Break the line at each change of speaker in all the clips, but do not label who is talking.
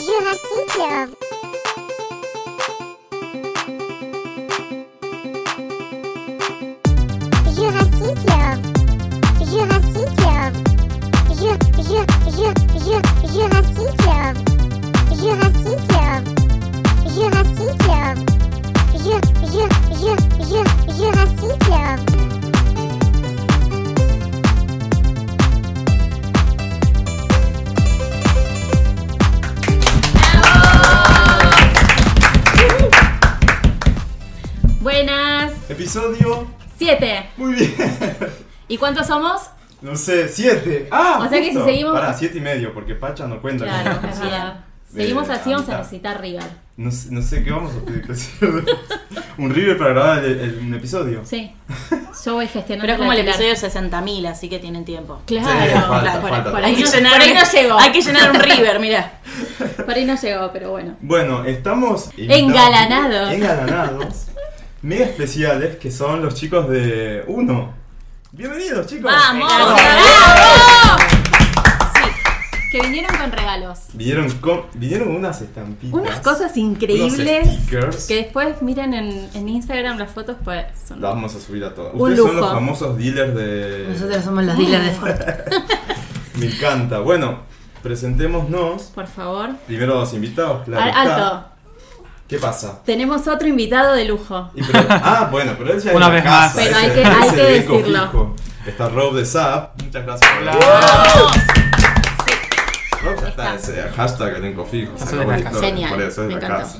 Jurassic. Jurassic. Jurassic. Ju- ju- ju- ju- Jurassic. Jurassic. Jurassic. Ju- ju- ju- ju- Jurassic.
Buenas.
Episodio.
Siete.
Muy bien.
¿Y cuántos somos?
No sé, 7. Ah,
O sea que si seguimos-
Para, 7 y medio, porque Pacha no cuenta.
Claro, es verdad.
Eh,
Seguimos así, vamos a
ahorita.
necesitar River.
No, sé- no sé qué vamos a pedir que hacer. Un River para grabar el, el- un episodio.
Sí. Yo voy gestionando.
Pero es como
la
el
titular.
episodio 60.000, así que tienen tiempo.
Claro.
Sí, falta,
claro, por,
falta.
por
Hay
ahí
que
no,
llenar,
por ahí no llegó.
Hay que llenar un river, mira.
Por ahí no llegó, pero bueno.
Bueno, estamos. invitados-
Engalanados.
Engalanados. mega especiales que son los chicos de Uno. Bienvenidos, chicos.
¡Vamos!
¡Bravo!
Sí, Que vinieron con regalos.
Vinieron con, vinieron unas estampitas.
Unas cosas
Unos
increíbles.
stickers.
Que después miren en, en Instagram las fotos, pues son.
Las vamos a subir a todas.
Un
Ustedes son los
lujo.
famosos dealers de.
somos los dealers de Fortnite.
Me encanta. Bueno, presentémonos.
Por favor.
Primero los invitados, claro.
Al-
está.
Alto.
¿Qué pasa?
Tenemos otro invitado de lujo.
Y pero- ah, bueno, pero él ya es
Una
de la
vez
casa,
más.
ese-
Pero hay que- hay
ese
que
de Eco
decirlo.
Fijo. Está Rob de Zap. Muchas gracias por venir. Rob ya está, ese hashtag de Eco Fijo. se
Eso es de
acabó
la
la
casa.
historia,
Genial,
Por eso es
me
de la
encantó.
casa.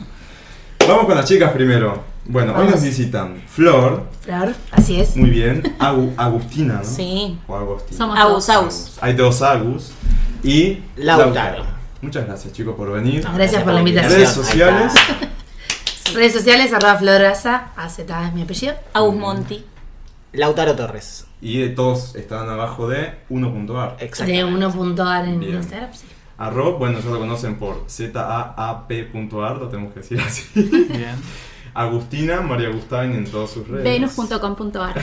Vamos con las chicas primero. Bueno, hoy nos visitan Flor,
Flor, así es.
muy bien, Agu- Agustina, ¿no?
Sí.
O Agustina.
Somos
Agus, Agus.
Agus. Hay dos Agus y
Lautaro.
Muchas gracias chicos por venir.
Gracias por la invitación.
Redes sociales.
Redes sociales, arroba floraza, AZ es mi apellido.
Agus Monti.
Lautaro Torres.
Y eh, todos están abajo de 1.ar.
De
Exactamente.
uno punto ar en
Bien.
Instagram, sí.
A Rob, bueno, ya lo conocen por zaap.ar, lo tenemos que decir así.
Bien.
Agustina, María Gustain en todas sus redes.
Venus.com.ar.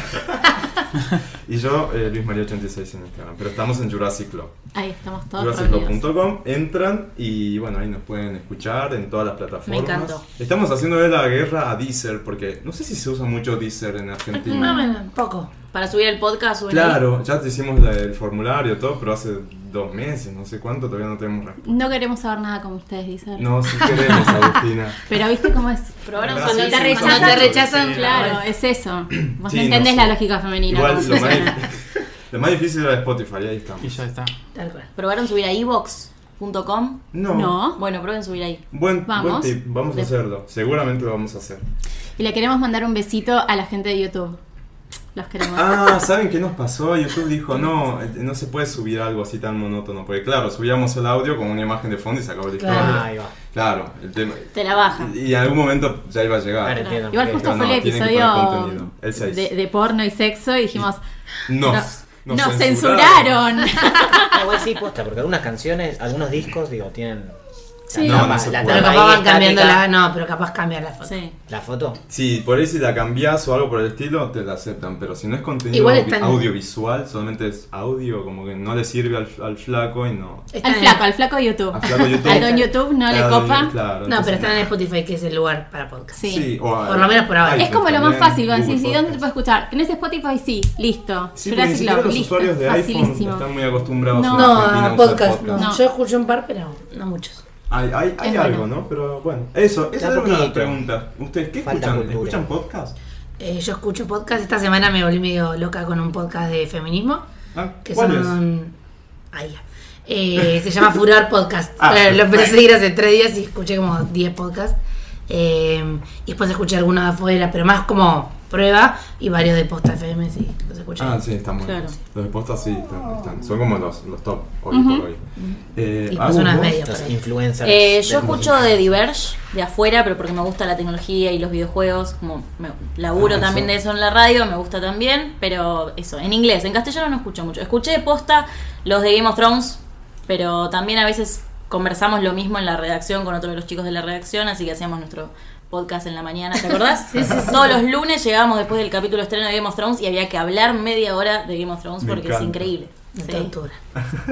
Y yo, eh, Luis María 86 en Instagram. Pero estamos en Jurassic Club.
Ahí estamos todos reunidos.
JurassicClub.com. Entran y bueno, ahí nos pueden escuchar en todas las plataformas.
Me encantó.
Estamos haciendo de la guerra a Deezer porque no sé si se usa mucho Deezer en Argentina.
poco.
Para subir el podcast, suben ahí.
Claro, ya te hicimos la- el formulario todo, pero hace dos meses, no sé cuánto, todavía no tenemos respuesta.
No queremos saber nada como ustedes dicen.
No, si queremos, Agustina.
Pero viste cómo es.
Pero ahora
Ahora
cuando
sí,
te
sí,
rechazan-
cuando te
rechazan, eh,
sí,
Claro,
ahora-
es eso. Vos
Sí,
no entendés
no
la
sé.
lógica femenina.
Igual
cómo
lo más,
funciona.
lo más difícil era Spotify, ahí estamos.
Y ya está.
Tal cual.
¿Probaron subir a ivox.com?
No.
No.
Bueno, prueben subir ahí.
Buen,
Vamos.
buen tip, vamos a hacerlo. Seguramente lo vamos a hacer.
Y le queremos mandar un besito a la gente de YouTube. Los queremos.
Ah, ¿saben qué nos pasó? YouTube dijo, no, eh, no se puede subir algo así tan monótono. Porque claro, subíamos el audio con una imagen de fondo y se acabó la historia.
Claro.
Ah, ahí va.
Claro, el tema...
Te la bajan.
Y en algún momento ya iba a llegar.
Claro, entiendo.
Igual justo
No,
fue el
no, tienen que poner
episodio
contenido. El seis.
de, de porno y sexo y dijimos,
Nos,
nos, censuraron.
Ah, igual sí, posta, porque algunas canciones, algunos discos, digo, tienen.
Sí.
No, no se puede.
Pero
Bueno,
capaz
ahí
van cambiando la.
estática.
No, pero capaz cambian la foto.
Sí.
La foto.
Sí, por ahí si la cambias o algo por el estilo, te la aceptan. Pero si no es contenido
Igual
audio-
están-
audiovisual, solamente es audio, como que no le sirve al, al flaco y no.
Están
Al
en-
flaco, al flaco de YouTube.
Al flaco de YouTube.
Al don YouTube no le
Claro,
copa.
claro,
No,
entonces-
pero están en Spotify, que es el lugar para podcast.
Sí.
Sí, o a-
Por lo menos por ahora.
Ay,
Es como lo más
también,
fácil, van a decir,
Google
¿sí? ¿dónde te
Podcast.
puedo escuchar? En ese Spotify sí, listo.
Sí, porque ni siquiera
Club,
los
listo,
usuarios de iPhone
facilísimo.
están muy acostumbrados
No.
en
No,
Argentina a
a
usar
podcast no.
No.
Yo escucho un par, pero no muchos.
Hay, hay, hay
Es
algo,
bueno.
¿no? Pero bueno, eso, esa
Da
era una
poquito.
pregunta. ¿Ustedes qué
Falta
escuchan?
cultura.
¿Escuchan podcast?
Eh, yo escucho podcast. Esta semana me volví medio loca con un podcast de feminismo.
Ah,
Que
¿Cuál es?
son. Ahí. Eh, se llama Furor Podcast.
Ah,
Claro, lo empecé a
perfecto.
seguir hace tres días y escuché como 10 podcasts. Eh, y después escuché algunos de afuera, pero más como prueba y varios de Posta FM, sí, los escuché.
Ah, sí, están buenos.
Claro.
Los de posta sí están, están. Son como los, los top hoy por hoy. Eh,
Y
Agus,
son unas
¿vos?
medias.
Los
por ahí.
influencers.
Eh,
del
yo
mundo.
escucho de Diverge, de afuera, pero porque me gusta la tecnología y los videojuegos. Como me laburo
Ah, eso.
también de eso en la radio, me gusta también. Pero eso, en inglés, en castellano no escucho mucho. Escuché posta los de Game of Thrones, pero también a veces conversamos lo mismo en la redacción con otro de los chicos de la redacción, así que hacíamos nuestro podcast en la mañana, ¿te acordás? Todos los lunes llegábamos después del capítulo estreno de Game of Thrones y había que hablar media hora de Game of Thrones
Me
porque es
encanta.
increíble.
De
Sí.
tortura.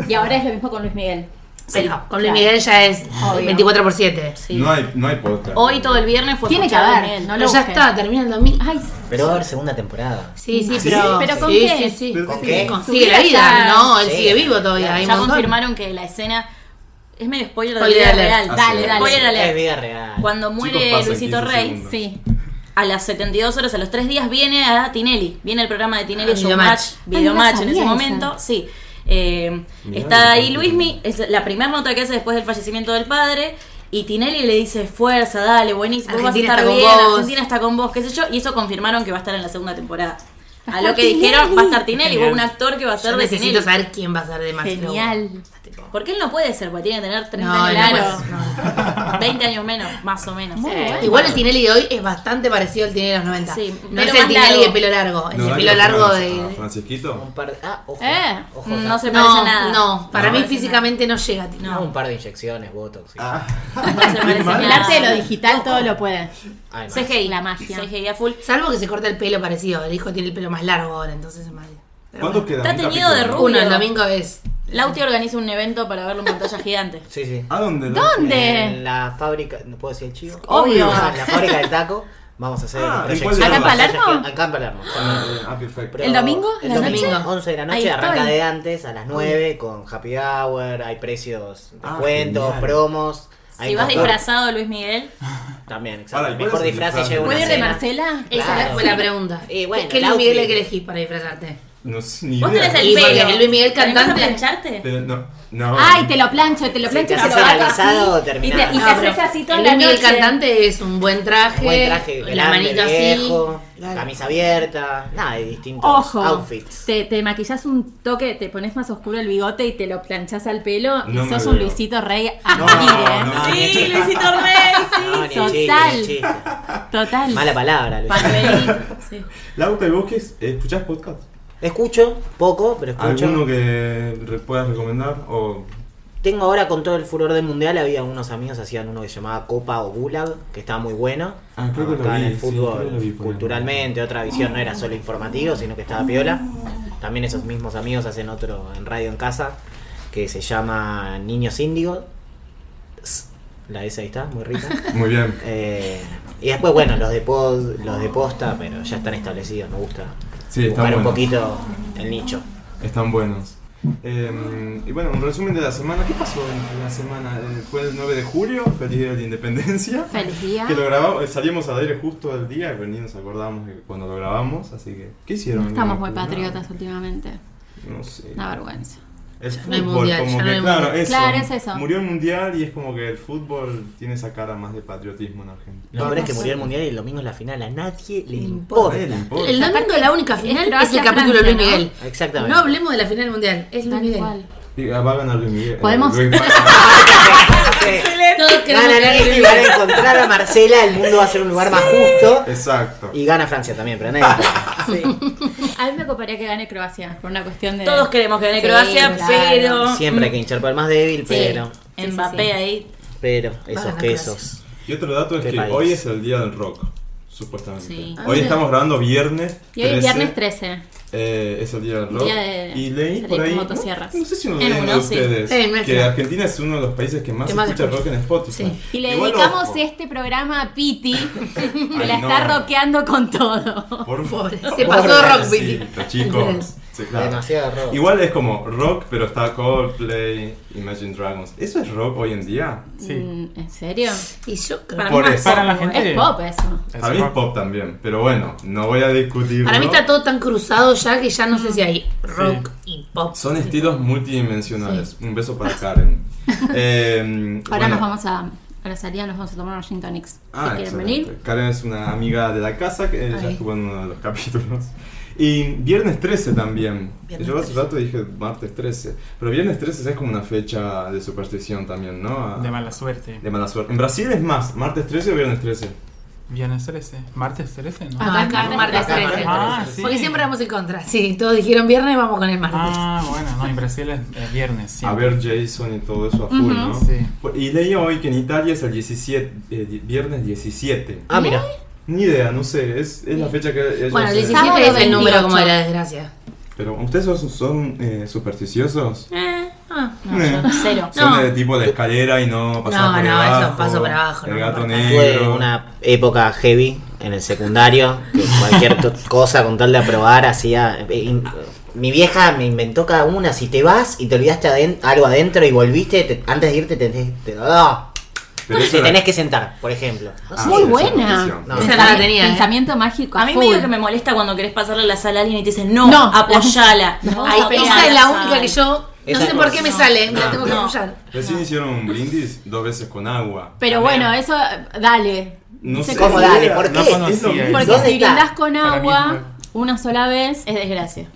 Y ahora es lo mismo con Luis Miguel.
Pero con Luis
claro.
Miguel ya es
Obvio.
24 por 7.
Sí.
No hay, no hay podcast.
Hoy todo el viernes fue
Tiene que
escuchar a
haber,
Miguel.
no lo
Pero ya
busquen.
está, termina el domingo.
Ay,
Pero va a haber segunda temporada.
Sí, sí,
¿Sí?
pero.
¿Pero con
sí,
qué?
sí, sí.
Pero-
Ok.
¿Qué?
Sigue la vida, ¿no? Él
Sí.
sigue vivo todavía. Hay un
ya
montón.
confirmaron que la escena es medio spoiler de la vida
Spoiler alert.
real.
Dale, dale.
Spoiler
Es
alert.
vida real.
Cuando
Chicos,
muere
pasan
Luisito
15
Rey,
segundos.
sí. A las 72 horas, a los 3 días, viene a Tinelli. Viene el programa de Tinelli
Ah,
Showmatch,
Videomatch.
Ay,
Videomatch
no
en
sabía
ese
esa.
momento. Sí. Eh,
Mirá,
está ahí
no sabía.
Luismi, es la primera nota que hace después del fallecimiento del padre. Y Tinelli le dice, fuerza, dale, buenísimo, vos vas a
Argentina
estar
está con
bien,
vos".
Argentina está con vos, qué sé yo. Y eso confirmaron que va a estar en la segunda temporada. A
Va
lo
a
que
estar
dijeron,
Tinelli.
va a estar Tinelli,
Genial.
vos un actor que va a ser
Yo
de
necesito
Tinelli.
saber quién va a ser de Marcelo.
Genial.
Tipo,
Porque él no puede ser, porque tiene que tener 30
No,
años
no
menos.
puede, no.
20 años menos, más o menos.
Muy bueno.
Igual el Tinelli de hoy es bastante parecido al Tinelli de los 90.
Sí,
no
pero
es
más
el Tinelli
largo.
de pelo largo, es
No,
el
dale,
pelo
a
largo
Fran-
de.
a Francisquito?
Un par Ah, ojo.
Eh,
ojo
No
acá.
se parece
No,
a nada.
no, para
No,
mí
parece
físicamente no llega a ti.
No, un par de inyecciones, botox. sí.
Ah.
No se parece
mal.
El
nada.
arte de lo digital todo lo puede.
Ay, no.
CGI,
La magia.
CGI a full.
Salvo que se corta el pelo parecido, el hijo tiene el pelo más largo ahora, entonces es más. pero
¿Cuánto
bueno.
queda?
Está
¿Un
teñido
capítulo?
de rubio.
Uno, el domingo es.
Lauti organiza un evento para verlo en pantalla gigante.
Sí, sí.
¿A dónde?
¿Dónde?
En la fábrica, ¿no puedo decir el chivo?
Obvio.
En la fábrica del taco vamos a hacer
Ah, ¿en cuál
proyección.
de los
¿Acá en
Pantalla
Palermo?
gigante. Acá en Palermo.
Ah, eh, ah, perfecto.
Pero
¿El domingo?
El
¿La
domingo,
noche?
11 de la
Ahí
noche, arranca
estoy.
de antes a las 9 con happy hour, hay precios,
Ah,
descuentos,
genial.
promos. hay
Si vas
montón.
disfrazado de Luis Miguel,
También, exacto.
Ahora, ¿y
el
cuál
mejor
es el
disfraz se
disfraz?
lleva una
¿Puede ir de
cena.
Marcela?
Esa
Claro.
fue la pregunta.
Y bueno,
¿Qué
el
Luis Miguel
outfit.
que elegís para disfrazarte?
No sé, ni
vos
idea.
tenés el
Y
pelo.
porque el Luis Miguel
¿Te animás
cantante-
a plancharte?
Pero no, no.
Ay, te lo plancho, te lo
Si
plancho.
te
te
haces
lo hago
analizado,
así, Y te,
terminás.
y te
No, pero
haces así toda
el
la
Luis Miguel
noche.
cantante es un buen traje,
Buen traje, grande,
la manito
viejo,
así. Claro.
camisa abierta, nada, de distintos
Ojo,
outfits.
te, te maquillas un toque, te pones más oscuro el bigote y te lo planchas al pelo
No
y
me
sos un
veo.
Luisito Rey
No,
a morir, ¿eh?
no.
Sí, Luisito
No,
Rey,
ni
sí.
son
el chiste,
sal.
ni el chiste.
Total.
Mala palabra, Luis.
Papelito, sí.
Lauta y vos qué es- escuchás podcast.
Escucho poco, pero escucho.
¿Alguno que re- puedas recomendar? O
Tengo ahora con todo el furor del mundial, había unos amigos hacían uno que se llamaba Copa o Gulag, que estaba muy bueno.
Ah, creo que lo
Abarcaban
vi,
el
sí,
fútbol
creo que lo vi por ahí.
culturalmente, otra visión, no era solo informativo, sino que estaba piola. También esos mismos amigos hacen otro en radio en casa, que se llama Niños Índigo. La S ahí está, muy rica.
muy bien.
Eh, y después, bueno, los de pod, los de posta, pero ya están establecidos, me gusta
Sí, están
buscar un
buenos.
poquito el nicho.
Están buenos. Eh, y bueno, un resumen de la semana. ¿Qué pasó en la semana? Eh, fue el 9 de julio, feliz día de la independencia.
Feliz día.
Que lo grabamos, eh, salimos al aire justo al día, pero ni nos acordamos que cuando lo grabamos, así que. ¿Qué hicieron?
Estamos muy
Nada.
patriotas últimamente.
No sé.
Una vergüenza.
El
no hay
fútbol,
mundial,
como que,
ya no hay
claro,
mundial.
Eso.
Claro, es eso.
Murió el mundial y es como que el fútbol tiene esa cara más de patriotismo en Argentina.
Lo peor es que murió el mundial y el domingo es la final, a nadie le importa.
Importa.
Nadie le importa.
El domingo la única final es, el
Croacia,
capítulo de Luis
Francia, ¿no?
Miguel.
Exactamente.
No hablemos de la final mundial, es Luis
Tal
Miguel.
cual.
Y Va a ganar Luis Miguel. eh,
Podemos-
Luis Miguel.
Sí.
Todos
Van a
queremos que
ganar
gane Luis
y
Miguel.
van a encontrar a Marcela, el mundo va a ser un lugar más justo.
Exacto.
Y gana Francia también, pero nadie. le importa.
A mí me coparía que gane Croacia por una cuestión de.
Todos queremos que gane
Sí,
Croacia,
claro.
pero.
Siempre hay que hinchar por el más débil, pero.
Sí, sí,
Mbappé
sí.
ahí.
Pero,
a
esos
ganar
quesos.
Y otro dato es
¿Qué
que
país?
hoy es el día del rock, supuestamente.
Sí.
Ah,
Hoy
mira.
estamos grabando viernes.
Y hoy es
13,
viernes 13.
eh, es el día del rock.
Día de-
y leí
de
por ahí.
motosierras.
No, no sé si lo
En
leí uno de
uno, sí.
ustedes.
Sí, nuestro.
que Argentina es uno de los países que más
Que más
escucha
escucha.
rock en Spotify.
Sí.
Y le
Igual,
dedicamos
ojo,
este programa a Piti, que
Ay,
la
no.
está roqueando con todo.
Por favor.
Se pasó rock, Piti.
Pobrecito, chicos. Sí, claro.
Demasiado rock.
Igual es como rock, pero está Coldplay, Imagine Dragons. ¿Eso es rock hoy en día?
Sí.
Mm, ¿En serio?
Y yo creo.
Para
Para,
mí,
Por
más
eso.
Para la
pop,
gente.
Es pop eso.
Es
Para mí es
rock.
pop también, pero bueno, no voy a discutir.
mí está todo tan cruzado ya que ya no sé si hay rock y pop.
Son estilos multidimensionales. Un beso para Karen. Eh,
Ahora
bueno.
nos vamos a. A la salida nos vamos a tomar unos gin tonics.
Ah,
si quieren
excelente.
venir.
Karen es una amiga de la casa que eh, ya
Ay.
estuvo en uno de los capítulos. Y viernes 13 también.
Viernes
Yo hace
13.
rato dije martes 13. Pero viernes 13 es como una fecha de superstición también, ¿no? Ah,
De mala suerte.
de mala suerte. En Brasil es más, martes 13 o viernes 13.
Viernes 13. Martes 13, ¿no?
Ah,
Acá
acá
es
martes
martes
13.
Ah, sí.
Porque siempre vamos en contra. Sí, todos dijeron viernes, vamos con el martes.
Ah, bueno, no, en Brasil es es viernes.
a
siempre.
ver Jason y todo eso a full, ¿no?
Sí.
Por- Y leí hoy que en Italia es el 17, eh, di- viernes 17.
Ah, mira.
Ni idea, no sé, es, es la fecha que ellos...
bueno, el
eh,
17
Sábado
es el número
28.
como de la desgracia.
Pero, ¿ustedes son, son, eh, supersticiosos?
Eh,
Ah,
No, yo
Eh.
cero.
Son
No.
de tipo la escalera y no pasar
No,
por
no,
debajo.
eso, paso por abajo,
El
no me
gato
importa.
Tuve
negro.
una época heavy en el secundario, que cualquier to- cosa con tal de aprobar hacía... eh, in- mi vieja me inventó cada una, si te vas y te olvidaste aden- algo adentro y volviste, te- antes de irte te, te- te- ah,
Pero eso
te
era-
tenés que sentar, por ejemplo. No sé.
Ah,
Muy
sí,
buena.
esa
No,
Pensami-
esa no la tenía, ¿eh?
Pensamiento mágico.
A mí
full.
me digo que me molesta cuando querés pasarle la sal a alguien y te dicen, no,
No,
apoyala.
no,
Ahí
no,
pegá
esa es la
sal.
única que yo. No
Esa
sé
cosa.
por qué me sale, me
No,
la tengo que
no.
apoyar.
Recién hicieron un brindis dos veces con agua.
Pero bueno, eso, dale.
No
Dice
sé
¿Cómo
que-
era,
dale? ¿Por
no
qué?
conocía
Es lo
eso.
mismo.
Porque
¿Dónde
si
está?
brindás con
Para mí es
agua
mal.
una sola vez,
Es desgracia.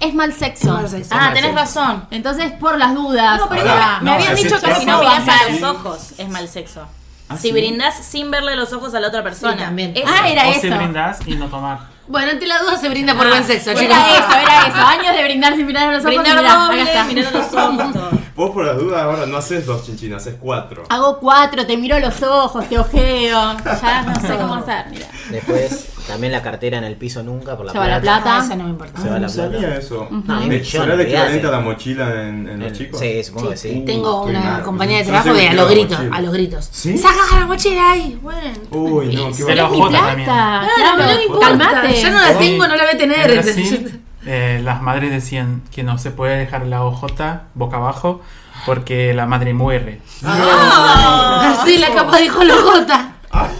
es mal sexo.
Es mal sexo.
Ah,
mal
tenés
sexo.
razón.
Entonces, por las dudas.
No, pero
o sea,
Pará,
me
no,
habían
o sea,
dicho
si
que
te
si no
vas a
mirás a
bañar-
los ojos es mal sexo.
¿Ah,
Si
sí?
brindás sin verle los ojos a la otra persona.
también.
Es-
Ah, era
o
eso.
si brindás y no tomar.
Bueno, ante la duda se brinda por
Ah,
buen sexo,
era
chicos.
Era eso, era eso. Años de brindar sin mirar a los ojos. y
brindar
mirá, acá
doble,
está.
mirar a los ojos. todo.
Vos por las dudas ahora no haces dos chinchinas, haces cuatro.
Ah.
Hago cuatro, te miro los ojos, te ojeo. Ya no sé cómo hacer, mira.
Después, también la cartera en el piso nunca por la
Se va la
plata.
plata.
No, Ah, esa no me importa.
Se va la
Ah, no sabía
plata.
eso.
No, hay
Eh,
millones,
¿Será el equivalente
olvídate. Eh,
a la mochila en, en los chicos?
Sí, supongo que sí.
Tengo
Uy,
una
mal.
compañía de
Yo
trabajo
sé
de
que
a los
quiero
gritos,
mochila.
a los gritos.
¿Sí?
¡Sacas la mochila ahí! Bueno.
Uy, no, qué
Se la
Es mi
jota
plata.
también.
Ah, Claro, pues. pero no me importa.
Calmate.
Yo no la Ah, tengo, no la voy a tener.
En
entonces-
Brasil, eh, las madres decían que no se puede dejar la OJ boca abajo porque la madre muere.
Ah,
Marcela capaz dijo lo jota.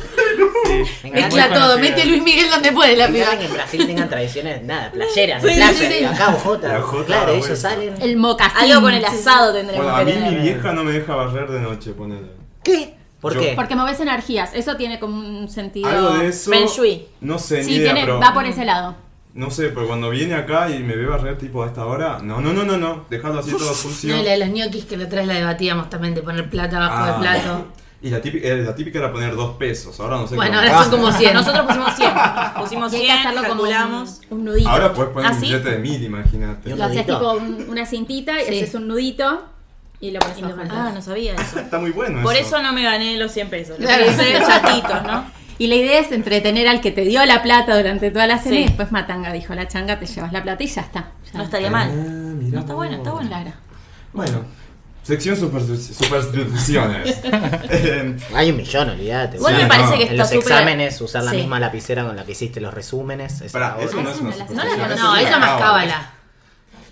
Me
Es
Mezcla
muy
todo,
conocida.
mete a Luis Miguel donde puede la
Me
piba.
encanta que en Brasil tengan tradiciones, nada, playeras,
Sí,
de playa,
sí, sí.
acá Bojota.
La Jota,
claro,
bueno.
ellos salen.
El mocasín.
Algo con el asado tendremos
Bueno, a
que
mí
tener.
mi vieja no me deja barrer de noche, ponele.
¿Qué? ¿Por
Yo-
qué?
Porque moves energías. Eso tiene como un sentido.
Algo de eso.
Feng Shui.
No sé, ni
Sí,
idea,
tiene,
pero.
va por ese lado.
No sé, pero cuando viene acá y me ve barrer tipo a esta hora. No, no, no, no, no. Dejadlo así todo sucio.
No, y la de los ñoquis que la otra vez la debatíamos también, de poner plata abajo del
Ah.
plato.
Y la típica, eh, la típica era poner dos pesos. Ahora no sé
Bueno,
cómo.
ahora son como 100.
Nosotros pusimos 100. Pusimos
Y hay
100,
que hacerlo como un,
calculamos.
un nudito.
Ahora puedes poner
¿Ah,
un
sí?
billete de mil, imagínate.
Yo-
Lo haces
nudito.
tipo un- una cintita y
Sí.
haces un nudito y lo pones
Y lo
abajo.
pones.
Ah, no sabía eso.
Está muy bueno
Por
eso.
eso no me gané los 100 pesos. Los
Claro.
hice chatitos, ¿no?
Y la idea es entretener al que te dio la plata durante toda la cena
Sí.
y después matanga, dijo la changa, te llevas la plata y ya está. Ya.
No estaría
Ah,
mal.
mirá
No está
vos.
bueno, está bueno.
Claro.
Bueno, sección superstici- supersticiones. Eh,
Hay un millón, olvídate.
Igual
Sí, no.
me parece que
en
está
los
súper.
exámenes, usar la
Sí.
misma lapicera con la que hiciste los resúmenes. esa
pará,
otra.
eso no es una
No la
superstición.
conozco.
es
No,
una
esa más cábala.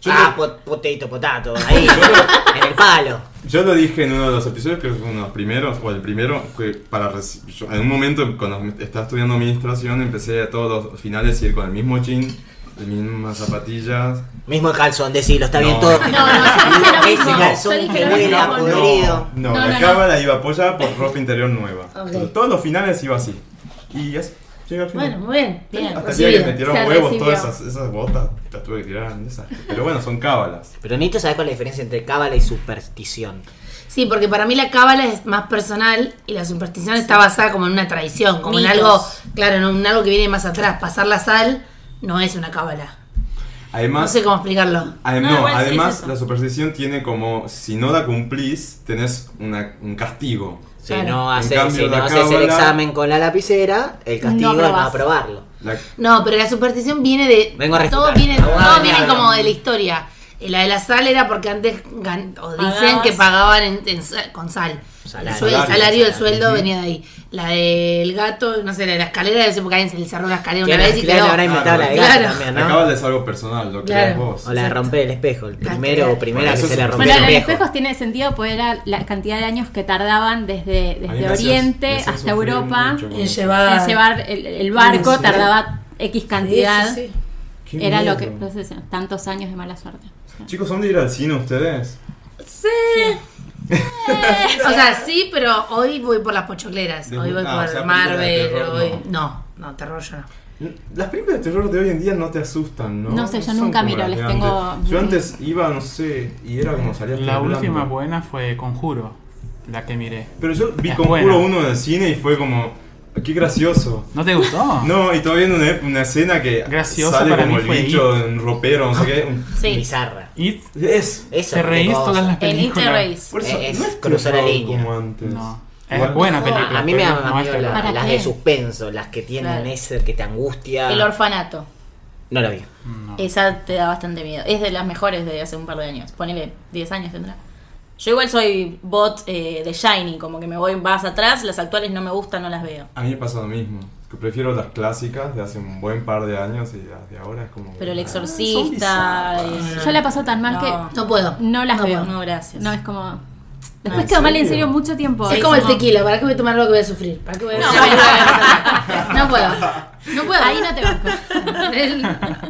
Yo,
Ah,
lo,
po- potato, potato, ahí, en el palo.
yo lo dije en uno de los episodios, creo que fue uno de los primeros, o el primero, que para reci- yo en un momento cuando me- estaba estudiando administración empecé a todos los finales ir con el mismo jean, las mismas zapatillas.
Mismo calzón, decilo, está bien
No.
todo.
No,
no, yo dije lo
Ese
mismo. Yo
calzón
dije
que
lo
huele a
mismo, no.
podrido.
No,
No,
la
no,
cábala iba apoyada por ropa interior nueva.
Ok.
Pero Todos los finales iba así. Y así, llegué al final.
Bueno, muy bien.
Bien.
Hasta el día que me
recibido.
tiraron
Se
huevos,
recibió.
todas esas, esas botas las tuve que tirar. un desastre. Pero bueno, son cábalas.
Pero Nito, ¿sabes cuál es la diferencia entre cábala y superstición?
Sí, porque para mí la cábala es más personal y la superstición está basada como en una tradición, como en
Mitos.
algo, claro, en un- algo que viene más atrás. Pasar la sal no es una cábala.
Además,
No sé cómo explicarlo.
adem-
No,
no,
igual sí es
además
eso.
la superstición tiene como, si no la cumplís, tenés una- un castigo.
Si
Claro.
no
En
haces,
cambio,
si no
la
haces el
cábala-
examen con la lapicera, el castigo
No
es no
aprobás.
aprobarlo.
La-
No, pero la superstición viene de.
Vengo a refutar.
todo viene,
Abogado
todo
del
viene
diablo.
como de la historia. Y La de la sal era porque antes gan- o dicen
Pagabas.
que pagaban en- en sal- con sal.
Salario.
el, suel- el salario,
Salario.
el sueldo
Ujú.
venía de ahí. La del gato, no sé, la de la escalera, debe ser porque a alguien se le cerró la escalera una
Claro,
vez y
claro,
quedó.
habrá
Ah,
inventado la de gato
Claro.
también,
la
¿no?
cábala es algo personal, lo
Claro.
creas vos.
O la de romper el espejo, el primero
claro.
o primera
Bueno,
que
eso
se
es
le
un-
rompió
Bueno,
el
los
espejo.
espejos tiene sentido porque era la cantidad de años que tardaban desde,
A mí
desde
me hacías- me
Oriente
hacías
hasta
sufrir
Europa.
mucho con
En
eso.
llevar.
En llevar el, el barco
Sí.
tardaba X cantidad.
Sí, sí, sí.
Qué
Era lo que.
miedo.
no sé, tantos años de mala suerte.
Chicos, ¿son de ir al cine ustedes?
O sea, sí, pero hoy voy por las pochocleras.
De-
Hoy voy
ah,
por
o sea, películas de
Marvel.
terror,
hoy...
no.
No, no, terror yo no.
Las películas de terror de hoy en día no te asustan, ¿no?
No sé, yo
son
nunca
como
miro,
las
les
de
tengo-
antes. Yo antes iba, no sé, y era como salía
La
temblando.
última buena fue Conjuro, la que miré.
Pero yo vi
Es
Conjuro
buena.
uno en el cine y fue como, qué gracioso.
¿No te gustó?
No, y todavía en una, una escena que
Gracioso
sale
para
como
mí
el
fue
bicho en ropero, no sé qué. un-
Sí.
Bizarra.
It,
Es.
Eso,
te
qué
reís
cosa.
todas las
En
películas.
Insta Race.
Por eso,
Es-
no es
cruzó la
terror
línea.
como antes.
No.
Este, Igual-
Es buena película.
A mí me
pero
dan
no es
miedo la-
terror.
¿Para
las
qué?
de suspenso, las que tienen
Claro.
ese que te angustia.
El orfanato.
No la vi.
No.
Esa te da bastante miedo. Es de las mejores de hace un par de años. Ponele 10 años tendrá. Yo igual soy bot eh, de Shiny, como que me voy más atrás, las actuales no me gustan, no las veo.
A mí me pasa lo mismo. Que prefiero las clásicas de hace un buen par de años y las de ahora es como.
Pero el
Ah, son
exorcista...
bizarras.
eh,
Yo la paso tan mal
No.
que
No puedo.
no las
No
veo.
No, gracias.
No, es como... Después
¿En
quedó mal en
serio?
serio mucho tiempo.
Es como el tequila, ¿para qué voy a tomar algo que voy a sufrir? ¿Para qué voy a
No,
No puedo. No puedo.
Ahí no te banco.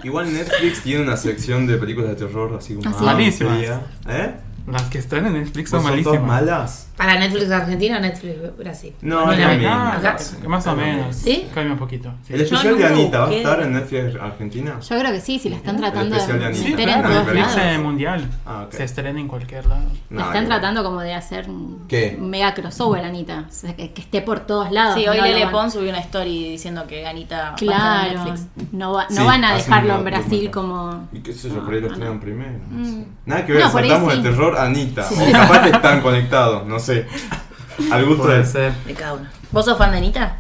Igual Netflix tiene una sección de películas de terror así como.
Ah, sí.
Malísimas.
amplia. ¿Eh?
Las que están en Netflix
¿No
son
¿Son todas
malísimas.
malas?
¿Para Netflix Argentina o Netflix Brasil?
No,
Bueno,
es lo
acá-
mismo.
acá-
Que Más o menos.
¿Sí?
Cambia un poquito. sí.
El especial de
nunca
Anita va a
busqué.
estar en Netflix Argentina.
Yo creo que sí, si la están tratando...
especial de Anita.
Sí,
Se
claro,
en
no,
todos
pero
Netflix
lados.
eh, mundial.
Ah, ok.
Se estrena en cualquier lado.
No,
La están
no.
tratando como de hacer un
¿Qué?
un mega crossover, Anita. O sea, que, que esté por todos lados.
Sí, hoy
no lo
Lele
van-
Pons subió una story diciendo que Anita va a estar en
Claro.
Netflix.
No, va- no
Sí,
van a
hacen
dejarlo
una
en Brasil
documental.
como. Ah,
Y qué sé yo, por ahí lo estrenan primero. no
Mm.
sé. Nada que ver,
No, por ahí
saltamos
sí.
el terror a Anita. O capaz que están conectados, no sé. Al gusto
Puede
de
ser.
De cada uno.
¿Vos sos fan de Anita?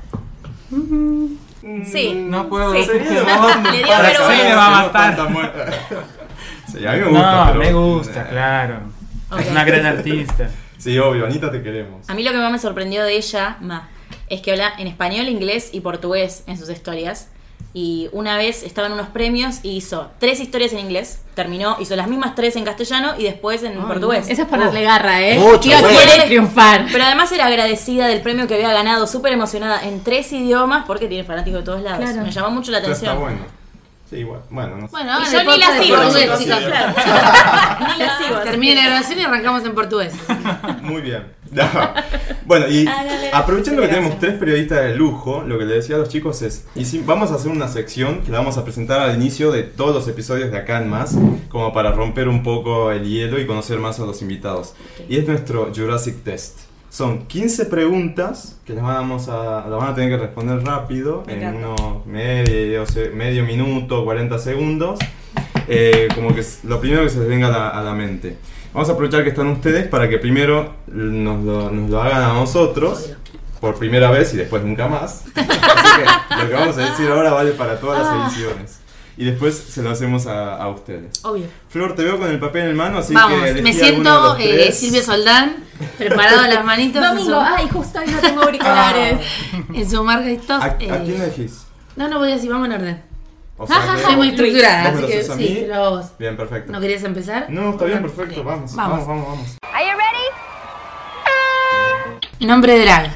Sí.
No puedo
Sí.
decir que
No,
no.
le dio
Para que
vergüenza.
sí me va a matar.
Sí, a mí me gusta.
No,
pero- eh,
me gusta, claro.
Ok.
Es una gran artista.
Sí, obvio, Anita te queremos.
A mí lo que más me sorprendió de ella, ma, es que habla en español, inglés y portugués en sus historias. Y una vez estaba en unos premios y hizo tres historias en inglés, terminó, hizo las mismas tres en castellano y después en portugués.
Eso es ponerle garra, ¿eh?
Mucho,
Tía
bueno.
quiere triunfar.
Pero además era agradecida del premio que había ganado, súper emocionada en tres idiomas porque tiene fanáticos de todos lados.
Claro.
Me llamó mucho la
Eso está
atención.
bueno. Sí, igual. Bueno, no sé.
Bueno,
Y yo ni la sigo,
chicos, chicas.
chicas.
No la sigo, así
Termina la
que-
grabación y arrancamos en portugués.
Muy bien. bueno, y
Hágale la
aprovechando que tenemos tres
presentación.
periodistas de lujo, lo que le decía a los chicos es, y si- vamos a hacer una sección que la vamos a presentar al inicio de todos los episodios de acá en más, como para romper un poco el hielo y conocer más a los invitados. Y es nuestro Jurassic Test. Son 15 preguntas que las, vamos a, las van a tener que responder rápido,
Me
en
encanta.
unos medio, se- medio minuto, 40 segundos. Eh, como que es lo primero que se les venga a la, a la mente. Vamos a aprovechar que están ustedes para que primero nos lo, nos lo hagan a nosotros por primera vez y después nunca más. Así que lo que vamos a decir ahora vale para todas
Ah.
las ediciones. Y después se lo hacemos a, a ustedes.
Obvio.
Flor, te veo con el papel en mano, así que
Vamos,
elegí
me
alguno de
siento
los
eh,
tres.
Silvio Soldán, preparado las manitos
Domingo,
en
ay, justo hoy no tengo
Ah.
auriculares.
su, en su marca de
¿A,
stock.
a
eh,
quién elegís?
no, no voy a decir, vamos en orden.
O sea que-
Soy muy estructurada,
¿Vos me
así
lo
que
haces a
sí,
mí?
pero vos.
Bien, perfecto.
¿No querías empezar?
No, está bien,
Bueno,
perfecto.
eh,
Vamos, vamos,
Vamos.
vamos, vamos.
Nombre drag.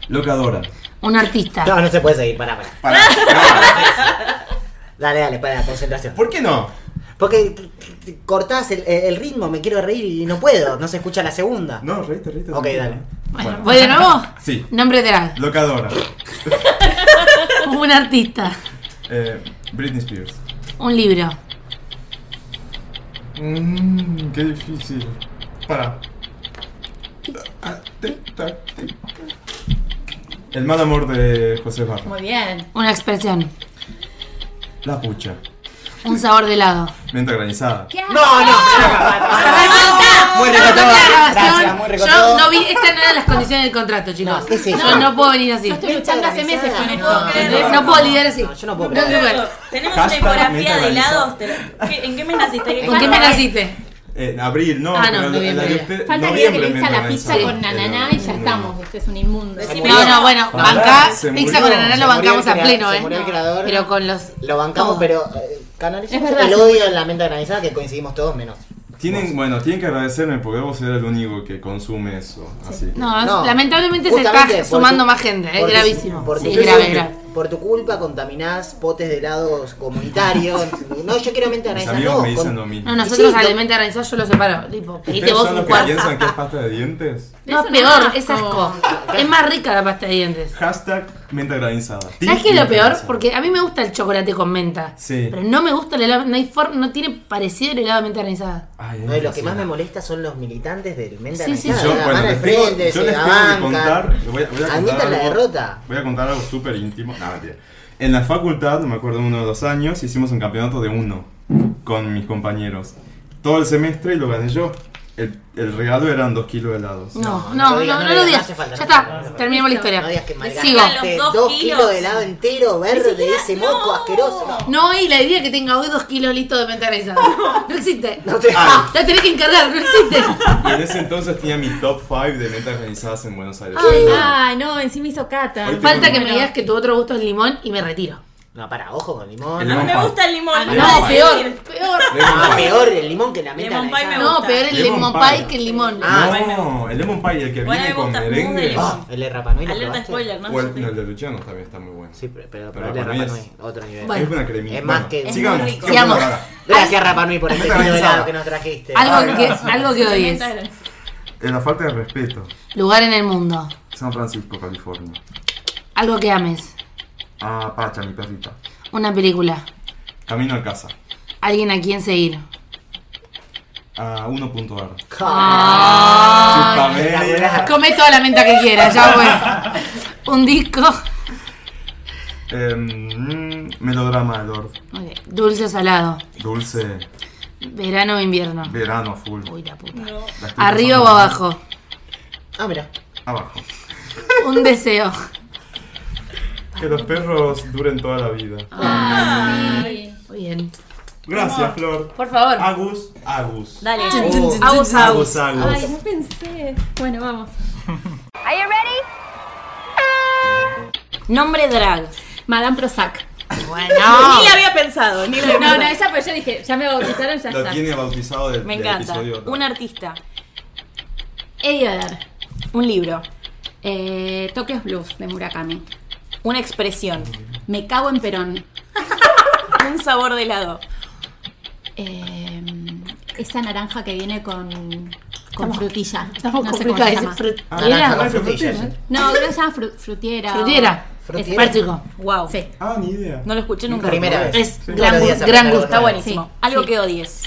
Locadora.
Un artista.
No, no se puede seguir, pará, pará.
Para.
Dale, dale, pará, concentración.
¿Por qué no?
Porque t- t- cortás el, el ritmo, me quiero reír y no puedo, no se escucha la segunda.
No, reíste, reíste.
Ok,
tranquila.
dale.
Bueno, ¿voy de nuevo?
Sí.
Nombre drag.
Locadora.
Un artista.
Eh, Britney Spears.
Un libro.
Mm,
Mmm, qué difícil. Para. El mal amor de José Barra.
Muy bien.
Una expresión.
La pucha.
Un sabor de helado.
Menta granizada.
No, no,
Ah,
Muy recotado. Gracias, muy
Yo
recotado.
no vi, estas no eran las condiciones del contrato, chicos.
No, ¿qué es eso?
Yo no puedo venir así.
Estoy luchando hace meses con esto.
No,
¿Entendés? No puedo lidiar así.
No, yo no puedo
Tengo que
creer.
ver.
Tenemos
Hashtag meta realizada.
te lo- ¿Qué- ¿En qué mes naciste? ¿Qué-
¿En qué me naciste?
En abril, no,
Ah, no,
pero la- la, de
noviembre.
usted.
Falta que
noviembre
le
menta
elija la pizza
granizada.
con nananá y ya
No.
estamos. Este es un inmundo.
Decime-
No, no, bueno,
Pará,
bancá,
se murió,
pizza con ananá
se
lo
murió
bancamos
el
a
crea-
pleno,
se
¿eh?
murió el creador.
Pero con los...
Lo bancamos,
todo.
pero eh, canalizamos
Es verdad,
el
se
odio en la mente organizada que coincidimos todos menos.
Tienen, bueno, tienen que agradecerme porque vos eres el único que consume eso. Así. que-
No,
No.
Ah, lamentablemente se
Justamente,
está
por
sumando
tu-
más gente, es
por tu-
gravísimo.
por tu-
sí,
yo
grave,
soy-
grave.
Por tu culpa contaminás potes de helados comunitarios. No, yo quiero mente
Mis
organizada.
amigos
no,
me dicen
con-
lo mismo.
No, nosotros
Sí,
al
yo-
elemento organizado yo lo separo. Tipo, pedite
¿Ustedes
vos
son
un
los que
cuarto.
piensan que es pasta de dientes?
No, es
Eso no es
peor,
asco.
es asco. Es más rica la pasta de dientes.
Hashtag menta granizada.
¿Sabes qué es
Menta
lo peor?
granizada.
Porque a mí me gusta el chocolate con menta.
Sí.
Pero no me gusta el helado, no, hay for- no tiene parecido el helado de menta granizada.
Ay,
No, y lo
es
que más me
impresionante.
molesta son los militantes del Menda
Sí, sí,
Nacional,
Yo,
la
bueno,
mano al
les tengo,
frente,
yo les
se la
tengo que
bancan.
contar. Voy, a- voy a contar
Admitan la
algo-
derrota.
Voy a contar algo súper íntimo. No, mentira. En la facultad, me acuerdo uno de los años, hicimos un campeonato de uno con mis compañeros. Todo el semestre y lo gané yo. El, el regalo eran dos kilos de helados.
No,
No,
no,
no
no,
digas,
no,
no
lo
digas,
digas.
no hace falta.
ya
No
está,
hace falta.
terminamos la historia.
No digas que
Sigo.
malgastaste
Los
dos,
dos
kilos.
kilos
de helado entero verde de ese moco asqueroso. No,
No hay la idea que tenga hoy dos kilos listos de menta granizada. No existe.
No te-
Ah, la tenés que encargar, no existe.
Y en ese entonces tenía mi top 5 de metas organizadas en Buenos Aires.
Ay, no, encima hizo cata.
Hoy te-
Falta que me
Bueno.
digas que tu otro gusto es limón y me retiro.
para, ojo con limón.
El
No,
limón
Me gusta el
No,
limón.
No,
iba a
peor,
decir.
peor.
Ah, peor el limón que la menta.
Lemon pie me
granizada.
No, peor el
Lemon
lemon
pie.
pie que el limón.
Ah,
no, el lemon pie, el que
Bueno,
viene
me
con
gusta muy de
merengue.
limón.
Ah,
Ah, el de Rapanui lo
Alerta
probaste?
spoiler, ¿no?
o el, no, el de Luciano también está muy bueno.
Sí, pero, pero,
Pero
el de
Rapa Nui
Rapanui
es-
es otro nivel.
es una cremita.
es más
Bueno,
que-
sigamos.
Es muy rico.
sigamos.
Sigamos.
Gracias Rapanui por este
Menta
kilo de helado
granizada.
que nos trajiste.
Algo que, algo que odies.
En la falta de respeto.
Lugar en el mundo.
San Francisco, California.
Algo que ames.
Ah, Pacha, mi perrita.
Una película.
Camino a casa.
Alguien a quien seguir.
A 1.ar.
Ah,
Ah.
Ay.
Chupamela.
Come toda la menta que quieras, ya fue. Un disco.
Em, mm, melodrama, Lord.
Ok, Dulce o salado.
Dulce.
Verano o invierno.
Verano, full.
Uy, la puta.
La estoy
Arriba
pasando
o abajo.
Ah, mira.
Abajo.
Un deseo.
Que los perros duren toda la vida.
Muy bien.
Gracias, Flor.
Por favor.
Agus, Agus.
Dale.
Oh,
Agus,
Agus,
Agus.
Agus.
Ay, no pensé. Bueno, vamos.
Nombre drag.
Madame Prozac.
Ni la había pensado, ni la había
No, no,
pensado.
esa pero yo dije, ya me bautizaron, ya
Lo
está.
tiene bautizado del,
Me
del
encanta.
episodio.
Un artista.
Eddie Vedder.
Un libro.
Eh, Tokyo's Blues de Murakami.
Una expresión.
Me cago en Perón.
Un sabor de helado.
Eh, esa naranja que viene con, con frutilla.
Estamos
no sé cómo se
complicados.
llama.
Fru-
Ah,
¿Era?
naranja con
¿eh?
frutillas.
No, creo que se llama fru- frutiera. o-
Frutiera.
Frutiera.
Es práctico.
Wow.
Sí.
Ah, ni idea.
No lo escuché nunca.
Primera vez.
Es
Sí.
gran,
Todos los días
gran
aprendemos algo
gusto. Está
nuevo.
buenísimo.
Sí.
Algo que odies.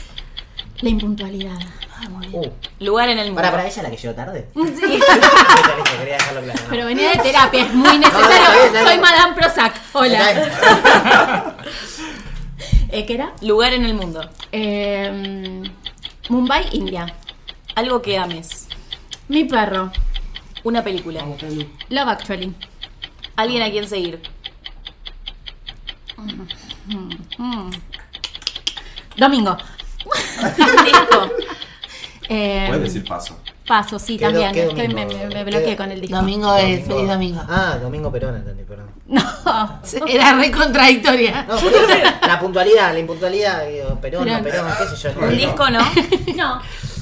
La impuntualidad. Ah, muy bien.
Uh,
Lugar en el mundo.
para, para ella la que llegó tarde.
Sí.
Listo, listo, quería dejarlo claro. ¿no?
Pero venía de terapia, es muy
No, no,
necesario.
está bien,
Soy
está
Madame Prozac. Hola.
Mirá,
Eh, ¿Qué era?
Lugar en el mundo.
Eh, Mumbai, India.
Algo que ames.
Mi perro.
Una película.
Love Actually.
Alguien a quien seguir.
Domingo.
Disco.
Eh,
Puedes decir paso.
Paso, sí,
¿Qué do-
también.
qué
es que me,
domingo?
me- me
¿Qué
bloqueé
do-
con el disco.
Domingo es feliz domingo.
Ah, domingo Perón, entendí, perdón.
No.
Era re contradictoria.
No, podía ser la puntualidad, la impuntualidad, digo, Perón, no,
Perón.
Perón, qué sé yo.
Un
Bueno.
disco no.
No.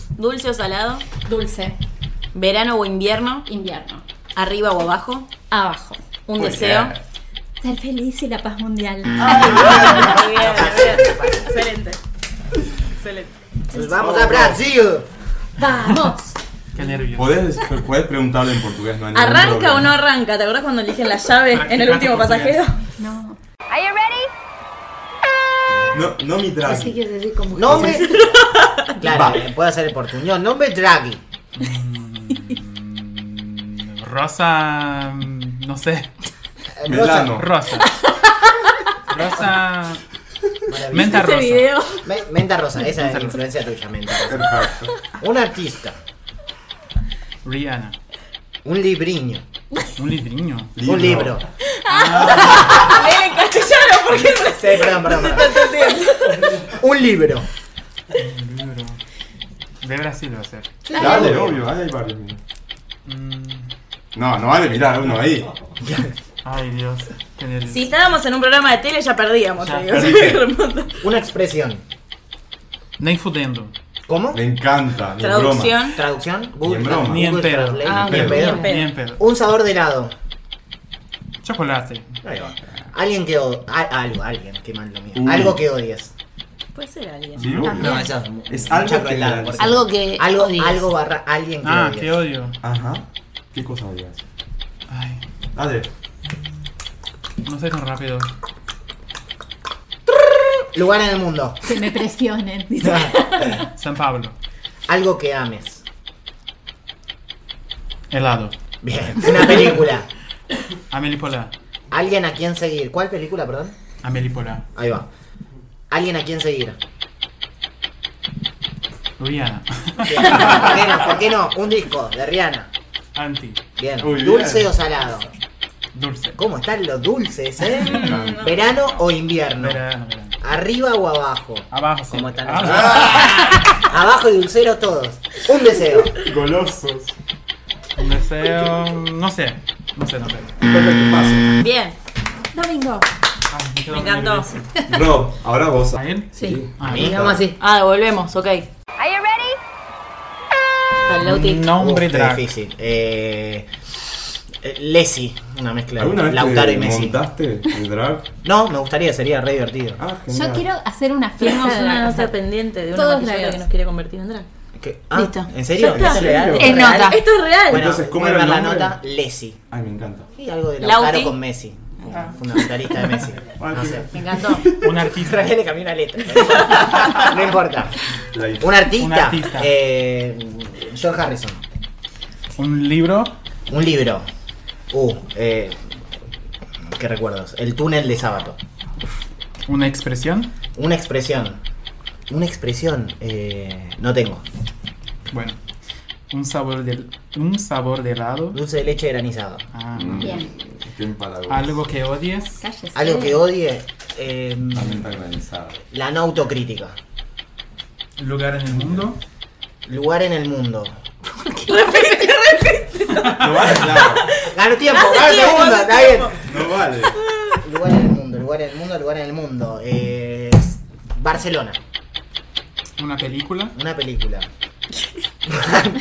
Dulce o salado.
Dulce.
Verano o invierno.
Invierno.
Arriba o abajo.
Abajo.
Un
Muy
deseo.
bien.
Ser feliz y la paz mundial.
Ah.
Muy bien, muy bien. Excelente. Excelente.
Pues vamos a Brasil.
Vamos.
Qué nervios.
Podés, podés preguntarle en portugués, no hay ningún
¿Arranca o no
problema.
arranca? ¿Te acuerdas cuando eligen la llave en el
Practicando
último
portugués.
pasajero?
No.
No, no mi drag.
Así que es así como.
Nombre. Claro, puedo hacer el portuñón. Nombre Draghi. Eh,
Rosa. mm, No sé.
Eh,
Melano.
Rosa. Rosa.
Rosa,
Menta
Ese
rosa.
video.
Me- Menta Rosa, esa es la influencia tuya, Menta Rosa.
Perfecto.
Un artista.
Rihanna.
Un libriño.
Un librinho.
Un libro.
Leen Ah. en castellano porque no
Sí, perdón, perdón. perdón.
entendí.
Un libro.
Un libro. De Brasil va a ser.
Dale, obvio, ahí hay varios. mira.
Mm,
No, no vale mirar uno ahí.
Ay, Dios. Qué nervios.
Si estábamos en un programa de tele ya perdíamos,
Ya,
te digo.
perdiste.
Una expresión.
Nem fudendo.
¿Cómo?
Me encanta. ni en broma.
Traducción.
Traducción.
Ni en broma.
Ni en pedo.
Translate.
Ah,
ni
Ni en
en
pedo.
Pero-
Ni en pedo.
Un sabor de helado.
Chocolate.
Ahí va. Alguien que od- a- algo, alguien, qué mal lo mío.
Uh.
Algo que odies.
Puede ser alguien.
Sí, obvio.
No, eso es, mu-
Es
mucha
algo que
crueldad,
odies.
porque-
Algo que.
algo,
odies.
algo barra alguien que
Ah,
odies.
qué odio.
Ajá. ¿Qué cosa odias?
Ay,
Dale.
no soy tan rápido.
Lugar en el mundo.
Que me presionen. dice.
San Pablo.
algo que ames.
Helado.
Bien. Una película.
Amelipola.
Alguien a quien seguir. ¿Cuál película, perdón?
Amelipola.
Ahí va. Alguien a quien seguir.
Rihanna.
Bien. ¿Por qué no? ¿Por qué no? Un disco de Rihanna.
Anti.
Bien.
Muy bien.
¿Dulce o salado?
Dulce.
¿Cómo están los dulces, eh?
Ah.
¿Verano o invierno?
Verano, verano.
¿Arriba o abajo?
Abajo, siempre.
¿Cómo están
Ah.
los
Abajo.
Abajo y dulcero todos. Un deseo.
Golosos.
Un deseo. No sé. No sé, no sé.
Perfecto, paso.
Bien,
Domingo.
Ay, Ah, quedo
me encantó.
nervioso.
Rob, ahora vos.
¿A él?
Sí.
Ah,
Amiga.
Digamos así.
Ah, volvemos, ok. Con Lauti.
Nombre
Uf, qué
drag.
difícil. Eh, eh, Lesi, una mezcla.
¿Alguna
de
vez
Lautaro
te
y Messi.
montaste el drag?
No, me gustaría, sería re divertido.
Ah,
Yo
genial.
quiero hacer una fiesta
Tenemos
de
una
drag.
nota pendiente de una
Todos
maquilladora
dragos.
que nos quiere convertir en drag.
¿Qué? Ah,
Listo.
¿En
Ya
serio?
está.
¿Es real?
Es
¿Real?
nota.
Esto es real.
Bueno,
Entonces, ¿cómo
pueden
era
ver
el
la
nombre?
nota Lesi.
Ay, me encanta.
Y algo de
Lauti. Ah.
Lautaro con Messi. Fundamentalista de Messi. No sé.
Me encantó.
Un artista.
Israel le cambió una letra. No importa. No importa.
La
Un artista.
Un artista.
Eh, George Harrison.
Un libro.
Un libro. Uh, eh, ¿qué recuerdos? El túnel de sábado.
Una expresión.
Una expresión. Una expresión. eh, no tengo.
Bueno. Un sabor de, un sabor de helado.
Dulce de leche granizado.
Ah,
Mm.
Bien.
Qué empalagoso.
algo que odies.
Cállese.
Algo que odie. eh,
La menta granizada.
la no autocrítica.
Lugar en el mundo.
Lugar en el mundo.
No vale, claro.
Gano tiempo, gano segundo, está bien.
No vale.
Lugar en el mundo, lugar en el mundo, lugar en el mundo. Eh, Barcelona.
Una película.
Una película.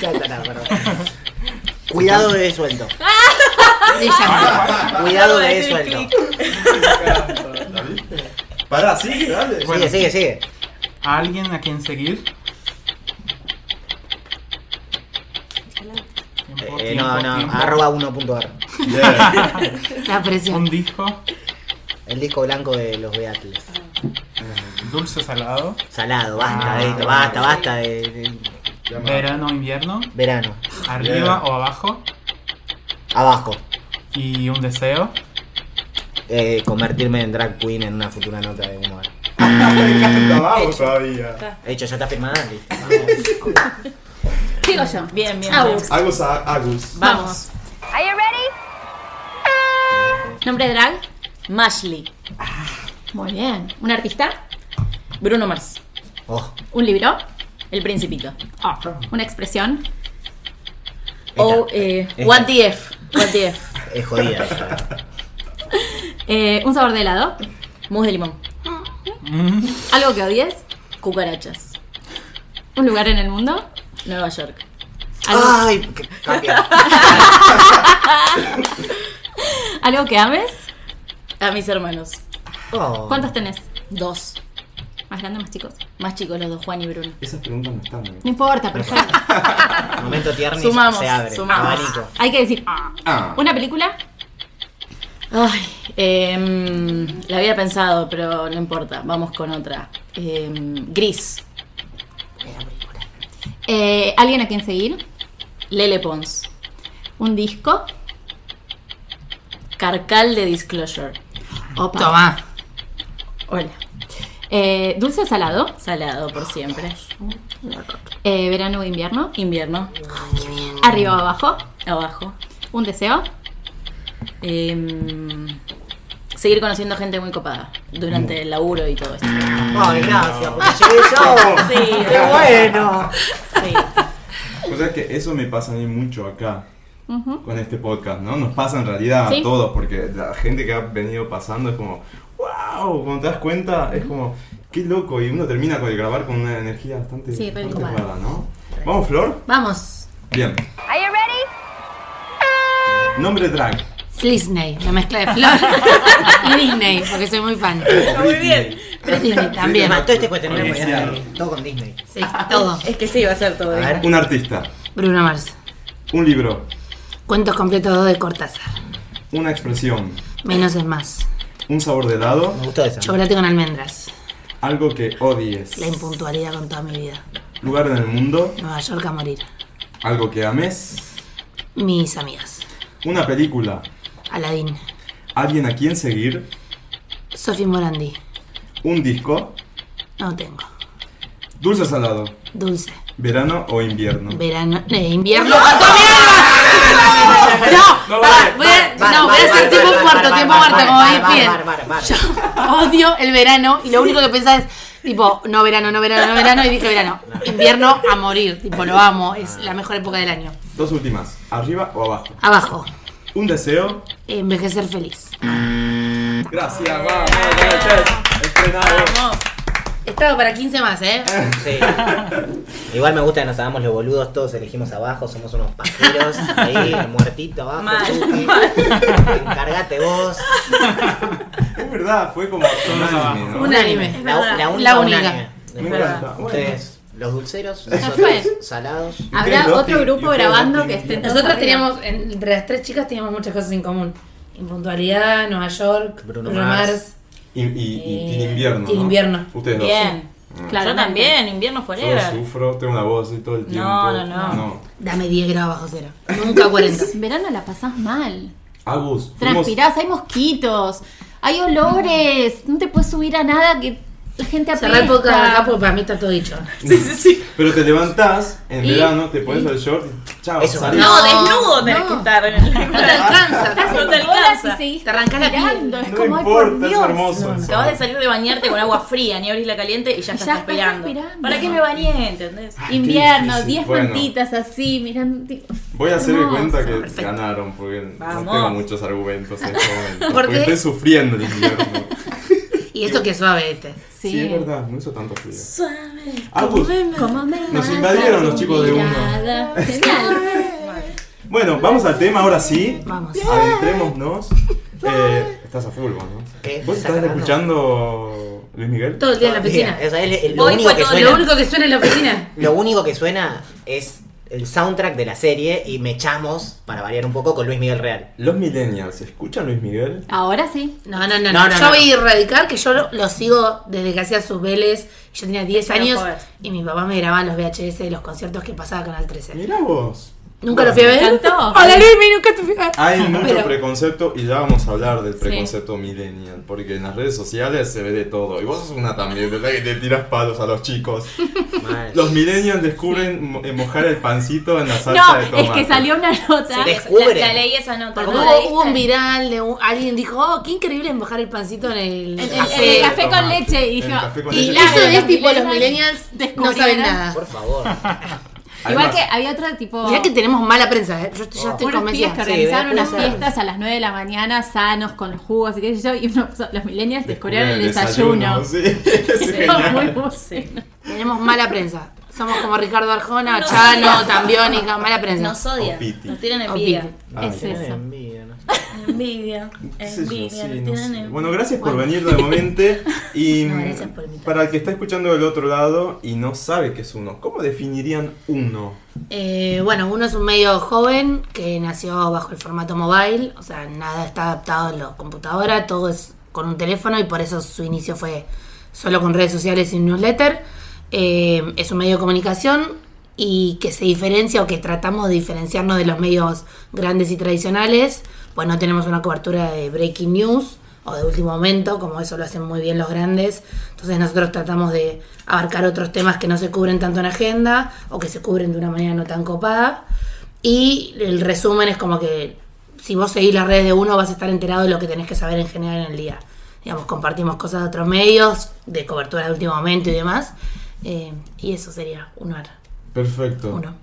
Ya está, no, perdón. Cuidado de sueldo. Cuidado
Acabo de
de
decir
sueldo.
¿La viste? Pará, sí, dale.
Bueno.
Sigue, sigue, sigue. Eh,
Alguien a quien seguir. Tiempo,
Eh,
tiempo,
no, no,
tiempo.
arroba 1.ar.
Bien.
La presión.
Un disco.
El disco blanco de los Beatles.
Dulce salado.
Salado, basta
Ah,
de esto, basta, basta de, de-
Llama.
Verano, invierno.
verano.
Arriba
Bien.
o abajo.
Abajo.
Y un deseo.
Eh, convertirme en drag queen en una futura nota de humor.
Estábamos todavía.
Hecho, ya está firmada. listo.
Sigo yo.
Bien, bien.
Au.
bien.
Agus a Agus.
Vamos.
Nombre de drag.
Mashley.
Muy bien. Un artista.
Bruno Mars.
Oh,
Un libro. Ah.
El Principito.
Una expresión.
esta
O eh,
Esta.
What the F. What the F.
es jodida esta.
Eh, un sabor de helado.
Mousse de limón.
Mm,
Algo que odies.
Cucarachas.
Un lugar en el mundo.
Nueva York.
Algo,
Ay, que- cambia.
algo que ames.
A mis hermanos.
Oh.
¿Cuántos tenés?
Dos.
¿Más grandes, más chicos?
Más chicos los dos, Juan y Bruno.
Esas preguntas no están. ¿no?
No importa, pero ya-
Momento tierno
Sumamos,
se abre.
sumamos.
Abanico.
hay que decir. ah.
Ah.
Una película.
Ay, em, la había pensado, pero no importa. Vamos con otra. Em, gris.
eh, alguien a quien seguir.
Lele Pons.
Un disco.
Carcal de Disclosure.
Opa.
Toma.
Hola. Eh, dulce o salado.
Salado por siempre.
Eh, verano o invierno.
Invierno.
Arriba o abajo.
Abajo.
Un deseo.
Em, seguir conociendo gente muy copada durante el laburo y todo esto.
Ay, gracias, porque llegué yo.
Sí.
Qué bueno.
Sí.
O sea que eso me pasa a mí mucho acá.
Ujú.
Con este podcast, ¿no? Nos pasa en realidad
Sí.
a todos, porque la gente que ha venido pasando es como, wow, cuando te das cuenta, es como, qué loco, y uno termina con el grabar con una energía bastante,
Sí, re
bastante
copado.
rara, ¿no? Vamos, Flor.
Vamos.
Bien. Nombre drag.
Disney, la mezcla de Flor y Disney, porque soy muy fan.
Muy bien.
Pero Disney también.
Mató este cuestionario
Con
porque
Disney.
era Disney. todo con Disney.
Sí, todo.
Es que sí, va a ser todo.
A
bien.
ver,
Un artista,
Bruno Mars.
un libro,
Cuentos completos 2 de Cortázar.
una expresión,
Menos es más.
un sabor de helado,
me gustó esa.
Chocolate con almendras.
algo que odies,
La impuntualidad con toda mi vida.
lugar en el mundo,
Nueva York a morir.
algo que ames,
Mis amigas.
una película,
Aladdin.
alguien a quien seguir,
Sophie Morandi.
un disco,
No tengo.
Dulce o salado.
Dulce.
Verano o invierno.
Verano. eh, invierno. ¡No! No, pará, voy a- no, voy a hacer tiempo muerto, tiempo muerto, como bien bien. Odio el verano y lo único que pensaba es, tipo, no verano, no verano, no verano, y dije verano. Invierno a morir, tipo, lo amo, es la mejor época del año.
Dos últimas. Arriba o abajo.
Abajo,
Un deseo.
envejecer feliz.
Gracias. Vamos, gracias. Estrenado.
Estaba para 15 más, ¿eh?
Sí. Igual me gusta que nos hagamos los boludos, todos elegimos abajo, somos unos pajeros, ahí, muertito abajo.
Mal,
Tuki. Encargate vos.
Es verdad, fue como unánime, ¿no?
Un anime.
La, la única.
La única.
unánime.
Me
Después,
encanta. Bueno.
Ustedes, los dulceros,
fue.
nosotros, salados.
Habrá
Ustedes dos
otro
tienen-
grupo
ustedes dos
grabando que
tienen-
estén todos
Nosotras
arriba.
teníamos, entre las tres chicas teníamos muchas cosas en común. Impuntualidad, Nueva York,
Bruno
Bruno,
Mars.
Mars.
Y, y, y
Eh,
tiene invierno.
tiene
¿no?
invierno.
Ustedes dos.
Bien.
Claro,
Yo también, invierno
Yo
forever.
sufro, tengo una voz y todo el tiempo.
no, no.
Dame 10 grados bajo cero. Nunca 40.
En verano la pasás mal.
Agus, fuimos-
Transpirás, hay mosquitos, hay olores, no te puedes subir a nada que la gente apesta.
Cerrar el podcast acá porque para mí está todo dicho.
pero te levantás en
Y-
verano, te pones el short y chao,
Eso,
salís.
No, desnudo tenés
no.
que estar en el
No te alcanza.
No te
Horas y
alcanza.
seguís
Te arrancás la piel.
transpirando, es
No
como, ay, por
importa, es
Dios.
hermoso. eso.
Acabas de salir de bañarte con agua fría, ni abrís la caliente y ya
Y
estás
ya estás
transpirando.
transpirando.
¿Para qué me bañé, entendés?
Ay, qué
Invierno,
difícil.
10
Bueno,
mantitas así, mirando. tipo,
Voy a hacer de
hermoso.
cuenta que
perfecto.
ganaron porque no
Vamos.
tengo muchos argumentos en este momento.
¿Por
porque
qué?
estoy sufriendo el invierno.
Y eso que es suave este.
Sí. es verdad, no hizo tanto frío. Ah, pues,
Suave.
Agus,
Como me
Nos
mata
invadieron los
tu
chicos de uno.
mirada. Genial.
bueno, vamos al tema ahora sí.
Vamos.
Adentrémonos. Eh, estás a full, vos, ¿no?
¿Qué?
¿Vos
¿Estás
estás
cagando?
escuchando Luis Miguel?
Todo el día en la
Mira,
oficina.
o sea, es el- el- lo,
Hoy
único
fue
que
todo-
suena,
Lo único que suena en la oficina.
lo único que suena es el soundtrack de la serie y me echamos, para variar un poco, con Luis Miguel Real.
Los millennials, ¿escuchan Luis Miguel?
Ahora sí.
No, no,
No,
no. no,
no,
yo
no.
voy a erradicar que yo lo, lo sigo desde que hacía sus veles. Yo tenía 10
Pero
años
joven.
y mi papá me grababa los VHS de los conciertos que pasaba Canal 13.
Mirá vos.
Nunca lo fui a ver.
encantó.
Hola Luis, nunca te fui a ver.
Hay mucho
Pero-
preconcepto y ya vamos a hablar del preconcepto millennial, porque en las redes sociales se ve de todo. Y vos sos una también, ¿verdad? Que te tiras palos a los chicos.
Mal.
Los millennials descubren mo- eh, mojar el pancito en la salsa
No,
de tomate.
es que salió una nota.
Se descubre.
Ah, La, la leí esa nota.
Porque
¿no?
hubo, hubo un
¿La leíste?
viral de un- alguien dijo, oh, qué increíble embojar el pancito en el
El, el- el
café.
café con
tomate.
leche. Y
El
yo-
café con
y
leche.
la-
Eso
los
es tipo los
millennials-
millennials no
descubrieron-
saben nada.
Por favor.
Igual
Además,
que había otro tipo.
Mirá que tenemos mala prensa, ¿eh? yo estoy-
Oh.
ya estoy
Unos pibes que
convencida.
Sí,
organizaron
voy a
unas
apuntar.
fiestas a las 9 de la mañana sanos con los jugos y qué sé yo, y uno- los millennials descubrieron el desayuno.
Sí, es
Era
genial.
muy bueno.
Tenemos mala prensa. Somos como Ricardo Arjona,
No,
Chano,
sí.
Tambiónica, mala prensa.
Nos odian.
O Piti.
Nos tienen
O
envidia.
Piti.
Ay,
es
qué
eso.
Envidia, ¿no?
Envidia.
sé yo,
Envidia.
sí,
nos
no
tienen
sé.
envidia.
Bueno, gracias por venir nuevamente. Y
No, gracias por invitarme.
para el que está escuchando del otro lado y no sabe qué es uno, ¿cómo definirían uno?
Eh, bueno, uno es un medio joven que nació bajo el formato mobile, o sea, nada está adaptado a la computadora, todo es con un teléfono y por eso su inicio fue solo con redes sociales y newsletter. Eh, es un medio de comunicación y que se diferencia o que tratamos de diferenciarnos de los medios grandes y tradicionales, pues no tenemos una cobertura de breaking news o de último momento, como eso lo hacen muy bien los grandes. Entonces nosotros tratamos de abarcar otros temas que no se cubren tanto en agenda o que se cubren de una manera no tan copada. Y el resumen es como que si vos seguís las redes de uno vas a estar enterado de lo que tenés que saber en general en el día. Digamos, compartimos cosas de otros medios, de cobertura de último momento y demás. Eh, y eso sería unoar.
Perfecto.
Uno.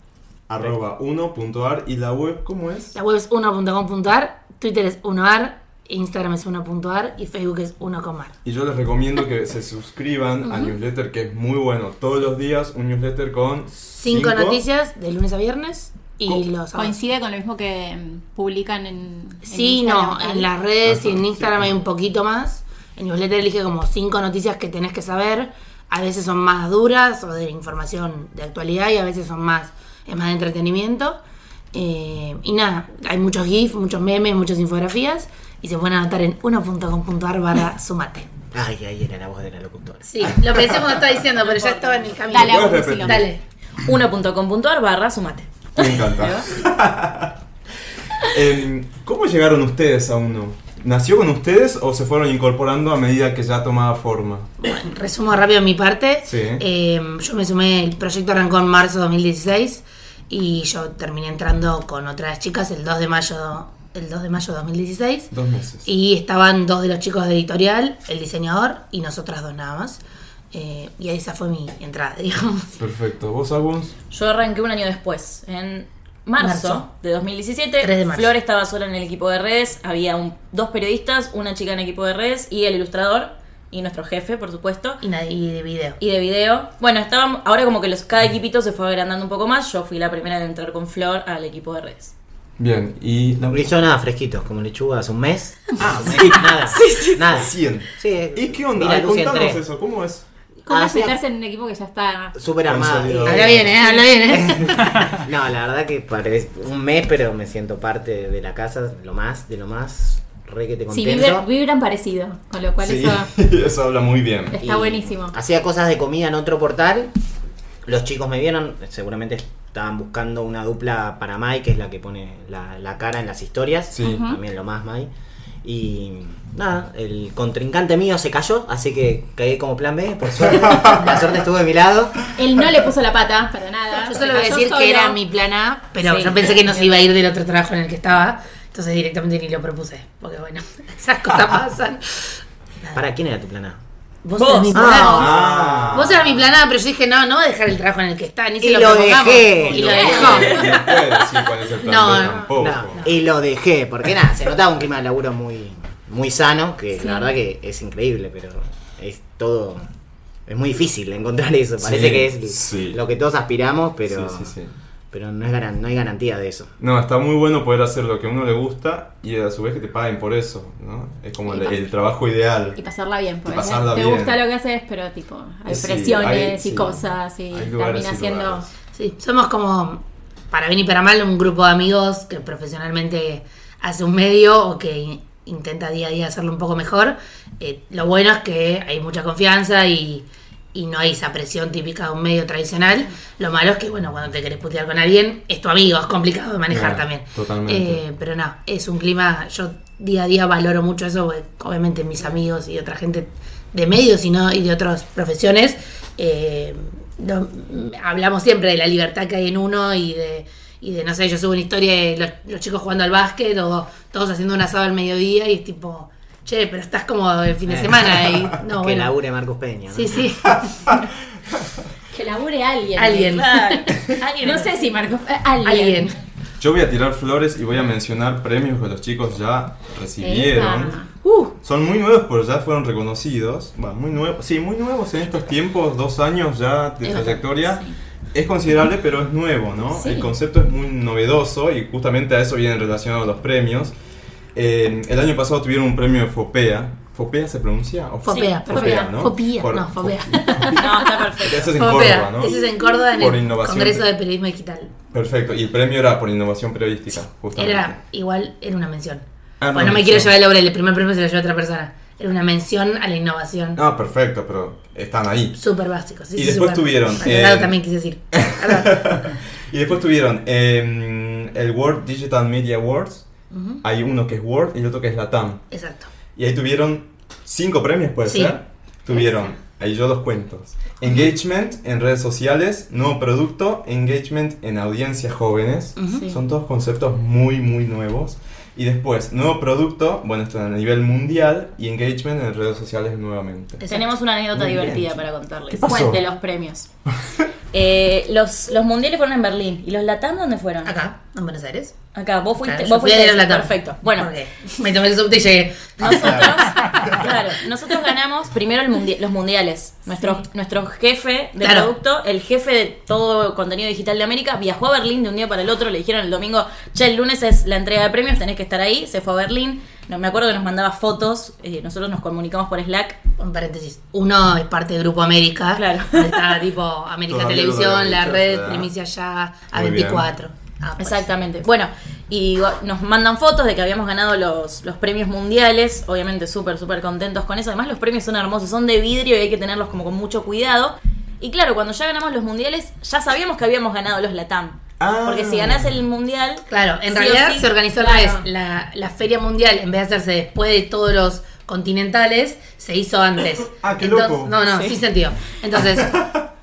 Arroba uno.ar y la web, ¿cómo es?
La web es uno.com.ar, Twitter es unoar, Instagram es uno.ar y Facebook es uno.com.ar.
Y yo les recomiendo que se suscriban al newsletter que es muy bueno. Todos los días un newsletter con
Cinco, noticias de lunes a viernes y
Co-
los sábados.
Coincide con lo mismo que mm, publican en. en
Sí, no,
Instagram,
en
¿no?
las redes y en
Ajá,
Instagram
sí.
hay un poquito más. En newsletter elige como cinco noticias que tenés que saber. A veces son más duras o de información de actualidad y a veces son más, es más de entretenimiento. Eh, y nada, hay muchos GIFs, muchos memes, muchas infografías y se pueden anotar en 1.com.ar barra sumate.
Ay, ahí era la voz de la locutora.
Sí, lo pensé cuando estaba diciendo, pero ya estaba en el camino.
Dale,
¿Puedes
Agus,
repetir?
decilo.
Dale.
1.com.ar barra sumate.
Me encanta. Em, ¿Cómo llegaron ustedes a uno? ¿Nació con ustedes o se fueron incorporando a medida que ya tomaba forma?
Resumo rápido mi parte.
Sí.
Eh, yo me sumé, el proyecto arrancó en marzo de 2016 y yo terminé entrando con otras chicas el 2 de mayo, el 2 de mayo de 2016.
Dos meses.
Y estaban dos de los chicos de editorial, el diseñador y nosotras dos nada más. Eh, y esa fue mi entrada, digamos.
Perfecto. ¿Vos, Agus?
Yo arranqué un año después, en marzo,
Marzo.
de 2017.
Tres de marzo.
Flor estaba sola en el equipo de redes, había un- dos periodistas, una chica en el equipo de redes y el ilustrador y nuestro jefe, por supuesto.
Y, nadie, y de video.
Y de video. Bueno, estábamos, ahora como que los, cada equipito se fue agrandando un poco más. Yo fui la primera en entrar con Flor al equipo de redes.
Bien. ¿Y la
Brilló nada, fresquitos, como lechuga hace un mes. Ah, sí, nada. nada.
Cien.
Sí,
¿Y qué onda?
Mira,
Ay,
Lucy,
contanos
entré.
eso. ¿Cómo es?
¿Cómo
Hacía-
sentarse en un equipo que ya está?
Súper amada.
Consolidado.
Habla bien, ah, ¿eh? Habla bien, ¿eh?
No, la verdad que parece un mes, pero me siento parte de la casa, lo más, de lo más, re que te
Sí,
contento.
vibra- vibran parecido, con lo cual
Sí,
eso
eso habla muy bien.
está
Y
buenísimo.
Hacía cosas de comida en otro portal. Los chicos me vieron, seguramente estaban buscando una dupla para Mai, que es la que pone la, la cara en las historias.
Sí. Ujú.
También lo más Mai. Y nada, el contrincante mío se cayó, así que caí como plan B, por suerte. la suerte estuvo de mi lado.
Él no le puso la pata para nada.
Yo
se
solo voy a
cayó
decir que
solo.
era mi plan A, pero
Sí.
yo pensé que no se iba a ir del otro trabajo en el que estaba. Entonces directamente ni lo propuse. Porque bueno, esas cosas pasan.
¿Para quién era tu plan A?
Vos,
Vos.
eras mi plan
Ah.
A. Vos eras mi plan A, pero yo dije, no, no voy a dejar el trabajo en el que está, ni se
Y
lo,
lo
provocamos.
dejé.
Y lo
No.
dejó.
No puede decir cuál es el plan
No,
B
no,
tampoco.
No, y lo dejé, porque nada, se notaba un clima de laburo muy, muy sano, que la verdad que es increíble, pero es todo. Es muy difícil encontrar eso. Parece
Sí,
que es
sí.
lo que todos aspiramos, pero,
Sí, sí, sí.
pero no, es garan- no hay garantía de eso.
No, está muy bueno poder hacer lo que a uno le gusta y a su vez que te paguen por eso, ¿no? Es como el, el trabajo ideal.
Y pasarla bien, porque
pasarla
te
bien.
gusta lo que haces, pero tipo, hay
Sí, hay-
presiones
sí.
y cosas y
Hay lugares
termina
y
siendo...
lugares.
Sí, somos como, para bien y para mal, un grupo de amigos que profesionalmente hace un medio o que in- intenta día a día hacerlo un poco mejor. Eh, lo bueno es que hay mucha confianza y, y no hay esa presión típica de un medio tradicional. Lo malo es que, bueno, cuando te querés putear con alguien, es tu amigo, es complicado de manejar
Ah,
también.
totalmente.
Eh, pero no, es un clima, yo día a día valoro mucho eso, porque obviamente mis amigos y otra gente de medios y, no, y de otras profesiones, eh, no- hablamos siempre de la libertad que hay en uno y de, y de no sé, yo subo una historia de los, los chicos jugando al básquet o todos haciendo un asado al mediodía y es tipo, che, pero estás como el fin de semana y no,
Eh. que
bueno.
labure Marcos Peña. ¿no?
Sí, sí,
Que labure alguien.
alguien.
Alguien-
No sé si Marcos... eh, Alguien.
Alguien.
Yo voy a tirar flores y voy a mencionar premios que los chicos ya recibieron.
Epa.
Son muy nuevos, pero ya fueron reconocidos. Bueno, muy nuevos. Sí, muy nuevos en estos tiempos, dos años ya de
Es
trayectoria. Es considerable, pero es nuevo, ¿no?
Sí.
El concepto es muy novedoso y justamente a eso vienen relacionados los premios. Eh, el año pasado tuvieron un premio de Fopea. ¿Fopea se pronuncia? ¿O
Fopea,
Fopea, ¿no?
Fopía,
Por-
no, Fopea.
No, está perfecto.
Eso es en
Fopea.
Córdoba, ¿no?
Ese es en Córdoba, en
Por
el
innovación.
Congreso de Periodismo Digital.
Perfecto. Y el premio era por innovación periodística, justamente.
Era igual, era una mención.
Ah,
bueno,
una
no me quiero
mención.
llevar el laurel, el primer premio se lo llevó otra persona. Era una mención a la innovación.
Ah, perfecto, pero están ahí.
Súper básico. Sí,
Y
sí,
después
súper.
tuvieron,
Valorado
eh,
también quise decir. Perdón.
Y después tuvieron eh, el World Digital Media Awards. Hay uno que es World y el otro que es Latam.
Exacto.
Y ahí tuvieron cinco premios, puede
Sí.
ser. Tuvieron, ahí yo los cuentos. Engagement en redes sociales, nuevo producto, engagement en audiencias jóvenes.
Sí.
Son todos conceptos muy, muy nuevos. Y después, nuevo producto, bueno, esto a nivel mundial, y engagement en redes sociales nuevamente.
Exacto.
Tenemos una anécdota
Muy bien.
divertida para contarles.
pasó?
Cuente los premios. Eh, los, los mundiales fueron en Berlín. ¿Y los Latam dónde fueron?
Acá, en Buenos Aires.
Acá, vos fuiste.
Claro, yo
vos
fui a
fuiste
leer la tapa.
Perfecto. Bueno,
Porque me tomé el subte y llegué.
Ah,
Nosotros, claro, nosotros ganamos primero el mundi- los mundiales. Nuestro, nuestro jefe de
Claro.
producto, el jefe de todo contenido digital de América, viajó a Berlín de un día para el otro. Le dijeron el domingo, che, el lunes es la entrega de premios, tenés que estar ahí. Se fue a Berlín. No, me acuerdo que nos mandaba fotos. eh, nosotros nos comunicamos por Slack.
Un paréntesis. Uno es parte de Grupo América.
Claro.
donde Está tipo América
Todavía lo
Televisión,
habíamos
la
dicho,
red,
¿verdad?
Primicia Ya,
Muy bien.
A24. Ah, pues.
Exactamente. Bueno, y go- nos mandan fotos de que habíamos ganado los, los premios mundiales. Obviamente súper, súper contentos con eso. Además, los premios son hermosos, son de vidrio y hay que tenerlos como con mucho cuidado. Y claro, cuando ya ganamos los mundiales, ya sabíamos que habíamos ganado los Latam.
Ah.
Porque si ganás el mundial.
Claro, en
sí o
realidad
sí,
se organizó al
claro.
revés. La, la feria mundial, en vez de hacerse después de todos los continentales, se hizo antes.
Ah, qué
Entonces-
loco.
No, no, sí. sentido. Entonces,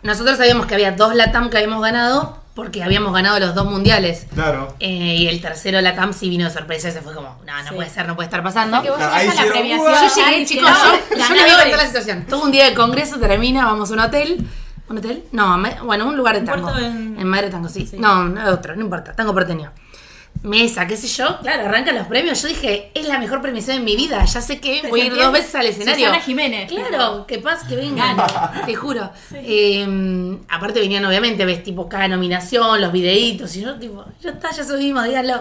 nosotros sabíamos que había dos LATAM que habíamos ganado porque habíamos ganado los dos mundiales.
Claro.
Eh, y el tercero, LATAM, sí vino de sorpresa. Se fue como, no, no
Sí.
puede ser, no puede estar pasando.
Ah,
Que vos
Ahí
llegás a la
hicieron,
premiación.
¡guau!
ya
Ay,
y
chicos, yo, yo le voy a contar la situación. Todo un día de congreso termina, vamos a un hotel. ¿Un hotel? No, me- bueno, un lugar de
Un
tango.
puerto
En...
en-
Madre Tango, sí.
Sí.
No, no otro, no importa, tango porteño. Mesa, qué sé yo, claro, arrancan los premios. Yo dije, es la mejor premiación de mi vida, ya sé que voy a ir dos veces al escenario.
Susana Jiménez.
Claro, que paz, que vengan, te juro. Eh, aparte venían, obviamente, ves tipo cada nominación, los videitos, y yo tipo, ya está, ya subimos, díganlo.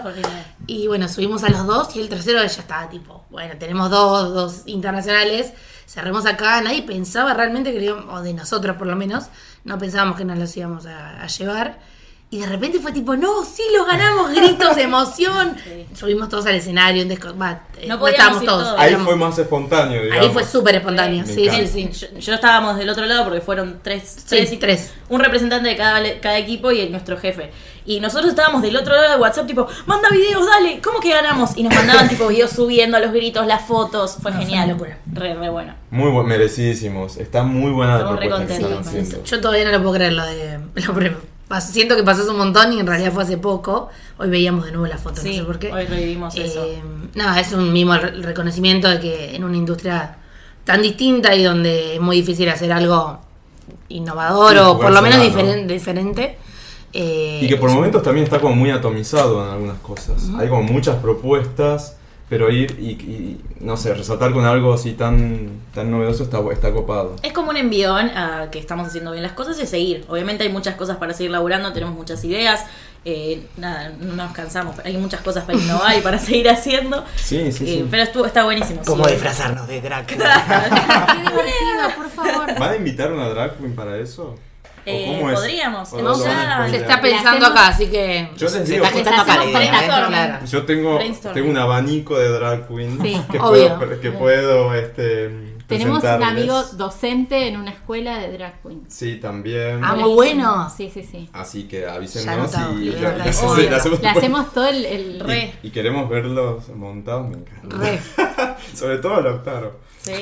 Y bueno, subimos a los dos y el tercero ya estaba tipo, bueno, tenemos dos, dos internacionales, cerremos acá, nadie pensaba realmente que, lo íbamos- o de nosotros por lo menos, no pensábamos que nos los íbamos a, a llevar. Y de repente fue tipo, no, sí, los ganamos, gritos de emoción. Subimos todos al escenario, en desco- va, eh,
No
no
podíamos
estábamos
ir
todos.
todos.
Ahí
éramos-
fue más espontáneo, digamos.
ahí fue súper espontáneo,
Me
sí, sí,
encanta.
sí.
Yo, yo estábamos del otro lado porque fueron tres, tres,
Sí, tres.
Un representante de cada, cada equipo y el- nuestro jefe. Y nosotros estábamos del otro lado de WhatsApp, tipo, manda videos, dale, ¿cómo que ganamos? Y nos mandaban tipo videos subiendo los gritos, las fotos. Fue genial. locura. Re, re bueno.
Muy buen, merecidísimos. Está muy buena la
Estamos re
propuesta que están
contentos con
haciendo.
Yo todavía no lo puedo creer lo de. lo pre- pas- siento que pasó hace un montón y en realidad fue hace poco. Hoy veíamos de nuevo la foto,
Sí,
no sé por qué. Eh,
hoy revivimos eso.
Nada, es un mismo re- reconocimiento de que en una industria tan distinta y donde es muy difícil hacer algo innovador
Sí,
o por lo menos
jugársela, ¿no?
diferen- diferente. eh,
Y que por
es-
momentos también está como muy atomizado en algunas cosas. Hay como muchas propuestas, pero ir y, y, no sé, resaltar con algo así tan, tan novedoso está, está copado.
Es como un envión a que estamos haciendo bien las cosas y seguir. Obviamente hay muchas cosas para seguir laburando, tenemos muchas ideas. eh, nada, no nos cansamos. Hay muchas cosas para innovar y para seguir haciendo.
Sí, sí,
Eh,
sí.
Pero estuvo, está buenísimo.
¿Cómo
sí.
disfrazarnos de Drácula?
Qué divertido, por favor.
¿Van a invitar una drag queen para eso? ¿O
Eh,
cómo es?
podríamos.
¿O
Se
lo van a
está-
spoilear?
se está
pe-
pensando
Le hacemos-
acá, así que.
Yo les
Se
digo,
está agitando
Hacemos
para ideas.
brainstorm.
Claro.
yo tengo,
Brainstorming.
tengo un abanico de drag queen
Sí,
que
obvio.
puedo, que puedo este,
Tenemos un
presentarles.
amigo docente en una escuela de drag queens.
Sí, también.
Ah, muy bueno.
Sí, sí, sí.
Así que
Ya
avísennos
anotado.
y, y-
Obvio.
y-
Le
sí,
obvio.
Le hacemos todo el... el-
Re.
Y, y queremos verlos montados, me encanta.
Re.
Sobre todo el Octaro.
Sí,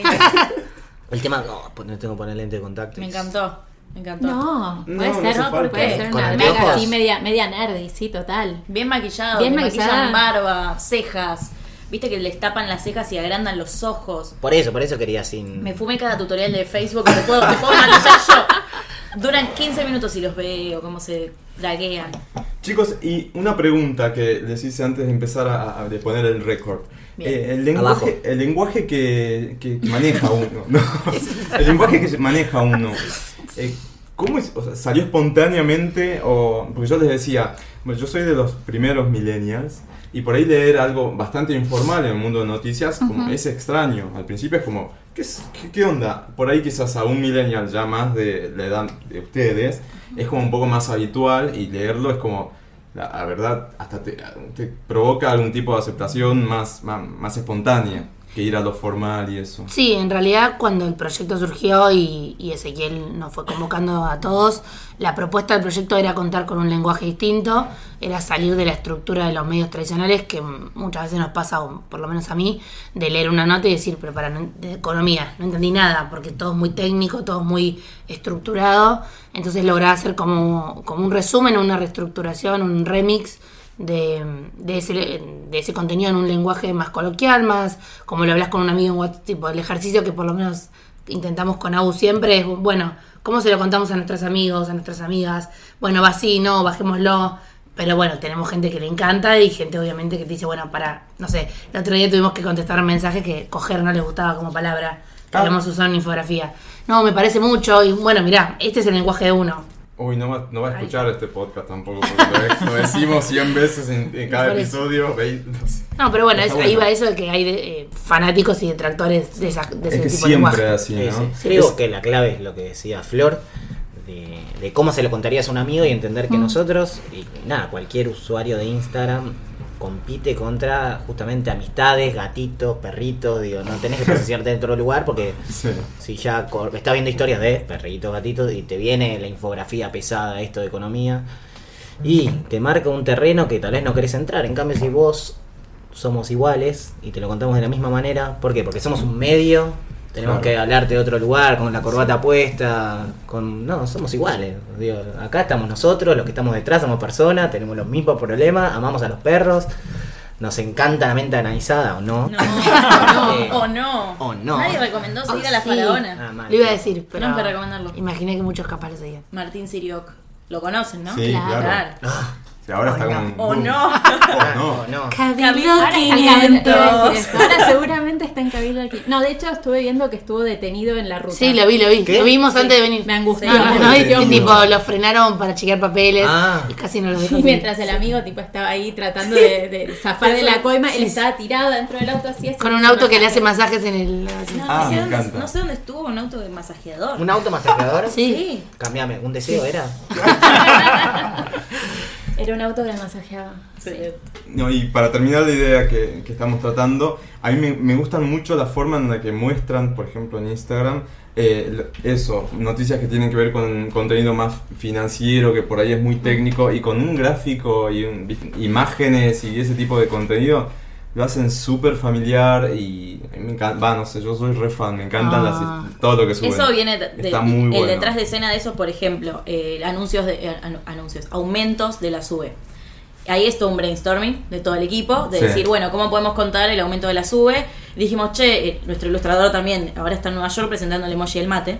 El tema, no, pues no tengo que poner lente de contacto.
me encantó. Me encantó.
No,
No,
puede
no
ser,
hace falta.
puede ser
¿Con
una
anteojos?
drag así media, media nerdy, sí, total.
Bien maquillado.
Bien
Bien
maquillada.
maquillado. barba, cejas. Viste que les tapan las cejas y agrandan los ojos.
Por eso, por eso quería sin.
Me fumé cada tutorial de Facebook que te puedo, te puedo maquillar yo. Duran 15 minutos y los veo, cómo se draguean.
Chicos, y una pregunta que les hice antes de empezar a, a- de poner el récord.
Bien.
Eh, el
Abajo.
lenguaje, el lenguaje que, que maneja uno. ¿no? el lenguaje que maneja uno. eh, ¿Cómo es? O sea, ¿Salió espontáneamente? O, porque yo les decía, bueno, yo soy de los primeros millennials y por ahí leer algo bastante informal en el mundo de noticias como, es extraño. Al principio es como, ¿qué, es- qué- qué onda? Por ahí quizás a un millennial ya más de la edad de ustedes es como un poco más habitual y leerlo es como, la, la verdad, hasta te, te provoca algún tipo de aceptación más, más, más espontánea que ir a lo formal y eso.
Sí, en realidad cuando el proyecto surgió y, y Ezequiel nos fue convocando a todos, la propuesta del proyecto era contar con un lenguaje distinto, era salir de la estructura de los medios tradicionales que mm, muchas veces nos pasa, o por lo menos a mí, de leer una nota y decir, pero para no en- de economía, no entendí nada, porque todo es muy técnico, todo es muy estructurado, entonces lograba hacer como, como un resumen, una reestructuración, un remix de, de ese, de ese contenido en un lenguaje más coloquial, más como lo hablas con un amigo en WhatsApp, tipo el ejercicio que por lo menos intentamos con AU siempre es, bueno, ¿cómo se lo contamos a nuestros amigos, a nuestras amigas? Bueno, va así, no, bajémoslo. Pero bueno, tenemos gente que le encanta y gente obviamente que te dice, bueno, para, no sé, el otro día tuvimos que contestar un mensaje que coger no le gustaba como palabra, que
Ah.
habíamos usado en infografía. No, me parece mucho y bueno, mirá, este es el lenguaje de uno.
Uy, no va, no va a escuchar este podcast tampoco, porque lo, lo decimos 100 veces en, en cada
Por eso.
episodio. veis, no sé.
No, pero bueno,
Está
es- ahí
bueno.
va eso de que hay de- eh, fanáticos y detractores de, esa- de ese
Es que
tipo de lenguaje.
siempre así,
Sí,
¿no?
sí. Creo que la clave es lo que decía Flor, de, de cómo se lo contarías a un amigo y entender que nosotros, y nada, cualquier usuario de Instagram compite contra justamente amistades, gatitos, perritos, digo, no tenés que posicionarte en otro lugar porque
Sí.
si ya co- está viendo historias de perritos, gatitos y te viene la infografía pesada, esto de economía. Y te marca un terreno que tal vez no querés entrar. En cambio, si vos somos iguales y te lo contamos de la misma manera, ¿por qué? Porque somos un medio, tenemos
Claro.
que hablarte de otro lugar, con la corbata puesta, con... No, somos iguales. Digo, acá estamos nosotros, los que estamos detrás somos personas, tenemos los mismos problemas, amamos a los perros, nos encanta la mente analizada, ¿o no?
No,
Eh,
no, o no.
o no.
Nadie
Ah,
recomendó seguir
Oh,
a la
sí.
faraona.
Ah, mal.
Lo iba a decir, pero.
Tenemos que recomendarlo.
Imaginé que muchos capaz lo seguían.
Martín Sirioc. Lo conocen, ¿no?
Sí, claro. Uh. Sí, ahora está como...
O
Oh,
no.
No,
no.
Ah, no.
Cabildo
Ahora está en Cabildo,
500.
iba a decir eso. Ahora seguramente está en Cabildo aquí. No, de hecho estuve viendo que estuvo detenido en la ruta.
Sí, lo vi, lo vi.
¿Qué?
Lo vimos antes de venir.
Me angustió.
No, no, no,
Sí,
es que
sí,
tipo,
no.
los frenaron para chequear papeles
Ah.
y casi no los dejó.
Y
salir.
mientras el amigo tipo estaba ahí tratando de, de zafar de la coima, él estaba tirado dentro del auto así. así.
Con un auto que le hace masajes en el.
No,
Ah,
no, sé
me
dónde,
encanta.
no sé dónde estuvo un auto de masajeador.
¿Un auto masacrador?
Sí.
Cambiame, ¿un deseo era?
Era un auto que le masajeaba.
No, y para terminar la idea que, que estamos tratando, a mí me, me gustan mucho la forma en la que muestran, por ejemplo, en Instagram, eh, lo- eso, noticias que tienen que ver con contenido más financiero, que por ahí es
Mm.
muy técnico, y con un gráfico y un- vi- imágenes y ese tipo de contenido, lo hacen súper familiar y a mí me encanta, va, no sé, yo soy re fan, me encantan
Ah.
las, todo lo que suben.
Eso viene de,
Está
de-
muy
el
bueno.
detrás de escena de eso, por ejemplo, eh, anuncios de eh, anu- anuncios, aumentos de la SUBE. Ahí es todo un brainstorming de todo el equipo, de
Sí.
decir, bueno, ¿cómo podemos contar el aumento de la SUBE? Dijimos, che, eh, nuestro ilustrador también ahora está en Nueva York presentando el emoji del mate.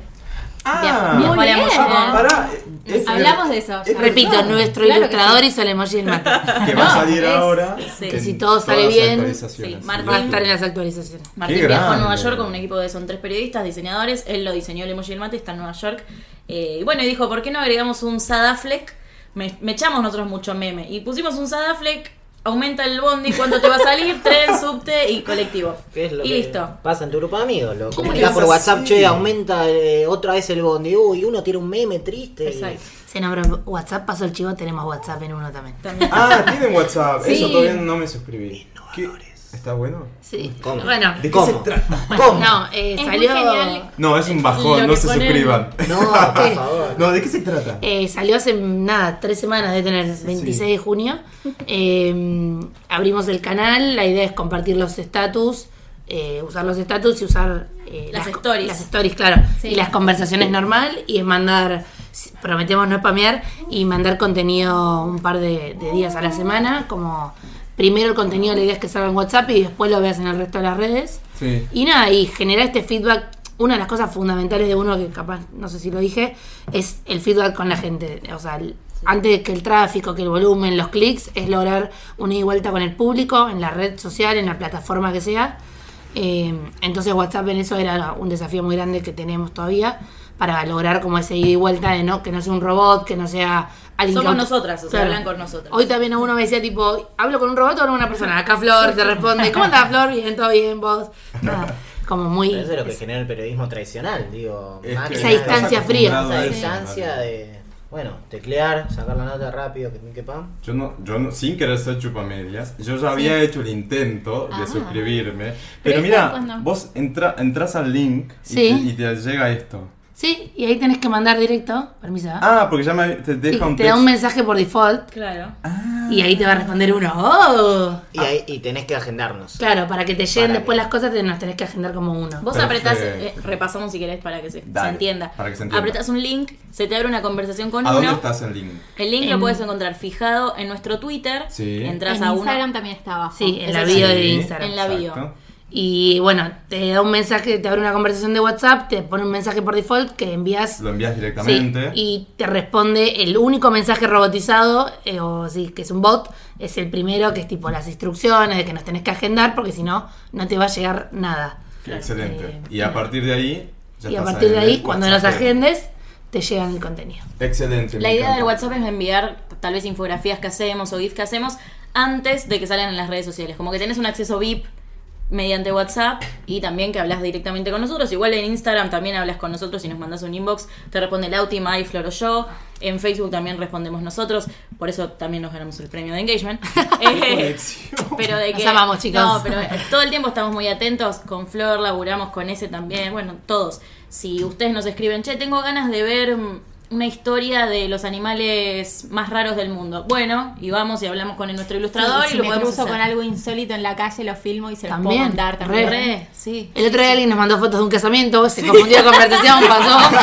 Ah,
Muy
Hola,
bien.
emoji.
pará, es-
Hablamos de eso.
es-
Repito, nuestro
Claro que
ilustrador hizo el emoji del mate.
que va a salir
Ah, es-
ahora.
sí.
en
Si todo sale
todas las
bien,
actualizaciones.
sí, Martín
Va a estar en las actualizaciones.
Martín
Qué
viajó a Nueva
grande.
York con un equipo de son tres periodistas, diseñadores, él lo diseñó el emoji del mate, está en Nueva York. Eh, y bueno, y dijo, ¿por qué no agregamos un Sadafleck? Me, me echamos nosotros mucho meme. Y pusimos un Sadafleck, aumenta el bondi, ¿cuánto te va a salir? Tren, subte y colectivo.
¿Qué es lo
y
que
listo.
Pasa en tu grupo de amigos, lo
es
comunicás por
así?
WhatsApp, che, aumenta eh, otra vez el bondi. Uy, uno tiene un meme triste.
Exacto.
Se nombró WhatsApp, pasó el chivo, tenemos WhatsApp en uno también.
También.
Ah, tienen WhatsApp.
Sí.
Eso todavía no me suscribí. ¿Qué? ¿Está bueno?
Sí.
¿Cómo?
Bueno,
¿De qué
¿Cómo?
se trata?
¿Cómo?
no, eh,
Es muy
salió.
genial.
No, es un
Lo
bajón,
que
no se
ponen-
suscriban.
No, por favor.
No, ¿de qué se trata?
Eh, salió hace nada, tres semanas, de tener 26 de junio. Eh, abrimos el canal, la idea es compartir los estatus, eh, usar los estatus y usar eh,
Las stories.
Las stories, claro.
Sí.
Y las conversaciones normal y es mandar, si- prometemos no spamear y mandar contenido un par de, de días a la semana, como primero el contenido, la idea es que salga en WhatsApp y después lo veas en el resto de las redes.
Sí.
Y nada, y generar este feedback. Una de las cosas fundamentales de uno, que capaz no sé si lo dije, es el feedback con la gente. O sea, el- antes que el tráfico, que el volumen, los clics, es lograr una ida y vuelta con el público, en la red social, en la plataforma que sea. Eh, entonces WhatsApp en eso era un desafío muy grande que tenemos todavía para lograr como ese ida y vuelta de no que no sea un robot, que no sea alguien que
Somos
auto-
nosotras, o sea, hablan con nosotras.
Hoy también a uno me decía tipo, hablo con un robot o con una persona. Acá Flor te responde, ¿cómo estás Flor? Bien, todo bien, vos. Nada, como muy
Pero eso es lo que genera el periodismo tradicional, digo.
Es que
máquinas
esa
de-
distancia
estás
fría.
acostumbrado
Esa
a eso.
distancia de, bueno, teclear, sacar la nota rápido, que que pam.
Yo no, yo no, sin querer ser chupamedias, yo ya había hecho el intento de suscribirme. Pero,
Ah. Pero
mira,
cuando-
vos entra, entras al link y,
Sí.
te, y te llega esto.
Sí, y ahí tenés que mandar directo, permiso. ¿eh?
Ah, porque ya me, te
Y
deja un
te da
texto.
un mensaje por default
Claro.
Ah,
y ahí te va a responder uno. ¡Oh!
Y, ahí, y tenés que agendarnos.
Claro, para que te lleguen
Para
después
que-
las cosas te nos tenés que agendar como uno.
Vos
Perfecto.
apretás, eh, repasamos si querés para que se, se
Dale,
entienda.
para que se entienda.
Apretás un link, se te abre una conversación con
¿A
uno.
dónde estás el link?
El link
En-
lo puedes encontrar fijado en nuestro Twitter.
Sí.
Entras
En
a
Instagram
uno.
también está abajo.
Sí, en la
Eso
bio
sí.
de Instagram.
En la bio.
Exacto.
Y bueno, te da un mensaje, te abre una conversación de WhatsApp, te pone un mensaje por default que envías
Lo envías
Sí,
directamente.
y te responde el único mensaje robotizado, eh, o sí, que es un bot, es el primero que es tipo las instrucciones de que nos tenés que agendar porque si no, no te va a llegar nada.
Qué Excelente.
Eh,
y a partir de ahí... ya
y a
estás
partir de
en
ahí,
el
cuando nos
WhatsApp.
agendes, te llegan el contenido.
Excelente.
La
me
idea del
encanta.
WhatsApp es enviar tal vez infografías que hacemos o GIFs que hacemos antes de que salgan en las redes sociales. Como que tenés un acceso VIP mediante WhatsApp y también que hablas directamente con nosotros. Igual en Instagram también hablas con nosotros y nos mandas un inbox. Te responde Lauti, Mai, Flor o yo. En Facebook también respondemos nosotros. Por eso también nos ganamos el premio de engagement. Eh, pero de
Nos
que
amamos, chicos.
No, pero eh, todo el tiempo estamos muy atentos con Flor, laburamos con ese también, bueno, todos. Si ustedes nos escriben, che, tengo ganas de ver mm, una historia de los animales más raros del mundo. Bueno, y vamos y hablamos con el- nuestro ilustrador
si
y lo
me
podemos
cruzo
hacer.
con algo insólito en la calle, lo filmo y se lo puedo
También,
mandar también.
Re, sí.
El otro día alguien nos mandó fotos de un casamiento, se confundió de conversación, pasó.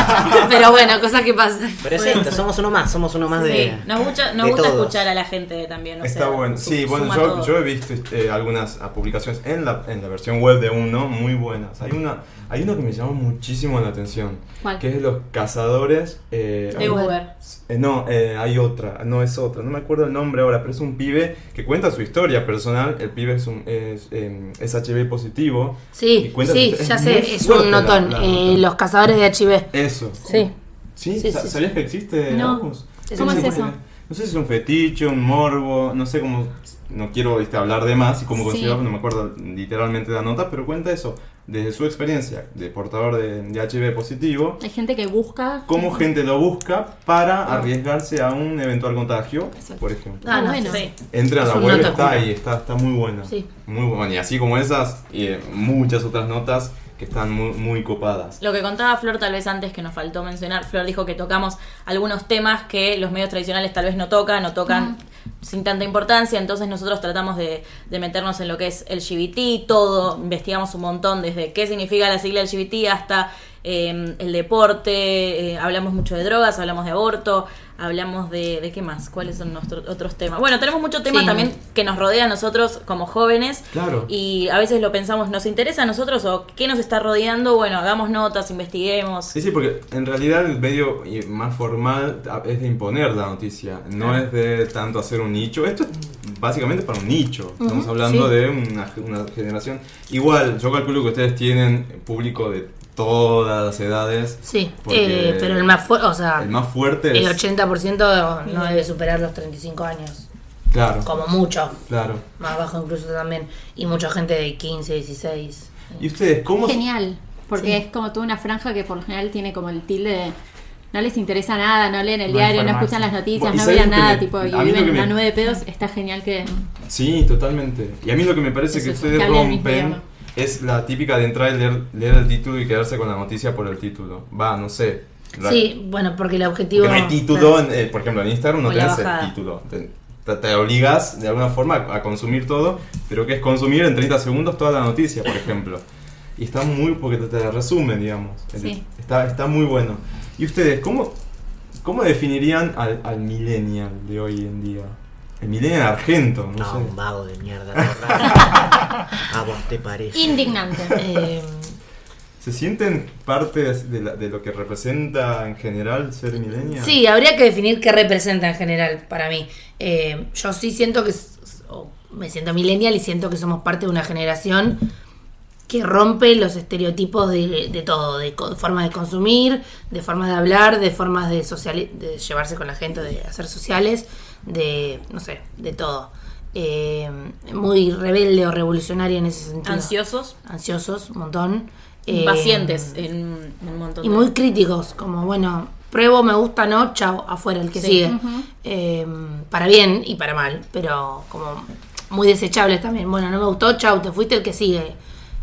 Pero bueno, cosas que pasan.
Pero es esto, somos uno más, somos uno más
Sí,
de.
nos gusta, nos
de
gusta
todos.
escuchar a la gente también. o
Está
sea,
bueno.
su-
Sí, bueno,
suma
yo,
todo.
yo he visto eh, algunas ah, publicaciones en la, en la versión web de uno muy buenas. Hay una, hay una que me llamó muchísimo la atención,
¿Cuál?
que es de los cazadores. eh,
de Uber.
eh, no, eh, hay otra, no es otra, no me acuerdo el nombre ahora, pero es un pibe que cuenta su historia personal. El pibe es, un, es, eh, es HB positivo. Y
Sí,
cuenta
sí,
que es
ya
muy
sé, es
fuerte
un
la-
notón.
la
eh,
nota.
los cazadores de HIV.
Eso. ¿Sí?
Sí,
¿Sa-
sí, sí.
¿Sabías que existe?
No.
Marcos?
¿Cómo es
un-
eso?
No sé si es un fetiche, un morbo, no sé cómo. No quiero viste, hablar de más y cómo
Sí.
considerarlo, no me acuerdo literalmente de la nota, pero cuenta eso. Desde su experiencia de portador de, de HIV positivo,
Hay gente que busca.
cómo gente lo busca para arriesgarse a un eventual contagio, por ejemplo.
Ah, no,
bueno.
sí.
Entra a
Es
la
un
web,
nota
está
oscura.
ahí, está, está muy buena.
Sí.
Muy buena. Y así como esas, y, eh, muchas otras notas que están muy, muy copadas.
Lo que contaba Flor tal vez antes que nos faltó mencionar, Flor dijo que tocamos algunos temas que los medios tradicionales tal vez no tocan o tocan sin tanta importancia, entonces nosotros tratamos de, de meternos en lo que es LGBT, todo, investigamos un montón desde qué significa la sigla LGBT hasta eh, el deporte, eh, hablamos mucho de drogas, hablamos de aborto, hablamos de, de qué más, cuáles son nuestros otros temas. Bueno, tenemos muchos temas
Sí.
también que nos rodean a nosotros como jóvenes
Claro.
y a veces lo pensamos, ¿nos interesa a nosotros o qué nos está rodeando? Bueno, hagamos notas, investiguemos.
Sí, sí, porque en realidad el medio eh, más formal a- es de imponer la noticia, no es de tanto hacer un nicho. Esto es básicamente para un nicho. Estamos hablando
sí.
de una, ge- una generación. Igual, yo calculo que ustedes tienen público de todas las edades.
Sí,
Porque
eh, pero el más fuerte, o sea,
El
el,
más fuerte es.
80% no debe superar los 35 años,
Claro,
como mucho,
claro.
más bajo incluso también, y mucha gente de 15, 16.
¿Y ustedes cómo.?
Genial, porque
Sí.
es como toda una franja que por lo general tiene como el tilde de no les interesa nada, no leen el
No
diario, no
informarse.
escuchan las noticias,
Bueno, ¿y
no
sabes
vean
lo que
nada,
me-
tipo,
a
y
mí lo
viven
que
en
me-
una nube de pedos, está genial que...
Sí, totalmente. Y a mí lo que me parece
Es
que
eso,
ustedes
que hablen el mismo
rompen
idioma.
es la típica de entrar y leer, leer el título y quedarse con la noticia por el título. Va, no sé. Ra-
Sí, bueno, porque el objetivo...
Porque no hay título, en, eh, por ejemplo, en Instagram no
O la
tenés el
bajada.
título. Te, te- te obligas de alguna forma a consumir todo, pero que es consumir en 30 segundos toda la noticia, por ejemplo. Y está muy, porque te, te la resumen, digamos.
Sí.
Está, está muy bueno. ¿Y ustedes cómo, cómo definirían al, al millennial de hoy en día? El millennial argento, no,
No, un
sé.
vago de mierda. borracho. A vos te parece.
Indignante.
eh,
¿Se sienten parte de, la- de lo que representa en general ser millennial?
Sí, habría que definir qué representa en general para mí. Eh, yo sí siento que s- s- o me siento millennial y siento que somos parte de una generación que rompe los estereotipos de, de todo, de co- formas de consumir, de formas de hablar, de formas de, sociali- de llevarse con la gente, de hacer sociales, de, no sé, de todo. Eh, muy rebelde o revolucionaria en ese sentido.
Ansiosos,
Ansiosos, un montón. Eh,
impacientes en, en un montón
y
de-
muy críticos, como bueno, pruebo, me gusta, no, chao, afuera el que
Sí.
sigue. Eh, para bien y para mal, pero como muy desechables también. Bueno, no me gustó, chao, te fuiste el que sigue.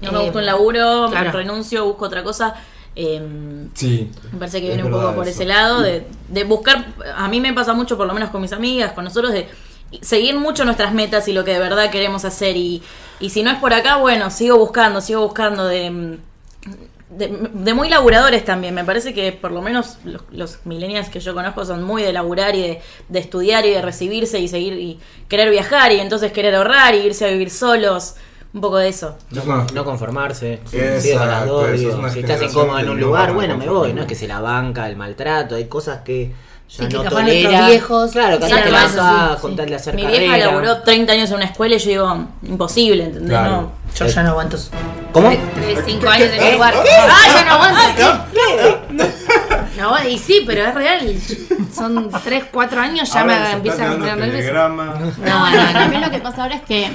No me
Eh,
gusta un laburo,
claro.
renuncio, busco otra cosa. Em,
Sí.
Me parece que
Es
viene un poco
verdad
por
eso. Mm.
ese lado, de, de buscar, a mí me pasa mucho, por lo menos con mis amigas, con nosotros, de seguir mucho nuestras metas y lo que de verdad queremos hacer. Y, y si no es por acá, bueno, sigo buscando, sigo buscando de... mm, De, de muy laburadores también, me parece que por lo menos los, los millennials que yo conozco son muy de laburar y de, de estudiar y de recibirse y seguir y querer viajar y entonces querer ahorrar y irse a vivir solos, un poco de eso.
Yo
No,
conozco-
no conformarse.
Exacto,
Sigo con las dos,
eso es
digo,
una
si estás
generación
incómodo en
que
un
no
lugar,
va a
bueno, me voy.
conformar.
No es que se la banca, el maltrato, hay cosas que ya
Sí, que
no
capaz nuestros
toleras.
viejos-
claro, que
Sí,
acá te vas
capaz,
a
sí,
contarle a hacer
Mi
carrera.
vieja laburó 30 años en una escuela y yo digo, imposible, ¿entendés?
Claro.
No.
Yo ya no aguanto.
¿Cómo?
3, 5 años en el lugar. ¡Ah, ya no aguanto! No, aguanto, y sí, pero es real. Son 3, 4 años, ya
Ahora
me
se está
empieza a
quedando
comprar nervios.
telegrama.
No,
Bueno,
no, no.
también lo que pasa ahora es que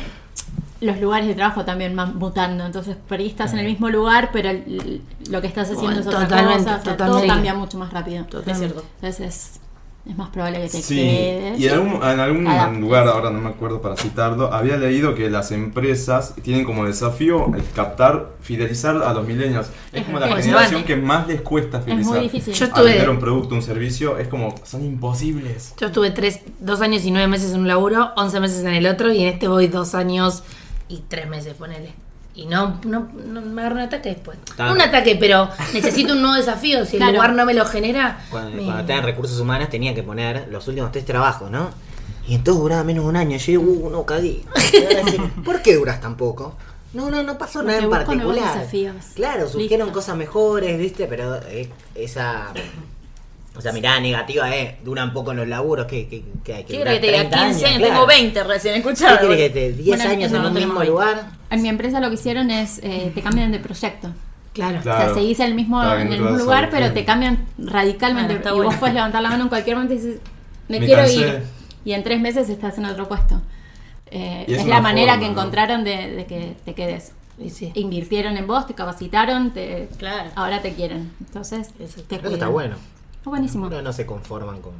los lugares de trabajo también van mutando, entonces por ahí estás en el mismo lugar, pero el- lo que estás haciendo es otra
Totalmente,
cosa, o sea, todo
totalmente.
cambia mucho más rápido.
Totalmente.
Entonces,
Es más probable que te
Sí,
quedes.
y en algún, en algún
Adaptes.
lugar, ahora no me acuerdo para citarlo, había leído que las empresas tienen como desafío el captar, fidelizar a los millennials. Es
Es
como la
verdad.
generación
Vale.
que más les cuesta
Es
fidelizar.
muy difícil.
Yo-
A vender
Estuve-
un producto, un servicio, es como, son imposibles.
Yo estuve tres, dos años y nueve meses en un laburo, once meses en el otro, y en este voy dos años y tres meses, ponele. Y no, no, no me agarro un ataque después.
Claro.
Un ataque, pero necesito un nuevo desafío. Si
Claro.
el lugar no me lo genera,
Cuando,
me-
cuando estaba en recursos humanos tenía que poner los últimos tres trabajos, ¿no? Y entonces duraba menos de un año. Yo digo, uh, no, cagué. Y ahora sí, ¿Por qué duras tan poco? No, no, no pasó nada
Porque
en
busco nuevos
particular.
desafíos.
Claro, surgieron
Listo.
cosas mejores, ¿viste? Pero eh, esa. O sea, mirada negativa, ¿eh? Duran poco los laburos. ¿Qué, qué, qué hay? que
Quiero
durar
que te diga
30
15 años, tengo
claro.
20 recién,
¿Qué
escuchado.
quiere que te 10
Bueno,
años en
no,
un
tenemos
mismo
20.
lugar?
En mi empresa lo que hicieron es, eh, te cambian de proyecto.
Claro.
Claro.
O sea, seguís el mismo,
Para que
en
no
el
te
mismo
vas a
lugar,
aburrir.
pero te cambian radicalmente.
Bueno, está
y vos
bueno.
puedes levantar la mano en cualquier momento y dices, me,
Me
quiero
cansé.
ir. Y en tres meses estás en otro puesto. Eh,
Y es
es
una
la manera
forma,
que
¿no?
encontraron de, de que te quedes. E
Y sí.
Invirtieron en vos, te capacitaron, te,
Claro.
ahora te quieren. Entonces, te
Eso
Eso
está
cuidan.
bueno.
Está buenísimo. Eh.
No, no se conforman con,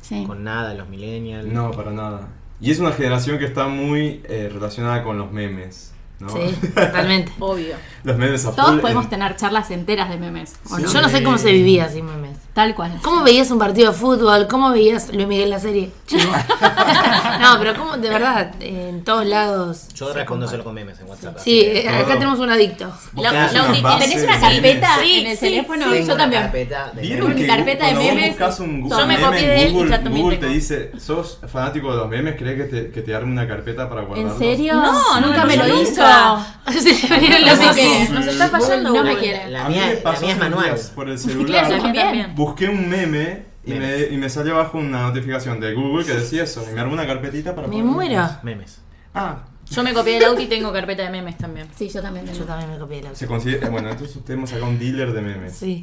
Sí.
con nada los millennials.
No, para nada. Y es una generación que está muy eh, relacionada con los memes. ¿no?
Sí, totalmente.
Obvio.
los memes a
Todos
full,
podemos
eh,
tener charlas enteras de memes. ¿o
Sí.
no?
Yo no sé cómo se vivía sin memes.
Tal cual.
¿Cómo veías un partido de fútbol? ¿Cómo veías Luis Miguel la serie? no, pero ¿cómo? De verdad, en todos lados.
Yo
se
respondo
comparte.
solo con memes en WhatsApp.
Sí,
así que-
eh, acá
Todo.
tenemos un adicto.
vos
la-
creás
la
una
única-
base
¿Tenés
de
una
memes.
carpeta
Sí,
en el
sí,
teléfono?
Tengo
Yo
una
también.
carpeta de
¿Vieron
memes.
que
carpeta de
cuando
memes.
vos buscas un Google
Yo me
meme,
copié de él y
Google,
ya también
Google
tengo.
te dice, ¿sos fanático de los memes? ¿Crees que te, que te arme una carpeta para guardarlos?
¿En serio?
No, no
nunca
me
me lo
pasó
hizo.
nunca.
Se le abrieron los
No sé
ojos.
qué.
Nos está fallando.
No
uno.
me quiere.
La
a mí
mía,
me
la
pasó
mía es
hace unos
manual.
días por el
Claro,
celular.
yo también.
Busqué un meme y me,
Memes.
y me salió abajo una notificación de Google que decía eso. Y me armó una carpetita para
Me
poner-
muero.
Memes.
Ah,
Yo me copié del auto y tengo carpeta de memes también.
Sí, yo también.
Yo también me copié la
se considera... Bueno, entonces tenemos acá un dealer de memes.
Sí.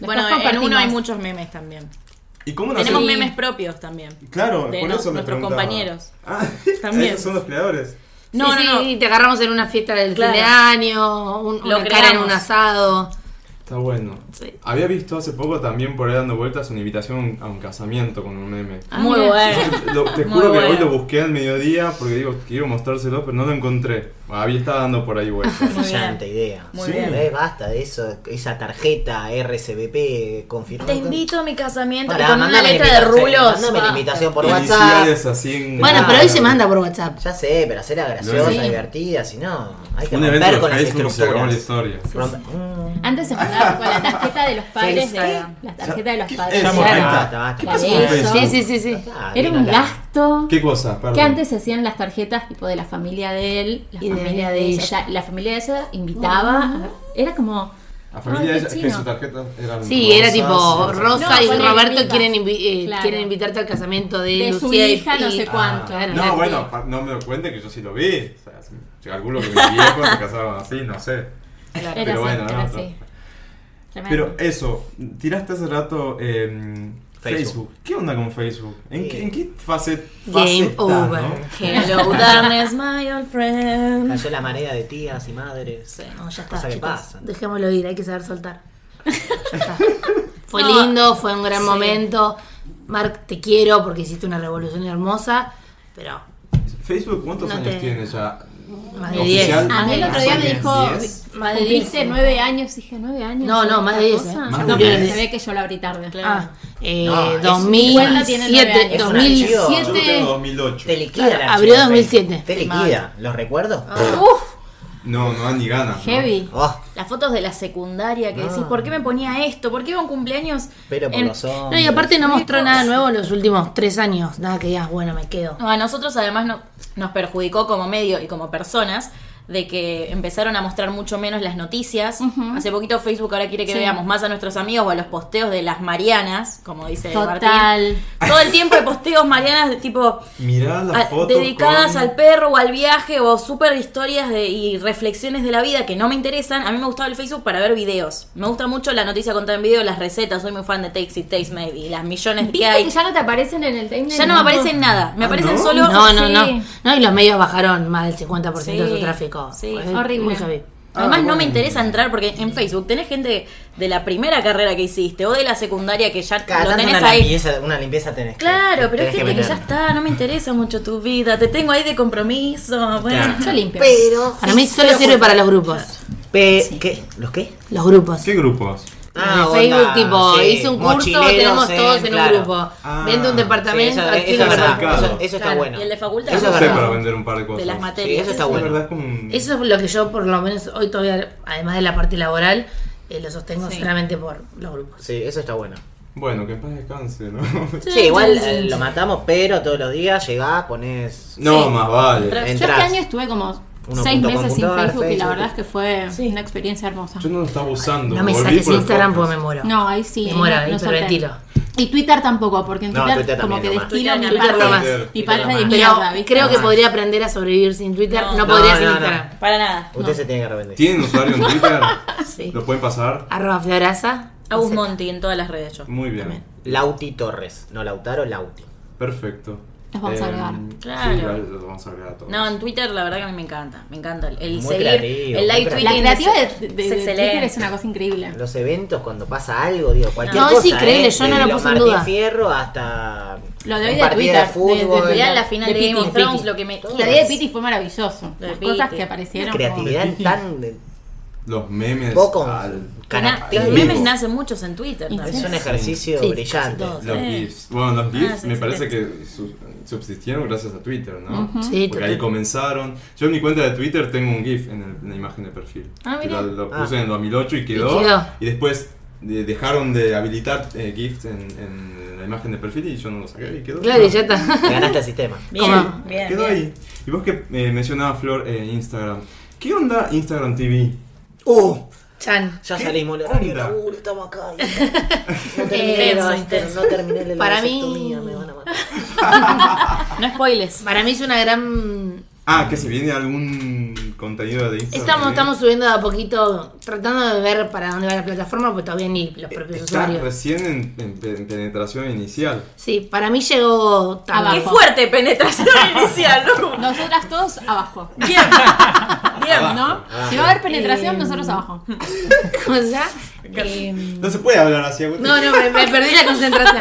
Bueno, en
compartimos.
uno hay muchos memes también.
¿Y cómo lo
Tenemos
hacen?
memes propios también.
Claro,
de
por
no-
eso me
nuestros
preguntaba.
compañeros.
Ah,
También.
esos son los creadores.
No,
Sí,
no, no.
sí, te agarramos en una fiesta del
Claro.
fin de año, un-
Lo
una cara en
creamos.
un asado.
Está bueno.
Sí.
Había visto hace poco también por ahí dando vueltas una invitación a un casamiento con un meme.
Ah, Muy
mira.
bueno.
Lo- te
Muy
juro que
bueno.
hoy lo busqué al mediodía porque digo, quiero mostrárselo, pero no lo encontré. Ah, Había estado dando por ahí vueltas.
Muy bien.
Brillante idea.
Muy
Sí.
bien.
Eh, basta de eso, esa tarjeta RCBP confirmada.
Te invito a mi casamiento
Pará,
con una
mandame
letra
la
de
invitación,
rulos.
Mandame la
Ah.
invitación por WhatsApp.
Iniciales así en-
Bueno, pero hoy se
Claro.
manda por WhatsApp.
Ya sé, pero hacerla graciosa,
Sí.
divertida, si no, hay que
Un evento
romper
de
con las
Facebook se acabó la
estructuras.
historia.
Rompe- Mm.
Antes se mandaba con la tarjeta de los padres. de-
¿Qué?
la tarjeta de los
es?
padres.
Estamos
claro.
acá.
Basta, basta.
¿Qué
basta.
pasó con
Facebook?
Sí, sí, sí, sí.
Ah,
Era
bien
un
acá.
gasto.
¿Qué cosa? Perdón.
Que antes se hacían las tarjetas tipo de la familia de él, la
Y de-
familia de,
de
ella.
ella.
O sea, la familia de ella invitaba. a- Era como.
La
Ay,
familia de
qué
ella, es que
chino.
sus tarjetas eran
Sí, era tipo
rosas.
Rosa y
No, ponele
Roberto
pipas.
quieren, invi- eh,
Claro.
quieren invitarte al casamiento de,
De su
Lucía y-
hija, no
y-
sé
Ah,
cuánto.
Claro,
no,
era
bueno,
así.
pa- no me lo cuente que yo sí lo vi. O sea, yo calculo que mis viejos se casaban así, no sé.
Era
Pero
así,
bueno,
era
no,
así.
Pero eh,
Tremendo.
eso, tiraste hace rato eh, Facebook.
Facebook.
¿Qué onda con Facebook? ¿En,
Sí.
qué, en qué fase? fase
Game
estás,
over.
no?
Hello, darkness, my old friend.
Cayó la marea de tías y madres.
No,
Cosa
ya está,
que
chicos.
pasa.
Dejémoslo ir, hay que saber soltar. Ya está. Fue lindo, fue un gran momento. Mark, te quiero porque hiciste una revolución hermosa, pero
Facebook, ¿cuántos
No
años
te-
tiene ya?
más de
Oficial.
10.
A mí el otro día me dijo,
¿Diez?
madriste nueve años, dije, nueve años.
No, no, más de
¿Otra
diez,
cosa?
eh.
Más
No,
de
pero
diez.
se ve que yo lo abrí tarde.
Ah, eh,
No, es-
Igual no tiene nueve
2007,
años.
Yo
Yo
"Este
2007.
tengo 2008.
Te liquida
Claro,
la
abrió
chica de
2007.
Facebook. Te liquida. ¿Los recuerdos?
Ah.
Uf,
No, no dan ni ganas. ¿no?
heavy.
Oh,
Las fotos de la secundaria que
No.
decís, ¿por qué me ponía esto? ¿Por qué iba a un cumpleaños?
pero por
En-
los hombres.
No, y aparte no mostró nada nuevo en los últimos tres años. Nada que digas, bueno, me quedo.
No, a nosotros además no- nos perjudicó como medio y como personas de que empezaron a mostrar mucho menos las noticias. Hace poquito Facebook ahora quiere que
Sí.
veamos más a nuestros amigos o a los posteos de las Marianas, como dice Martín.
Total.
Todo el tiempo de posteos Marianas de tipo
Mirá las
Ah,
a-
fotos.
dedicadas
con-
al perro o al viaje o super historias de, y reflexiones de la vida que no me interesan. A mí me gustaba el Facebook para ver videos. Me gusta mucho la noticia contada en video, las recetas. Soy muy fan de Takes It, Takes Made y las millones que
¿Viste
Ah, hay.
que ya no te aparecen en el timeline?
Ya no me aparecen nada. Me
Ah,
aparecen
¿no?
solo.
No, no,
Sí.
no. No, y los medios bajaron más del 50% de su
Sí,
tráfico.
sí,
Fue
horrible.
Muy heavy.
Además, no
Ah, bueno.
me interesa entrar porque en Facebook tenés gente de la primera carrera que hiciste o de la secundaria que ya
Cada
lo
tanto
tenés
una
ahí.
limpieza, una limpieza tenés que-
Claro, pero es
tenés
gente que ya
meter.
está, no me interesa mucho tu vida, te tengo ahí de compromiso. Bueno,
Claro.
Yo limpio.
Pero.
Para mí solo
pero
sirve
bueno.
para los grupos.
Pe- ¿Qué? ¿Los qué? Ah,
Los grupos.
¿Qué grupos?
En Ah, Facebook, tipo, hice un curso, tenemos todos en un grupo.
Ah,
Vende un
sí,
departamento,
eso,
alquila
eso es
un
verdad.
departamento.
mercado.
Eso, eso está
Claro,
bueno.
y el de facultad.
Eso
Eso
es
sé para
verdad.
vender un par de cosas.
de las materias.
Sí, eso está
La
bueno.
verdad es como-
Eso es lo que yo, por lo menos hoy todavía, además de la parte laboral, eh, lo sostengo
Sí.
solamente por los grupos.
Sí, eso está bueno.
Bueno, que en paz descanse, ¿no?
Sí, igual eh, lo matamos, pero todos los días llegás, pones.
No, más vale.
Pero-
Yo este
Entrás.
año estuve como
Uno
seis
punto com
meses sin
punto ar,
Facebook, y la
Facebook.
verdad es que fue una experiencia hermosa.
Yo no lo estaba usando.
No me
volví
saques
por el
Instagram
podcast.
porque me muero.
No, ahí sí.
me muero,
no-
ahí
no
te
solté.
retiro.
Y Twitter tampoco, porque en
No,
Twitter,
Twitter
como que
también nomás.
destilo mi
Twitter
Twitter
parte,
nomás.
mi
Twitter
parte de
nomás.
Ah. Pero
mierda, ¿viste?
creo que
Nomás.
podría aprender a sobrevivir sin Twitter,
No.
no, podría
No,
sin
no, no.
Instagram.
Para nada.
Usted se tiene que arrepentir.
¿Tienen usuario en Twitter?
Sí.
¿Lo pueden pasar?
Arroba Floraza.
Agus
Z.
Monti en todas las redes yo.
Muy bien.
Lauti Torres. No Lautaro, Lauti.
Perfecto. Em,
Los vamos a agregar.
Claro.
Sí, los los vamos a agregar a todos.
No, en Twitter la verdad que a mí me encanta. Me encanta el, el
Muy
seguir.
creativo,
el
muy
live
creativo.
La
tweeting.
creativa
es-
de, de-
es
de Twitter
excelente.
es una cosa increíble.
Los eventos, cuando pasa algo, digo, cualquier
No, es
cosa.
increíble,
¿eh?
yo no
Desde
lo
los
puse en
Martín
duda.
Fierro hasta.
Lo de
un
hoy de
partido
Twitter,
de
de-
fútbol.
de- de-
Mirá la final de,
Piti,
Game of
Piti.
Thrones, lo que me.
La vida de Piti fue maravilloso.
De
Las
Piti.
cosas que aparecieron.
creatividad
Piti.
tan. de-
Los memes.
Poco.
al-
Na-
Carácter.
Los
Vivo.
memes nacen muchos en Twitter.
Y
Es
también.
un ejercicio
Sí,
brillante.
casi todos.
Los
Sí. Ah,
GIFs. Bueno, los GIFs
sí,
me
sí,
parece
sí.
que su- subsistieron gracias a Twitter, ¿no?
Sí,
Porque ahí
total.
comenzaron. Yo en mi cuenta de Twitter tengo un GIF en, el- en la imagen de perfil.
Ah,
Que
mirá.
lo, lo puse
Ah.
en 2008 y quedó.
Y
Y,
quedó.
después de- dejaron de habilitar eh, GIFs en, en la imagen de perfil y yo no lo saqué y quedó.
Claro, y ya está.
Te Ganaste el sistema.
Bien, bien.
quedó
bien.
ahí. Y vos que eh, mencionabas, Flor, eh, Instagram. ¿Qué onda Instagram TV?
Oh.
¡Uh!
Chan.
Ya
¿Qué
salimos, la radio,
onda?
laburo, estamos acá. No
terminé
la
no terminé la
Para
vasectomía,
mí-
me van a matar.
No spoiles.
Para mí es una gran
Ah, que si viene algún contenido de Instagram.
Estamos,
TV.
estamos subiendo de a poquito, tratando de ver para dónde va la plataforma, porque todavía ni los propios
Está
usuarios.
recién en, en- en penetración inicial.
Sí, para mí llegó
Qué
tarde.
Abajo.
fuerte penetración inicial, ¿no?
Nosotras todos abajo.
Bien. Bien,
Abajo.
Ah,
¿No? Si va a haber penetración, nosotros abajo.
Cosa, eh,
No se puede hablar así. Agustín.
no, no, me, me perdí la
Ahora.
concentración.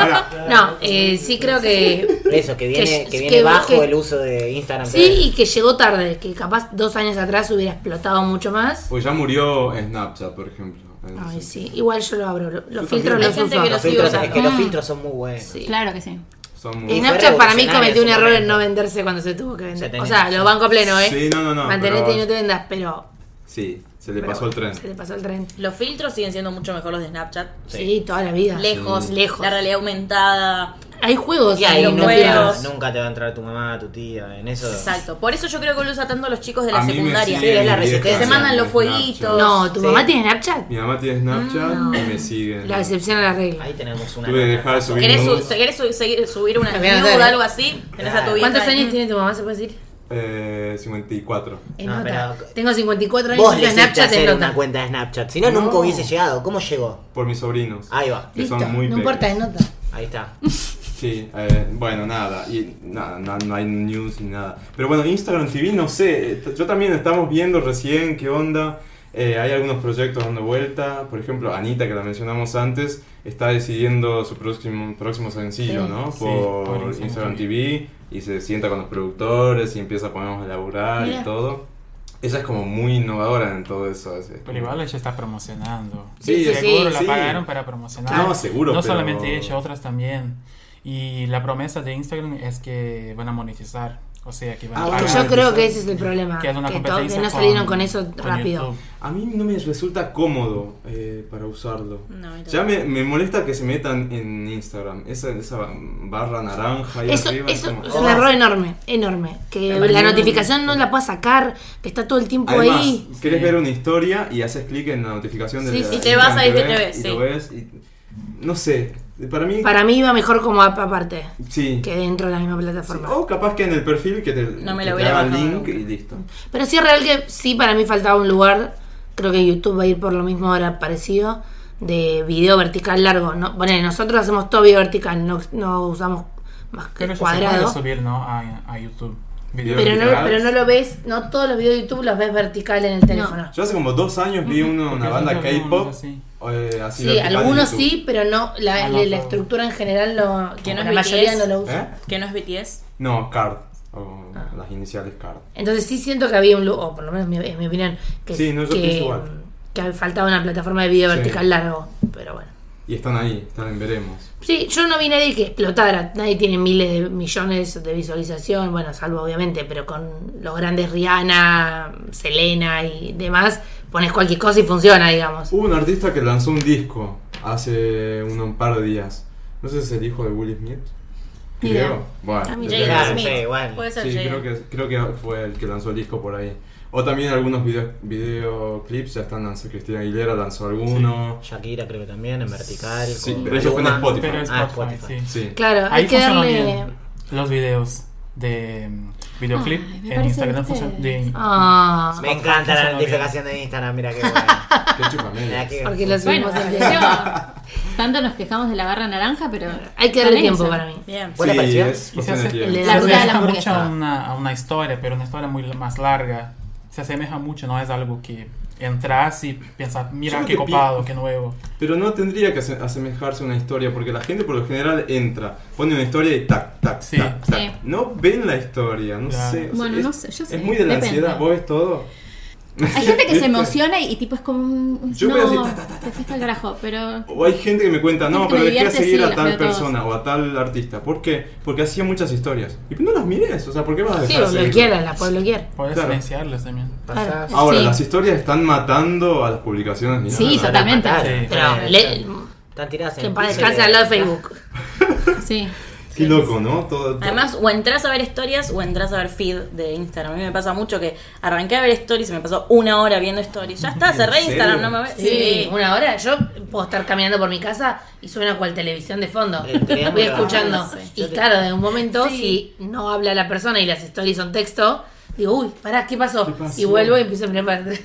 No, eh, sí creo que...
Eso, que viene,
Que-
que viene
que-
bajo
que-
el uso de Instagram.
Sí, y que llegó tarde, que capaz dos años atrás hubiera explotado mucho más.
Pues ya murió Snapchat, por ejemplo.
Ay, sí, igual yo lo abro, lo- los
Yo
filtros
también.
Hay
los
gente
uso.
que
Los
los
filtros,
sigo
es que los
usando.
filtros son muy buenos.
Sí.
Claro que sí.
Son muy-
En
Fue
Snapchat para mí
revolucionario
cometió un
ese
error en
momento.
no venderse cuando se tuvo que vender.
Se tenía
o sea,
que-
lo banco a pleno, ¿eh?
Sí, no, no, no,
Mantenete
pero-
y no te vendas, pero...
Sí, se le
pero
pasó el tren.
Se le pasó el tren.
Los filtros siguen siendo mucho mejor los de Snapchat.
Sí,
Sí.
toda la vida.
Lejos,
Ah, Sí. lejos.
La realidad aumentada.
Hay juegos
Y ahí
en los
nunca,
juegos.
nunca te va a entrar tu mamá, tu tía, en eso.
Exacto. Por eso yo creo que lo usa tanto los chicos de
A
la
mí me sigue
secundaria.
Sí, es la
mi vieja
resistencia.
Se mandan
en
los fueguitos.
No, ¿tu
Sí.
mamá tiene Snapchat?
Mi mamá tiene Snapchat y me sigue.
La excepción a la regla.
Ahí tenemos una.
Tuve que dejar de subir
¿Querés, su-
nudes.
querés su- seguir- subir una
Está bien,
nude o
dale.
algo así? Tenés a tu vieja
¿Cuántos
ahí.
años tiene tu mamá? ¿Se puede decir?
Eh, 54.
En
No,
nota.
pero-
Tengo 54 años
Vos
y
le
tengo
hiciste
Snapchat en
hacer
nota.
una cuenta de Snapchat. Si no, nunca
No.
hubiese llegado. ¿Cómo llegó?
Por mis sobrinos.
Ahí va.
que
Listo,
son muy
no importa, en
pequeños.
nota.
Ahí está.
Sí, eh, bueno, nada. Y nada, na- no, hay news ni nada. Pero bueno, Instagram TV, no sé. eh, Yo también estamos viendo recién qué onda. Eh, hay algunos proyectos dando vuelta. Por ejemplo, Anita, que la mencionamos antes, está decidiendo su próximo, próximo sencillo,
Sí.
¿no? Por,
Sí, por Instagram
Instagram TV. Y se sienta con los productores y empieza a ponernos a laburar
Mira.
y todo. Ella es como muy innovadora en todo eso. es- es
Pero igual ella está promocionando.
Sí, sí,
seguro
sí,
la
sí.
pagaron para promocionar.
No, seguro,
No
pero-
solamente ella, otras también. Y la promesa de Instagram es que van a monetizar. O sea, que van
Ah,
a
bueno.
pagar.
Que yo creo que ese es el problema.
Que
Que,
es una
to-
competencia
que no salieron con eso rápido.
YouTube.
A mí no me resulta cómodo eh, para usarlo.
No, ahí
Ya me, me molesta que se metan en Instagram. Esa, esa barra naranja ahí
Eso,
arriba.
eso
como- "Oh". ¡Ah!
es un error enorme, enorme. Que la notificación no la puedas sacar, que está todo el tiempo
Además,
ahí.
querés
Sí.
ver una historia y haces clic en la notificación de
Sí,
la-
sí,
y te vas a
y lo
IGTV,
ves, y
sí.
lo ves y- no sé. Para mí.
Para mí iba mejor como app aparte,
sí.
que dentro de la misma
Sí,
plataforma.
O capaz que en el perfil que te,
No me
que te
lo hubiera
haga el
bajado
link
nunca.
y listo.
Pero sí es real que sí, para mí faltaba un lugar. Creo que YouTube va a ir por lo mismo ahora parecido. De video vertical largo. No, bueno, nosotros hacemos todo video vertical, no, no usamos más que
Creo que ya se puede
cuadrado.
subir, ¿no? A, a YouTube.
videos
Pero no,
verticales.
pero no lo ves, no todos los videos de YouTube los ves vertical en el teléfono.
Yo hace como dos años vi uno, una banda K-pop.
Sí.
eh, así
Sí,
vertical en
algunos
YouTube.
sí, pero no, la,
Ah,
la-
no,
la
no.
estructura en general no,
Que no
la
es
mayoría no
BTS.
lo usa.
¿Eh?
Que no es BTS.
No, Card. o Las iniciales Card.
Entonces sí siento que había un lu- o por lo menos mi- es mi opinión, que,
Sí, no, yo
que,
pienso igual.
que faltaba una plataforma de video
Sí.
vertical largo, pero bueno.
Y están ahí, están en veremos.
Sí, yo no vi nadie que explotara, nadie tiene miles de millones de visualización, bueno, salvo obviamente, pero con los grandes Rihanna, Selena y demás, pones cualquier cosa y funciona, digamos.
Uh,
Hubo un artista que lanzó un disco hace uno- un par de días. No sé si es el hijo de Will Smith.
Ni idea.
Creo. Bueno, creo
Ah, Jaden
mí
que-
Claro,
Smith.
sí, igual.
Puede ser
Sí,
Jaden.
creo que, creo que fue el que lanzó el disco por ahí. O también algunos video- videoclips ya están lanzando. Cristina Aguilera lanzó alguno.
Shakira creo que también, en vertical.
Sí,
con
pero eso fue en
Maluma.
Spotify.
Pero es
Ah,
Spotify,
Spotify.
sí.
Sí.
Claro,
Ahí
hay que
funcionó
darle...
bien los videos de mm, videoclip
Ay, me
en
parece
Instagram.
que
funcionó- de-
Ah,
Me encanta la
Funciona
notificación de Instagram, mira qué bueno.
Qué chupamedias.
Mirá qué-
porque los
Bueno,
vimos el día.
tanto nos quejamos de la barra naranja, pero.
Hay que darle tiempo para mí.
Bien.
¿Vos la
Sí,
pareció?
es
Y se
cuestión de
hace,
tiempo.
Le
se
da
vida a la
asemeja mucho
hamburguesa.
a una, a una historia, pero una historia muy más larga. Se asemeja mucho, no es algo que entras y piensas, mira
Yo
qué
creo que pi-
copado, qué nuevo.
Pero no tendría que ase- asemejarse a una historia, porque la gente por lo general entra, pone una historia y tac, tac,
Sí.
tac, tac.
Sí.
No ven la historia, no
Claro.
sé. o sea,
Bueno,
es,
no sé, yo sé,
Es muy de la
depende.
ansiedad, vos ves todo.
Hay gente que
¿Viste?
se emociona y, y tipo es como un. un-
Este. Yo
no,
voy así, ta, ta, ta,
te fuiste al carajo, pero.
O hay gente que me cuenta, no,
Gente que
pero
me
dejé de
divierte,
seguir
sí,
a
las
tal
veo todas.
persona o a tal artista. ¿Por qué? Porque hacía muchas historias. Y no las mires, o sea, ¿por qué vas a
Sí,
dejar
o
de
lo
seguirlo?
quiera, la puedo bloquear.
Puedes
Claro.
silenciarlos también.
Claro.
Ahora,
Sí.
las historias están matando a las publicaciones. ni
Sí,
nada.
totalmente.
Claro,
Sí.
Pero le-
Están tiradas en
que para
el piso
descanse
de-
al lado de Facebook.
Sí.
Qué loco, ¿no? Todo, todo-
Además, o entras a ver historias o entras a ver feed de Instagram. A mí me pasa mucho que arranqué a ver stories y me pasó una hora viendo stories. Ya está, cerré
serio?
Instagram, no me ve.
Sí, una hora. Yo puedo estar caminando por mi casa y suena cual televisión de fondo.
El triángulo.
Voy escuchando.
Ah, sí.
Y claro, de un momento, si no habla la persona y las stories son texto, digo, uy, pará, ¿qué pasó?
¿Qué pasó?
Y vuelvo y empiezo a mirar para atrás.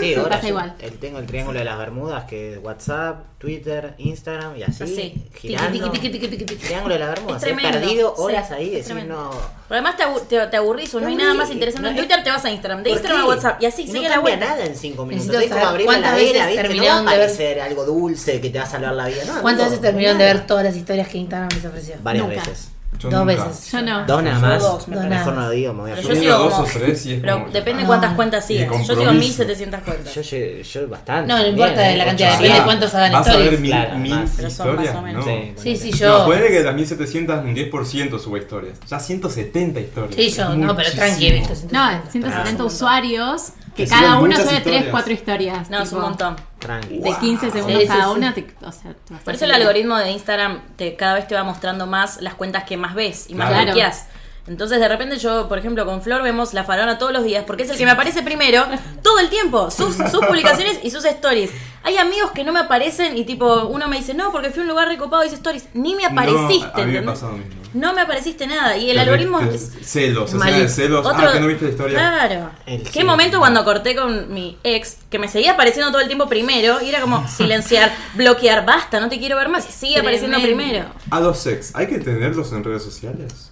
Sí, ahora
pasa
yo-
igual.
el- tengo el triángulo de las Bermudas que es WhatsApp, Twitter, Instagram y así.
Así.
Tiqui, tiqui,
Girando.
tiqui, tiqui, tiqui, tiqui.
Triángulo de las Bermudas.
Es
He
tremendo.
perdido
Sí,
horas ahí
es
diciendo.
tremendo. Pero además te, abu- te, te aburrís, o no hay nada más interesante. En
No,
Twitter te vas a Instagram, de
¿por
Instagram a
qué?
WhatsApp. Y así,
no
sigue la
cambia
vuelta.
nada en cinco minutos.
Necesito
es como
saber
abrir
cuántas
la heladera,
veces
¿viste? No va
terminaron
a
de ver-
aparecer algo dulce que te va a salvar la vida. No,
¿Cuántas
no,
veces terminaron de
nada.
ver todas las historias que Instagram les ofreció?
Varias
Nunca.
veces.
Yo
Dos
nunca.
veces.
Yo no.
Dos nada más.
dos, me
Ah, Dos parece. nada
Mejor no
más.
lo digo, me voy a
Pero
Yo
yo
funar.
sigo
sigo dos
como-
o tres y es
Pero
como-
depende
No.
cuántas cuentas
Y el
sigas. Yo sigo
compromiso.
1700 cuentas.
Yo, yo, yo bastante.
No, no
también,
importa
¿eh?
la
Ocho
cantidad,
horas.
depende de cuántos hagan
¿Vas a
stories.
ver mil,
Claro,
mil
más.
Pero son más o
historias?
menos.
No.
Sí,
Sí, sí,
No,
yo.
puede que de las 1700 un 10% suba historias. Ya 170 historias.
Sí, yo, no, pero
Muchísimo.
tranqui, ¿viste?
No,
Ah,
Entonces,
170 usuarios que
Que
cada
suben
uno
muchas
sube 3,
historias.
4 historias.
No, es un
tipo,
montón.
Tranqui.
De 15 segundos
Sí,
cada
sí, sí.
una. te- o sea, te vas
Por
a
eso el
hacer-
algoritmo de Instagram te, cada vez te va mostrando más las cuentas que más ves y más
Claro.
likeás. Entonces de repente yo, por ejemplo, con Flor vemos la farona todos los días porque es el que me aparece primero todo el tiempo, sus, sus publicaciones y sus stories. Hay amigos que no me aparecen y tipo uno me dice, no, porque fui a un lugar recopado y hice stories. Ni me apareciste,
No, a mí me
¿entendés?
pasa lo mismo.
No me apareciste nada y el
Te-
algoritmo
te-
es-
Celos, escena
Mal.
de celos. Ah,
Otro- Ah.
que no viste la historia.
Claro.
El
Qué
sí.
momento cuando corté con mi ex, que me seguía apareciendo todo el tiempo primero, y era como silenciar, bloquear, basta, no te quiero ver más, y sigue apareciendo
Tremendo.
primero.
A los sex, ¿hay que tenerlos en redes sociales?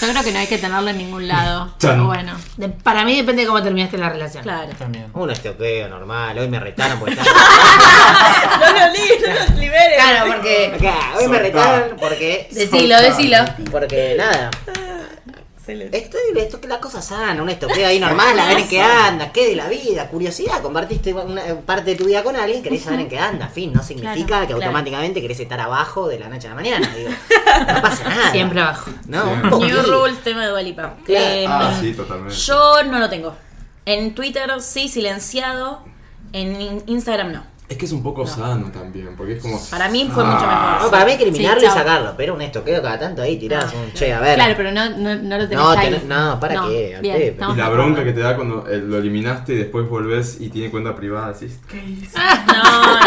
Yo creo que no hay que tenerlo en ningún lado.
Chan.
Pero bueno.
de- para mí depende de cómo terminaste la relación.
Claro.
También.
Oh,
Un estopeo este normal. Hoy me retaron por estar.
No lo libres, no liberes.
Claro, porque.
Acá, hoy me
Soltá.
retaron porque.
Decilo, decilo.
Porque nada. Esto esto es la cosa sana, un estopeo ahí normal, a ver en qué anda, qué de la vida, curiosidad, compartiste una parte de tu vida con alguien, querés saber en qué anda, fin, no significa que
claro.
automáticamente querés estar abajo de la noche a la mañana, digo. No pasa nada.
Siempre abajo.
No,
Siempre.
un poquito.
New Rule, tema de Dualipa. Em,
Claro.
Ah, sí, totalmente.
Eh, Yo no lo tengo. En Twitter sí, silenciado. En in- Instagram no.
Es que es un poco sano también, porque es como.
Para mí fue mucho
Ah.
No,
mejor.
para mí eliminarlo
Sí,
y
chao. Ah.
sacarlo, pero un estopeo cada tanto ahí tirás un che, a ver.
Claro, pero no, no, no lo tenés
No,
ahí.
tenés- no, ¿para qué? Al
bien,
pedo.
estamos
Y la
de
bronca
acuerdo.
que te da cuando eh, lo eliminaste y después volvés y tiene cuenta privada, decís, ¿qué hice?
No, no.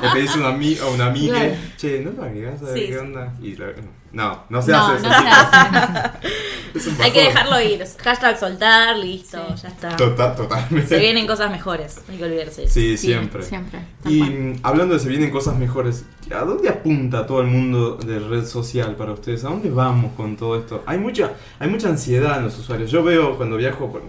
le pedís a una, ami- a una amiga,
Claro.
che, ¿no te agregás a ver
Sí,
qué
sí.
onda? Y la- no, no se
No,
hace
no
eso.
se hace.
Es un
Hay que
bajón.
dejarlo ir. Hashtag soltar, listo, ya está.
Total, totalmente.
Se vienen cosas mejores, no hay que olvidarse. de eso.
Sí,
Sí,
siempre.
Siempre. tal
Y
cual.
mm, hablando de se vienen cosas mejores, ¿a dónde apunta todo el mundo de red social para ustedes? ¿A dónde vamos con todo esto? Hay mucha, hay mucha ansiedad en los usuarios. Yo veo cuando viajo por-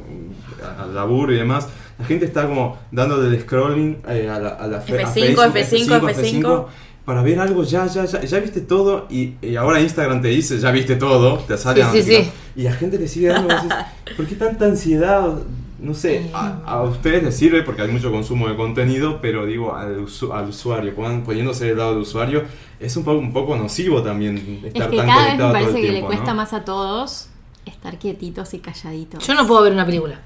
a- al laburo y demás, la gente está como dándole el scrolling eh, a la, a la fe- a
F5,
Facebook,
F5, F5,
para ver algo ya, ya, ya, ya viste todo y, y ahora Instagram te dice, ya viste todo, te sale
Sí,
la
sí,
notificación. Y la gente le sigue dando, vos decís, ¿por qué tanta ansiedad? No sé, a, a ustedes les sirve porque hay mucho consumo de contenido, pero digo, al, usu- al usuario, pon- poniéndose del lado del usuario, es un poco, un poco nocivo también
es
estar
que
tan
cada vez me
conectado todo
parece
el
que
tiempo.
le cuesta
¿no?
más a todos estar quietitos y calladitos.
Yo no puedo ver una película.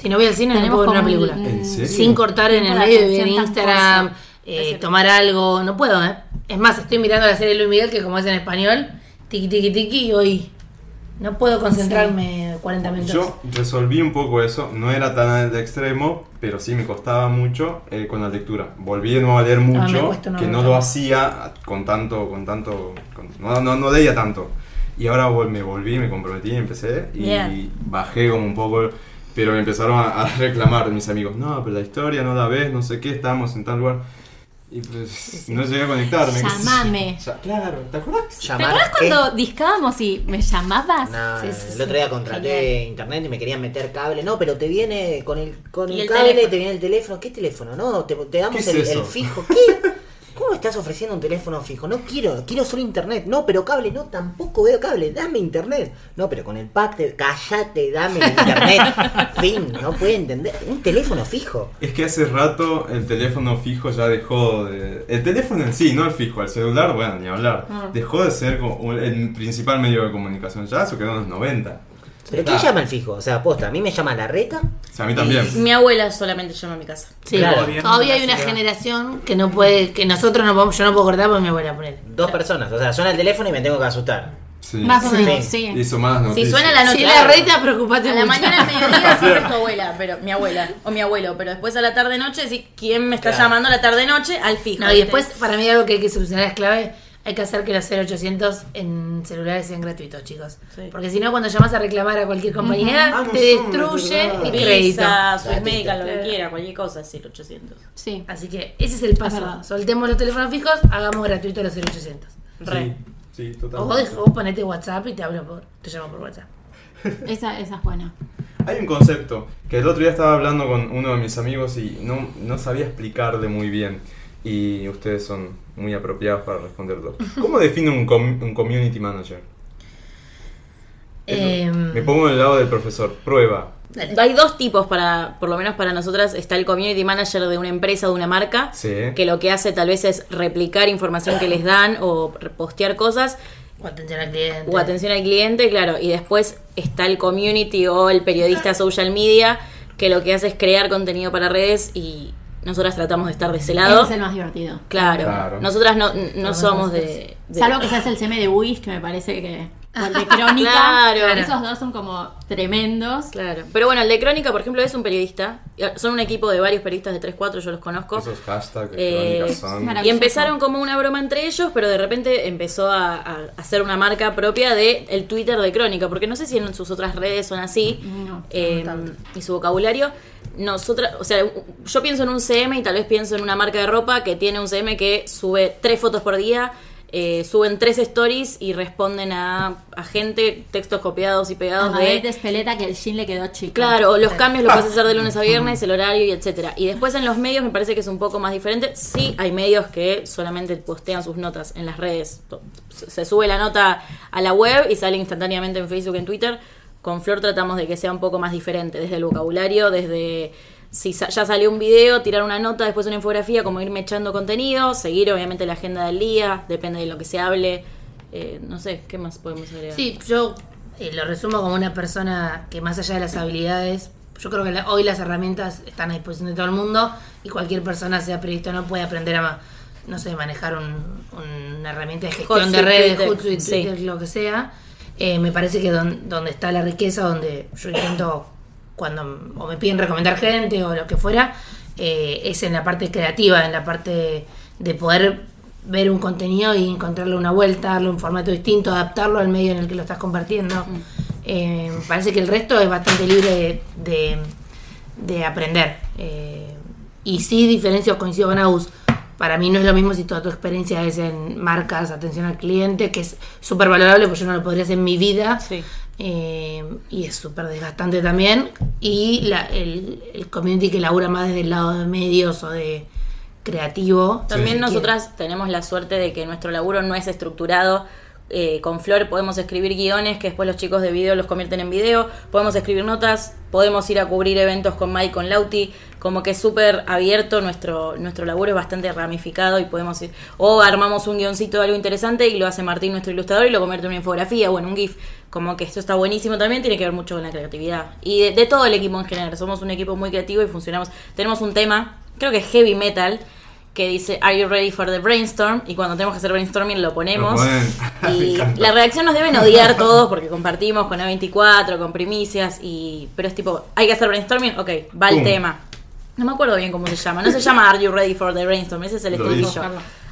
Si no voy al cine, no
Tenemos
puedo ver una
como un-
película.
un
¿En serio?
Sin cortar en
tiempo
el
de
medio y ver
atención tan
Instagram,
corto.
eh, tomar algo. No puedo, ¿eh? Es más, estoy mirando la serie de Luis Miguel, que como es en español, tiki tiki tiki, y hoy. No puedo concentrarme 40 minutos.
Yo resolví un poco eso, no era tan al extremo, pero sí me costaba mucho eh, con la lectura. Volví de nuevo a leer
me
mucho,
cuesta una
que no
banda.
lo hacía con tanto, con tanto, con- no, no, no leía tanto. Y ahora vol- me volví, me comprometí, empecé y
Bien.
bajé como un poco, pero me empezaron a, a reclamar mis amigos, no, pero la historia no la ves, no sé qué, estábamos en tal lugar. Y pues no llegué a conectarme. qué sé yo.
Llamame.
Ya- claro, ¿te acordás?
¿Te acuerdas cuando discábamos y me llamabas?
No,
Sí, sí,
el
sí.
otro día contraté internet y me querían meter cable. No, pero te viene con el, con
Y
el,
el
cable,
teléfono.
te viene el teléfono. ¿Qué teléfono? No, te, te damos
¿Qué es
el,
eso?
el fijo. ¿Qué? ¿Cómo estás ofreciendo un teléfono fijo? No quiero, quiero solo internet. No, pero cable, no, tampoco veo cable. Dame internet. No, pero con el pack, de, cállate, dame internet. fin, no puede entender. Un teléfono fijo.
Es que hace rato el teléfono fijo ya dejó de... El teléfono en sí, no el fijo, el celular, bueno, ni hablar. Dejó de ser como un- el principal medio de comunicación. Ya eso quedó en los 90.
¿Pero
Ah.
quién llama el fijo? O sea, aposta, a mí me llama la reta.
O sea, a mí también.
Mi abuela solamente llama a mi casa.
Sí,
Claro.
todavía, hay una generación que no puede, que nosotros no podemos, yo no puedo cortar porque me voy a poner.
Dos personas. O sea, suena el teléfono y me tengo que asustar.
Sí.
Más o
Sí.
menos, sí.
Hizo malas noticias.
Si suena la noche.
Si la reta, preocupate
A la
mucho.
mañana, al mediodía, siempre es tu abuela, pero mi abuela o mi abuelo, pero después a la tarde noche, decís, ¿quién me está
Claro.
llamando a la tarde noche? Al fijo.
No, y
¿viste?
después, para mí algo que hay que solucionar es clave, hay que hacer que los 0800 en celulares sean gratuitos, chicos.
Sí.
Porque si no, cuando llamas a reclamar a cualquier compañía,
Ujú. Ah, no
te
son,
destruye
es verdad.
el crédito.
Visa, Swiss
Gatito.
Medical, lo que quiera, cualquier cosa, es el 800.
Sí.
Así que ese es el paso.
verdad.
Soltemos los teléfonos fijos, hagamos gratuitos los 0800.
Re.
Sí, sí,
O
total.
vos, dej- vos ponete WhatsApp y te hablo por, te llamo por WhatsApp.
Esa, esa es buena.
Hay un concepto que el otro día estaba hablando con uno de mis amigos y no, no sabía explicarle muy bien. Y ustedes son muy apropiados para responderlo. ¿Cómo define un, com- un community manager? Eso.
Em,
Me pongo del lado del profesor. Prueba.
Hay dos tipos para, por lo menos para nosotras, está el community manager de una empresa o de una marca,
Sí.
que lo que hace tal vez es replicar información que les dan o postear cosas,
o atención al cliente.
o atención al cliente, claro, y después está el community o el periodista social media, que lo que hace es crear contenido para redes y nosotras tratamos de estar de ese lado.
Ese es el más divertido.
Claro.
Claro.
nosotras no, no somos de... de-
Salvo que seas el seme de Wish, que me parece que. o el de Crónica.
Claro.
Esos dos son como tremendos.
Claro. Pero bueno, el de Crónica, por ejemplo, es un periodista. Son un equipo de varios periodistas de 3-4, yo los conozco.
Esos hashtags
Eh,
electrónicas son.
maravilloso.
Y empezaron como una broma entre ellos, pero de repente empezó a, a hacer una marca propia de el Twitter de Crónica, porque no sé si en sus otras redes son así
No,
eh, y su vocabulario. Nosotras, o sea, yo pienso en un CM y tal vez pienso en una marca de ropa que tiene un CM que sube tres fotos por día, eh, suben tres stories y responden a, a gente textos copiados y pegados
A
de
ver, de Speleta que el jean le quedó chico.
Claro, o los cambios los puedes hacer de lunes a viernes, el horario y etcétera. Y después en los medios me parece que es un poco más diferente. Sí, hay medios que solamente postean sus notas en las redes. To- Se sube la nota a la web y sale instantáneamente en Facebook, en Twitter. Con Flor tratamos de que sea un poco más diferente, desde el vocabulario, desde si sa- ya salió un video, tirar una nota, después una infografía, como irme echando contenido, seguir obviamente la agenda del día, depende de lo que se hable. Eh, no sé, ¿qué más podemos agregar?
Sí, yo eh, lo resumo como una persona que más allá de las habilidades, yo creo que la- hoy las herramientas están a disposición de todo el mundo y cualquier persona, sea periodista o no, puede aprender a, ma- no sé, manejar un- una herramienta de gestión
Hootsuite,
de redes,
Twitter,
Hootsuite,
sí.
Twitter, lo que sea. Eh, me parece que don- donde está la riqueza, donde yo intento, cuando m- o me piden recomendar gente o lo que fuera, eh, es en la parte creativa, en la parte de poder ver un contenido y encontrarle una vuelta, darle un formato distinto, adaptarlo al medio en el que lo estás compartiendo. Eh, parece que el resto es bastante libre de, de- de aprender. Eh, y sí, diferencio, coincido con Agus. Para mí no es lo mismo si toda tu experiencia es en marcas, atención al cliente, que es súper valorable, porque yo no lo podría hacer en mi vida.
Sí.
Eh, y es súper desgastante también. Y la- el, el community que labura más desde el lado de medios o de creativo.
También
Sí.
nosotras tenemos la suerte de que nuestro laburo no es estructurado. Eh, con Flor podemos escribir guiones que después los chicos de video los convierten en video, podemos escribir notas, podemos ir a cubrir eventos con Mike, con Lauti, como que es súper abierto, nuestro, nuestro laburo es bastante ramificado y podemos ir, o armamos un guioncito de algo interesante y lo hace Martín, nuestro ilustrador, y lo convierte en una infografía o en un GIF, como que esto está buenísimo también, tiene que ver mucho con la creatividad y de, de todo el equipo en general, somos un equipo muy creativo y funcionamos, tenemos un tema, creo que es heavy metal, que dice Are you ready for the brainstorm? Y cuando tenemos que hacer brainstorming lo
Lo
ponemos.
ponen. Me
Y
encanta.
la redacción nos deben odiar todos porque compartimos con A24, con primicias y pero es tipo, hay que hacer brainstorming, ok, va el
Pum.
tema. No me acuerdo bien cómo se llama, no se llama Are you ready for the brainstorm, ese es el
Lo
estribillo.
hizo.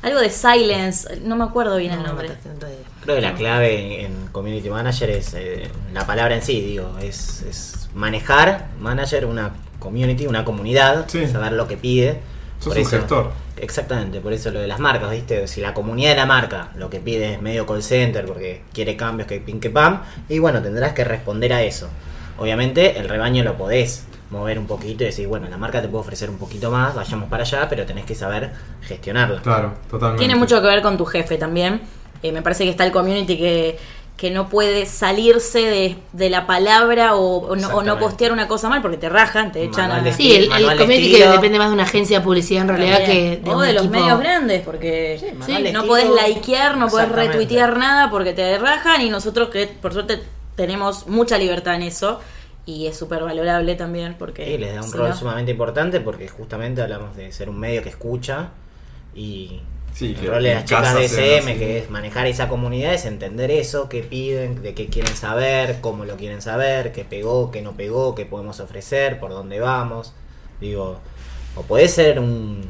Algo de silence, no me acuerdo bien
No,
el
no
nombre.
mataste, no te digo.
Creo que la clave en Community Manager es eh, la palabra en sí, digo, es, es manejar, manager, una community, una comunidad,
Sí.
saber lo que pide.
Sos
Por
un gestor.
Exactamente, por eso lo de las marcas, ¿viste? Si la comunidad de la marca lo que pide es medio call center porque quiere cambios, que pin, que pam, y bueno, tendrás que responder a eso. Obviamente el rebaño lo podés mover un poquito y decir, bueno, la marca te puede ofrecer un poquito más, vayamos para allá, pero tenés que saber gestionarla.
Claro, totalmente.
Tiene mucho que ver con tu jefe también. Eh, me parece que está el community que, que no puede salirse de, de la palabra o, o no, o no
Exactamente.
postear una cosa mal porque te rajan, te echan
Manual
a...
de
Sí, el, el
Manual de
community que
estilo.
depende más de una agencia de publicidad en realidad
También.
que de,
o
un
de los
equipo-
medios grandes porque
Sí,
sí,
manual de
no
estilo.
podés likear, no podés
Exactamente.
retuitear nada porque te rajan y nosotros que por suerte tenemos mucha libertad en eso y es súper valorable también porque
Sí, les da un
si
rol
no-
sumamente importante porque justamente hablamos de ser un medio que escucha y
Sí,
el
que
rol de
en
las chicas
casa
de
sean
SM,
así.
que es manejar esa comunidad, es entender eso, qué piden, de qué quieren saber, cómo lo quieren saber, qué pegó, qué no pegó, qué podemos ofrecer, por dónde vamos. Digo, o puede ser un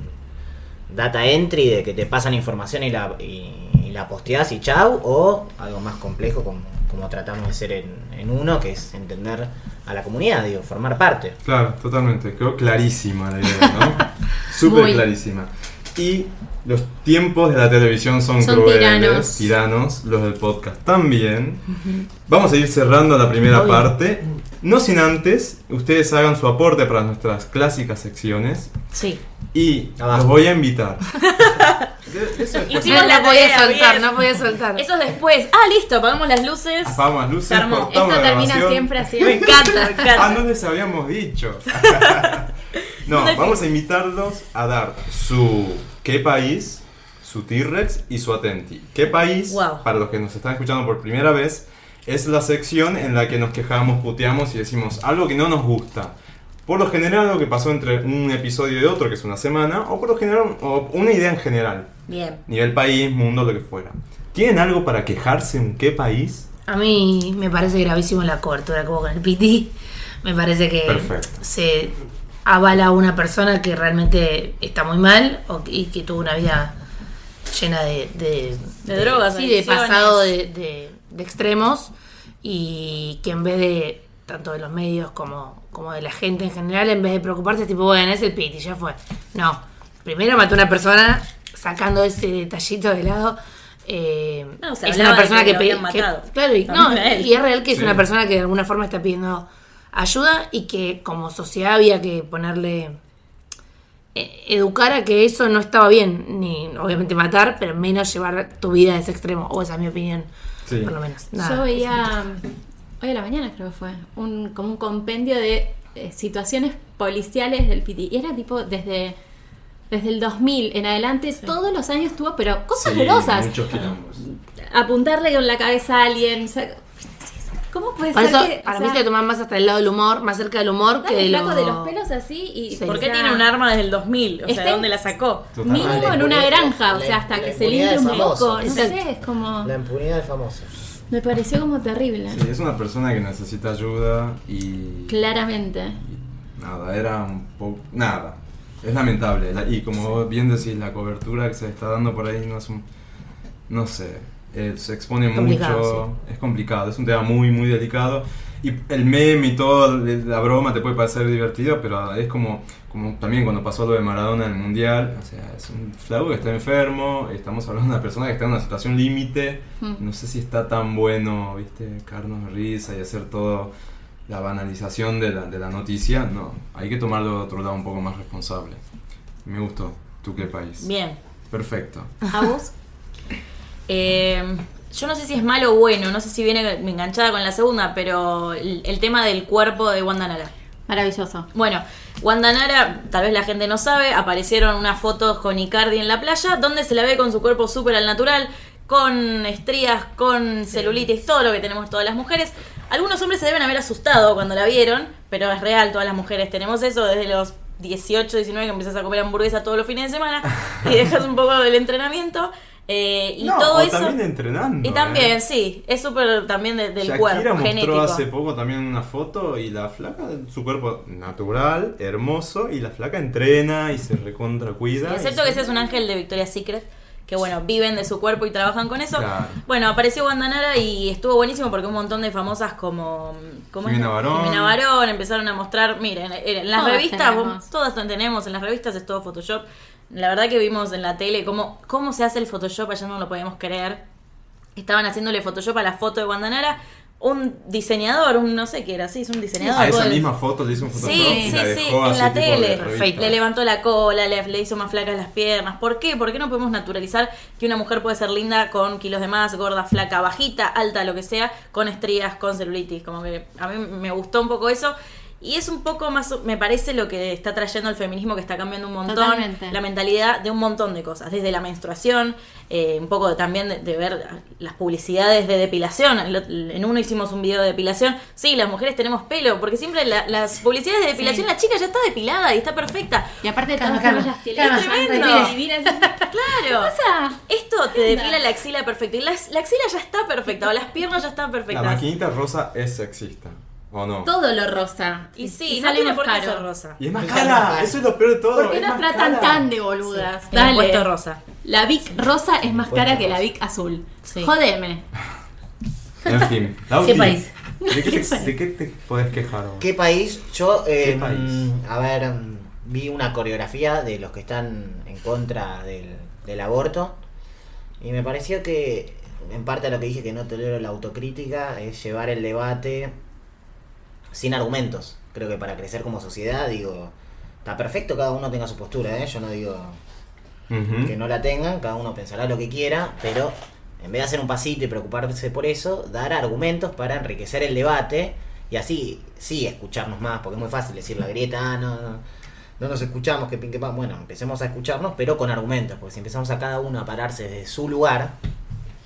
data entry de que te pasan información y la, y, y la posteás y chau, o algo más complejo como, como tratamos de ser en, en uno, que es entender a la comunidad, digo, formar parte.
Claro, totalmente. Quedó clarísima la idea, ¿no? Súper
Muy.
clarísima. Y los tiempos de la televisión son,
Son
crueles,
tiranos.
tiranos, los del podcast también. Vamos a ir cerrando la primera parte, no sin antes ustedes hagan su aporte para nuestras clásicas secciones
Sí.
y
Abajo.
los voy a invitar.
Hicimos
no,
la
no podía
tarea,
soltar,
bien.
no podía soltar.
Eso es después. Ah, listo, apagamos las luces.
Apagamos las luces,
Se armó.
cortamos
Esto
la
termina
grabación.
siempre así.
Me encanta, me encanta.
Ah, no les habíamos dicho. no,
No les-
vamos a invitarlos a dar su qué país, su T-Rex y su Atenti. ¿Qué país?
Wow.
Para los que nos están escuchando por primera vez, es la sección en la que nos quejamos, puteamos y decimos algo que no nos gusta. Por lo general, lo que pasó entre un episodio y otro, que es una semana, o por lo general, o una idea en general.
Bien.
Nivel país, mundo, lo que fuera. ¿Tienen algo para quejarse en qué país?
A mí me parece gravísimo la cobertura como con el PT. Me parece que
Perfecto.
se avala a una persona que realmente está muy mal o- y que tuvo una vida llena de, de,
De drogas,
sí, de
adicciones.
pasado de, de- de extremos y que en vez de tanto de los medios como, como de la gente en general, en vez de preocuparse, es tipo, bueno, es el piti, ya fue. No, primero mató a una persona sacando ese detallito de lado. eh,
No, se
es
hablaba
una
de
persona
que
que,
lo
pe-
habían
que-
matado.
claro, y,
También
no,
a él.
y es real que es
Sí.
una persona que de alguna forma está pidiendo ayuda y que como sociedad había que ponerle eh, educar a que eso no estaba bien, ni obviamente matar, pero menos llevar tu vida a ese extremo, o esa es mi opinión,
Sí.
por lo menos. Nada.
Yo veía hoy a la mañana creo que fue un como un compendio de eh, situaciones policiales del PT y era tipo desde desde el 2000 en adelante todos los años tuvo pero cosas
Sí,
grosas
Muchos quilombos.
apuntarle con la cabeza a alguien o sea, cómo puede
Por
ser
eso,
que, o
para
sea,
mí se toman más hasta el lado del humor, más cerca del humor
dale,
que de,
flaco,
lo-
de los pelos así y
Sí.
¿Por qué
o sea,
tiene un arma desde el 2000? O sea,
Está
¿de
en-
dónde la sacó?
Total.
mínimo
La
en una
impunidad-
granja o
la-
sea hasta
la
que se
impunidad
limpie un
es famoso.
poco no
Exacto.
sé es como
La impunidad del famoso.
me pareció como terrible
Sí, es una persona que necesita ayuda y.
claramente
y Nada, era un poco. Nada. Es lamentable. la- y como vos bien decís, la cobertura que se está dando por ahí no es un. No sé. eh, se expone
Complicado,
mucho. Es complicado. Es un tema muy, muy delicado. Y el meme y todo, eh, la broma te puede parecer divertido, pero es como, como también cuando pasó lo de Maradona en el Mundial. O sea, es un flaco que está enfermo. Estamos hablando de una persona que está en una situación límite. No sé si está tan bueno, viste, carnos de risa y hacer todo la banalización de la, de la noticia, no. Hay que tomarlo de otro lado un poco más responsable. Me gustó. ¿Tú qué país?
Bien.
Perfecto.
¿A vos? Em, yo no sé si es malo o bueno, no sé si viene enganchada con la segunda, pero el, el tema del cuerpo de Wanda Nara.
Maravilloso.
Bueno, Wanda Nara, tal vez la gente no sabe, aparecieron unas fotos con Icardi en la playa, donde se la ve con su cuerpo súper al natural, con estrías, con celulitis, todo lo que tenemos todas las mujeres. Algunos hombres se deben haber asustado cuando la vieron, pero es real, todas las mujeres tenemos eso desde los 18, 19 que empiezas a comer hamburguesa todos los fines de semana y dejas un poco del entrenamiento. eh, y
No,
todo
o
eso.
también entrenando.
y también,
eh.
sí, es súper también de- del
Shakira
cuerpo,
mostró
genético.
hace poco también una foto y la flaca, su cuerpo natural, hermoso, y la flaca entrena y se recontra cuida.
Y excepto que seas un ángel de Victoria's Secret, que bueno, viven de su cuerpo y trabajan con eso.
Claro.
Bueno, apareció Wanda Nara y estuvo buenísimo porque un montón de famosas como. como
Jimena Barón.
Jimena Barón empezaron a mostrar. Miren, en las
Todas
revistas,
tenemos.
vos- todas tenemos, en las revistas es todo Photoshop. La verdad que vimos en la tele cómo, cómo se hace el Photoshop, allá no lo podíamos creer. Estaban haciéndole Photoshop a la foto de Wanda Nara. Un diseñador, un no sé qué era, sí, es un diseñador.
A esa
Bueno.
misma foto le hizo un Photoshop
Sí,
y
sí,
la
sí,
dejó
en
así
la
tipo de
tele.
revista.
Perfecto.
Le levantó la cola, le, le hizo más flacas las piernas. ¿Por qué? ¿Por qué no podemos naturalizar que una mujer puede ser linda con kilos de más, gorda, flaca, bajita, alta, lo que sea, con estrías, con celulitis? Como que a mí me gustó un poco eso. Y es un poco más, me parece, lo que está trayendo el feminismo, que está cambiando un montón
Totalmente.
la mentalidad de un montón de cosas, desde la menstruación, eh, un poco de- también de, de ver las publicidades de depilación. El ot- En uno hicimos un video de depilación. Sí, las mujeres tenemos pelo, porque siempre la- las publicidades de depilación, la chica ya está depilada y está perfecta.
Y aparte de
Calma,
todas formas,
calma,
las pieles.
calma,
es tremendo.
tranquila.
Vivir así.
Claro. Esto te depila la axila perfecta. Y las- la axila ya está perfecta, o las piernas ya están
La
perfectas.
maquinita rosa es sexista, ¿o no?
Todo lo rosa.
Y sí,
Y
no
sale
tiene
más
por qué
caro.
ser rosa.
Y es más
Es
cara,
más
eso es lo peor de todo.
¿Por qué
es
nos
más
tratan
cara.
tan de boludas?
El
Dale.
impuesto rosa.
La Vic rosa es más
Impuesto
cara que la
rosa.
Vic azul.
Sí.
Jodeme.
En fin, Lauti,
¿Qué país?
¿De qué, te, de qué te podés quejar? vos?
¿Qué país? Yo, eh,
¿Qué país?
a ver, mm, vi una coreografía de los que están en contra del, del aborto y me pareció que, en parte a lo que dije que no tolero la autocrítica, es llevar el debate sin argumentos. Creo que para crecer como sociedad, digo, está perfecto cada uno tenga su postura, ¿eh? yo no digo
Ujú.
que no la tengan, cada uno pensará lo que quiera, pero en vez de hacer un pasito y preocuparse por eso, dar argumentos para enriquecer el debate y así, sí, escucharnos más, porque es muy fácil decir la grieta, ah, no, no, no nos escuchamos, que pin, que pan. Bueno, empecemos a escucharnos, pero con argumentos, porque si empezamos a cada uno a pararse desde su lugar,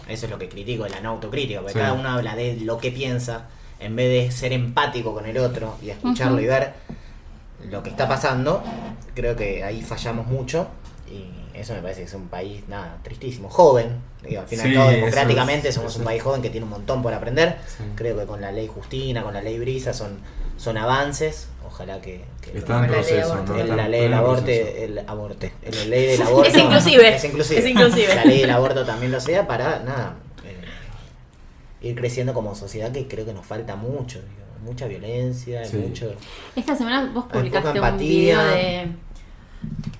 eso es lo que critico de la no autocrítica, porque
Sí.
cada uno habla de lo que piensa, en vez de ser empático con el otro y escucharlo y ver lo que está pasando, creo que ahí fallamos mucho. Y eso me parece que es un país, nada, tristísimo, joven. Digo, al fin y
Sí,
al cabo,
eso
democráticamente
es-
somos
eso
un
es.
país joven que tiene un montón por aprender.
Sí.
Creo que con la ley Justina, con la ley Brisa, son, son avances. Ojalá que... que
Está en
La ley
proceso,
del
¿no?
el-
Está
la
en
ley del
pleno
aborto,
proceso.
el aborte, el- la ley del aborto
Es inclusive.
es inclusive,
Es inclusive.
la ley del aborto también lo sea para nada eh, ir creciendo como sociedad que creo que nos falta mucho, digo, mucha violencia,
Sí.
mucho
Esta semana vos
Hay poca
publicaste un
empatía.
video de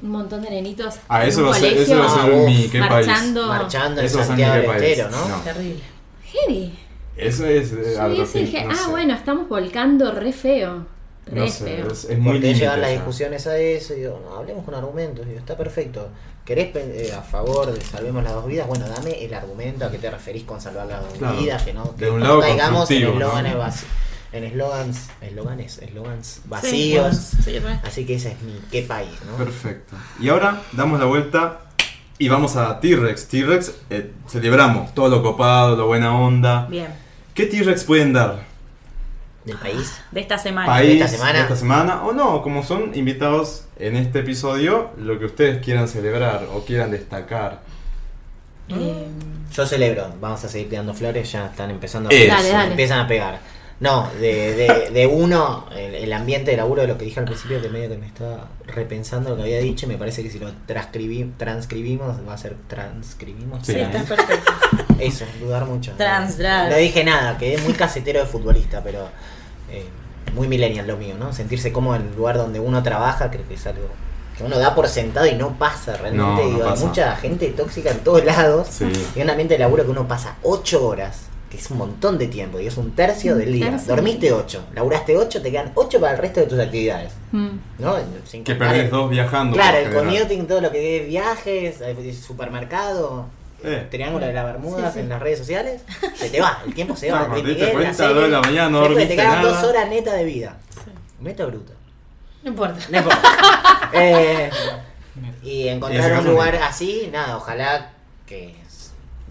un montón de nenitos
Ah,
en
eso
un
va a ser, eso
colegio
va a ser
uf,
mi qué país.
marchando.
marchando en
Eso va a ser mi
Santiago
qué
del
país.
Estero, ¿no?
Terrible.
Heavy.
Eso es eh,
Yo vi
algo
eso
que
y dije,
no
ah,
sé.
bueno, estamos volcando re feo. Re
no sé,
feo.
es, es
¿Por
muy
qué
límite.
llevan las
ya.
discusiones a eso? Digo, no, hablemos con argumentos, digo, está perfecto. ¿Querés pen- eh, a favor de salvemos las dos vidas? Bueno, dame el argumento a qué te referís con salvar las dos
Claro.
vidas, que no, que
De un
no
lado
caigamos en
constructivo,
eslóganes
¿no?
vaci- en eslogans, eslóganes, eslogans vacíos.
Sí, re.
Así que ese es mi qué país, ¿no?
Perfecto. Y ahora damos la vuelta y vamos a T-Rex. T-Rex, eh, celebramos todo lo copado, lo buena onda.
Bien.
¿Qué T-Rex pueden dar?
Del país.
De esta semana.
país
Ah, esta semana.
de esta semana o no, como son invitados en este episodio, lo que ustedes quieran celebrar o quieran destacar.
Eh,
Yo celebro, vamos a seguir tirando flores, ya están empezando a
Eso.
pegar,
Dale, dale.
empiezan a pegar. No, de, de, de uno, el, el ambiente de laburo de lo que dije al principio, que medio que me estaba repensando lo que había dicho, y me parece que si lo transcribí, transcribimos, va a ser transcribimos.
Sí.
Sí,
Trans-
está perfecto.
Eso, dudar mucho.
Trans,
no,
drag.
no dije nada, quedé muy casetero de futbolista, pero eh, muy millennial lo mío, ¿no? Sentirse cómodo en el lugar donde uno trabaja, creo que es algo que uno da por sentado y no pasa realmente.
No, no
Digo,
pasa.
Hay mucha gente tóxica en todos lados.
Sí.
Y un ambiente de laburo que uno pasa 8 horas, que es un montón de tiempo, y es un tercio del día.
tercio.
Dormiste 8, laburaste 8, te quedan 8 para el resto de tus actividades.
Mm.
¿no? Sin
Que
contar el-
perdés dos viajando.
Claro,
por
el
general.
commuting, todo lo que es viajes, eh, supermercado,
Eh.
triángulo de las Bermudas en las redes sociales, se te va, el tiempo se va.
Ah,
Luis
cuando te
Miguel,
diste
la
cuenta,
serie,
dos de la mañana, no
se fue,
dormiste
Te quedan
nada.
dos horas neta de vida. Meta bruta.
No importa.
No importa. Eh, y
Y ese
encontrar
caso
un lugar
no.
así, nada, ojalá que s-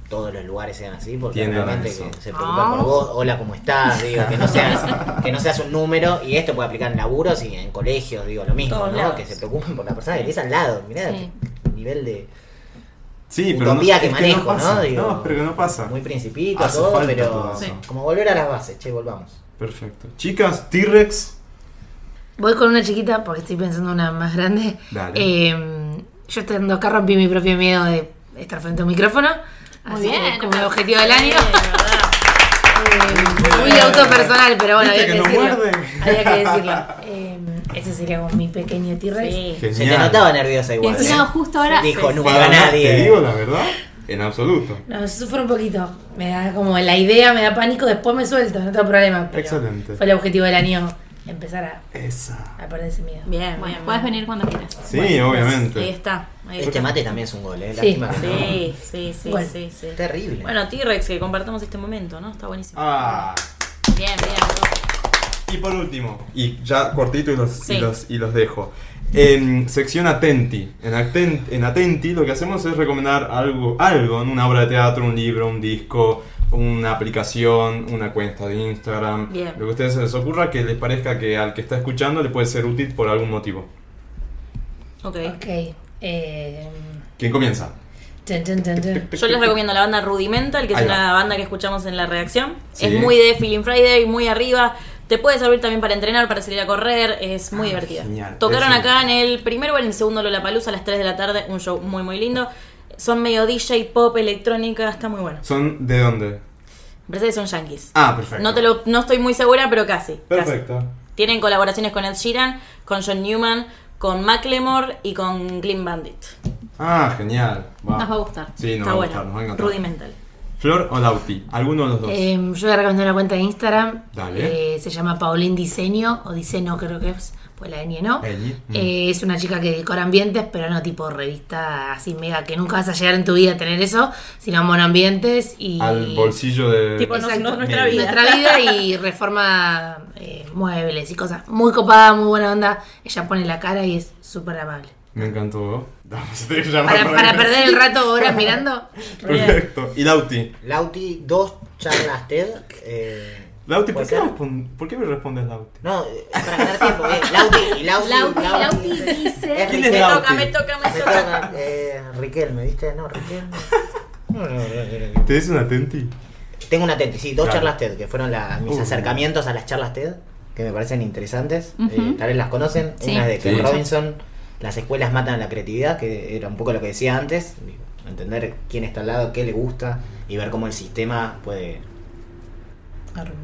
todos los lugares sean así, porque
Tiendan a
realmente
eso.
que se preocupan por vos, hola, ¿cómo estás? Digo, que no seas, que no seas un número, y esto puede aplicar en laburos y en colegios, digo, lo mismo,
Todos
¿no?
lados.
Que se preocupen por la persona que tenés al lado, mirá
Sí.
qué nivel de
Sí, pero
utopía
no,
que
es
manejo,
no, pasa.
¿no? Digo,
pero que no pasa.
muy principito,
Hace
todo,
falta
pero
todo eso. Sí.
como volver a las bases, che, volvamos.
Perfecto. Chicas, T-Rex.
Voy con una chiquita porque estoy pensando una más grande.
Dale.
Eh, yo estando acá rompí mi propio miedo de estar frente a un micrófono. Así que como mi objetivo del año. eh, muy autopersonal, pero bueno,
Viste
había que,
que
decirlo.
nos muerde.
Había que decirlo. Eh, ese sería como mi pequeño T-Rex.
Sí.
Genial.
Se te notaba nerviosa igual.
Encima
¿eh?
justo ahora
Dijo,
se-
nunca
Para-
nadie.
Te digo la verdad, en absoluto.
No, yo sufro un poquito. Me da como la idea, me da pánico, después me suelto, no tengo problema. pero
Excelente.
Fue el objetivo del año empezar a,
Esa.
a perder ese miedo.
Bien,
Bueno,
bien,
puedes
bien.
venir cuando quieras.
Sí,
Bueno, pues, ahí
obviamente.
está. ahí
Este
está.
mate también es un gol, ¿eh?
Sí.
Lástima que no-
Sí, sí, sí,
Bueno.
sí, sí.
Terrible.
Bueno, T-Rex, que compartamos este momento, ¿no? Está buenísimo.
Ah,
Bien, bien.
y por último, y ya cortito y los, y
Sí.
los, y los dejo. En sección Atenti. En, Aten- en Atenti lo que hacemos es recomendar algo, algo, ¿no? una obra de teatro, un libro, un disco, una aplicación, una cuenta de Instagram.
Bien.
Lo que a ustedes se les ocurra que les parezca que al que está escuchando le puede ser útil por algún motivo.
Ok.
Ok. Eh,
¿Quién comienza?
chan, chan, chan, chan.
Yo les recomiendo la banda Rudimental, que es
Ahí va.
una banda que escuchamos en la redacción.
Sí.
Es muy de Feeling Friday, muy arriba. Te puede servir también para entrenar, para salir a correr. Es muy divertida.
Ah, genial.
Tocaron
Eso.
acá en el primero o en el segundo Lollapalooza a las 3 de la tarde. Un show muy, muy lindo. Son medio DJ, pop, electrónica. Está muy bueno.
¿Son de dónde?
Me parece que son yankees.
Ah, perfecto.
No, te lo, no estoy muy segura, pero casi. casi.
Perfecto.
Tienen colaboraciones con Ed Sheeran, con John Newman, con Macklemore y con Glim Bandit.
Ah, genial.
Nos va a gustar.
Sí, nos
Está
va a
bueno.
gustar, nos va a encantar.
Rudimental.
Flor o Lauti, alguno de los dos.
Eh, yo le recomiendo una cuenta de Instagram.
Dale.
Eh, se llama Paulín Diseño, o Diseño creo que es, pues la ñ no.
Ñ, mm.
Eh, es una chica que decora ambientes, pero no tipo revista así mega, que nunca vas a llegar en tu vida a tener eso, sino monoambientes y...
Al bolsillo de.
Tipo, Pues no-
Exacto.
no- nuestra vida.
Nuestra vida y reforma eh, muebles y cosas. Muy copada, muy buena onda. Ella pone la cara y es súper amable.
Me encantó. Vamos a tener que llamar
Para, para
ver.
perder el rato horas mirando.
Perfecto. Y Lauti.
Lauti, dos charlas TED. eh,
Lauti, ¿por
puede
qué,
ser.
respon- ¿por qué me respondes Lauti?
No, eh, para ganar tiempo. eh, Lauti y Lauti.
Lauti, Lauti dice-
Es
¿Quién
Riquelme.
es Lauti?
Toca, me toca, me
Me
toca.
toca, eh, Riquelme, ¿viste? No, Riquelme. No, no, no, no, no.
¿Te des un atenti?
Tengo una TED, sí, dos
Claro.
charlas TED, que fueron la- mis
Uh.
acercamientos a las charlas TED, que me parecen interesantes. eh,
Ujú.
tal vez las conocen.
Sí.
Una es de Ken
Sí.
Robinson, Las escuelas matan la creatividad, que era un poco lo que decía antes. digo, Entender quién está al lado, qué le gusta y ver cómo el sistema puede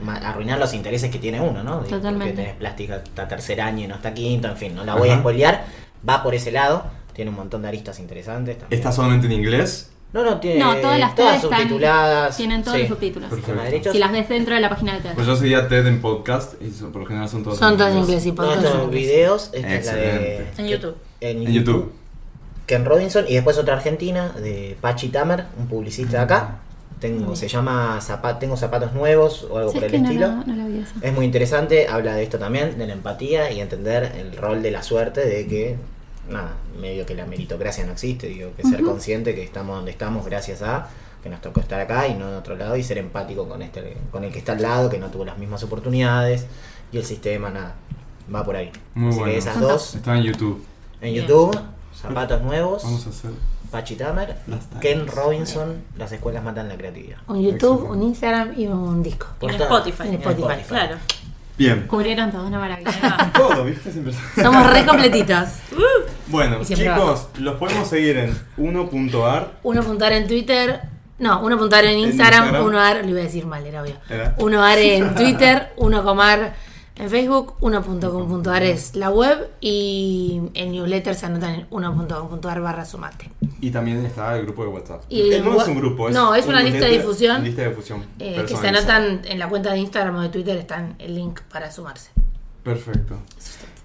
ma- arruinar los intereses que tiene uno, ¿no? Digo,
Totalmente.
Porque tenés plástica hasta tercer año y no hasta quinto, en fin, no la voy
Ajá.
a spoilear. Va por ese lado, tiene un montón de aristas interesantes. también.
¿Está solamente en inglés?
No, no, tiene
No, todas las
todas
TED están-
Ah,
subtituladas.
Tienen todos
sí.
los subtítulos.
Perfecto.
Sistema de derechos.
Si las ves dentro de la página de teatro.
Pues yo seguía TED en podcast y son- por lo general son todos
Son todos en inglés y
Todos estos videos, esta es la de,
Excelente.
En YouTube.
En YouTube.
Ken Robinson y después otra argentina de Pachi Tamer, un publicista de acá.
Mm.
Tengo, se llama Zapa- Tengo zapatos nuevos o algo por
¿Sabes
el
que no,
estilo.
no, no la vi esa?
Es muy interesante, habla de esto también, de la empatía y entender el rol de la suerte, de que, nada, medio que la meritocracia no existe, digo, que ser consciente que estamos donde estamos gracias a que nos tocó estar acá y no en otro lado, y ser empático con, este, con el que está al lado, que no tuvo las mismas oportunidades, y el sistema, nada, va por ahí.
Muy
Así que
bueno.
esas dos
Está en YouTube.
en
Bien.
YouTube, zapatos nuevos.
Vamos a hacer.
Pachi Tamer, y
Las
Ken
tareas.
Robinson, Las escuelas matan la creatividad.
Un YouTube, un Instagram y un disco.
En
Portada.
Spotify.
Pues En Spotify.
Claro.
Bien.
Cubrieron todo, una maravilla.
Todo, ¿viste? Siempre-
Somos re completitas.
Bueno,
Y siempre
chicos, los podemos seguir en 1.ar.
Uno apuntar en Twitter. No, uno apuntar en Instagram,
Instagram.
uno ar, lo iba a decir mal, era obvio.
Era.
Uno ar en Twitter, uno comar en Facebook, uno.com.ar es la web y en newsletter se anotan en uno.com.ar barra sumate.
Y también está el grupo de WhatsApp.
Y
Eh, no
wa-
es un grupo, es
no, es una
un
lista de
newsletter-
difusión,
Lista de difusión.
Eh, que se
personalizada.
anotan en la cuenta de Instagram o de Twitter, están el link para sumarse.
Perfecto.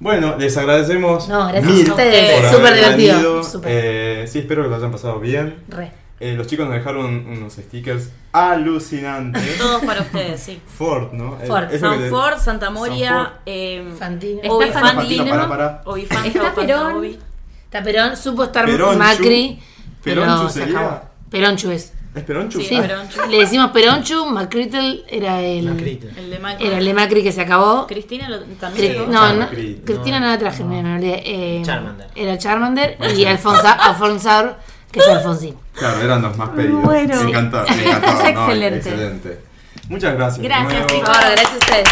Bueno, les agradecemos.
No, gracias
mil
a ustedes.
por haber
Súper divertido,
venido.
súper.
Eh, sí, espero que lo hayan pasado bien.
Re.
Eh, los chicos nos dejaron unos stickers alucinantes.
Todos para ustedes, sí.
Ford, ¿no? Eh,
Ford,
es lo que
San
te-
Ford, Santa
San Ford.
Moria, eh,
Fantino.
Obi
Está
Fantino, para, para.
Obi Fan,
Está
Fanta
Perón.
Obi.
Está Perón, supo estar
Peronchu.
Macri. pero
Peronchu
se
sería.
acabó. Peronchu es.
¿Es Peronchu?
Sí,
Sí.
Peronchu.
Le decimos Peronchu, Macritel era el.
Macri.
El de Macri.
Era el de Macri que se acabó.
Cristina lo-
Cri-
también. llegó.
no, no,
Macri, no.
Cristina no la traje, mira, me olvidé. Eh,
Charmander.
Era Charmander y Alfonso, Alfonso que es Alfonso.
Claro, eran los más pedidos.
muero.
Me encanta, me encantaba, ¿no?
excelente.
excelente. Muchas gracias.
Gracias,
de nuevo.
chicos.
Ahora, gracias a ustedes.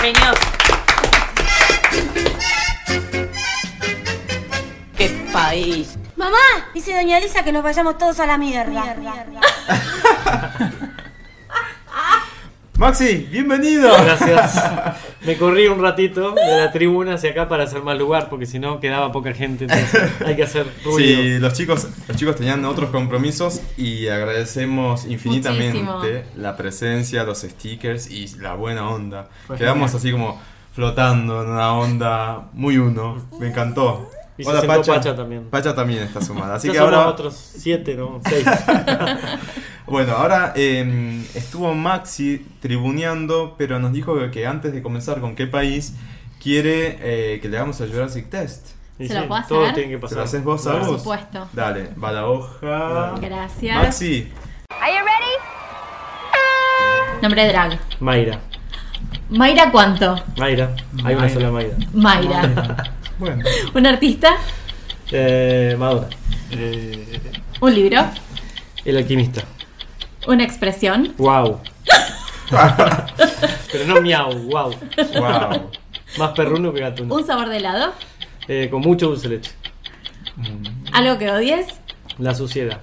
Genios. Qué país.
Mamá, dice doña Elisa que nos vayamos todos a la mierda.
Maxi, bienvenido.
Gracias. Me corrí un ratito de la tribuna hacia acá para hacer más lugar, porque si no quedaba poca gente. Entonces hay que hacer ruido.
Sí, los chicos, los chicos tenían otros compromisos y agradecemos infinitamente
Muchísimo.
la presencia, los stickers y la buena onda.
Pues
Quedamos así como flotando en una onda muy uno. Me encantó.
Y se sentó Pacha también.
Pacha también está sumada. Así
Ya
que
somos
ahora,
otros siete, ¿no? Seis.
bueno, ahora eh, estuvo Maxi tribuneando, pero nos dijo que antes de comenzar con qué país quiere eh, que le hagamos el Jurassic Test.
Y
¿Se lo puedo hacer?
Todos tienen que
¿Te
pasar.
lo haces vos a
Claro.
vos?
supuesto.
Dale, va la hoja.
Gracias.
Maxi,
Nombre de drag.
Mayra.
Mayra cuánto?
Mayra. Hay una sola Mayra.
Mayra.
Bueno.
Un artista,
Eh, Madonna.
Eh,
un libro,
El alquimista.
una expresión,
Wow. Pero no miau, wow.
Wow.
Más perruno que gatuno.
un sabor de helado,
Eh, con mucho dulce de leche.
algo que odies
La suciedad.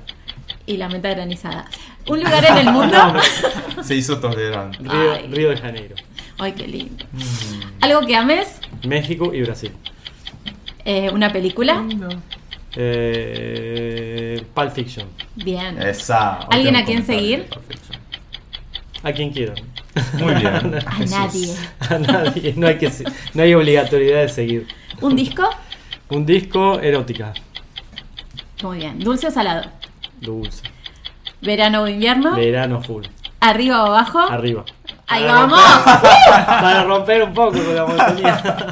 y la menta granizada. Un lugar en el mundo.
Se hizo tolerante.
Río,
Ay.
Río de Janeiro.
Ay, qué lindo. Algo que ames,
México y Brasil.
eh, una película.
Eh, Pulp Fiction.
Bien.
Eh,
Esa.
¿Alguien a quien seguir?
Perfecto.
A quien quieran.
Muy bien.
A nadie.
A nadie. No hay, que, se- no hay obligatoriedad de seguir.
Un disco.
Un disco erótica.
Muy bien. Dulce o salado.
Dulce.
Verano o invierno.
Verano full.
Arriba o abajo.
Arriba.
Ahí
Para
vamos.
romper- Para romper un poco con la monotonía.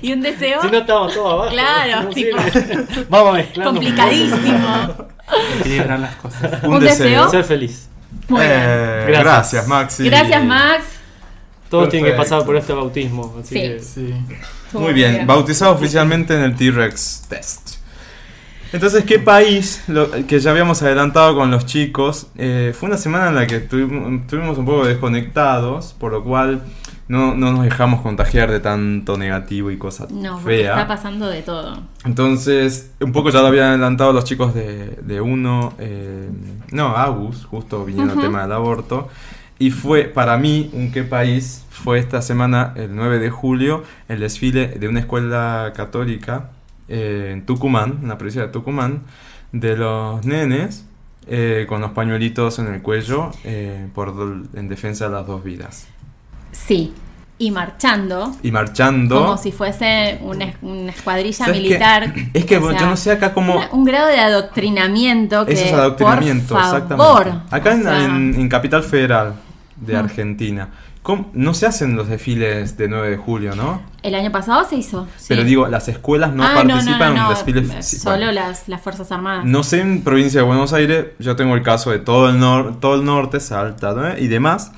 Y un deseo
Si no estamos todos abajo.
Claro,
No
sí,
sirve. Vamos mezclando. un poco.
complicadísimo.
equilibrar las cosas.
Un deseo.
Ser feliz.
Muy
Eh,
bien.
gracias.
Gracias.
Maxi.
Gracias, Max.
Todos tienen que
Perfecto.
pasar por este bautismo. Así
Sí.
que
Sí.
Muy bien, bautizado oficialmente en el T-Rex Test. Entonces, ¿qué país? Lo- que ya habíamos adelantado con los chicos. eh, fue una semana en la que estuvimos, estuvimos un poco desconectados, por lo cual no, no nos dejamos contagiar de tanto negativo y cosas
No, porque
fea.
está pasando de todo.
Entonces, un poco ya lo habían adelantado los chicos de, de Uno, eh, no, Agus, justo vinieron al tema del aborto. Y fue para mí un qué país, fue esta semana, el 9 de julio, el desfile de una escuela católica eh, en Tucumán, en la provincia de Tucumán, de los nenes eh, con los pañuelitos en el cuello eh, por, dol- en defensa de las dos vidas.
Sí. Y marchando.
Y marchando.
Como si fuese una, es- una escuadrilla
¿Sabes qué?
militar.
Es que
O
bueno,
sea,
yo no sé acá cómo...
una- un grado de adoctrinamiento que
Eso es adoctrinamiento,
por favor,
exactamente. Acá
o
en,
sea,
en- en Capital Federal de Argentina, ¿cómo- no se hacen los desfiles de 9 de julio, ¿no?
el año pasado se hizo. sí.
Pero digo, las escuelas no
Ah,
participan
no,
en desfiles.
eh,
sí,
Solo
bueno.
las, las Fuerzas Armadas.
No sé en provincia de Buenos Aires, yo tengo el caso de todo el, nor- todo el norte, Salta ¿no? y demás,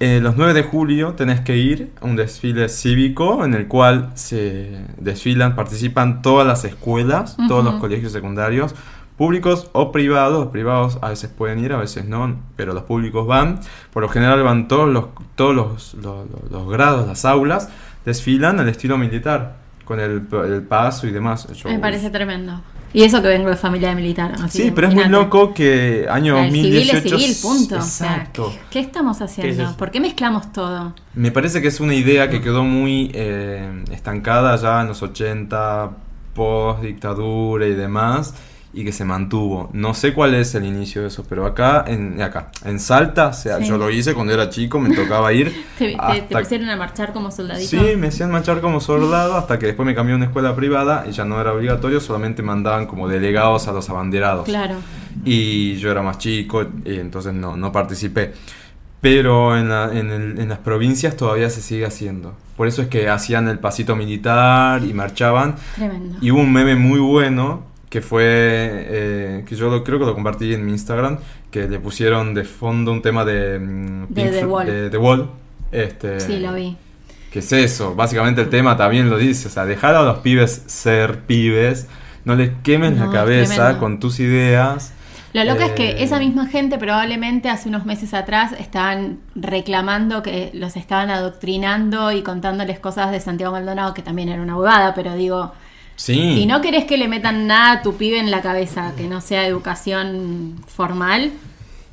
eh, los 9 de julio tenés que ir a un desfile cívico en el cual se desfilan, participan todas las escuelas, todos los colegios secundarios, públicos o privados. Los privados a veces pueden ir, a veces no, pero los públicos van. Por lo general van todos los, todos los, los- los- los grados, las aulas, desfilan al estilo militar, con el, el paso y demás. Yo-
Me parece tremendo. Y eso que vengo de familia de militar. así
Sí,
que
pero es muy
imagínate.
loco que año
O sea, el civil
2018...
es civil, punto. O sea,
Exacto.
¿qué, qué estamos haciendo?
¿Qué es eso?
¿Por qué mezclamos todo?
Me parece que es una idea que quedó muy eh, estancada ya en los 80, post dictadura y demás, y que se mantuvo. No sé cuál es el inicio de eso, pero acá, en, acá, en Salta, o sea,
Sí.
yo lo hice cuando era chico, me tocaba ir.
¿Te, te- te
hasta-
pusieron a marchar como soldadito?
Sí, me hacían marchar como soldado hasta que después me cambié a una escuela privada y ya no era obligatorio, solamente mandaban como delegados a los abanderados
Claro.
y yo era más chico y entonces no, no participé. Pero en, la- en el- en las provincias todavía se sigue haciendo. Por eso es que hacían el pasito militar y marchaban.
Tremendo.
Y hubo un meme muy bueno que fue, eh, que yo lo, creo que lo compartí en mi Instagram, que le pusieron de fondo un tema de... mm,
De
Pink
The
Fl-
Wall.
de The Wall. Este,
Sí, lo vi.
¿Qué es eso? Básicamente el tema también lo dice, o sea, dejar a los pibes ser pibes, no les quemes
No,
la
es
cabeza
tremendo.
con tus ideas.
Lo loco es
Eh,
que esa misma gente probablemente hace unos meses atrás estaban reclamando que los estaban adoctrinando y contándoles cosas de Santiago Maldonado, que también era una huevada, pero digo,
Sí.
si no querés que le metan nada a tu pibe en la cabeza, que no sea educación formal,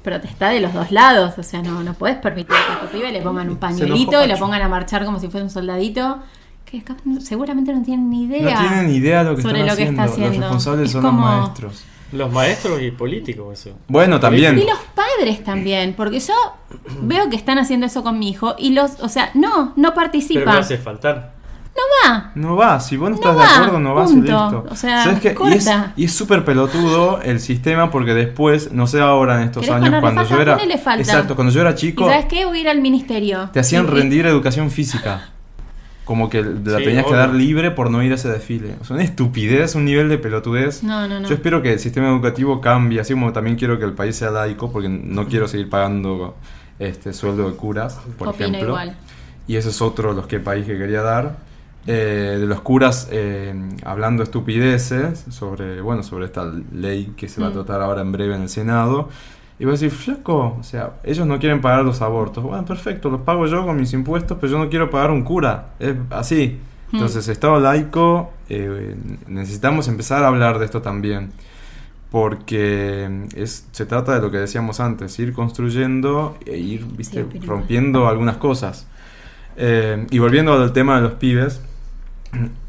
protesta de los dos lados, o sea, no, no puedes permitir que a tu pibe le pongan un pañuelito y lo
Pacho.
pongan a marchar como si fuera un soldadito, que capaz no- seguramente no tienen ni idea.
No tienen idea de lo que
sobre
están
lo que está
haciendo. Los
haciendo.
responsables
Es
son
como-
los maestros.
Los maestros y políticos, eso.
Bueno, también.
Y los padres también, porque yo veo que están haciendo eso con mi hijo y los, o sea, no, no participa.
Pero no hace faltar.
No va.
No va, si vos no estás
No
de
va,
acuerdo, no vas y
punto.
listo.
O sea,
¿Sabes qué? Y es-
corta.
Y es súper pelotudo el sistema porque después, no sé ahora en estos
¿Querés
años,
ponerle
cuando
falta?
yo era.
Ponele falta.
Exacto, cuando yo era chico,
¿Y sabes qué? Voy a ir al ministerio.
te hacían
Y- y-
rendir educación física. Como que la
Sí,
tenías que
obvio.
dar libre por no ir a ese desfile. Es una estupidez, un nivel de pelotudez.
No, no, no.
Yo espero que el sistema educativo cambie, así como también quiero que el país sea laico, porque no quiero seguir pagando este sueldo de curas, por
Opino
ejemplo.
igual.
Y ese es otro de los que país que quería dar. Eh, de los curas eh, hablando estupideces sobre, bueno, sobre esta ley que
Mm.
se va a tratar ahora en breve en el Senado. Y voy a decir, flaco, o sea, ellos no quieren pagar los abortos. Bueno, perfecto, los pago yo con mis impuestos, pero yo no quiero pagar un cura. Es así.
Mm.
Entonces, Estado laico, eh, necesitamos empezar a hablar de esto también. Porque mm, es, se trata de lo que decíamos antes, ir construyendo e ir viste,
Sí, pero-
rompiendo algunas cosas. Eh, y volviendo al tema de los pibes,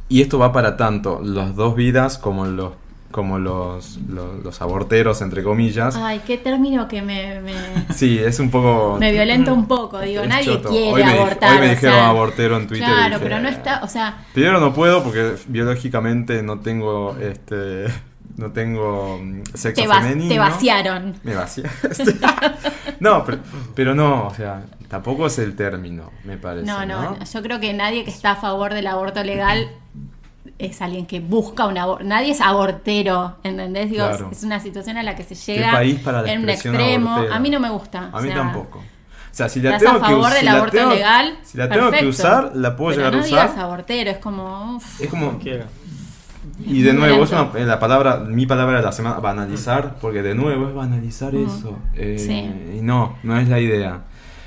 y esto va para tanto las dos vidas como los, como los, los, los aborteros, entre comillas.
Ay, qué término que me, me,
Sí, es un poco...
me violenta un poco. Digo,
es
nadie
choto.
quiere
Hoy me di-
abortar.
hoy me
o
dijeron
sea,
abortero en Twitter y
Claro,
dije,
pero no está, o sea,
Primero no puedo porque biológicamente no tengo este no tengo mm, sexo
te, va-
femenino.
te vaciaron.
Me vaciaste. no, pero, pero no, o sea, tampoco es el término, me parece.
No,
No,
no, no, yo creo que nadie que está a favor del aborto legal es alguien que busca un aborto. Nadie es abortero, ¿entendés? Digo,
Claro.
es una situación a la que se
Qué
llega
país para la
en un
expresión
extremo.
abortera.
A mí no me gusta.
A
o
mí
sea,
tampoco. O sea, si la
¿Estás
tengo
a favor
que, us-
del
si la
aborto
tengo-
legal?
Si la tengo que
perfecto.
usar, la puedo
Pero
llegar
no
a usar.
digas abortero, es como. uf,
Es como
Cualquiera.
Y de
Muy
nuevo, es
lento.
una- eh, la palabra, mi palabra de la semana, banalizar, porque de nuevo es banalizar eso. Eh,
Sí.
Y no, no es la idea.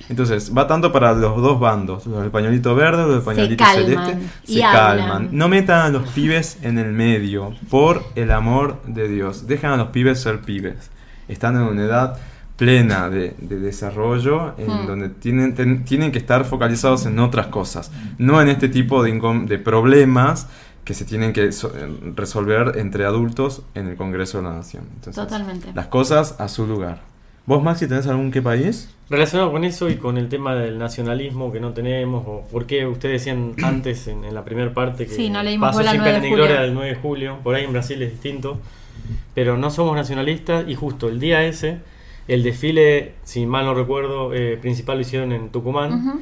Entonces, va tanto para los dos bandos, los del pañuelito verde, los del pañuelito
calman
celeste.
y
Se
hablan.
calman. No metan a los pibes en el medio, por el amor de Dios. Dejan a los pibes ser pibes. Están en una edad plena de, de desarrollo, en donde tienen, ten- tienen que estar focalizados en otras cosas, no en este tipo de, incom- de problemas que se tienen que so- eh, resolver entre adultos en el Congreso de la Nación. Entonces,
Totalmente.
Las cosas a su lugar. ¿Vos, Maxi, tenés algún qué país?
Relacionado con eso y con el tema del nacionalismo que no tenemos, o por qué ustedes decían antes en, en la primera parte que
Sí, no le dimos bola al
siempre
9 de
en gloria
julio.
del 9 de julio, por ahí en Brasil es distinto, pero no somos nacionalistas y justo el día ese, el desfile, si mal no recuerdo, eh, principal lo hicieron en Tucumán,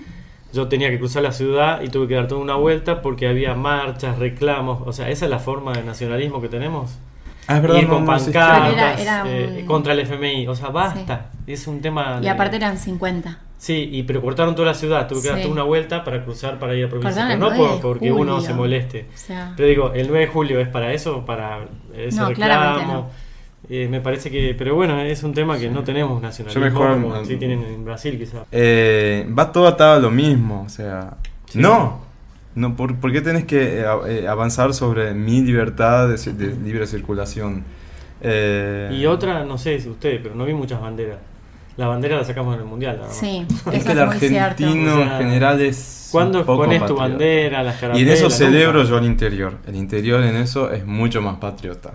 yo tenía que cruzar la ciudad y tuve que dar toda una vuelta porque había marchas, reclamos, o sea, esa es la forma de nacionalismo que tenemos.
Ah, es
Ir
no-
con
no existe.
pancada.
pancartas
Era- era
eh,
un-
contra el FMI, o sea, basta, es un tema...
Y
de-
aparte eran 50.
Sí, y, pero cortaron toda la ciudad, tuve que dar
Sí.
toda una vuelta para cruzar para ir a provincia.
Cortaron el
Pero no
9 de
por- porque uno
julio.
se moleste.
O sea,
Pero digo, el 9 de julio es para eso, para ese
No, claramente
reclamo. Eh, me parece que, pero bueno, es un tema que no tenemos nacionalismo,
Yo mejor-
como sí tienen en Brasil quizás.
Eh, va todo atado a lo mismo, o sea... No, no ¿por, por qué tenés que eh, a- eh, avanzar sobre mi libertad de, ci- de libre circulación? Eh,
Y otra, no sé si ustedes, pero no vi muchas banderas. La bandera la sacamos en el mundial. nada más.
sí,
Es
eso
que el
es muy cierto.
argentino
O
en
sea,
general es... un
¿Cuándo
poco
pones tu
patriota.
bandera,
Y
las
en
carapelas?
eso
Nunca.
celebro yo el interior. El interior en eso es mucho más patriota.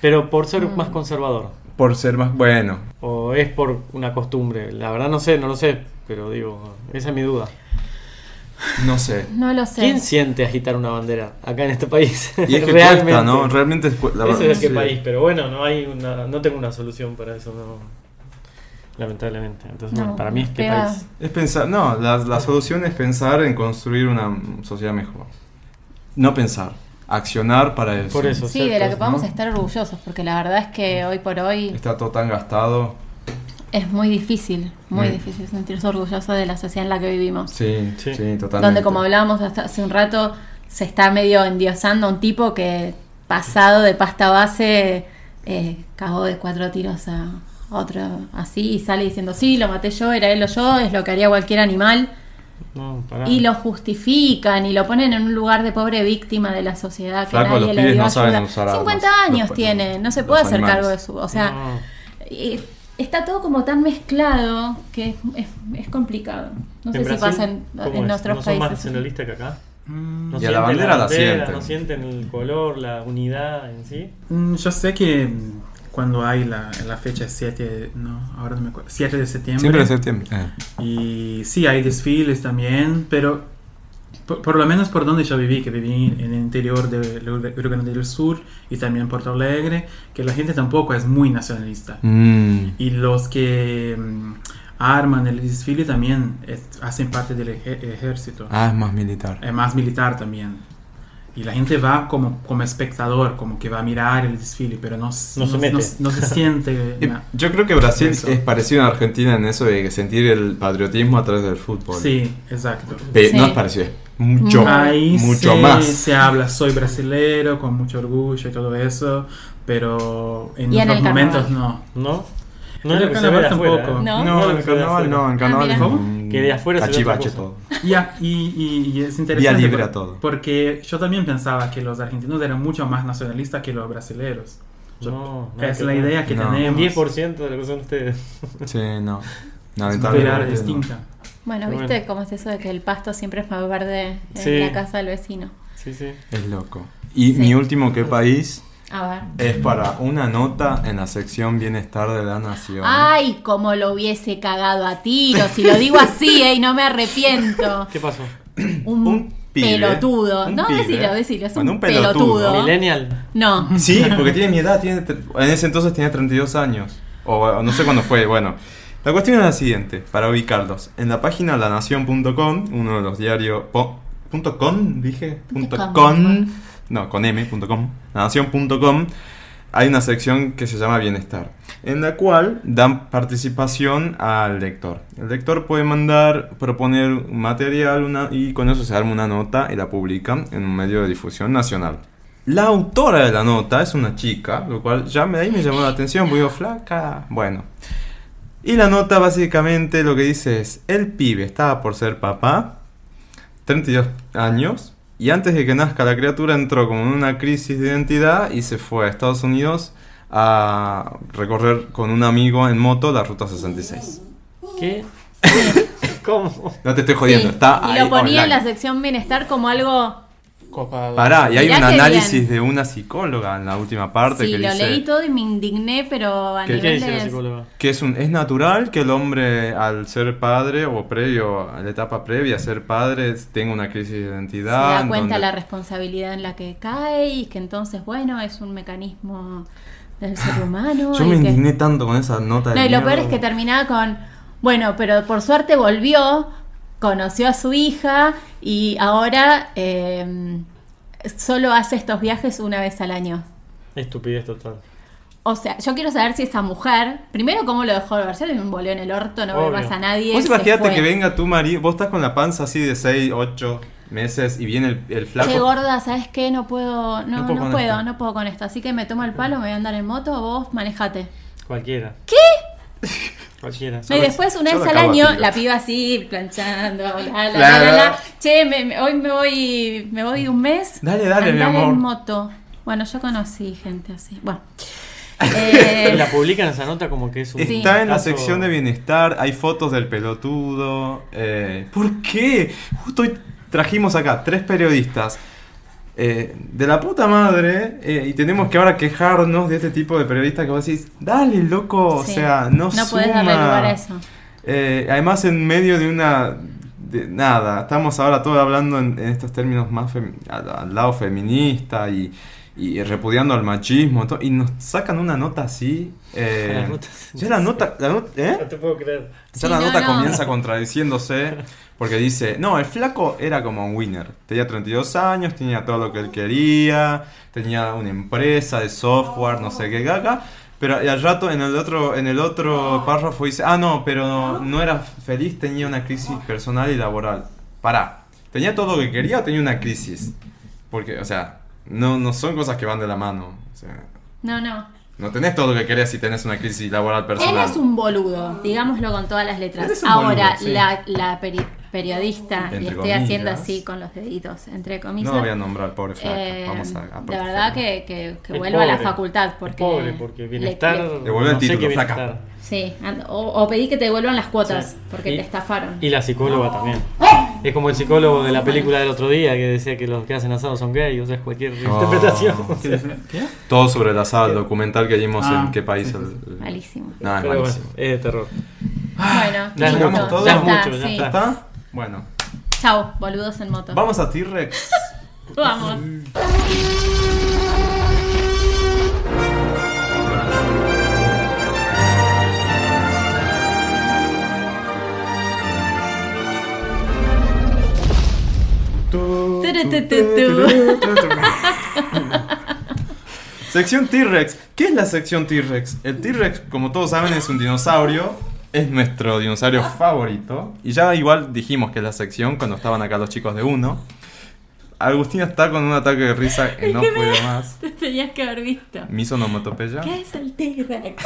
Pero por ser más
Mm.
conservador.
Por ser más bueno.
¿O es por una costumbre? La verdad no sé, no lo sé, pero digo, esa es mi duda.
No sé.
No lo sé.
¿Quién siente agitar una bandera acá en este país?
Y es que cuesta, ¿no? Realmente es cu- la
Ese
verdad,
es el
sí.
que país, pero bueno, no hay una, no tengo una solución para eso, no. Lamentablemente. Entonces,
No,
bueno, para mí es que
pega-
país.
Es pensar, no, la, la solución es pensar en construir una sociedad mejor. No pensar, accionar para eso.
Por eso.
Sí, de la que
¿no?
podamos estar orgullosos, porque la verdad es que hoy por hoy
Está todo tan gastado.
es muy difícil, muy
Mm.
difícil sentirse orgulloso de la sociedad en la que vivimos.
Sí, sí,
Sí.
totalmente.
donde como hablábamos hasta hace un rato, se está medio endiosando un tipo que pasado de pasta base eh, cagó de cuatro tiros a otro así y sale diciendo, sí, lo maté yo, era él o yo, es lo que haría cualquier animal.
No, pará.
Y lo justifican y lo ponen en un lugar de pobre víctima de la sociedad que
Flaco, los
nadie le
pibes
dio
no
ayuda.
saben usar armas,
50 años
los-
tiene, no se
los
puede hacer
animales.
cargo de su... O sea,
No.
y está todo como tan mezclado que es, es- es complicado. No
¿En
sé si
Brasil?
pasa en,
¿Cómo
en
es?
nuestros
¿No son más
países.
nacionalistas que acá?
Mm,
No
Y a la
sienten
bandera la sienten.
No sienten el color, la unidad en sí.
mm, yo sé que mm, cuando hay la, la fecha 7, de- no, ahora no me acuerdo, 7 de septiembre.
Siempre en septiembre. Eh.
Y sí, hay desfiles también, pero por, por lo menos por donde yo viví, que viví en el interior de Rio Grande del Sur y también Porto Alegre, que la gente tampoco es muy nacionalista.
Mm.
Y los que mm, arman el desfile también es- hacen parte del ej- ejército,
Ah, es más militar.
es más militar también. Y la gente va como, como espectador, como que va a mirar el desfile, pero no, s-
No se mete.
no se siente...
Y
na-
Eh, Yo creo que Brasil
Eso.
es parecido a Argentina en eso de sentir el patriotismo a través del fútbol.
Sí, exacto.
Pe-
Sí. Mm.
No es parecido, es mucho,
Ahí
mucho
se,
más.
se habla, soy brasilero, con mucho orgullo y todo eso, pero en
Y en
otros
el
momentos
carnaval.
no.
¿no. No
El
es lo que se
carnaval
ve de afuera.
tampoco.
¿eh?
No.
No,
lo
en
que se ve de
carnaval
afuera.
no, en carnaval
Ah, mira.
es
¿Cómo?
un
Que de afuera se ve otra
cachivache
cosa.
todo.
Ya, y, y- y es interesante.
libre
por-
a todo.
Porque yo también pensaba que los argentinos eran mucho más nacionalistas que los brasileros. Yo-
No, no,
es
que
la
no.
idea que
No.
Un
tenemos.
10% de lo que son ustedes.
Sí, no.
es muy
Lamentablemente.
rara,
no.
distinta.
Bueno,
Pero
¿viste
bueno.
cómo es eso de que el pasto siempre es más verde en
Sí.
la casa del vecino?
Sí, sí.
Es loco. Y
Sí.
mi último qué país
A ver.
es para una nota en la sección Bienestar de la Nación.
Ay, como lo hubiese cagado a tiros, si lo digo así, ¿eh? y no me arrepiento.
¿Qué pasó?
Un,
Un pibe,
pelotudo.
un
no,
pibe.
decilo, decilo, es
Bueno,
un,
un pelotudo.
pelotudo.
Millennial.
No,
Sí, porque tiene mi edad, tiene, tre- en ese entonces tenía 32 años. O o no sé cuándo fue, bueno. La cuestión es la siguiente, para ubicarlos. En la página lanación.com, uno de los diarios... po- punto .com, dije? Punto
com.
.com. No, con M, punto .com. Lanación.com. Hay una sección que se llama Bienestar, en la cual dan participación al lector. El lector puede mandar, proponer un material una, y con eso se arma una nota y la publica en un medio de difusión nacional. La autora de la nota es una chica, lo cual ya me, ahí me llamó la atención, porque digo, flaca. Bueno. Y la nota básicamente lo que dice es, el pibe estaba por ser papá, 32 años, y antes de que nazca la criatura entró como en una crisis de identidad y se fue a Estados Unidos a recorrer con un amigo en moto la Ruta 66.
¿Qué? ¿Cómo?
No te estoy jodiendo,
Sí,
está
y
ahí
lo ponía en la
online.
sección bienestar como algo.
Ah,
Copado.
Pará, y hay
Mirá
un
qué
análisis
bien.
de una psicóloga en la última parte
sí,
que
lo
dice...
leí todo y me indigné, pero a
¿Qué-
¿Qué
nivel
dice la
de-
psicóloga?
Que es, un, es natural que el hombre al ser padre o previo a la etapa previa a ser padre tenga una crisis de
se
identidad.
da cuenta
donde-
la responsabilidad en la que cae y que entonces, bueno, es un mecanismo del ser humano.
Yo
y
me
que-
indigné tanto con esa nota. de
No, y lo
mierda.
peor es que terminaba con, bueno, pero por suerte volvió, conoció a su hija y ahora eh, solo hace estos viajes una vez al año.
Estupidez total.
O sea, yo quiero saber si esa mujer, primero cómo lo dejó de ver, se le dio un boleo en el orto, no ve
Obvio.
más a nadie.
Vos
se
imagínate
fue.
que venga tu marido, vos estás con la panza así de 6, 8 meses y viene el, el
Che,
flaco.
gorda, ¿sabes qué? No puedo, no,
No
no
puedo
puedo,
con
no puedo,
esto.
con esto. Así que me tomo el palo, me voy a andar en moto, vos manejate.
Cualquiera. ¿Qué? Cualquiera.
No, y después, una
yo
vez
la
al
acabo
año,
de tirar.
la piba así, planchando, la, la, la,
Claro.
la, la. Che, me- me- hoy me voy, me voy un mes.
Dale, dale,
a
mi
andar
amor.
en moto. Bueno, yo conocí gente así. Bueno. Eh,
Y la publican esa nota como que es un.
Está en la
caso-
sección de bienestar, hay fotos del pelotudo. eh, ¿Por qué? Justo hoy trajimos acá tres periodistas eh, de la puta madre eh, y tenemos que ahora quejarnos de este tipo de periodistas que vos decís, dale loco,
sí.
o sea, no
No podés darle
suma".
lugar a eso.
Eh, además, en medio de una. de nada, estamos ahora todos hablando en, en estos términos más fem- al, al lado feminista y, y repudiando al machismo. to- Y nos sacan una nota así. eh,
La nota-
ya la nota. la not- ¿eh?
No te puedo creer.
Ya
Sí,
la
no,
nota
no.
comienza contradiciéndose porque dice, no, el flaco era como un winner. Tenía 32 años, tenía todo lo que él quería, tenía una empresa de software, no sé qué gaga. Pero y al rato en el otro en el otro párrafo dice, ah, no, pero no, no era feliz, tenía una crisis personal y laboral. Pará, ¿tenía todo lo que quería o tenía una crisis? Porque, o sea, no, no son cosas que van de la mano. O sea,
No, no.
no tenés todo lo que querías si tenés una crisis laboral
Él
personal.
es un boludo, digámoslo con todas las
Él es
letras.
un
Ahora,
boludo, sí.
la, la peri- periodista,
Entre
y estoy
comillas.
haciendo así con los deditos, entre comillas.
No lo voy a nombrar, pobre flaco.
eh,
Vamos a, a
la
protegerlo.
verdad que, que- que
Es
vuelva a
pobre.
la facultad
Es
porque.
Pobre, porque
le-
bienestar.
le-
Le vuelve el
no sé
título,
qué
flaca.
bienestar.
sí, and- o, o pedí que te devuelvan las cuotas
Sí.
porque
Y-
te estafaron.
Y la psicóloga
Ah.
también. Es como el psicólogo de la película del otro día que decía que los que hacen asado son gays, o sea, es
Oh,
cualquier interpretación.
¿Qué? dice? ¿Qué?
Todo sobre el asado, el documental que vimos
Ah,
en qué país.
sí,
el-
sí,
el-
Malísimo.
No, es
Pero bueno,
malísimo.
es de terror.
Bueno,
Ah, Ya es
listo,
mucho,
ya
todo. Ya es
está,
mucho, ya
sí.
¿Ya está? Bueno,
Chau, boludos en moto.
vamos a T-Rex.
Vamos. Turutututu.
sección T-Rex. ¿Qué es la sección T-Rex? El T-Rex, como todos saben, es un dinosaurio. Es nuestro dinosaurio favorito. Y ya igual dijimos que es la sección cuando estaban acá los chicos de uno. Agustina está con un ataque de risa que no puede más.
Te tenías que haber visto.
¿Mi sonomatopeya?
¿Qué es el T-Rex?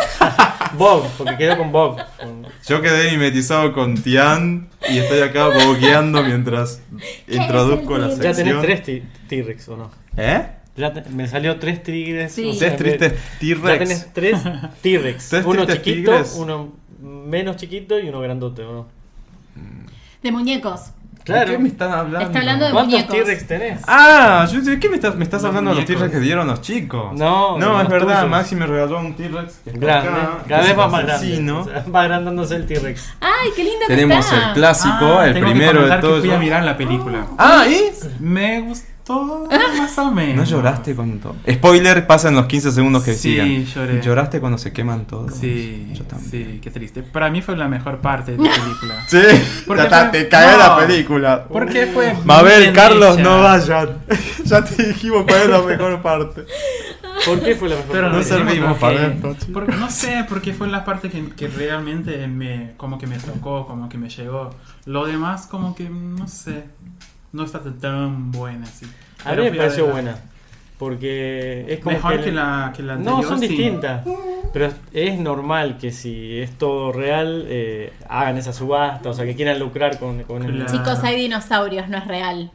Bob, porque quedó con Bob. Con-
Yo quedé mimetizado con Tian y estoy acá boqueando mientras introduzco la
Ya
sección.
tenés tres ti- T-Rex, ¿o no?
¿Eh?
Ya te- me salió tres tigres.
Sí.
o sea,
Tres tristes
Ya
T-Rex.
tenés tres T-Rex.
Tres
uno
tristes
chiquito,
tigres.
uno menos chiquito y uno grandote, ¿o no?
De muñecos.
Claro.
¿De qué me están hablando?
Está hablando de
¿Cuántos
muñecos.
T-Rex tenés?
Ah, yo, ¿de qué me estás, me estás
Los
hablando de los
muñecos.
T-Rex que dieron los chicos?
No,
No,
los
es verdad,
tuyos.
Maxi me regaló un T-Rex que está
Grande.
acá,
Cada
que
vez
es
va
un
más grande.
asesino.
O sea, va agrandándose el T-Rex.
¡Ay, qué lindo que
Tenemos
está!
el clásico,
Ah,
el
tengo que
primero de
contar que
todos.
Fui a mirar la película.
Ah, ¿y?
Me gustó más o menos.
No lloraste cuando. Spoiler, pasa en los 15 segundos que
Sí,
siguen.
lloré.
Lloraste cuando se queman todos.
Sí,
Yo también.
sí, qué triste. Para mí fue la mejor parte de la película.
Sí,
Porque
ya está,
fue-
te cae la
no.
película.
Porque fue.
Va a
muy
ver,
bien
Carlos,
hecha.
no vayan. ya te dijimos cuál es la mejor parte.
¿Por qué fue la mejor?
Pero
No
no
servimos para esto, chicos.
Porque no sé, porque fue la parte que, que realmente me, como que me tocó, como que me llegó. Lo demás, como que no sé, no está tan- tan buena así.
A mí
Pero
me
fui
pareció
verla.
buena. Porque es como.
Mejor que la, que la anterior.
No, son
sí.
distintas. Pero es normal que si es todo real, eh, hagan esa subasta, o sea, que quieran lucrar con, con el-
Claro.
Chicos, hay dinosaurios, no es real.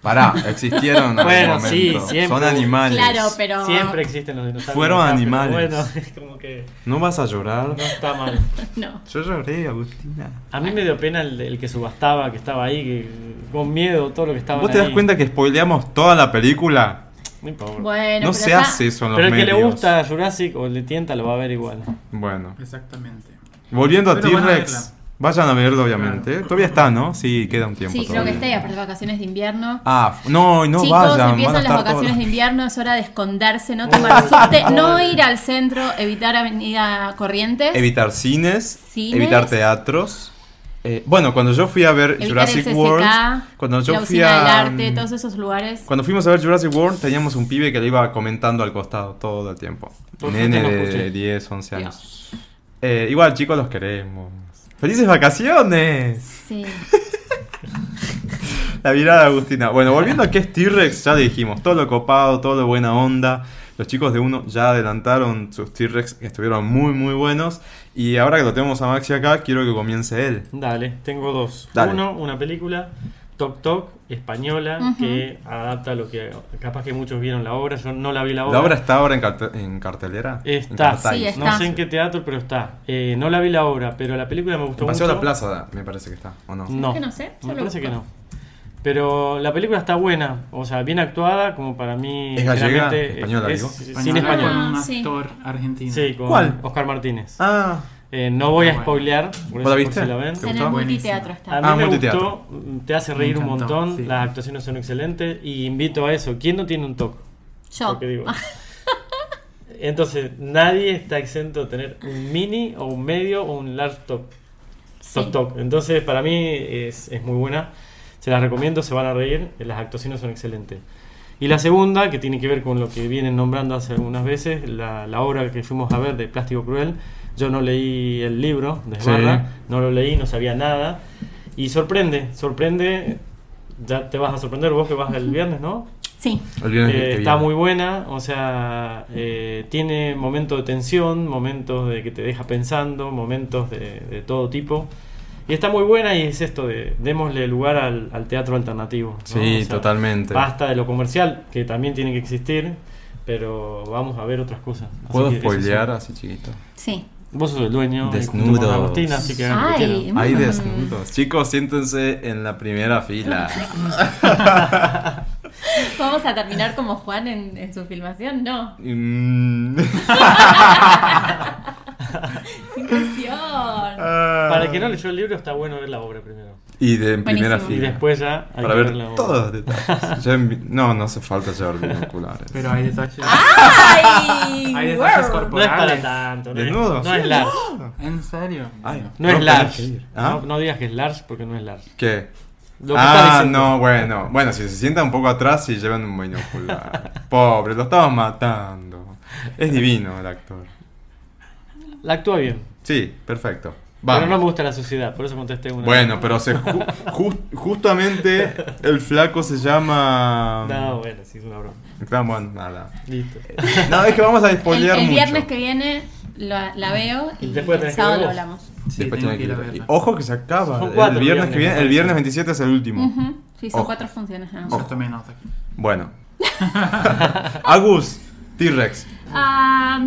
Pará, existieron en algún
Bueno,
momento.
sí, siempre.
Son animales.
Claro, pero.
Siempre existen los dinosaurios.
Fueron
acá, pero
animales.
Bueno, es como que
¿No vas a llorar?
no está mal.
No.
Yo lloré, Agustina.
A mí me dio pena el, el que subastaba, que estaba ahí, que- con miedo, todo lo que estaba
¿Vos te das cuenta que spoileamos toda la película?
Bueno,
no
pero
se
ya-
hace eso en los
Pero el que
medios.
le gusta Jurassic o le tienta lo va a ver igual.
Bueno,
Exactamente.
volviendo a
Pero van a
T-Rex.
verla.
Vayan a verlo, obviamente. Todavía está, ¿no? Sí, queda un tiempo.
Sí, creo que
todavía.
está y aparte vacaciones de invierno.
Ah, no, no
Chicos,
vayan. van a
empiezan las
estar todos- Oh,
vacaciones de invierno, es hora de esconderse, no tomar subte, no ir al centro, evitar avenida Corrientes.
Evitar cines,
Cines.
evitar teatros. Eh, bueno, cuando yo fui a ver
El
Jurassic
CCK,
World, cuando yo
la
fui
usina
a mm,
del arte, todos esos lugares.
cuando fuimos a ver Jurassic World, teníamos un pibe que le iba comentando al costado todo el tiempo.
Por
Nene
suerte no
de
escuché.
10, 11 años. Eh, igual, chicos, los queremos. ¡Felices vacaciones!
Sí.
La mirada de Agustina. Bueno, volviendo a que es T-Rex, ya dijimos, todo lo copado, todo lo buena onda. Los chicos de uno ya adelantaron sus T-Rex que estuvieron muy, muy buenos. Y ahora que lo tenemos a Maxi acá, quiero que comience él.
Dale, tengo dos.
Dale.
Uno, una película, Toc Toc, española, que adapta lo que. Capaz que muchos vieron la obra, yo no la vi la obra.
¿La obra está ahora en, carte- en cartelera? En
Está,
cartaz.
Sí, está.
no sé en qué teatro, pero está. Eh, no la vi la obra, pero la película me gustó
En Paseo de
mucho.
la Plaza, me parece que está, ¿o no?
No,
que no sé? Yo
me
lo
parece que
busco.
no. Pero la película está buena, o sea, bien actuada, como para mí.
¿Es gallega?
sinceramente, es-
¿Española,
es-
digo?
Cine
Española
español.
con un
Ah, sí.
actor argentino.
Sí, con
¿Cuál?
Oscar Martínez.
Ah,
Eh, no voy a
Bueno.
spoilear, por
¿Vos la
eso, por
viste?
si la ven.
¿Te
En
gustó?
el multiteatro está.
A mí
Ah,
me
multiteatro.
gustó, te hace
Me
reír un
encantó,
montón,
sí.
las actuaciones son excelentes y invito a eso. ¿Quién no tiene un toque?
Yo. Ah,
Lo que digo. Entonces, nadie está exento de tener un mini o un medio o un large top. Top top. Entonces, para mí es, es muy buena. Se las recomiendo, se van a reír. Las actuaciones son excelentes. Y la segunda, que tiene que ver con lo que vienen nombrando hace algunas veces, la, la obra que fuimos a ver de Plástico Cruel. Yo no leí el libro de
Sí.
Esbarra, no lo leí, no sabía nada. Y sorprende, sorprende. Ya te vas a sorprender vos que vas el viernes, ¿no?
Sí.
el viernes
Eh,
que
está
viene.
muy buena, o sea, eh, tiene momentos de tensión, momentos de que te deja pensando, momentos de, de todo tipo. Y está muy buena y es esto de démosle lugar al, al teatro alternativo. ¿no?
Sí,
O sea,
totalmente.
Basta de lo comercial, que también tiene que existir, pero vamos a ver otras cosas. Así
¿Puedo
que eso
spoilear
sí.
así chiquito?
Sí.
Vos sos el dueño. y junto con
Desnudos.
Agustina, así que hagan lo que
Ay.
quieran.
Hay desnudos. Chicos, siéntense en la primera fila.
¿Vamos a terminar como Juan en, en su filmación? No.
Mm.
Inclusión.
Para el que no leyó el libro, está bueno ver la obra primero.
Y de en primera
Buenísimo.
Y
fila.
después ya. hay
Para
que
ver
la obra.
todos los detalles. Yo envi- no, no hace falta llevar binoculares.
Pero hay detalles.
¡Ay!
Hay detalles
No es para
corporales.
tanto, no, es-
Desnudo,
no
sí.
es largo.
¿En serio?
Ay,
No es
tenés que
large.
ir. ¿Ah?
No, no digas que es large porque no es large.
¿Qué?
Lo que estás
ah,
diciendo.
no, bueno. Bueno, si se sientan un poco atrás y llevan un binocular. Pobre, lo estamos matando. Es divino el actor.
La actúa bien.
Sí, perfecto.
Pero
Vamos.
no me gusta la sociedad, por eso contesté una.
Bueno, pero se ju- ju- justamente el flaco se llama.
No, bueno, sí, es una broma.
Está bueno, nada.
Listo.
No, es que vamos a
El,
spoilear
el
mucho.
viernes que viene la, la veo y
Después
el
tenés que
sábado
ver
lo
vos.
hablamos.
Sí,
Después
tengo
tiene
que ir a
que ir.
verla.
Ojo que se acaba.
Son
el
cuatro
viernes que viene,
viernes,
el viernes 27 es el último.
Ujú. Sí, son
Ojo.
cuatro funciones nada más.
Ya tomé nota aquí.
Bueno. Agus, T-Rex.
Ah,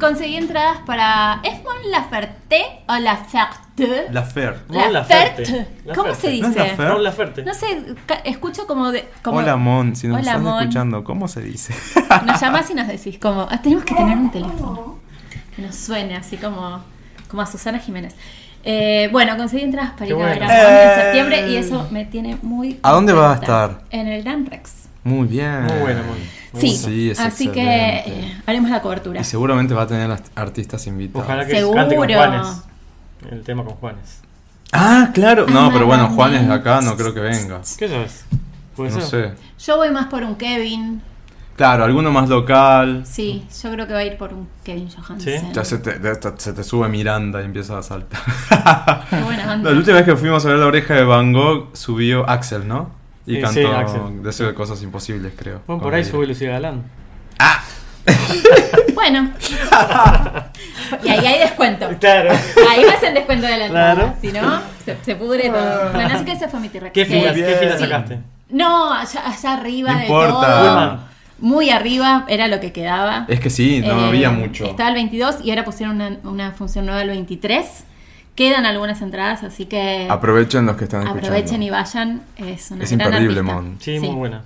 conseguí entradas para. ¿Es Mon Laferte o Laferte?
Fer.
Mon
Laferte.
Laferte.
¿Cómo se
¿No es
dice?
Laferte?
No, la Ferte.
No sé, ca- escucho como de. Como
Hola Mon, si nos
Hola,
estás
Mon.
escuchando, ¿cómo se dice?
Nos llamás y nos decís como, "Ah, tenemos que tener un teléfono que nos suene así como, como a Susana Jiménez. Eh, bueno, conseguí entradas para ir
Qué
a ver
bueno.
a Juan en
¡Eh!
septiembre y eso me tiene muy...
¿A dónde vas a
contenta.
estar?
En el Dan Rex.
Muy bien.
Muy buena, Mon. Me
Sí,
gusta.
Sí, es
así que
excelente.
eh, haremos la cobertura.
Y seguramente va a tener art- artistas invitados.
Ojalá que
Seguro.
cante con Juanes. El tema con Juanes.
Ah, claro. No,
Ah,
pero bueno,
Mon.
Juan es de acá, no creo que venga.
¿Qué sabes? ¿Puede
No
ser?
sé.
Yo voy más por un Kevin.
Claro, alguno más local.
Sí, yo creo que va a ir por un Kevin Johansen.
Sí.
Ya se te, de- te- se te sube Miranda y empiezas a saltar.
Qué buena onda.
La última vez que fuimos a ver la oreja de Van Gogh subió Axel, ¿no? Y
Eh, sí,
cantó
Axel.
Deseo de cosas imposibles, creo. Con
Bueno, por ahí
Aire.
sube Lucía Galán.
Bueno. y ahí hay descuento.
Claro.
Ahí me hacen descuento de la entrada.
Claro.
Si no, se, se pudre
Ah.
todo. Bueno, así que ese fue mi T-Rex.
¿Qué
Eh,
fila, ¿qué
bien.
fila
Sí.
sacaste?
No, allá, allá arriba
No
de
importa.
todo. Muy arriba era lo que quedaba.
Es que sí, no
Eh,
había mucho.
Estaba el 22 y ahora pusieron una, una función nueva el 23. Quedan algunas entradas, así que
Aprovechen los que están escuchando.
aprovechen y vayan. Es una
Es
gran
imperdible,
artista.
Mon.
Sí, muy buena.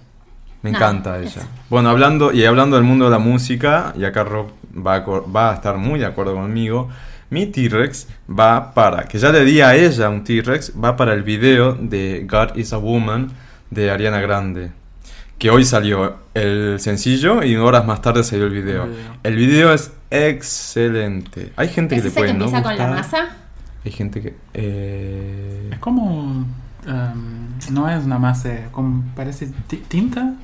Me
No,
encanta
eso.
ella. Bueno, hablando y hablando del mundo de la música, y acá Rob va a, co- va a estar muy de acuerdo conmigo, mi T-Rex va para, que ya le di a ella un T-Rex, va para el video de God is a Woman de Ariana Grande. Que hoy salió el sencillo y horas más tarde salió el video.
El video.
El video es excelente. Hay gente
¿Es
que le
ese que
puede no
empieza con la
gustar.
masa?
Hay gente que. eh,
Es como. em, no es una masa, como parece ti- tinta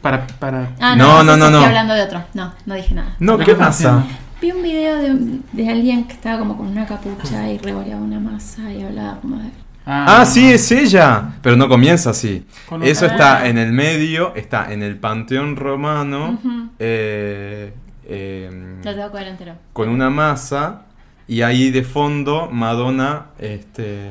para. para
Ah,
No,
no, no,
no, no,
no. Estoy
no.
hablando de otro. No, no dije nada.
No,
¿Qué
¿qué
están
pasa?
haciendo?
Vi un video de, un- de alguien que estaba como con una capucha y revoleaba una masa y hablaba como de.
Ah, sí, es ella. Pero no comienza así.
Con un-
Eso
Ah.
está en el medio, está en el panteón romano, eh, eh,
Lo tengo cuadro entero.
con una masa, y ahí de fondo Madonna este,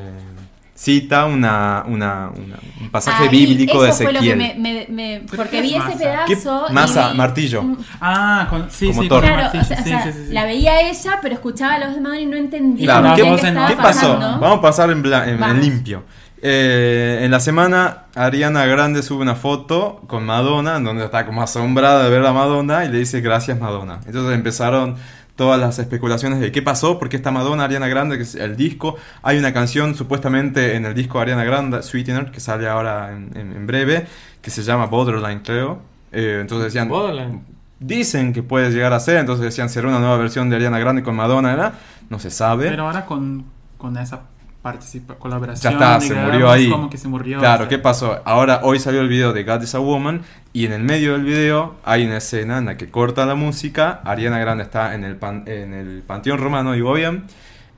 cita una, una- una- un pasaje
Ahí,
bíblico de
Ah, Eso fue lo que
Ezequiel.
me, me- me- porque vi
Masa.
ese pedazo.
¿Qué?
y
Masa,
vi-
martillo.
Mm,
Ah, con, sí,
Como
sí,
torre.
con el
Claro, o sea,
martillo,
o sea,
sí, sí, sí, sí.
la veía ella, pero escuchaba la voz de Madonna y no entendía
Claro,
qué,
¿qué-
que estaba
¿Qué pasó?
pasando.
Vamos a pasar en, bla- en- en
Vamos.
limpio. Eh, en la semana, Ariana Grande sube una foto con Madonna, en donde está como asombrada de ver a Madonna y le dice gracias Madonna. Entonces empezaron todas las especulaciones de qué pasó, por qué está Madonna, Ariana Grande, que es el disco. Hay una canción supuestamente en el disco de Ariana Grande, Sweetener, que sale ahora en, en- en breve, que se llama Borderline, creo. Eh, entonces decían,
Borderline.
dicen que puede llegar a ser, entonces decían, será una nueva versión de Ariana Grande con Madonna, ¿verdad? No se sabe.
Pero ahora con, con esa participa colaboración.
Ya está, se
digamos,
murió ahí.
Como que se murió.
Claro,
o sea.
¿qué pasó? Ahora hoy salió el video de God is a Woman y en el medio del video hay una escena en la que corta la música, Ariana Grande está en el, pan- en el panteón romano, digo bien,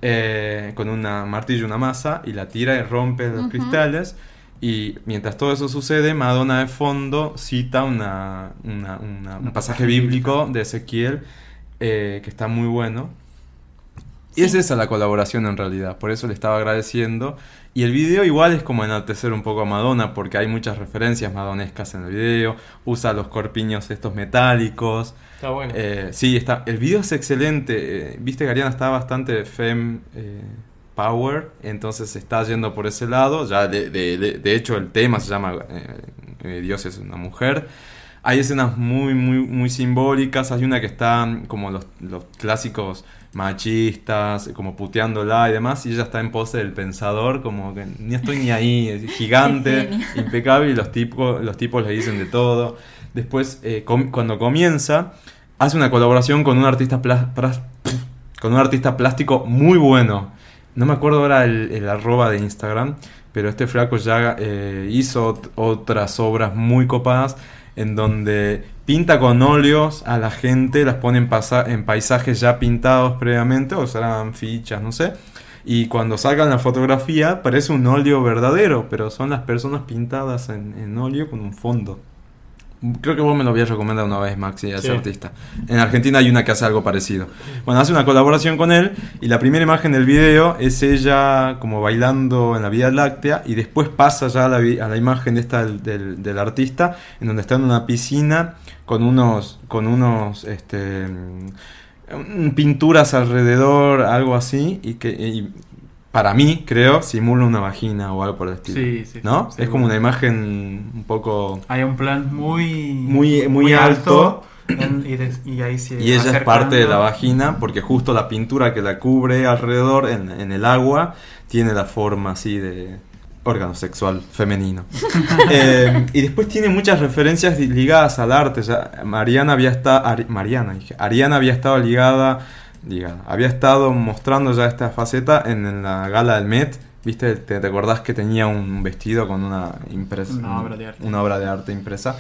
eh, con un martillo, una masa, y la tira y rompe los cristales. Y mientras todo eso sucede, Madonna de fondo cita una, una- una- un pasaje bíblico de Ezequiel eh, que está muy bueno. Y es esa la colaboración en realidad, por eso le estaba agradeciendo. Y el video igual es como enaltecer un poco a Madonna, porque hay muchas referencias madonescas en el video, usa los corpiños estos metálicos.
Está bueno.
Eh, sí, está, el video es excelente, eh, viste que Ariana está bastante femme eh, power, entonces se está yendo por ese lado, ya de, de- de- de hecho el tema se llama eh, eh, Dios es una mujer. Hay escenas muy, muy, muy simbólicas. Hay una que está mm, como los, los clásicos machistas, como puteándola y demás. Y ella está en pose del pensador, como que ni estoy ni ahí, es gigante, impecable. Y los, tipos los tipos le dicen de todo. Después, eh, com- cuando comienza, hace una colaboración con un artista plas- pras- con un artista plástico muy bueno. No me acuerdo ahora el, el arroba de Instagram, pero este flaco ya eh, hizo ot- otras obras muy copadas en donde pinta con óleos a la gente, las pone en, pasa- en paisajes ya pintados previamente, o serán fichas, no sé. Y cuando sacan la fotografía parece un óleo verdadero, pero son las personas pintadas en, en óleo con un fondo. Creo que vos me lo habías recomendado una vez, Maxi, a ese
Sí.
artista. En Argentina hay una que hace algo parecido. Bueno, hace una colaboración con él y la primera imagen del video es ella como bailando en la Vía Láctea y después pasa ya a la, vi- a la imagen de esta del, del- del artista en donde está en una piscina con unos, con unos este, mm, pinturas alrededor, algo así, y que y para mí, creo, simula una vagina o algo por el estilo.
Sí, sí,
¿No?
sí,
es como
seguro.
una imagen un poco...
Hay un plan muy.
Muy- muy alto.
en- y, des- y ahí se
Y ella es
acercando.
parte de la vagina porque justo la pintura que la cubre alrededor en, en el agua tiene la forma así de órgano sexual femenino. Eh, y después tiene muchas referencias li- ligadas al arte. ya. Mariana había estado... Mariana, dije. Ariana había estado ligada... ligada, había estado mostrando ya esta faceta en, en la gala del Met. ¿Viste? ¿Te, te acordás que tenía un vestido con una impresa?
Una obra de arte.
Una obra de arte impresa.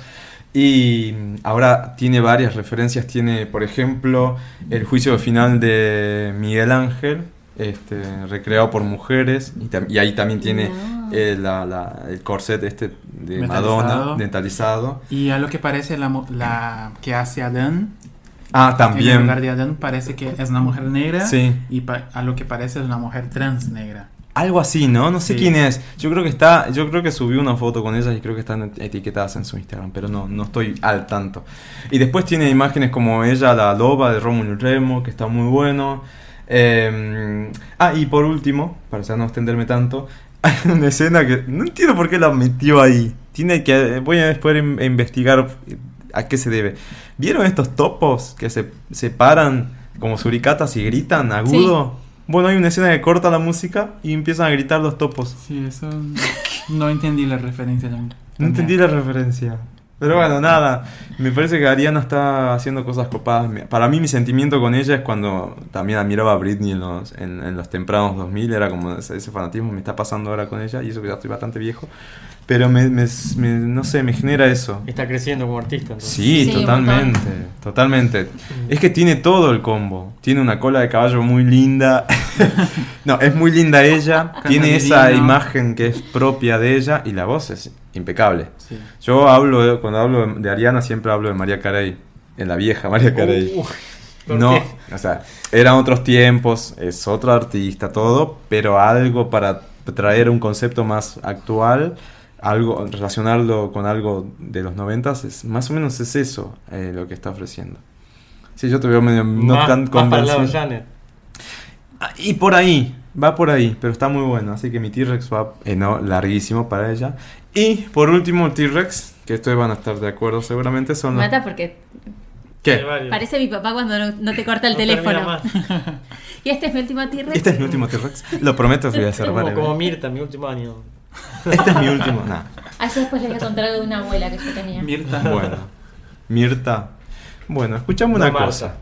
Y mm, ahora tiene varias referencias. Tiene, por ejemplo, el juicio final de Miguel Ángel, este, recreado por mujeres. Y, tam- y ahí también tiene eh, la- la- el corset este de Madonna,
Metalizado.
dentalizado.
Y a lo que parece la, mo- la que hace Adán.
Ah,
En el lugar
también.
de Adán parece que es una mujer negra.
Sí.
Y pa- a lo que parece es una mujer trans negra.
Algo así, ¿no? No sé
Sí.
quién es. Yo creo que está, yo creo que subió una foto con ellas y creo que están etiquetadas en su Instagram, pero no, no estoy al tanto. Y después tiene imágenes como ella, la loba de Rómulo y Remo, que está muy bueno. Eh, ah, y por último, para ya no extenderme tanto, hay una escena que no entiendo por qué la metió ahí. Tiene que, voy a después in- investigar a qué se debe. ¿Vieron estos topos que se, se paran como suricatas y gritan agudo? Bueno, hay una escena que corta la música y empiezan a gritar los topos.
Sí, eso. No entendí la referencia.
No entendí la referencia. Pero bueno, nada. Me parece que Ariana está haciendo cosas copadas. Me- Para mí, mi sentimiento con ella es cuando también admiraba a Britney en los, en, en los tempranos 2000. Era como ese, ese fanatismo me está pasando ahora con ella. Y eso que ya estoy bastante viejo. Pero me, me- me- no sé, me genera eso.
Está creciendo como artista. entonces.
Sí,
Sí, un
totalmente, totalmente. Es que tiene todo el combo. Tiene una cola de caballo muy linda. no, es muy linda ella. Tiene esa
divino.
imagen que es propia de ella y la voz es impecable.
Sí.
Yo hablo, de- cuando hablo de- de Ariana, siempre hablo de María Carey, en la vieja María Carey.
Uh, ¿por
no,
qué?
o sea, eran otros tiempos, es otro artista, todo, pero algo para traer un concepto más actual, algo relacionarlo con algo de los noventas, es, más o menos es eso eh, lo que está ofreciendo. Sí, yo te veo medio no
Más-
tan
más para el lado de
convencido.
Janet.
Ah, Y por ahí, va por ahí, pero está muy bueno. Así que mi T-Rex va eh, no, larguísimo para ella. Y por último, T-Rex, que ustedes van a estar de acuerdo seguramente, son los...
Mata porque
Hay
¿Qué?
varios.
parece mi papá cuando no, no te corta el
No termina
teléfono.
más.
Y este es mi último T-Rex.
Este es mi último T-Rex. Lo prometo, voy a hacer
Como,
varias
como
veces.
Mirta, mi último año.
Este es mi último. Nah,
Ah, yo después les voy a contar algo de una abuela que yo tenía.
Mirta.
bueno. Mirta. Bueno, escuchame una
No, Marta.
cosa.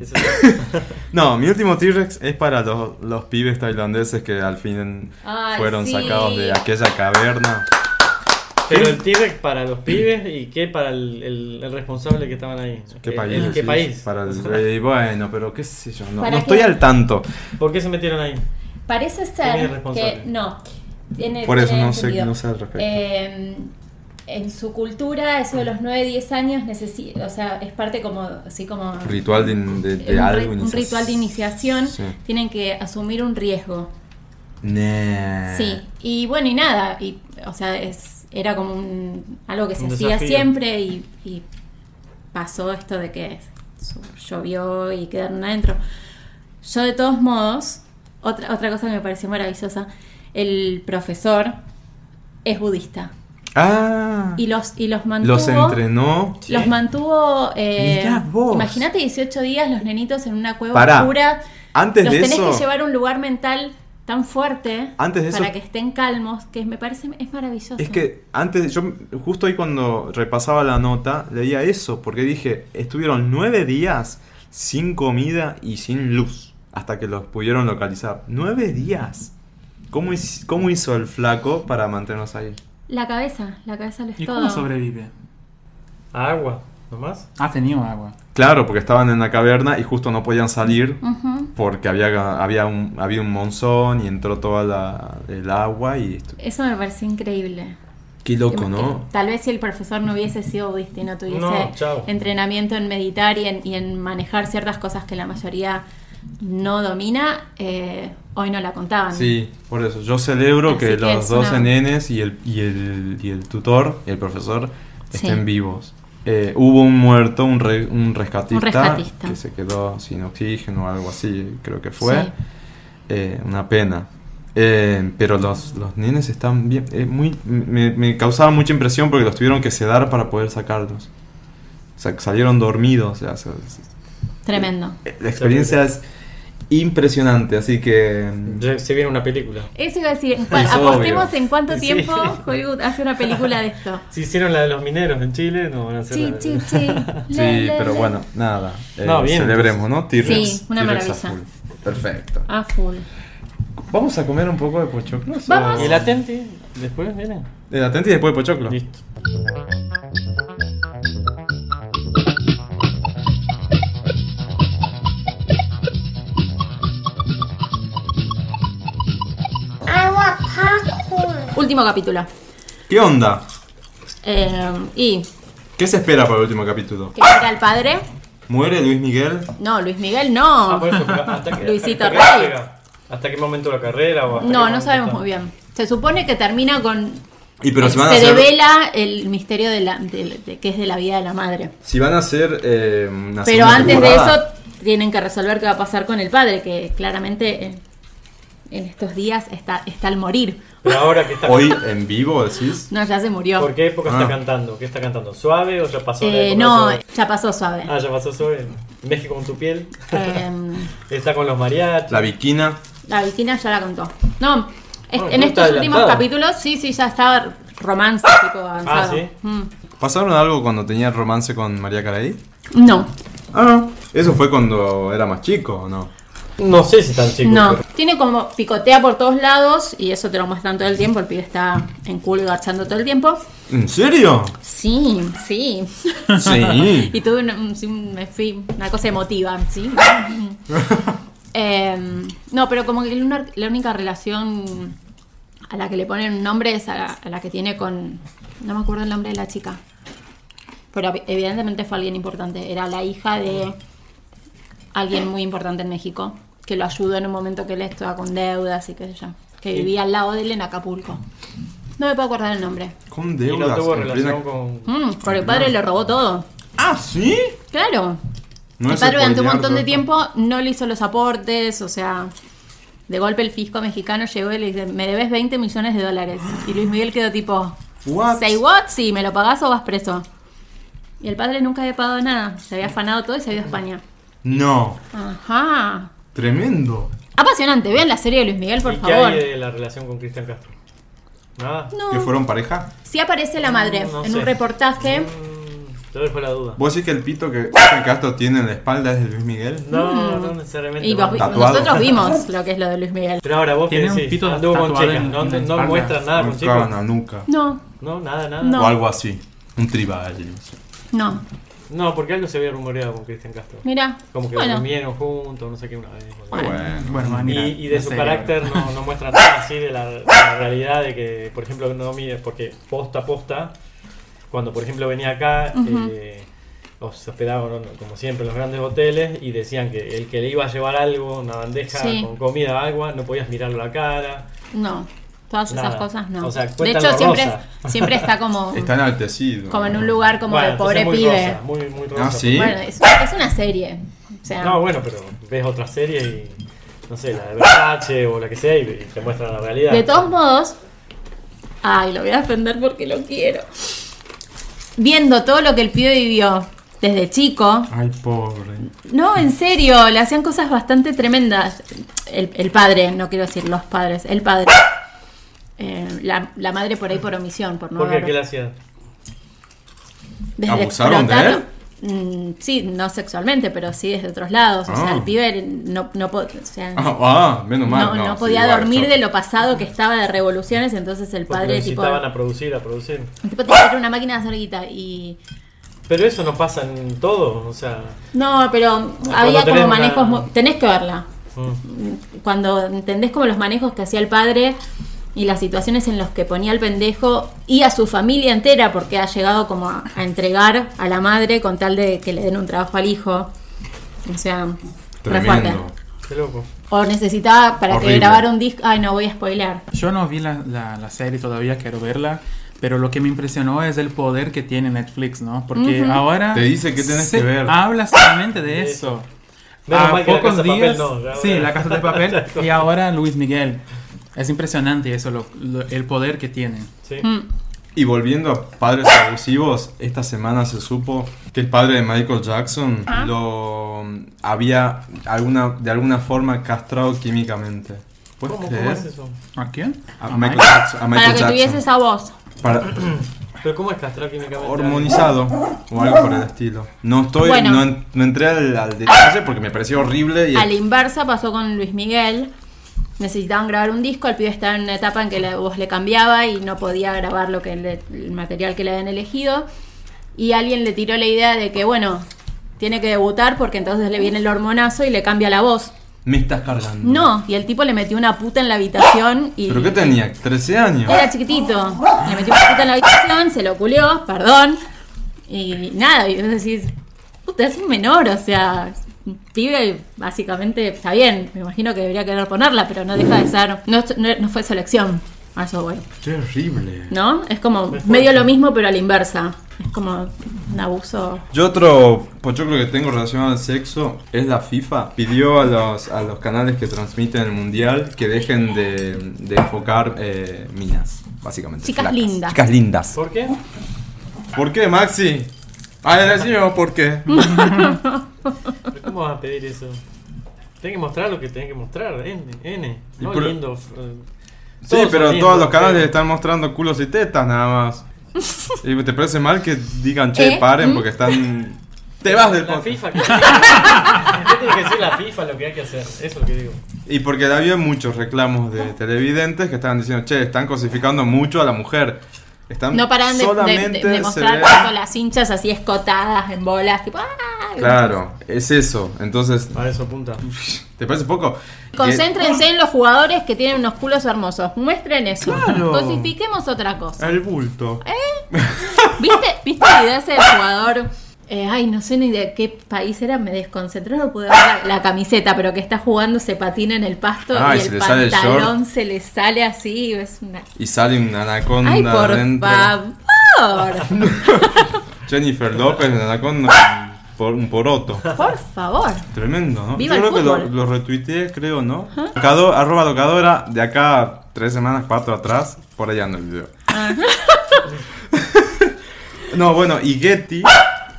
Ese es-
No, mi último T-Rex es para los, los pibes tailandeses que al fin
Ay,
fueron
sí.
sacados de aquella caverna.
Pero el T-Rex para los pibes y qué para el, el- el responsable que estaban ahí.
¿Qué
El-
país?
el- ¿Qué
sí,
país?
Para el- eh, bueno, pero qué sé yo. No,
¿Para
no
qué?
estoy al tanto.
¿Por qué se metieron ahí?
Parece
Tiene
ser
responsable.
que no. Tiene-
Por eso
tiene
no sé,
sentido.
no sé al respecto.
Eh, en su cultura, eso de los 9, 10 años, necesi- o sea, es parte como, así como
ritual de, de, de
un,
algo.
ri- un
inicia-
ritual de iniciación,
Sí.
tienen que asumir un riesgo.
Nah.
Sí, y bueno, y nada, y, o sea, es, era como un, algo que se
Un
hacía
desafío.
siempre y, y pasó esto de que su- llovió y quedaron adentro. Yo de todos modos, otra, otra cosa que me pareció maravillosa, el profesor es budista
Ah.
y los, y los mantuvo...
los entrenó.
Los mantuvo, eh,
Mirá vos.
imagínate 18 días los nenitos en una cueva
Pará.
oscura.
Antes
los
de
tenés
eso.
que llevar a un lugar mental tan fuerte
Antes de eso-
para que estén calmos, que me parece es maravilloso.
Es que antes, yo justo ahí cuando repasaba la nota, leía eso, porque dije, estuvieron nueve días sin comida y sin luz, hasta que los pudieron localizar. Nueve días. ¿Cómo, his- cómo hizo el flaco para mantenernos ahí?
la cabeza, la cabeza lo es
¿Y
todo.
cómo sobrevive?
¿A agua? ¿Nomás?
Ha tenido agua.
Claro, porque estaban en la caverna y justo no podían salir
Ujú.
porque había, había, un, había un monzón y entró toda la, el agua y... estu-
Eso me pareció increíble.
Qué loco,
Que
¿no?
Tal vez si el profesor no hubiese sido budista y no tuviese
No, chau.
entrenamiento en meditar y en, y en manejar ciertas cosas que la mayoría no domina, eh, hoy no la contaban.
Sí, por eso. Yo celebro
Así
que,
que
los
es
dos
una-
nenes y el, y, el, y el tutor, el profesor,
Sí.
estén vivos. Eh, hubo un muerto, un, re- un, rescatista
Un rescatista.
que se quedó sin oxígeno o algo así, creo que fue.
Sí.
Eh, una pena. Eh, pero los, los nenes están bien. eh, muy, me, me causaba mucha impresión porque los tuvieron que sedar para poder sacarlos. O sea, salieron dormidos. o sea, se- se-
Tremendo.
la experiencia es impresionante, así que. mm,
Ya Se viene una película.
Eso iba a decir, en cuan-
Es
apostemos
obvio.
en cuánto
Sí.
tiempo Hollywood hace una película de esto.
Si hicieron la de los mineros en Chile, no van a hacer la
Chi,
de-
chi, chi.
Sí,
Le, le,
pero
le.
bueno, nada. eh,
No, bien,
Celebremos, ¿no? T-Rex.
Sí, una
T-Rex
maravilla.
azul. Perfecto.
A Ah, full.
Vamos a comer un poco de pochoclos.
Vamos.
¿Y el Atenti? ¿Después viene?
El Eh, atenti y después de pochoclo.
Listo.
Último capítulo.
¿Qué onda?
Eh, y
¿Qué se espera para el último capítulo?
que muera el padre.
¿Muere Luis Miguel?
No, Luis Miguel,
Ah,
no.
por eso, pero hasta que-
Luisito
hasta que-
Rey.
¿Hasta qué momento la carrera? O hasta qué
No, no
momento
sabemos
está?
muy bien. Se supone que termina con.
Y pero si
se
van a hacer.
devela el misterio de la, de- de- que es de la vida de la madre.
Si van a hacer. eh, Ah, una
Pero
segunda
antes de eso
temporada,
tienen que resolver qué va a pasar con el padre, que claramente en, en estos días está, está al morir.
Pero ahora que está.
Hoy en vivo decís.
No, ya se murió.
¿Por qué época
Ah.
está cantando? ¿Qué está cantando? ¿Suave o ya pasó? la
Eh,
época
no,
suave?
ya pasó suave.
Ah, ya pasó suave. México con tu piel.
Eh,
Está con los mariachis.
La Viquina.
la Virginia ya la contó. No, es-
Ah,
en
tú estás
estos últimos
adelantada.
capítulos sí, sí, ya estaba romance tipo avanzado.
Ah, ¿sí?
Mm.
¿Pasaron algo cuando tenía romance con María Caraí?
No,
Ah, eso fue cuando era más chico, ¿o no?
No sé si tan chico.
no.
pero-
Tiene como picotea por todos lados y eso te lo muestran todo el tiempo. El pibe está en culo y garchando todo el tiempo.
¿En serio?
Sí, sí.
Sí.
Y tuve un- un- sí, un- me fui- una cosa emotiva, ¿sí? Em, no, pero como que una- la única relación a la que le ponen un nombre es a la, a la que tiene con... No me acuerdo el nombre de la chica. Pero ev- evidentemente fue alguien importante. Era la hija de alguien muy importante en México, que lo ayudó en un momento que él estaba con deudas y qué sé yo. Que vivía al lado de él en Acapulco. No me puedo acordar el nombre.
Con
Y
deudas.
no tuvo
en plena-
relación con.
Mm, porque el padre le robó todo.
Ah, ¿sí?
Claro.
No
el
es
padre durante un
spoilear
montón de
todo.
tiempo no le hizo los aportes, o sea, de golpe el fisco mexicano llegó y le dice, me debes 20 millones de dólares. Y Luis Miguel quedó tipo,
What?
say what, si me lo pagás o vas preso. Y el padre nunca había pagado nada, se había afanado todo y se había ido a España.
No.
Ajá.
Tremendo.
Apasionante, vean la serie de Luis Miguel, por
¿Y qué
favor.
hay de la relación con Cristian Castro? Nada.
¿Que
No,
fueron pareja?
sí aparece la madre
No, no
en
sé.
un reportaje.
Mm, Te dejo la duda.
¿Vos decís que el pito que Cristian Castro tiene en la espalda es de Luis Miguel?
No, no necesariamente.
Mm. Y vos-
no.
Tatuado.
nosotros vimos lo que es lo de Luis Miguel.
Pero ahora vos qué
Tiene un
decís,
pito
anduvo con
tatuado
chicas,
en-
no,
en la
no
espalda.
muestras nada con
Nunca,
chicas.
no, nunca.
No,
No, nada, nada.
No.
O algo así. Un tribal.
no.
No, porque algo se había rumoreado con Cristian Castro.
Mira.
Como que
bueno.
durmieron juntos, no sé qué una vez.
Bueno.
Bueno, más
Y,
Ah, mira,
y de
no
su
sé,
carácter no, no muestra nada así de la, de la realidad de que, por ejemplo, no mires, porque posta a posta, cuando por ejemplo venía acá, eh, os se hospedaba, ¿no? como siempre, en los grandes hoteles y decían que el que le iba a llevar algo, una bandeja
Sí.
con comida, agua, no podías mirarlo a la cara.
No, todas
Nada.
esas cosas no.
O sea,
de
cuéntalo
hecho, siempre,
rosa.
siempre está como,
Está enaltecido.
como en un lugar como
Bueno,
de pobre
entonces muy
pibe.
rosa, muy, muy rosa.
Ah, sí.
Bueno, es, es una serie. O sea,
No, bueno, pero ves otra serie y, no sé, la de Versace o la que sea y, y te muestran la realidad.
de todos modos, ay, lo voy a defender porque lo quiero. Viendo todo lo que el pibe vivió desde chico,
Ay, pobre.
no, en serio, le hacían cosas bastante tremendas. El, el padre, no quiero decir los padres, el padre. Eh, la, la madre por ahí por omisión, por no
Porque
haber-
aquel hacía...
desde
¿Abusaron de
explotarlo- Mm, sí, no sexualmente, pero sí desde otros lados. O sea,
Ah.
el pibe no, no, po- o sea,
Ah, ah, menos mal.
no-
No,
no
sí,
podía
igual,
dormir
yo-
de lo pasado que estaba de revoluciones, entonces el
Porque
padre
lo
tipo,
incitaban a producir, a producir.
tipo tenía que era una máquina de hacer guita y
Pero eso no pasa en todo, o sea...
no, pero
Cuando
había
tenés
como
una-
manejos, mu- tenés que verla.
mm.
Cuando entendés como los manejos que hacía el padre y las situaciones en las que ponía al pendejo y a su familia entera, porque ha llegado como a, a entregar a la madre con tal de que le den un trabajo al hijo. O sea, re fuerte.
Tremendo.
Qué loco.
O necesitaba para
Horrible.
que grabara un disco. Ay, no voy a spoiler.
Yo no vi la, la- la serie todavía, quiero verla. Pero lo que me impresionó es el poder que tiene Netflix, ¿no? Porque ahora...
Te dice qué tenés
se
que ver.
Habla solamente de eso.
Menos
A
mal que la
Ah, pocos
Casa de Papel
días...
no, ya
sí,
ahora-
La Casa de Papel. y ahora Luis Miguel. Es impresionante eso, lo- lo- el poder que tiene.
Sí.
Mm.
Y volviendo a padres abusivos, esta semana se supo que el padre de Michael Jackson
Ah.
lo mm, había alguna, de alguna forma castrado químicamente. ¿Puedes
¿Cómo,
creer?
cómo es eso?
¿A quién?
A Michael Jackson. a
Para
Michael
que tuviese
Jackson.
esa voz.
Para-
¿Pero cómo es castrar químicamente?
hormonizado o algo por el estilo. No estoy,
Bueno.
no, en- no entré al, al detalle porque me pareció horrible y
A la inversa pasó con Luis Miguel. Necesitaban grabar un disco, el pibe estaba en una etapa en que la voz le cambiaba y no podía grabar lo que le- el material que le habían elegido. Y alguien le tiró la idea de que, bueno, tiene que debutar porque entonces le viene el hormonazo y le cambia la voz.
me estás cargando.
No, y el tipo le metió una puta en la habitación y...
¿Pero qué tenía? ¿13 años?
Era chiquitito. Le metió una puta en la habitación, se lo culió, perdón. Y nada, y vos decís, puta, es un menor, o sea, un pibe básicamente está bien. Me imagino que debería querer ponerla, pero no deja de ser. No, no- no fue selección. A eso voy.
Terrible.
¿No? Es como medio lo mismo, pero a la inversa. Es como un abuso.
Yo otro pochoclo que tengo relacionado al sexo es la FIFA. Pidió a los, a los canales que transmiten el mundial que dejen de, de enfocar eh, minas, básicamente.
Chicas lindas.
Chicas lindas.
¿Por qué?
¿Por qué, Maxi? A ver, decime vos por qué.
¿Pero ¿Cómo vas a pedir eso? Tenés que mostrar lo que tenés que mostrar, N, N. No
Y por-
lindo. f- eh,
Sí,
todos son
pero
lindos,
todos los canales
pero-
están mostrando culos y tetas nada más. Y ¿Te parece mal que digan,
¿Eh?
che,
¿Mm?
paren porque están... Te vas del
La
podcast.
FIFA. ¿qué? Yo tengo que decir la FIFA lo que hay que hacer. Eso es lo que digo.
Y porque había muchos reclamos de televidentes que estaban diciendo, che, están cosificando mucho a la mujer. Están
No paran de, de,
solamente
de- de
se
mostrar
ve-
cuando las hinchas así escotadas en bolas, tipo, ¡ah!
Claro, es eso. Entonces,
Para eso apunta.
¿te parece poco?
Concéntrense en los jugadores que tienen unos culos hermosos. Muestren eso. Cosifiquemos otra cosa.
El bulto.
¿Viste, ¿Viste el video ese del jugador? Eh, ay, no sé ni de qué país era, me desconcentró, no pude ver la, la camiseta, pero que está jugando, se patina en el pasto
Ah, y
y
se
el
le sale el
pantalón
short.
se le sale así. Es una...
Y sale una anaconda
Ay, por
adentro.
favor,
Jennifer López, una anaconda, un por un poroto.
por favor.
Tremendo, ¿no?
Viva
Yo
el
creo que lo,
fútbol.
lo retuiteé, creo, ¿no? Locado- arroba locadora, de acá tres semanas, cuatro atrás, por allá anda el video.
Ah.
no, bueno, y Getty,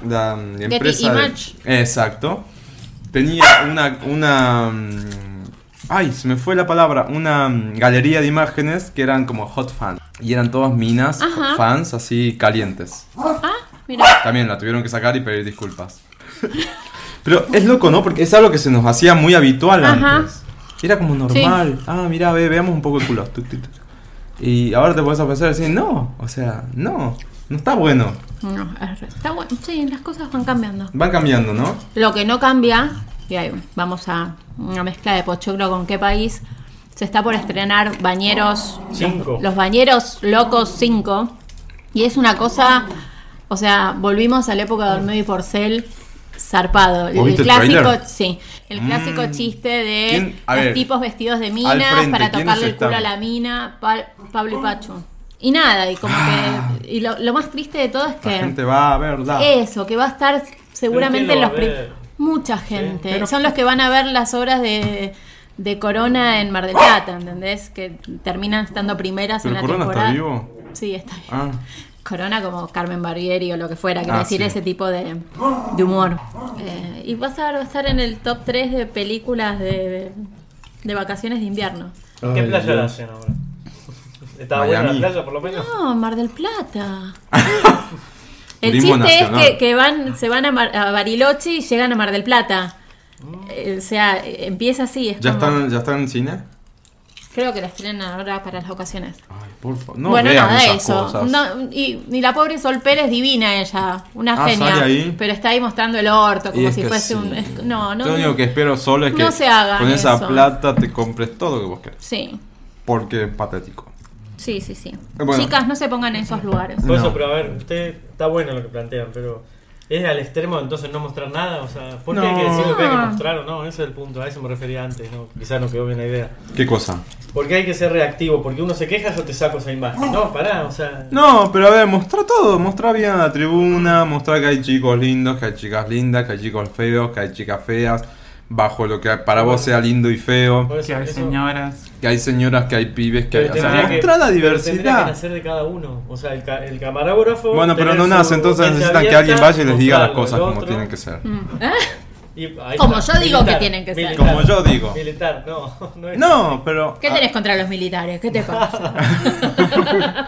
la mm, empresa. de-
Image.
exacto. Tenía una. una mm, ay, se me fue la palabra. Una mm, galería de imágenes que eran como hot fans. Y eran todas minas, fans así calientes.
Mira,
También la tuvieron que sacar y pedir disculpas. Pero es loco, ¿no? Porque es algo que se nos hacía muy habitual
Ajá.
antes. Era como normal. Ah, mira, ve, veamos un poco el culo. Tuc, tuc, tuc. Y ahora te puedes a pensar y decir, no, o sea, no, no está bueno.
no, es- está bueno. Sí, las cosas van cambiando.
Van cambiando, ¿no?
Lo que no cambia, y ahí vamos a una mezcla de pochoclo con qué país, se está por estrenar Bañeros.
Cinco.
Los, los Bañeros Locos 5. Y es una cosa, o sea, volvimos a la época de Olmedo y Porcel zarpado.
¿Vos viste el
clásico,
tráiler?
sí, el clásico
Mm.
chiste de
¿Quién? A
los
ver,
tipos vestidos de
al
minas
frente,
para
¿quiénes
tocarle el culo a
están?
la mina, Pa- Pablo y Pacho. Y nada, y como que y lo, lo más triste de todo es que
Ah. La gente va a verla.
eso, que va a estar seguramente
¿Pero
en
quién
los
lo va a
prim-
ver?
mucha gente.
pero-
Son los que van a ver las obras de, de Corona en Mar del Plata, ¿entendés? Que terminan estando primeras en la
Pero Corona está
temporada.
vivo.
Sí, está bien.
Ah,
Corona como Carmen Barbieri o lo que fuera, quiero
Ah,
decir
sí.
ese tipo de, de humor. Eh, y vas a ver, va a estar en el top 3 de películas de, de- de vacaciones de invierno.
¿Qué playa la hacen ahora? ¿Estaba buena
Miami.
la playa por lo menos?
No, Mar del Plata. El
Turismo
chiste
nacional.
es que, que van, se van a, Mar- a Bariloche y llegan a Mar del Plata. Eh, o sea, eh, empieza así. Es
¿Ya
como-
están, ¿Ya están en cine?
Creo que la estrenan ahora para las ocasiones.
Ay, por favor. No
bueno,
vean
nada de
esas
eso.
cosas.
No, y, y la pobre Sol Pérez, divina ella. Una
Ah,
genia.
sale ahí.
Pero está ahí mostrando el orto,
Y
como
es
si
que
fuese
sí.
un. es- no, no.
Yo lo único que espero solo es que
no se hagan
con esa
eso.
plata te compres todo lo que vos querés.
Sí,
Porque es patético.
sí, sí. sí.
Bueno.
Chicas, no se pongan en esos lugares.
Por eso,
No.
pero a ver, usted está bueno lo que plantean, pero es al extremo entonces no mostrar nada, o sea, ¿por qué hay que
No.
decir lo que hay que mostrar o no? Ese es el punto, a eso me refería antes, ¿no? quizás no quedó bien la idea.
¿Qué cosa?
Porque hay que ser reactivo, porque uno se queja, yo te saco esa imagen. No, pará, o sea.
No, pero a ver, mostrar todo, mostrar bien a la tribuna, mostrar que hay chicos lindos, que hay chicas lindas, que hay chicos feos, que hay chicas feas, bajo lo que para vos sea lindo y feo,
Por eso,
Que hay
eso-
señoras.
que hay señoras, que hay pibes, que hay...
pero
O sea,
tendría que-
mostrar la
pero Tendría que
diversidad.
nacer de cada uno. O sea, el, ca- el camarógrafo.
Bueno, pero
tener
no
su
nace, entonces
mente
necesitan que
abierta,
alguien vaya y les diga las
mostrarlo,
cosas
el
como
otro,
tienen que ser.
y ahí
Como
está,
yo digo que tienen que ser.
Como yo digo.
Militar, no. No, es-
No, pero...
¿Qué tenés contra los militares? ¿Qué te pasa?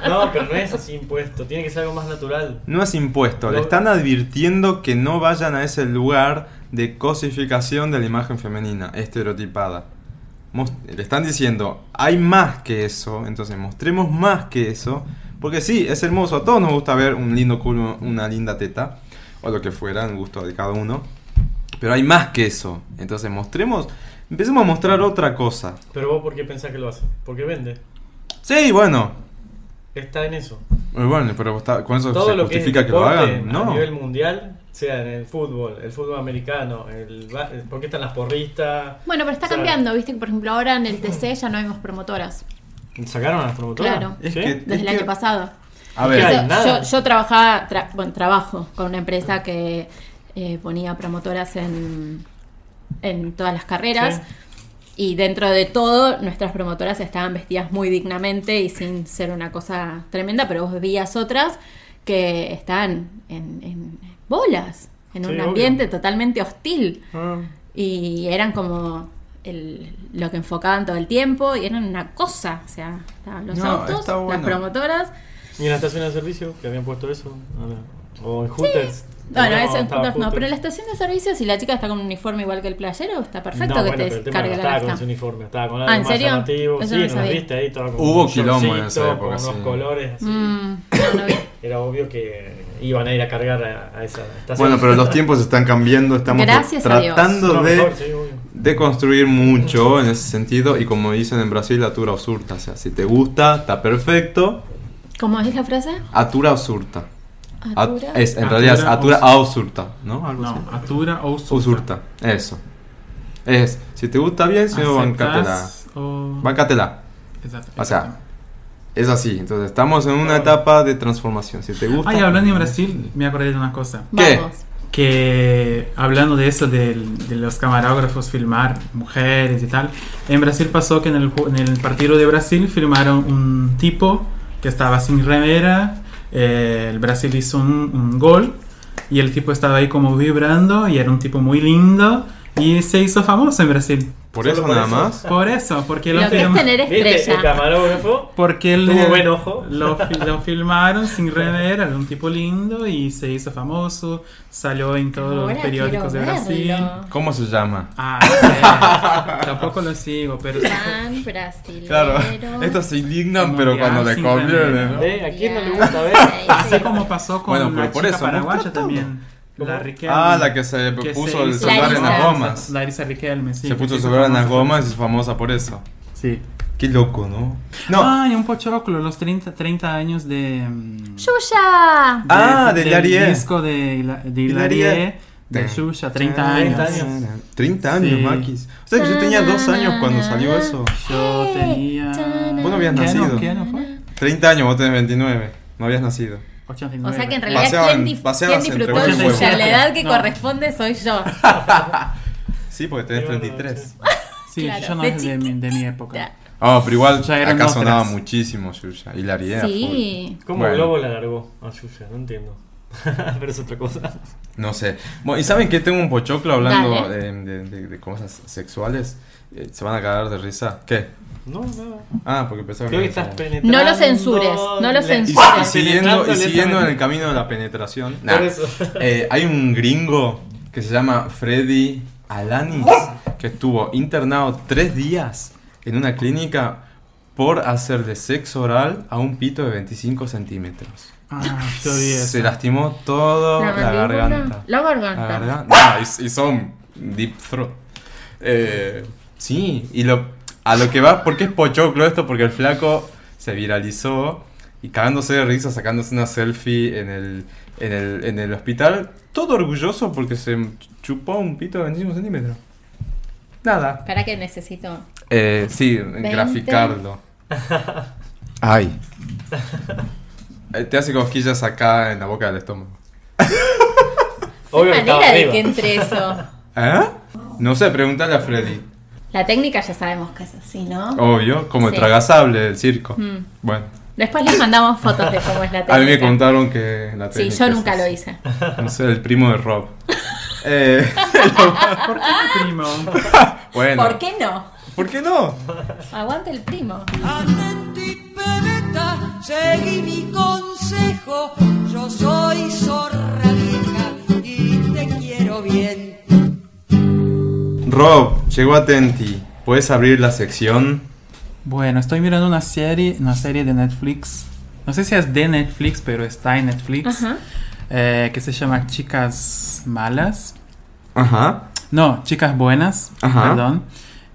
No, pero no es así impuesto, tiene que ser algo más natural.
No es impuesto, le
Lo-
están advirtiendo que no vayan a ese lugar de cosificación de la imagen femenina, estereotipada. Mos- le están diciendo, hay más que eso, entonces mostremos más que eso, porque sí, es hermoso, a todos nos gusta ver un lindo culo, una linda teta, o lo que fuera, un gusto de cada uno, pero hay más que eso, entonces mostremos, empecemos a mostrar otra cosa.
Pero vos, ¿por qué pensás que lo hace? Porque vende.
Sí, bueno,
Está en eso.
eh, bueno, pero está- con eso
Todo
se
lo que es
justifica que lo
deporte
hagan,
a
¿no?
nivel mundial, sea en el fútbol, el fútbol americano, el ba- ¿por qué están las porristas?
Bueno, pero está
O sea,
cambiando, viste que por ejemplo ahora en el TC ya no vemos promotoras,
¿Sacaron a las promotoras?
Claro.
Es
¿Sí?
que-
desde el
que-
año pasado.
A
¿Qué
ver,
hay?
Yo-
nada.
Yo, yo trabajaba, tra- bueno, trabajo con una empresa que eh, ponía promotoras en, en todas las carreras.
Sí.
Y dentro de todo, nuestras promotoras estaban vestidas muy dignamente y sin ser una cosa tremenda, pero vos veías otras que están en, en bolas, en
Sí,
un
obvio.
ambiente totalmente hostil.
Ah,
Y eran como el- lo que enfocaban todo el tiempo y eran una cosa. O sea, estaban los
No,
autos,
está bueno.
las promotoras.
Y en la estación de servicio, que habían puesto eso. a la- O en Hooters.
Bueno, no, eso en
estaba
Hooters no,
Hooters.
pero en la estación de servicio, si la chica está con un uniforme igual que el playero, está perfecto
No,
que
bueno, pero
te
el tema es que
cargue la
no estaba con su
nafta.
uniforme, estaba con
Ah,
algo
¿en
más
serio?
llamativo.
Eso
sí,
no lo
nos
sabía.
viste ahí todo con
Hubo
un
quilombo en
shortcito,
esa época,
Con unos
sí.
colores así.
Mm, no, no vi.
Era obvio que iban a ir a cargar a, a esa estación.
Bueno, pero los tiempos están cambiando, estamos
Gracias a Dios.
tratando
No,
de,
mejor, sí, obvio.
de construir mucho en ese sentido y como dicen en Brasil, atura o surta, o sea, si te gusta, está perfecto,
¿Cómo es la frase?
atura o surta. At-
Atura.
Ah, es, en
Atura
realidad es atura
o-
o surta, ¿no? Algo así.
No, atura o
O surta, eso. Es, si te gusta bien, si no, bancátela.
Aceptás o-
Bancátela.
Exacto,
O sea,
exacto.
es así. Entonces, estamos en una etapa de transformación. Si te gusta.
Ay, hablando en Brasil, me acordé de una cosa.
¿Qué?
Vamos.
que hablando de eso del- de, los camarógrafos filmar mujeres y tal, en Brasil pasó que en el, ju- en el partido de Brasil filmaron un tipo que estaba sin remera, eh, el Brasil hizo un, un gol y el tipo estaba ahí como vibrando y era un tipo muy lindo y se hizo famoso en Brasil.
Por
Solo
eso
por
nada
eso.
más.
Por eso, porque lo,
Lo que es
film-
tener
¿Viste? El
estrella.
camarógrafo
porque
Tuvo
le-
buen ojo.
Lo, fi- lo filmaron sin remera, era un tipo lindo y se hizo famoso, salió en todos
Ahora
los periódicos de
quiero
Brasil.
verlo.
¿Cómo se llama?
Ah, sí. tampoco lo sigo, pero sí.
Tan brasilero.
Claro, estos se indignan, pero
Mundial
cuando le
sin
conviene,
remera.
¿no?
¿eh? ¿A quién no le
Ya.
gusta ver?
así como pasó con
Bueno, pero
la
por
chica
eso, muestra
paraguaya
todo.
también, la Riquelme.
Ah, la que se puso el
hizo
celular en las
Larisa.
gomas.
Larisa Riquelme, sí.
se
que
puso el
hizo
celular en las
famosa.
gomas y es famosa por eso.
Sí.
Qué loco, ¿no? No.
No. Ah, y un pochoclo, los 30, 30 años de. mm,
¡Yuya!
Ah, de
del
Hilarie.
disco de, Hila- de
Hilarie.
Hilarie, de
Ten.
Xuxa, 30
30
años.
Ah, años.
30 años,
Sí. Ah.
Maquis. O sea, que yo tenía dos años cuando salió eso.
Yo tenía.
Vos no habías
¿Qué año-
nacido.
¿Qué año fue?
30 años, vos tenés 29. No habías nacido.
89.
O sea que en realidad,
Paseaban-
¿quién, dif-
paseabas
quién
entre
disfrutó de
huevos y
Yuya?
huevos.
La edad que
No.
corresponde soy yo.
Sí, porque tenés
Sí, bueno,
33.
sí.
Sí,
claro,
yo no
de
es de mi, de mi época.
Ah, pero igual
Ya eran
acá sonaba
otras.
muchísimo, Yuya. Y la
Sí.
¿Cómo
Bueno.
Globo la largó a Yuya? No entiendo. pero es otra cosa.
No sé. Bueno, ¿y saben que tengo un pochoclo hablando
Dale.
eh, de, de- de cosas sexuales? Eh, se van a cagar de risa. ¿Qué?
No, no.
Ah, porque pensaba
Creo que
me
estás
decían.
penetrando.
No lo censures, no lo
le-
y,
censures.
y siguiendo, y
Penetrando
siguiendo en el
lentamente.
camino de la penetración,
Por
nah,
eso.
eh, hay un gringo que se llama Freddy Alanis que estuvo internado tres días en una clínica por hacerle sexo oral a un pito de 25 centímetros.
Ah, yo vi eso.
Se lastimó toda la
mandíbula,
garganta.
La
La
garganta.
verdad, no, y, y son deep throat. Eh, sí, y lo, a lo que va, ¿por qué es pochoclo esto? Porque el flaco se viralizó y cagándose de risa, sacándose una selfie en el, en el, en el hospital, todo orgulloso porque se chupó un pito de 25 centímetros. Nada.
¿Para qué necesito?
Eh, sí, graficarlo. Ay. Eh, Te hace cosquillas acá en la boca del estómago.
Obvio que
Hay manera
estaba
de
arriba.
que entre eso.
¿Eh? No sé, pregúntale a Freddy.
La técnica ya sabemos que es así, ¿no?
Obvio, como
Sí.
el tragasable del circo.
Mm.
Bueno,
Después les mandamos fotos de cómo es la técnica.
a mí me contaron que la
Sí,
técnica
yo
es
nunca lo
esa.
hice.
No sé, el primo de Rob. Eh,
¿Por qué tu primo?
bueno,
¿Por qué no?
¿por qué no?
Aguante el primo.
Atento y pereta, seguí mi consejo. Yo soy zorra vieja y te quiero bien.
Rob, llegó Atenti. ¿Puedes abrir la sección?
Bueno, estoy mirando una serie, una serie de Netflix. No sé si es de Netflix, pero está en Netflix.
Ajá.
eh, que se llama Chicas Malas.
Ajá.
No, Chicas Buenas,
Ajá.
perdón.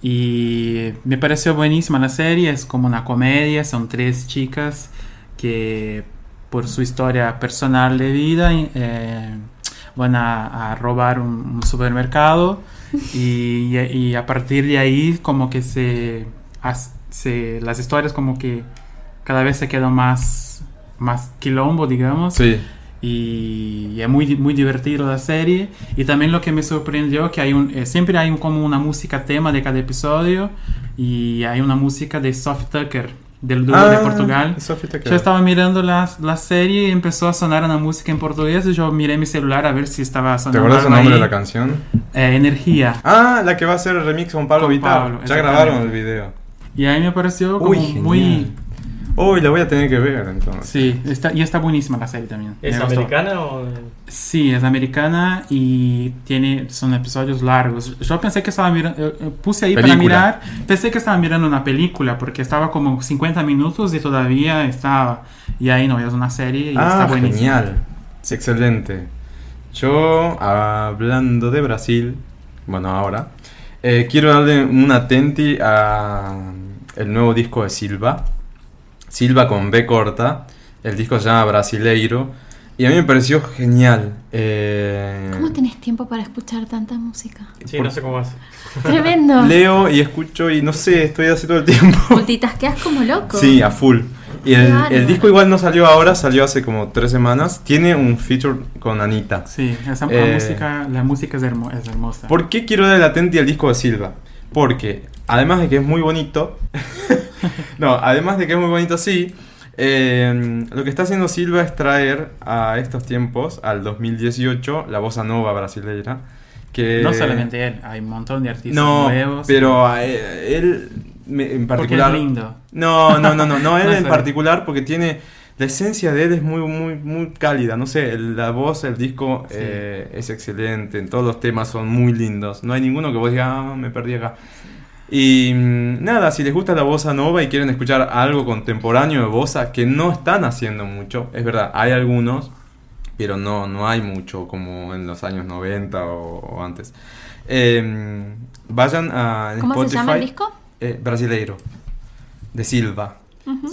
Y me pareció buenísima la serie, es como una comedia, son tres chicas que por su historia personal de vida eh, van a, a robar un, un supermercado y, y a partir de ahí como que se, as- se- las historias como que cada vez se quedan más, más quilombo, digamos
Sí.
y es muy, muy divertido la serie y también lo que me sorprendió que hay un, eh, siempre hay un- como una música tema de cada episodio y hay una música de Soft Tucker del dúo de
Ah,
Portugal
Sophie Tucker.
yo estaba mirando la, la serie y empezó a sonar una música en portugués y yo miré mi celular a ver si estaba
¿Te
sonando
acuerdas el
algo
nombre de la
ahí.
canción?
Eh, Energía
Ah, la que va a hacer el remix con Pablo
Con
Vittar.
Pablo,
ya
exactamente.
grabaron el video.
y ahí me pareció como
Uy, genial.
muy
Hoy la voy a tener que ver entonces.
Sí, está, y está buenísima la serie también.
¿Es
Me gustó.
americana o.?
Sí, es americana y tiene, son episodios largos. Yo pensé que estaba mirando, puse ahí para
Película.
mirar, pensé que estaba mirando una película porque estaba como 50 minutos y todavía estaba. Y ahí no, es una serie y está
Ah,
buenísima.
genial. Sí, excelente. Yo, hablando de Brasil, bueno, ahora, eh, quiero darle un atenti a el nuevo disco de Silva. Silva con B corta. El disco se llama Brasileiro. Y a mí me pareció genial. Eh,
¿Cómo tenés tiempo para escuchar tanta música?
Sí,
por-
no sé cómo hace.
Tremendo.
Leo y escucho y no sé, estoy así todo el tiempo.
Multitasqueas como loco.
Sí, a full. Y el,
Claro.
el disco igual no salió ahora, salió hace como tres semanas. Tiene un feature con Anita.
Sí, esa, la
Eh,
música, la música es, hermo- es hermosa.
¿Por qué quiero dar latente al disco de Silva? Porque, además de que es muy bonito, no, además de que es muy bonito, sí, eh, lo que está haciendo Silva es traer a estos tiempos, al 2018, la bossa nova brasileira. Que,
no solamente él, hay un montón de artistas
eh, No,
nuevos.
pero a e- él me- en
porque
particular.
es lindo.
No, no, no, no, no, él
No
en
sé.
particular porque tiene la esencia de él es muy, muy, muy cálida, no sé, el- la voz, el disco
Sí.
eh, es excelente, todos los temas son muy lindos, no hay ninguno que vos digas, "Ah, me perdí acá. Y mm, nada, si les gusta la bossa nova y quieren escuchar algo contemporáneo de bossa, que no están haciendo mucho, es verdad, hay algunos, pero no, no hay mucho como en los años 90 o, o antes. Eh, vayan a en
¿Cómo se llama el
Spotify,
disco?
eh, Brasileiro, de Silva.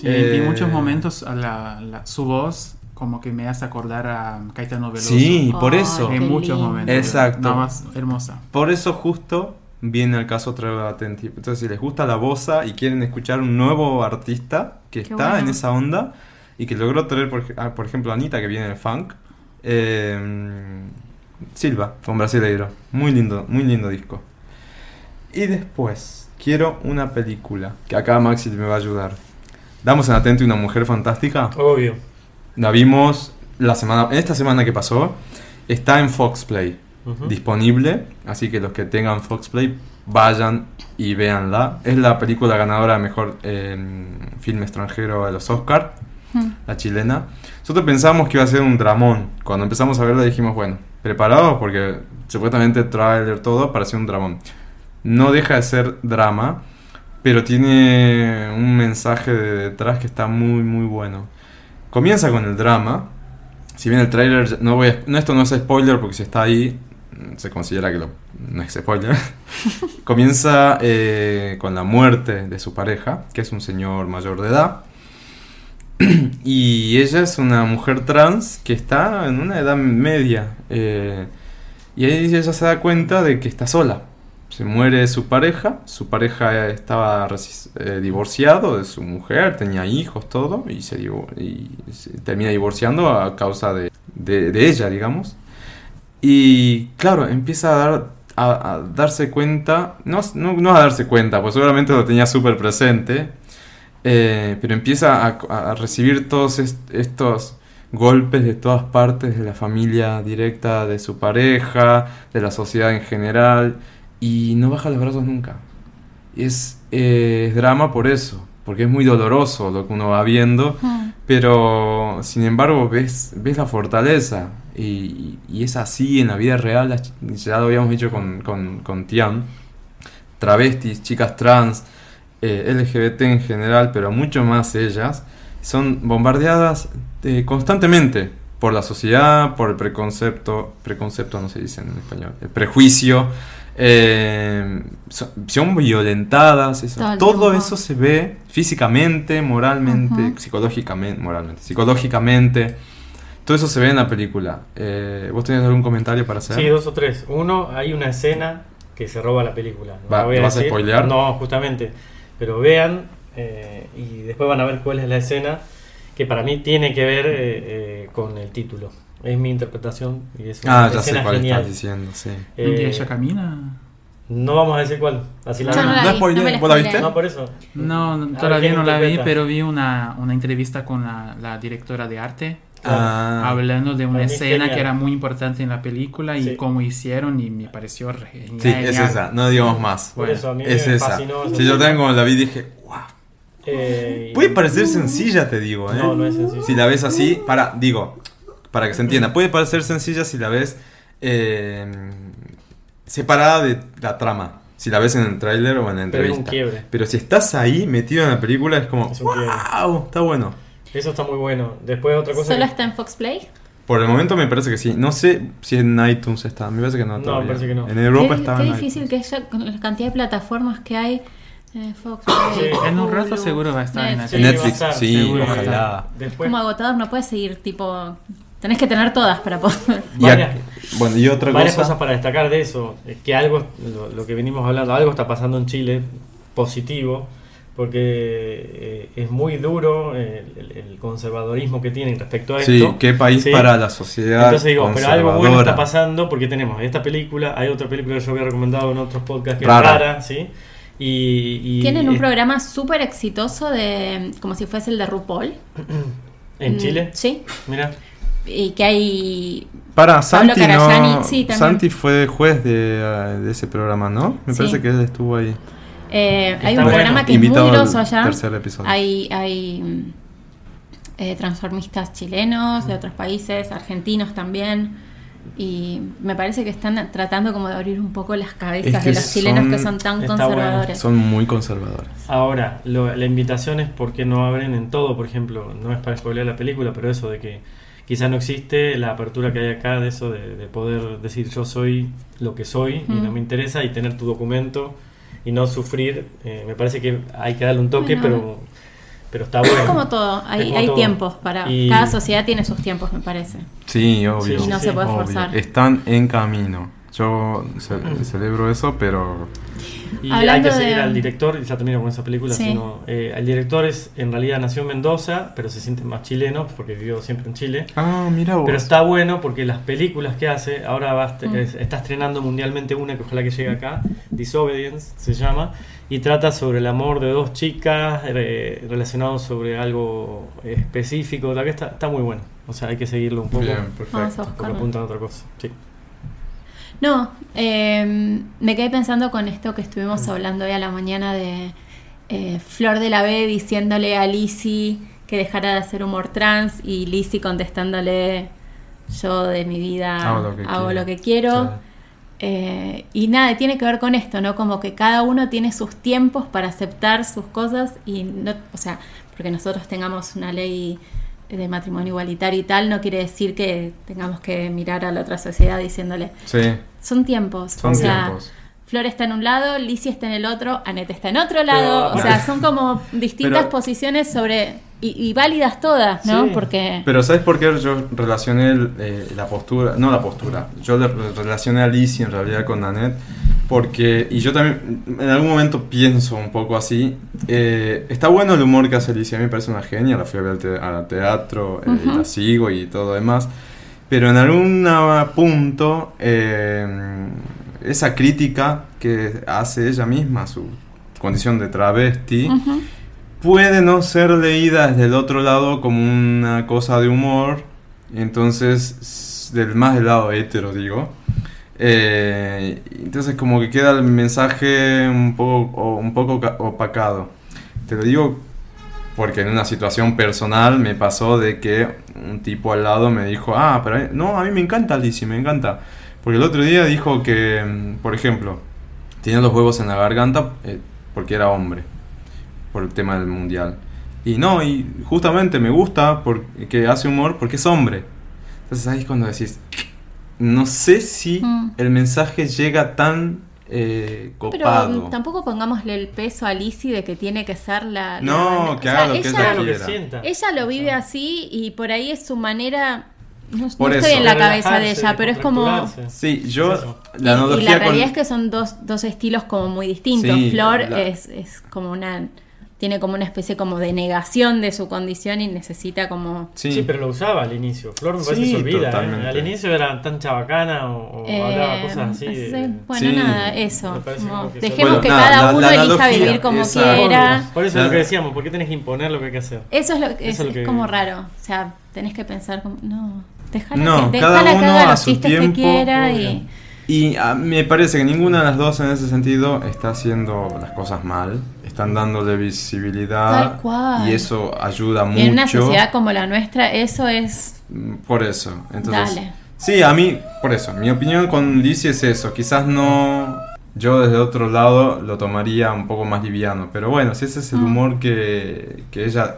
Sí,
Eh,
y en muchos momentos a la- la- su voz como que me hace acordar a Caetano Veloso.
Sí, por
Ay,
eso.
En
Oh, Qué
muchos
lindo.
momentos.
Exacto.
Nada más hermosa.
Por eso justo viene al caso Trevor Atenti. Entonces, si les gusta la bossa y quieren escuchar un nuevo artista que
Qué
está
bueno.
en esa onda y que logró traer, por, ej- ah, por ejemplo, a Anita, que viene del funk, eh, Silva, con Brasileiro. Muy lindo, muy lindo disco. Y después, quiero una película, que acá Maxi me va a ayudar. Damos en Atenti una mujer fantástica.
Obvio.
La vimos la semana, esta semana que pasó. Está en Fox Play
Ujú.
disponible, así que los que tengan Fox Play vayan y véanla. Es la película ganadora de mejor eh, film extranjero de los Oscar,
Hmm.
la chilena. Nosotros pensamos que iba a ser un dramón. Cuando empezamos a verla dijimos, bueno, preparados porque supuestamente trailer todo parecía un dramón. No deja de ser drama, pero tiene un mensaje de detrás que está muy muy bueno. Comienza con el drama, si bien el trailer, no voy a- no, esto no es spoiler porque si está ahí, mm, se considera que lo- no es spoiler. Comienza eh, con la muerte de su pareja, que es un señor mayor de edad. y ella es una mujer trans que está en una edad media. eh, y ahí ella se da cuenta de que está sola. Se muere su pareja, su pareja estaba reci- eh, divorciado de su mujer, tenía hijos, todo, y se, divo- y se termina divorciando a causa de, de- de ella, digamos. Y claro, empieza a, dar, a, a darse cuenta, no, no, no a darse cuenta, pues seguramente lo tenía súper presente, eh, pero empieza a, a recibir todos est- estos golpes de todas partes, de la familia directa, de su pareja, de la sociedad en general, y no baja los brazos nunca. Y es, eh, es drama por eso, porque es muy doloroso lo que uno va viendo,
Hmm.
pero, sin embargo, ves, ves la fortaleza. Y, y es así en la vida real. las ch- Ya lo habíamos dicho con, con, con Tian. Travestis, chicas trans, eh, LGBT en general, pero mucho más ellas, son bombardeadas eh, constantemente por la sociedad, por el preconcepto. Preconcepto no se dice en español. El prejuicio. eh, so- son violentadas. eso-
Todo el
todo
tiempo.
eso se ve físicamente, moralmente,
Ujú.
psicológicamente, moralmente, psicológicamente. Todo eso se ve en la película. Eh, ¿Vos tenés algún comentario para hacer?
Sí, dos o tres. Uno, hay una escena que se roba la película. No
Va,
la voy
¿te vas a
decir.
spoilear?
No, justamente. Pero vean eh, y después van a ver cuál es la escena que para mí tiene que ver eh, eh, con el título. Es mi interpretación y es una
ah, ya sé
escena
cuál
genial.
estás diciendo, sí.
Eh,
¿Y ella camina?
no vamos a decir cuál. Así la
Yo no
vemos.
la
No
vi,
spoileé,
no me la
¿vos la
spoileé.
viste?
No, por eso.
No, no,
ver,
todavía
¿quién
no la vi,
interpreta?
pero vi una, una entrevista con la, la directora de arte
Ah,
hablando de una
Para mí es
escena
genial.
que era muy importante en la película y
Sí.
cómo hicieron y me pareció re- genial.
sí, es esa, no digamos más.
Por
Bueno,
eso a mí
es
me
esa.
fascinó.
Si yo también cuando la vi dije, wow.
Eh, y-
Puede parecer sencilla, te digo, ¿eh?
No, no es sencilla.
Si la ves así, para, digo, para que se entienda, puede parecer sencilla si la ves eh, separada de la trama. Si la ves en el tráiler o en la
Pero hay
entrevista.
un quiebre.
Pero si estás ahí metido en la película, es como,
Es un quiebre.
wow, está bueno.
Eso está muy bueno. Después otra cosa.
¿Solo
que-
está en Fox Play?
Por el momento me parece que sí. No sé si en iTunes está, me parece que no.
No,
todavía.
parece que no.
En Europa
qué
está
qué
en
difícil
iTunes.
que haya con la cantidad de plataformas que hay. eh, Fox Play,
Sí.
En un rato
Hulu,
seguro va a estar en
Netflix.
Sí,
En Netflix,
va a estar,
sí,
seguro.
ojalá.
Después,
Como agotador no puedes seguir, tipo... Tenés que tener todas para poder...
Y ac-
Varias-
bueno, y otra
varias
cosa.
cosas para destacar de eso. Es que algo, lo, lo que venimos hablando, algo está pasando en Chile positivo, porque eh, es muy duro eh, el, el conservadorismo que tienen respecto a
Sí,
esto.
qué país
Sí.
para la sociedad.
Entonces digo, pero algo bueno
conservadora.
está pasando porque tenemos esta película, hay otra película que yo había recomendado en otros podcasts que
Rara.
es rara, ¿sí? Y, y-
Tienen un
es-
programa súper exitoso de... Como si fuese el de RuPaul.
en
Mm,
Chile.
Sí.
Mira,
Y que hay...
Para, Santi, no,
Carayani, sí, también.
Santi fue juez de, ah, de ese programa, ¿no? Me
Sí.
parece que él estuvo ahí.
eh, hay un
bueno.
programa que
Invitado
es
al
muy grosso allá.
tercer episodio.
Hay... hay mm, eh, transformistas chilenos, de otros países, argentinos también. Y me parece que están tratando como de abrir un poco las cabezas
Es que
de los chilenos
son-
que son tan
está bueno.
conservadores.
Son muy conservadores.
Ahora, lo- la invitación es porque no abren en todo, por ejemplo, no es para spoilear la película, pero eso de que quizá no existe la apertura que hay acá de eso de, de poder decir yo soy lo que soy y
Mm.
no me interesa y tener tu documento y no sufrir, eh, me parece que hay que darle un toque,
Bueno.
pero, pero está bueno.
Es como todo, hay,
Es como
hay
todo.
tiempos para...
Y-
Cada sociedad tiene sus tiempos, me parece.
Sí, obvio.
Sí, y no se
puede forzar.
Están en camino. Yo
Mm.
ce- celebro eso, pero
Y hay
Hablando
que seguir
de-
al director, y ya termino con esa película,
Sí.
sino, eh, el director es, en realidad nació en Mendoza, pero se siente más chileno porque vivió siempre en Chile.
ah, mira vos.
Pero está bueno porque las películas que hace, ahora va a
Mm.
est- es- está estrenando mundialmente una que ojalá que llegue acá, Disobedience se llama, y trata sobre el amor de dos chicas eh, relacionado sobre algo específico, la que está, está muy bueno. O sea, hay que seguirlo un poco
Bien,
Vamos a
perfecto.
porque
buscarlo.
apuntan a otra cosa. Sí.
No, eh, me quedé pensando con esto que
Mm.
estuvimos hablando hoy a la mañana de eh, Flor de la B diciéndole a Lizzie que dejara de hacer humor trans y Lizzie contestándole yo de mi vida
Hago lo que quiero.
lo que quiero.
Sí.
Eh, y nada, tiene que ver con esto, ¿no? Como que cada uno tiene sus tiempos para aceptar sus cosas y no, o sea, porque nosotros tengamos una ley de matrimonio igualitario y tal, no quiere decir que tengamos que mirar a la otra sociedad diciéndole,
Sí,
son tiempos.
son
o sea,
tiempos.
Flor está en un lado, Lizzie está en el otro, Anette está en otro lado.
Pero-
o sea, son como distintas
Pero-
posiciones sobre. Y, y válidas todas, ¿no?
Sí.
Porque.
Pero ¿sabes por qué yo relacioné el, eh, la postura? No la postura, yo le re- relacioné a Lizzie en realidad con Nanette, porque, y yo también en algún momento pienso un poco así, eh, está bueno el humor que hace Lizzie, a mí me parece una genia, la fui a ver al te- al teatro, eh, la sigo y todo demás, pero en algún ah, punto eh, esa crítica que hace ella misma, a su condición de travesti,
Ujú.
puede no ser leída desde el otro lado como una cosa de humor, entonces, s- del más del lado hetero, digo. Eh, entonces, como que queda el mensaje un poco, o- un poco ca- opacado. Te lo digo porque en una situación personal me pasó de que un tipo al lado me dijo, ah, pero a- no, a mí me encanta Lizzie, me encanta. Porque el otro día dijo que, mm, por ejemplo, tenía los huevos en la garganta eh, porque era hombre, por el tema del mundial. Y no, y justamente me gusta porque hace humor porque es hombre. Entonces ahí es cuando decís, no sé si
Mm.
el mensaje llega tan eh,
Pero
copado.
mm, tampoco pongámosle el peso a Lizzie de que tiene que ser la. la
No,
man-
que
o
haga
sea,
lo que
ella,
ella
Lo que
quiera.
sienta.
ella lo vive así y por ahí es su manera. No, no
Por
estoy
eso.
en la
De
cabeza de
relajarse,
ella, pero es como.
descontracturarse.
Sí, yo
Es eso.
Y-
la
y,
analogía
la
con-
realidad es que son dos, dos estilos como muy distintos.
Sí,
Flor
la-
es, es como una tiene como una especie como de negación de su condición y necesita como
Sí,
Sí, pero lo usaba al inicio. Flor me parece
Sí,
que se olvida. ¿eh?
totalmente.
Al inicio era tan chabacana o, o hablaba
eh,
cosas así. de-
hacer- bueno
Sí.
nada
Me
eso
parece
como
como que
dejemos
Bueno,
que
nada,
cada
la-
uno
la
elija
analogía,
vivir como
exacto.
quiera
Por eso es
Nada.
lo que decíamos, ¿por qué tenés que imponer lo que hay que hacer?
eso es lo que es,
Eso es lo que-
es como raro o sea tenés que pensar como no dejala
No,
que,
cada
dejala que
uno
haga
a
los
su
chistes
tiempo,
que quiera y
obvio.
Y ah, me parece que ninguna de las dos en ese sentido está haciendo las cosas mal. Est- están dándole visibilidad.
Tal cual.
Y eso ayuda mucho.
Y en una sociedad como la nuestra, eso es.
Mm, Por eso. Entonces,
Dale.
Sí, a mí, por eso. Mi opinión con Lizzie es eso. Quizás no. Yo desde otro lado lo tomaría un poco más liviano. Pero bueno, si ese es
Ah.
el humor que, que ella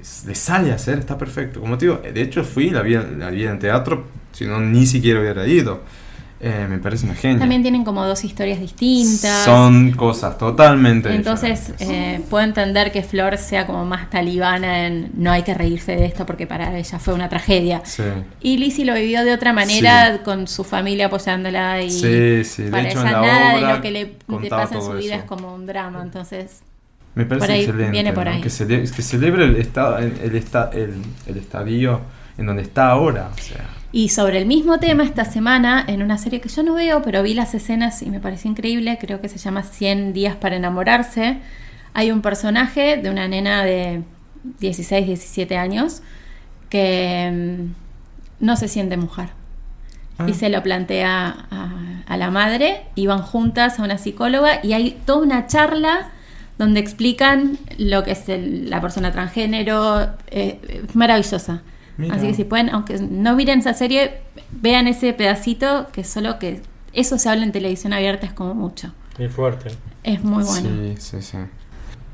s- le sale a hacer, está perfecto. Como te digo, de hecho fui, la vi, la vi en teatro, si no, ni siquiera hubiera ido. Eh, me parece una genia.
También tienen como dos historias distintas.
Son cosas totalmente
Entonces
diferentes.
eh, puedo entender que Flor sea como más talibana en no hay que reírse de esto porque para ella fue una tragedia.
Sí.
Y Lizzie lo vivió de otra manera,
Sí.
con su familia apoyándola y
Sí, sí, de
para ella
hecho, en la
nada
obra
de lo que le, le
contaba
pasa en
todo
su vida
eso.
es como un drama, entonces
Me parece
Por ahí,
excelente.
viene por
¿no?
ahí.
Que, cele- que celebre el, esta- el, esta- el- el estadio en donde está ahora. o sea.
Y sobre el mismo tema, esta semana, en una serie que yo no veo, pero vi las escenas y me pareció increíble, creo que se llama 100 días para enamorarse, hay un personaje de una nena de 16, 17 años que mm, no se siente mujer.
Ah.
Ah. Y se lo plantea a, a la madre y van juntas a una psicóloga y hay toda una charla donde explican lo que es el- la persona transgénero. eh, es maravillosa.
Mira.
Así que si pueden, aunque no miren esa serie, vean ese pedacito que solo que eso se habla en televisión abierta es como mucho.
Es fuerte.
Es muy bueno.
Sí, sí, sí.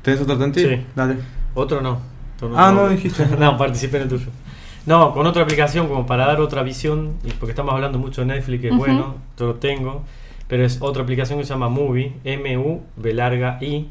¿Tenés otro tantillo?
Sí.
Dale.
Otro no. Otro
Ah,
tengo.
no dijiste.
no, participé en el tuyo. No, con otra aplicación como para dar otra visión, y porque estamos hablando mucho de Netflix, que es bueno, yo lo tengo, pero es otra aplicación que se llama Movie, M-U-V larga I,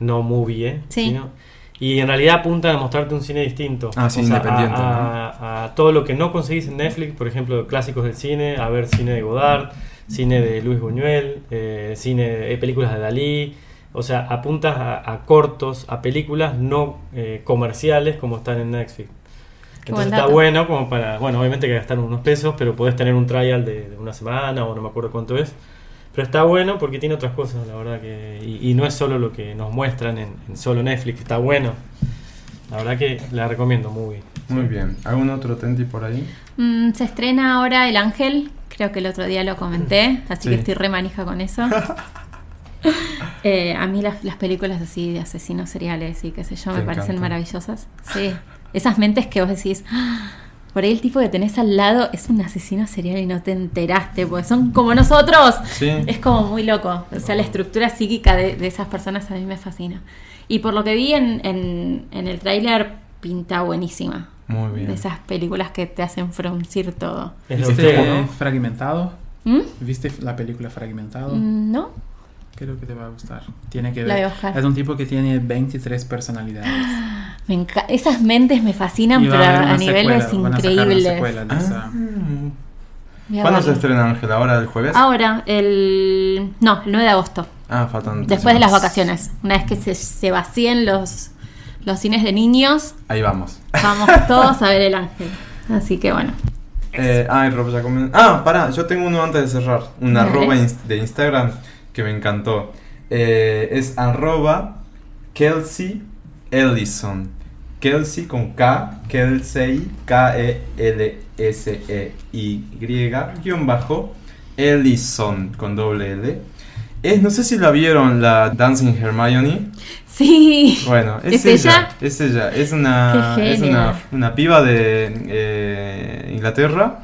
no Movie, eh,
Sí.
sino- y en realidad apuntan a mostrarte un cine distinto.
Ah, sí,
a-
independiente,
A, a todo lo que no conseguís en Netflix, por ejemplo, clásicos del cine, a ver cine de Godard, cine de Luis Buñuel, eh, cine, eh, películas de Dalí. O sea, apuntas a, a cortos, a películas no eh, comerciales como están en Netflix.
buen
Entonces está
dato.
bueno como para, bueno, obviamente que gastar unos pesos, pero podés tener un trial de, de una semana o no me acuerdo cuánto es. Pero está bueno porque tiene otras cosas, la verdad que... Y, y no es solo lo que nos muestran en, en solo Netflix, está bueno. La verdad que la recomiendo muy
Muy bien. ¿Algún otro tenti por ahí?
Mm, se estrena ahora El Ángel, creo que el otro día lo comenté, así
Sí.
que estoy re manija con eso. Eh, a mí las, las películas así de asesinos seriales y qué sé yo,
Te
me parecen
encantan.
maravillosas. Sí, esas mentes que vos decís, "Ah, por ahí el tipo que tenés al lado es un asesino serial y no te enteraste, porque son como nosotros.
Sí.
Es como muy loco. O sea, la estructura psíquica de, de esas personas a mí me fascina. Y por lo que vi en, en- en el tráiler, pinta buenísima.
Muy bien.
De esas películas que te hacen fruncir todo.
Es lo
¿Viste
que-
Fragmentado?
¿Mm?
¿Viste la película Fragmentado?
¿No?
Creo que te va a gustar. Tiene que
Mm. La voy
ver.
a buscar.
Es un tipo que tiene 23 personalidades.
Me enca- Esas mentes me fascinan,
Y va
pero
haber
a,
una
niveles
secuela, van a sacar una
increíbles.
secuela de esa.
Voy a
Ah.
Ah,
¿Cuándo se
verlo.
estrena Ángel? ¿Ahora el jueves?
Ahora, el. No, el 9 de agosto.
Ah, faltan.
Después de las vacaciones. Una vez que se, se vacíen los, los cines de niños,
Ahí vamos.
vamos todos a ver el ángel. Así que bueno.
Eh, ay, Rob ya comen- Ah, pará, yo tengo uno antes de cerrar. Una
Dale.
arroba ins- de Instagram que me encantó. Eh, es arroba Kelsey Ellison. Kelsey con K, Kelsey, E K-E-L-S-E-Y, E guión bajo, Ellison con doble L. Es, no sé si la vieron, la Dancing Hermione.
Sí.
Bueno, es,
¿Es ella?
Es ella. Es una,
¿Este Qué
es
genia.
una, una piba de eh, Inglaterra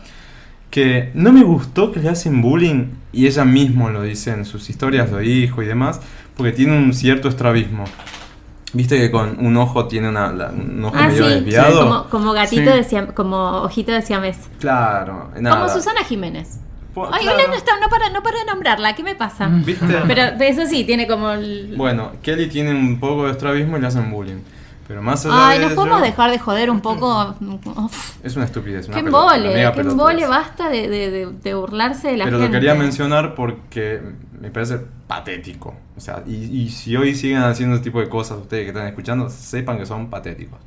que no me gustó que le hacen bullying y ella misma lo dice en sus historias, lo dijo y demás, porque tiene un cierto estrabismo. Viste que con un ojo tiene una, la- un ojo
Ah,
medio
sí.
desviado.
Como, como gatito
Sí.
de siam- como ojito de siamés.
Claro, nada.
Como Susana Jiménez.
Po-
Ay,
claro.
hola, no, está, no, para, no para de nombrarla. ¿Qué me pasa?
¿Viste?
Pero de eso sí, tiene como el...
Bueno, Kelly tiene un poco de estrabismo y le hacen bullying. Pero más allá
Ay,
de
nos
ello,
podemos dejar de joder un poco. Uf,
Es una estupidez. una
qué
pelota, una
embole,
mega
qué
pelota
embole,
es.
basta de, de- de- de burlarse de la
Pero
gente.
lo quería mencionar porque me parece patético. O sea, y, y si hoy siguen haciendo ese tipo de cosas ustedes que están escuchando, sepan que son patéticos.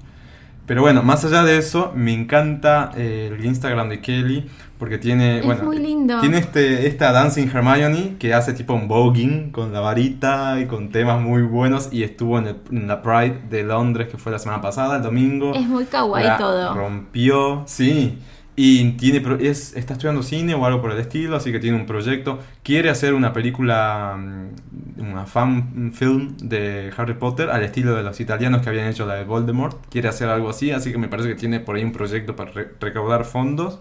Pero bueno, más allá de eso, me encanta eh, el Instagram de Kelly porque tiene,
Es
bueno,
muy lindo.
tiene este esta Dancing Hermione que hace tipo un voguing con la varita y con temas muy buenos y estuvo en, el- en la Pride de Londres que fue la semana pasada, el domingo.
Es muy kawaii
La
todo.
Rompió, sí. Y tiene, pro- es, está estudiando cine o algo por el estilo, así que tiene un proyecto. Quiere hacer una película, mm, una fan film de Harry Potter al estilo de los italianos que habían hecho la de Voldemort. Quiere hacer algo así, así que me parece que tiene por ahí un proyecto para re- recaudar fondos.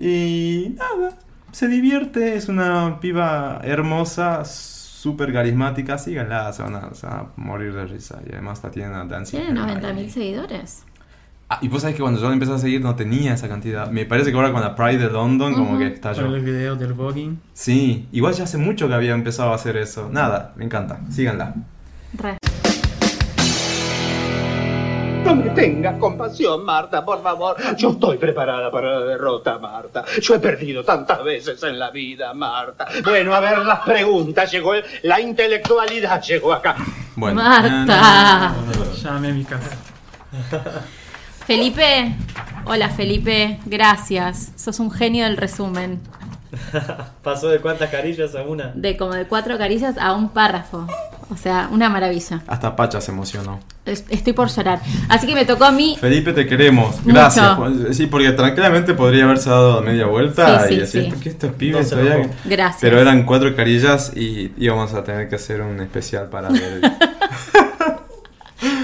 Y nada, se divierte, es una piba hermosa, súper carismática, síganla, se van, a, se van a morir de risa. Y además Tatiana Dancing.
Tiene 90.000 seguidores.
Ah, y vos sabés que cuando yo la empecé a seguir no tenía esa cantidad. Me parece que ahora con la Pride de London como que está
Para los
yo.
videos del voguing.
Sí, igual ya hace mucho que había empezado a hacer eso. Nada, me encanta, síganla.
Re.
No me tengas compasión, Marta, por favor. Yo estoy preparada para la derrota, Marta. Yo he perdido tantas veces en la vida, Marta. Bueno, a ver las preguntas. Llegó el- la intelectualidad, llegó acá.
Bueno.
Marta.
Na, na, na, na, na.
Llame a mi casa.
Felipe, hola Felipe, gracias. Sos un genio del resumen.
Pasó de cuántas carillas a una.
De como de cuatro caricias a un párrafo. O sea, una maravilla.
Hasta Pacha se emocionó.
Es- Estoy por llorar. Así que me tocó a mí.
Felipe, te queremos. Gracias.
Mucho.
Sí, porque tranquilamente podría haberse dado media vuelta
Sí, sí,
y decir,
sí.
"¿Por qué estos pibes
No se
todavía-"
enojó.
Gracias.
Pero eran cuatro carillas y íbamos a tener que hacer un especial para ver.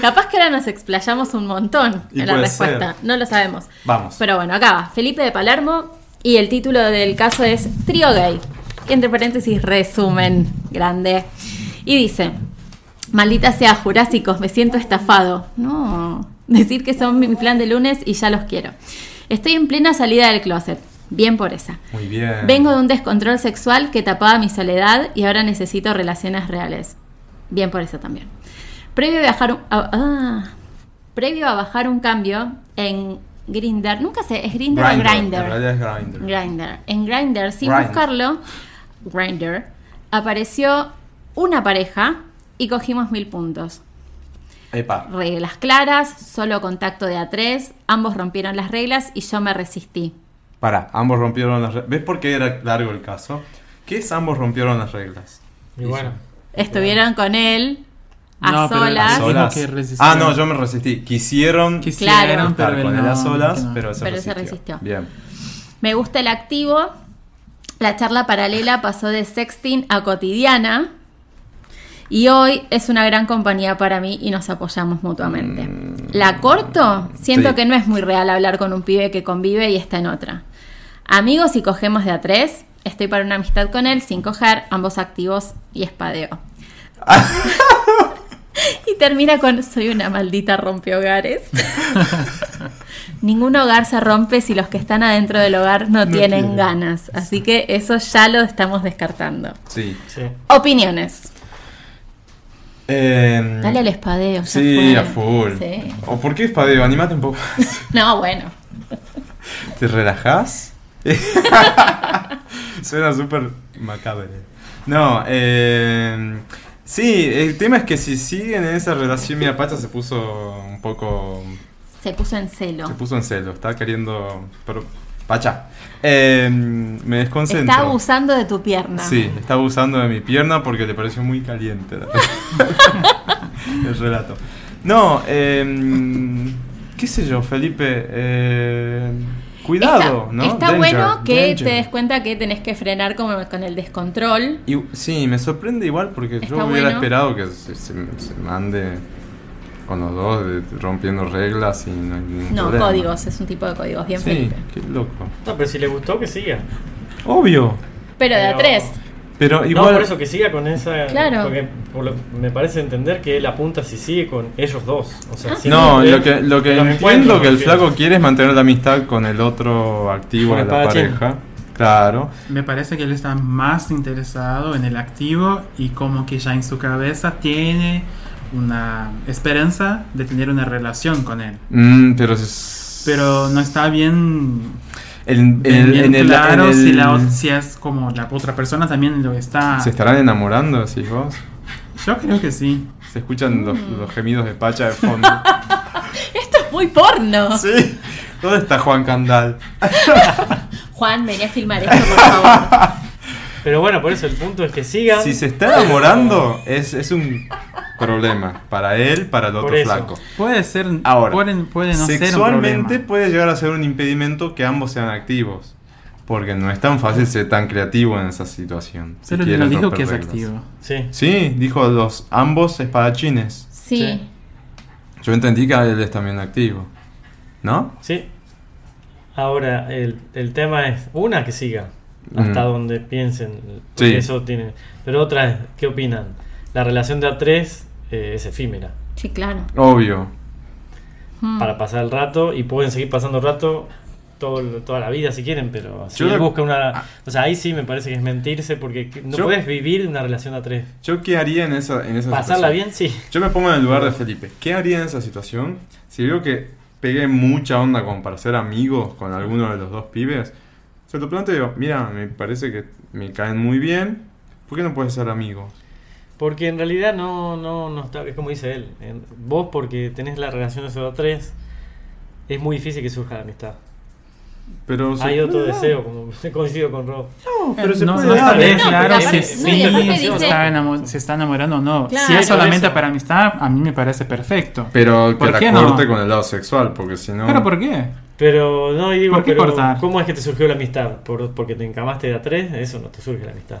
Capaz que ahora nos explayamos un montón
Y
en la
puede
respuesta.
ser.
No lo sabemos.
Vamos.
Pero bueno, acá va. Felipe de Palermo y el título del caso es Trío Gay. Y entre paréntesis, resumen. Grande. Y dice, maldita sea, jurásicos, me siento estafado. No, decir que son mi plan de lunes y ya los quiero. Estoy en plena salida del closet. Bien por esa.
Muy bien.
Vengo de un descontrol sexual que tapaba mi soledad y ahora necesito relaciones reales. Bien por eso también. Previo a bajar un, a- ah. previo a bajar un cambio en Grinder, nunca sé, es Grinder o
Grindr, En
Grinder.
realidad es Grindr.
Grinder. En Grinder, sin
Grindr.
buscarlo, Grinder, apareció una pareja y cogimos mil puntos.
Epa.
Reglas claras, solo contacto de a tres, ambos rompieron las reglas y yo me resistí.
Para, ambos rompieron las reglas. ¿Ves por qué era largo el caso? ¿Qué es ambos rompieron las reglas?
Y bueno.
Estuvieron con él a
No, pero-
solas.
Ah,
¿A solas?
dijo que resistieron.
Ah, no, yo me resistí. Quisieron
Quisieron,
estar
pero
con él
no,
a solas,
no.
pero, se,
Pero se
resistió.
resistió.
Bien.
Me gusta el activo. La charla paralela pasó de sexting a cotidiana. Y hoy es una gran compañía para mí y nos apoyamos mutuamente. ¿La corto? Siento
sí.
que no es muy real hablar con un pibe que convive y está en otra. Amigos y cogemos de a tres. Estoy para una amistad con él sin coger, ambos activos y espadeo. y termina con soy una maldita rompehogares. Ningún hogar se rompe si los que están adentro del hogar no, tienen
tienen.
ganas. Así que eso ya lo estamos descartando.
Sí.
Sí.
Opiniones.
Eh,
Dale al espadeo. ya
Sí,
fue.
a full.
Sí.
¿O por qué espadeo? Anímate un poco.
No, bueno.
¿Te relajás? Suena súper macabro. No, eh, sí, el tema es que si siguen en esa relación, mira, Pacha se puso un poco
Se puso en celo.
Se puso en celo, está queriendo. Pero, Pacha, eh, me desconcentro.
Está abusando de tu pierna.
Sí, está abusando de mi pierna porque le pareció muy caliente la- el relato. No, eh, qué sé yo, Felipe. eh, cuidado,
está
¿no?
está
Danger,
bueno que
danger.
te des cuenta que tenés que frenar como con el descontrol.
Y- sí, me sorprende igual porque yo
Está
hubiera
bueno.
esperado que se, se- se mande con los dos de- rompiendo reglas y no hay ningún
No,
problema.
códigos, es un tipo de códigos, bien
Sí,
Felipe.
qué loco.
No, pero si le gustó, que siga.
Obvio.
Pero de a
Pero-
tres.
Pero
No,
igual.
por eso que siga con esa.
Claro.
Porque por lo- me parece entender que él apunta si sigue con ellos dos. O sea, si eh,
No,
él-
lo que, lo que
los
entiendo
encuentros,
que el
me refiero.
flaco quiere es mantener la amistad con el otro activo
Con
de
el
la
espadachín.
pareja. Claro.
Me parece que él está más interesado en el activo y como que ya en su cabeza tiene una esperanza de tener una relación con él.
Mm, pero es-
Pero no está bien,
en, en-
bien
en el-
claro
en el-
si, la, ot- si ah. es como la otra persona también lo está...
¿Se estarán enamorando, decís vos?
Yo creo que sí.
Se escuchan los, los gemidos de Pacha de fondo.
Esto es muy porno.
sí. ¿Dónde está Juan Candal?
Juan, vení a filmar esto, por favor.
Pero bueno, por eso el punto es que siga.
Si se está enamorando, es, es un problema para él, para el otro
Por eso.
flaco.
Puede ser.
Ahora,
pueden- puede no ser un
sexualmente
problema.
puede llegar a ser un impedimento que ambos sean activos. Porque no es tan fácil ser tan creativo en esa situación. si
Pero él no
quieren
dijo
romper
que es
reglas.
activo.
Sí.
Sí, dijo los ambos espadachines.
Sí.
Yo entendí que él es también activo. ¿No?
Sí. Ahora, el, el tema es una que siga hasta
Mm.
donde piensen. porque
Sí.
Eso tiene. Pero otra es, ¿qué opinan? La relación de A3 eh, es efímera.
Sí, claro.
Obvio.
Mm.
Para pasar el rato y pueden seguir pasando el rato todo, lo- toda la vida si quieren, pero si
Yo
él
la-
busca una. O sea, ahí sí me parece que es mentirse porque que- no
Yo-
puedes vivir de una relación de A3.
¿Yo qué haría en esa, en esa
Pasarla
situación?
bien, sí.
Yo me pongo en el lugar de Felipe. ¿Qué haría en esa situación? Si veo que pegué mucha onda como para ser amigos con alguno de los dos pibes, se lo planteo y digo, mira, me parece que me caen muy bien, ¿por qué no puedes ser amigos?
Porque en realidad no, no, no está, es como dice él. en- vos porque tenés la relación de esos tres, es muy difícil que surja la amistad.
Pero se
Hay otro
puede dar.
deseo, como coincido con Rob.
No, pero
se
no,
puede
no
dar. ¿eh?
sabés,
No, pero
claro,
aparte-
si
no, y
sí,
aparte
si
dice-
está enamo- se está enamorando o no.
Claro.
si es solamente
Por eso.
para amistad, a mí me parece perfecto.
Pero que
¿Por
la
qué no?
corte con el lado sexual, porque si no...
¿Pero por qué?
Pero no, y digo,
¿Por qué
pero,
cortar?
¿cómo es que te surgió la amistad? ¿Por, ¿Porque te encamaste de a tres? Eso no te surge la amistad.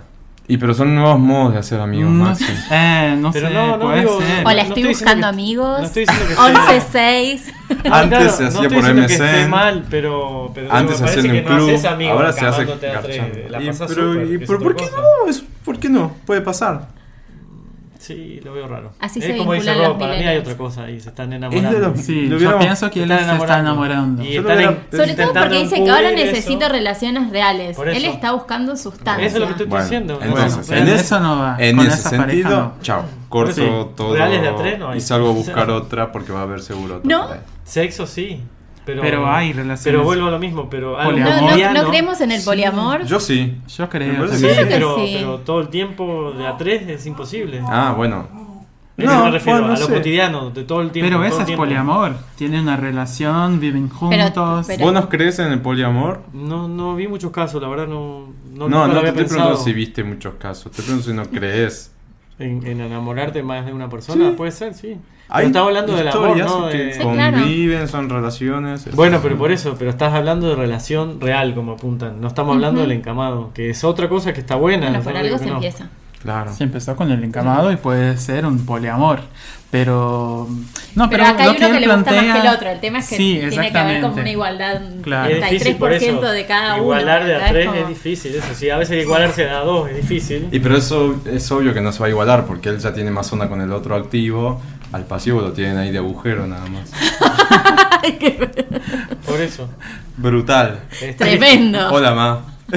Y pero son nuevos modos de hacer amigos,
no,
Maxi.
sé, eh, no
Pero
sé,
no, no
puede
digo-
ser.
no,
Hola,
no
estoy
estoy diciendo
buscando
que-
amigos.
no estoy diciendo que esté-
11-6.
Claro,
Antes se hacía
no estoy
por
diciendo que esté
MSN.
mal, pero, pero
Antes
me
se hacía
parece
en
que
un
no
club,
haces amigos
ahora se hace
encamándote a tres,
garchando.
La
Y
pasás
pero-
súper,
y
que es
pero
otra
¿por qué
cosa.
no? Es- ¿Por qué no? Puede pasar.
Sí, lo veo raro.
Así
es
se
como dice
vinculan los
Rob, para mí hay
millennials.
otra cosa ahí, se están
de
enamorando.
los-
Sí,
Lo
yo
hubiéramos-
pienso que él
Están
se está
enamorando.
enamorando.
Y
Yo lo
están
hubiera-
en-
Sobre todo
intentando
porque dice que ahora
encubrir
necesito
eso.
relaciones reales.
Por eso.
Él está buscando sustancia.
Eso es lo que estoy
Bueno,
diciendo.
entonces,
Bueno,
en
reales-
eso no va.
En
Ah, Con
ese
esa pareja
sentido,
no.
chao. Corto
Sí.
todo
Reales de a tres no hay.
y salgo a buscar otra porque va a haber seguro otra.
No.
por ahí.
Sexo sí, pero,
Pero hay relaciones.
Pero vuelvo a lo mismo, pero algo
Poliamor.
no, no,
cotidiano.
no creemos en el poliamor.
Yo sí.
Yo
Me
creo.
parece
Sí,
también.
que
pero,
sí.
pero todo el tiempo de a tres es imposible.
Ah, bueno.
A eso me refiero,
bueno,
a lo
sé.
cotidiano, de todo el tiempo.
Pero
todo el
eso es
tiempo.
poliamor. Tienen una relación, viven juntos.
pero-
¿Vos no crees en el poliamor?
No, no vi muchos casos, la verdad no...
No,
No,
no,
nunca lo
te
había
estoy
pensado.
preguntando si viste muchos casos. Te pregunto si no crees.
En, en enamorarte más de una persona, puede ser, sí.
Hay
Pero estaba hablando del amor,
historias
¿no?
que
De-
claro.
conviven, son relaciones.
Bueno, pero por eso, pero estás hablando de relación real, como apuntan. No estamos hablando
Ujú.
del encamado, que es otra cosa que está buena.
Bueno,
no
por
digo
algo
que
se
no.
empieza.
Claro.
Se empezó con el encamado y puede ser un poliamor. Pero. No,
Pero
pero,
acá hay
lo
uno que,
él
le gusta
plantea-
más que el otro. El tema es que
Sí,
tiene que haber como
exactamente.
una igualdad.
Claro.
Es difícil, por
33%
eso.
de cada uno.
Igualar de a
¿verdad?
tres
como-
es difícil, eso sí. A veces igualarse a dos es difícil.
Y pero eso es obvio que no se va a igualar porque él ya tiene más onda con el otro activo. Al pasivo lo tienen ahí de agujero nada más.
Por eso.
Brutal.
Este-
Tremendo.
Hola, ma.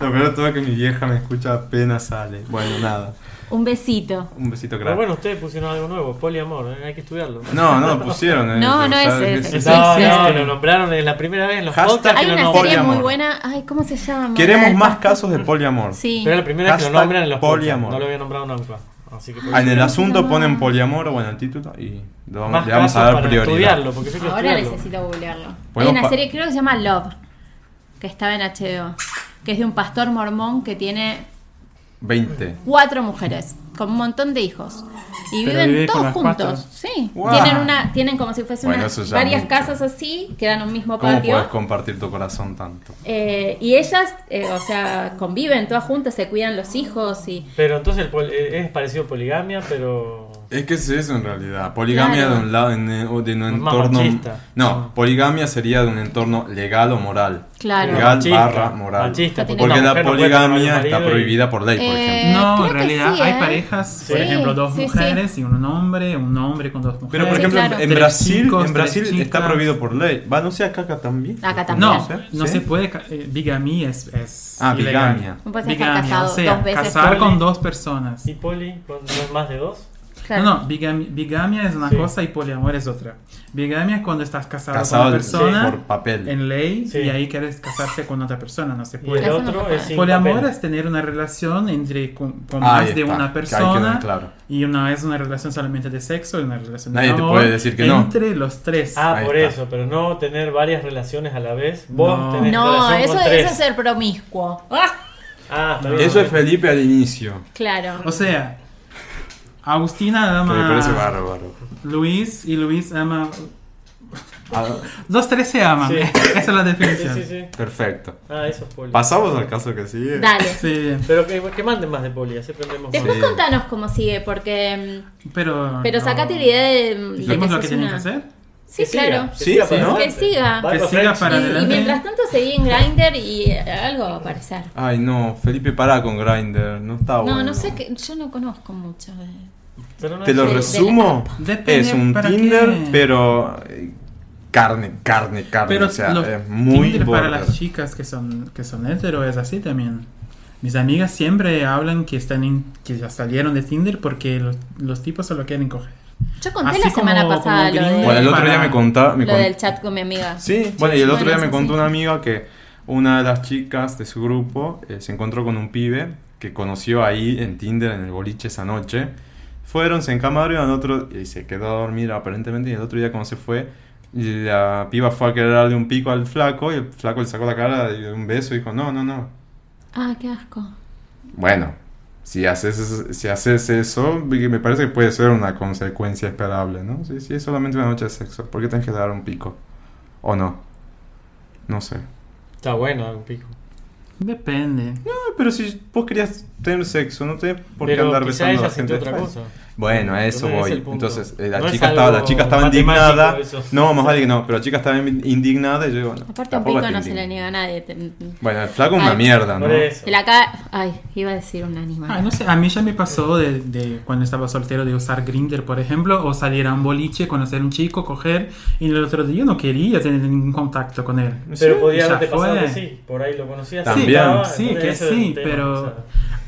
Lo peor de todo es que mi vieja me escucha apenas sale. Bueno, nada.
Un besito.
Un besito,
Pero
crack.
Ah, bueno, ustedes pusieron algo nuevo, poliamor, ¿eh? hay que estudiarlo.
No, no lo pusieron. eh,
No,
o
no
sea,
es ese,
es-
sí,
No,
sí.
no, lo nombraron es la primera vez en los
Hashtag
podcasts
Hay
que lo
una
nombran.
serie muy
poliamor.
buena. Ay, ¿cómo se llama?
Queremos
Al-
más casos de poliamor.
Sí.
Pero es la primera vez que lo
Hashtag
nombran en los podcasts.
poliamor.
No lo había nombrado nunca. Así que por
Ah, En
eso-
el asunto ponen poliamor o en el título y lo vamos-
más
le vamos
casos
a dar
para
prioridad.
estudiarlo, porque yo quiero
Ahora
estudiarlo.
necesito googlearlo. Hay
Podemos
una
pa-
serie, creo que se llama Love, que estaba en HBO, que es de un pastor mormón que tiene
20.
cuatro mujeres, con un montón de hijos. Y
Pero
viven
vive con
todos
las
juntos.
cuatro.
Sí.
Wow.
Tienen una, tienen como si fuese
Bueno,
una-
eso ya
varias
mucho.
casas así, que dan un mismo
¿Cómo puedes
patio.
compartir tu corazón tanto?
Eh, y ellas, eh, o sea, conviven todas juntas, se cuidan los hijos y
Pero entonces el pol- eh, es parecido a poligamia, pero...
Es que es eso en realidad. Poligamia
Claro.
de un lado, en, eh, o de un
Más
entorno.
machista. Ah.
No, poligamia sería de un entorno legal o moral.
Claro.
Legal
Machista,
barra moral.
machista,
Porque
Porque
una
la
mujer no puede tomar
poligamia
un marido
está
y-
prohibida por ley, por
Eh,
ejemplo.
No,
creo
en
que
realidad
sí,
hay
¿eh?
parejas, por
Sí,
ejemplo, dos
sí, sí.
mujeres y un hombre, un hombre con dos mujeres.
Pero por
Sí,
ejemplo,
claro.
en
Tres
Brasil,
chicos,
en
tres
Brasil está
chicas.
prohibido por ley. Va, no sé acá, acá también.
Acá también.
No, no
¿Sí?
se puede. ca- eh, Bigamía es. es
Ah,
ilegal.
bigamia.
No puedes estar casado
o sea,
dos veces por-
casar con dos personas.
¿Y poli? ¿Con- ¿No es más de dos?
Claro.
No, no, bigami- bigamia es una
Sí.
cosa y poliamor es otra. Bigamia es cuando estás casado, con
Casado
una
persona,
persona
por papel.
en ley
Sí.
y ahí quieres casarse con otra persona, no se
Y el
puede.
Eso no se
otro es
puede.
sin
Poliamor
papel.
es tener una relación entre con, con
Ahí
más de
está,
una
que ahí queda
persona
claro.
y una es una relación solamente de sexo y una relación de
Nadie te
amor
puede decir que no.
entre los tres.
Ah,
Ahí
por
está.
eso, pero no tener varias relaciones a la vez. Vos
No.
tenés
No,
relación
eso,
con
eso
tres.
es ser promiscuo. ¡Ah!
Ah, está bien.
Eso es Felipe al inicio.
Claro.
O sea, Agustina
Que
ama.
me parece bárbaro.
Luis y Luis ama.
Ah,
Los tres se aman.
Sí.
Esa es la
Sí,
definición.
sí, sí.
Perfecto.
Ah, eso es poli.
Pasamos al caso que sigue.
Dale.
Sí,
Pero que, que manden más de poli, así aprendemos más.
Después
Sí.
contanos cómo sigue, porque. mm,
Pero.
Pero
no-
sacate la idea de. de
Dijimos lo
sos
que tenían
una-
que hacer.
Sí, claro.
Sí, ¿no?
Que siga.
Que siga para
Y- y,
adelante.
mientras tanto seguí en Grindr y eh, algo va a aparecer.
Ay, no, Felipe, para con Grinder. No
Ah,
está bueno.
No, no sé que yo no conozco mucho de.
Te lo
de- de la
resumo.
Depende
Es un
para
Tinder,
qué.
pero. eh, Carne, carne, carne.
Pero
o sea,
los
es muy
Tinder para
border.
las chicas que son que son hetero es así también. Mis amigas siempre hablan que están en- que ya salieron de Tinder porque los, los tipos solo quieren coger.
Yo conté
Así
la semana
como-
pasada
como
lo,
Grindr.
de-
Bueno, el otro día me contaba. Me
lo
cont-
del chat con mi amiga.
Sí, bueno, y el otro día
Bueno,
me
eso
contó
sí.
una amiga que una de las chicas de su grupo eh, se encontró con un pibe que conoció ahí en Tinder, en el boliche esa noche. Fueron, se encamaron al otro, y se quedó a dormir aparentemente, y el otro día cuando se fue, la piba fue a querer darle un pico al flaco, y el flaco le sacó la cara de un beso y dijo, no, no, no.
Ah, qué asco.
Bueno, si haces, es- si haces eso, me parece que puede ser una consecuencia esperable, ¿no? Si, si es solamente una noche de sexo, ¿por qué tienes que dar un pico? ¿O no? No sé.
Está bueno, dar un pico.
Depende.
Ah, Pero si vos querías tener sexo, no te por qué
Pero
andar besando
quizá
a
ella
la
sintió
gente.
otra cosa.
Bueno, a eso
Entonces,
voy.
ese es el punto.
Entonces, eh, la,
No es
chica estaba, la
algo
chica estaba
matemático
indignada.
eso.
No, más vale que no, pero la chica estaba in- indignada y yo digo, no,
Aparte, un
tampoco
pico
te
no se le
indigna.
niega a nadie. Te,
Bueno, el flaco es una
Ay.
mierda, ¿no?
Por eso.
te la ca- Ay, iba a decir un
Ah,
animal.
no sé, a mí ya me pasó de, de cuando estaba soltero de usar Grinder, por ejemplo, o salir a un boliche, conocer a un chico, coger, y el otro día yo no quería tener ningún contacto con él.
Pero
Sí,
podía
ya
haberte pasado
fue.
que sí, por ahí lo conocías.
También.
estaba,
Sí,
entonces
que
ese es el
sí,
tema,
pero
o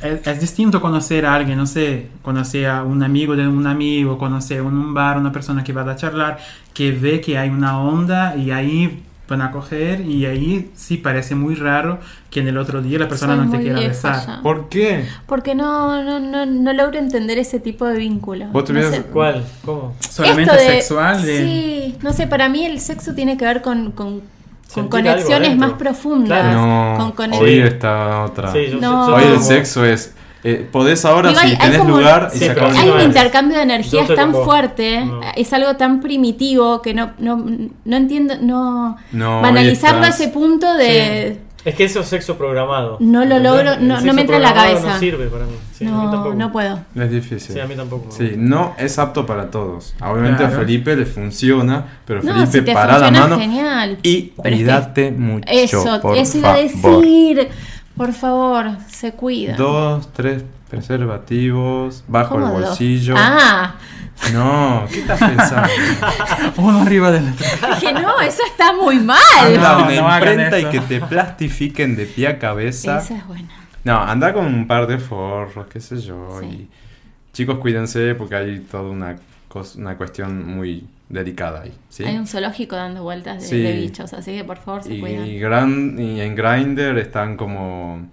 sea.
es, es distinto conocer a alguien, no sé, conocer a un amigo de un amigo, conocer en un bar, una persona que va a charlar, que ve que hay una onda y ahí van a coger y ahí sí parece muy raro que en el otro día la persona
Soy
no te
muy
quiera
vieja
besar.
ya.
¿Por qué?
Porque no, no, no, no logro entender ese tipo de vínculo.
Vos
no
tuvieras-
sé.
¿Cuál? ¿Cómo?
Solamente
Esto de-
sexual. de-
Sí, no sé, para mí el sexo tiene que ver con, con, con
Sentir algo
conexiones
adentro.
más profundas.
Claro.
con
No,
conex-
hoy está otra.
Sí, yo-
No.
yo- yo-
Hoy el
como-
sexo es. eh, podés ahora
Digo,
si
Ah. hay- hay
tenés
como-
lugar y
Sí,
se
pero
acabó
Hay
No
un
es.
intercambio de
Yo
energías
estoy
tan
con vos.
fuerte,
No.
es algo tan primitivo que no, no, no entiendo, no,
No, hoy
banalizarlo a
estás-
ese punto de
Es que eso es sexo programado.
No lo logro,
El
no- no
sexo
me entra en la
programado
cabeza.
No sirve para mí. Sí, a mí
no,
tampoco.
no puedo.
Es difícil.
Sí, a mí tampoco.
Sí, no es apto para todos. Obviamente a
Claro.
Felipe le funciona, pero
No,
Felipe
si te
para la
funciona,
mano
genial.
y
Pero es que-
cuídate mucho.
Eso,
por
eso iba a
favor.
decir. Por favor, se cuida.
Dos, tres preservativos, bajo el
¿Cómo dos?
bolsillo.
Ah,
No, ¿qué estás pensando?
Uno arriba del otro.
dije, no, eso está muy mal.
Anda a
No,
una
no hagan
imprenta y
eso.
que te plastifiquen de pie a cabeza.
Esa es buena.
No, anda con un par de forros, qué sé yo.
Sí.
Y chicos, cuídense porque hay toda una, cos- una cuestión muy delicada ahí. ¿sí?
Hay un zoológico dando vueltas de,
Sí.
de bichos, así que por favor se
Y,
cuidan.
gran, y en Grindr están como.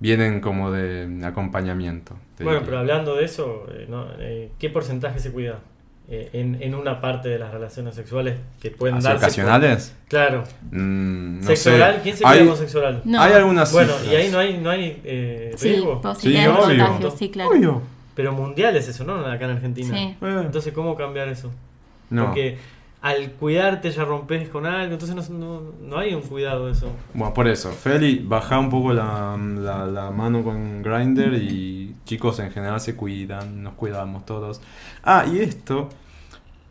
Vienen como de acompañamiento. te
Bueno,
diría.
pero hablando de eso, eh, no, eh, ¿qué porcentaje se cuida eh, en, en una parte de las relaciones sexuales que pueden
¿Así
darse? por-
ocasionales?
Claro.
Mm, no
¿Sexo
sé.
oral? ¿Quién se
hay,
cuida con sexo oral?
No.
Hay algunas.
Bueno,
cifras.
y ahí no hay, no hay eh,
Sí,
riesgo.
posibilidad de
obvio.
contagio, sí, claro.
Obvio.
Pero mundial es eso, ¿no? Acá en Argentina.
Sí.
Eh,
Entonces, ¿cómo cambiar eso?
no.
Porque al cuidarte ya rompes con algo, entonces no, no, no hay un cuidado de eso.
Bueno, por eso, Feli, baja un poco la, la- la mano con Grinder y chicos en general se cuidan, nos cuidamos todos. Ah, y esto,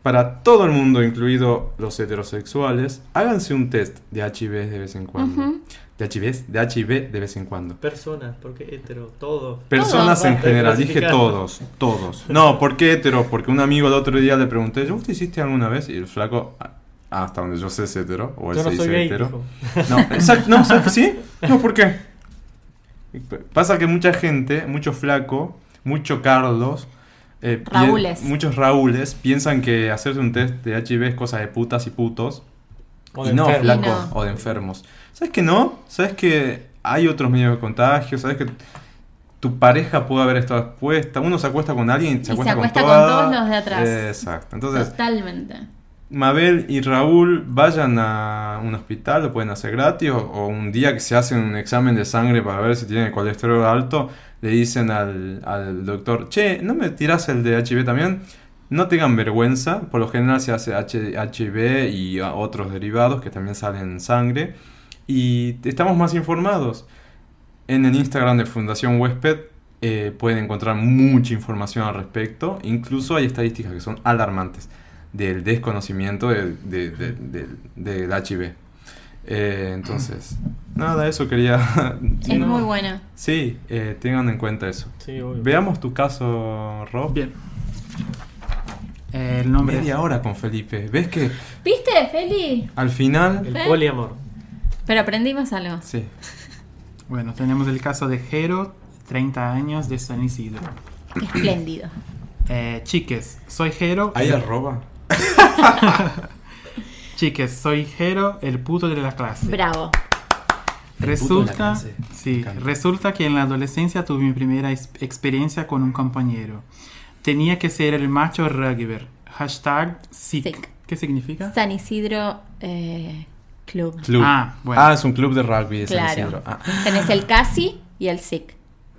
para todo el mundo, incluido los heterosexuales, háganse un test de HIV de vez en cuando.
Ujú.
De HIV, de HIV de vez en cuando.
Personas, porque hetero, todo.
Personas en
Basta de
general, dije
clasificar.
todos, todos. No, ¿por qué heteros? Porque un amigo el otro día le pregunté, ¿yo vos te hiciste alguna vez? Y el flaco, ah, hasta donde yo sé es hetero, o él
Yo no
se
soy
dice
gay,
hetero.
dijo.
No, exacto, no, ¿sabes que sí? No, ¿por qué? Pasa que mucha gente, mucho flaco, mucho Carlos, eh, pien-
Raúles.
muchos Raúles piensan que hacerse un test de HIV es cosa de putas y putos.
O
Y
de
no,
enfermo.
flaco,
Y no.
o de enfermos. ¿Sabes que no? ¿Sabes que hay otros medios de contagio? ¿Sabes que tu pareja puede haber estado expuesta? Uno se acuesta con alguien y se
Y se
acuesta,
acuesta con
toda-
todos los de atrás.
Exacto. Entonces,
Totalmente.
Mabel y Raúl vayan a un hospital, lo pueden hacer gratis, o, o un día que se hacen un examen de sangre para ver si tienen colesterol alto, le dicen al, al doctor, che, ¿no me tirás el de HIV también? No tengan vergüenza, por lo general se hace H- HIV y a- otros derivados que también salen en sangre. Y estamos más informados. En el Instagram de Fundación Huésped eh, pueden encontrar mucha información al respecto. Incluso hay estadísticas que son alarmantes del desconocimiento de- de- de- de- del HIV. Eh, entonces, nada, eso quería...
Es muy buena.
Sí, eh, tengan en cuenta eso.
Sí, obvio.
Veamos tu caso, Rob.
Bien. El nombre es-
Media hora con Felipe. ¿Ves que
¿Viste, Feli?
al final...
El
¿Eh?
poliamor.
Pero aprendimos algo.
Sí.
Bueno, tenemos el caso de Jero, 30 años, de San Isidro.
Espléndido.
Eh, chiques, soy Jero.
Ahí arroba.
Chiques, soy Jero, el puto de la clase.
Bravo.
El puto de la
Resulta,
clase. Me
sí,
encanta.
resulta que en la adolescencia tuve mi primera ex- experiencia con un compañero. Tenía que ser el macho rugby. Hashtag sick.
Sick.
¿Qué significa?
San Isidro eh, Club.
Club.
Ah, bueno.
Ah, es un club de rugby de San
Claro.
Isidro. Ah.
Tenés el CASI y el SIC.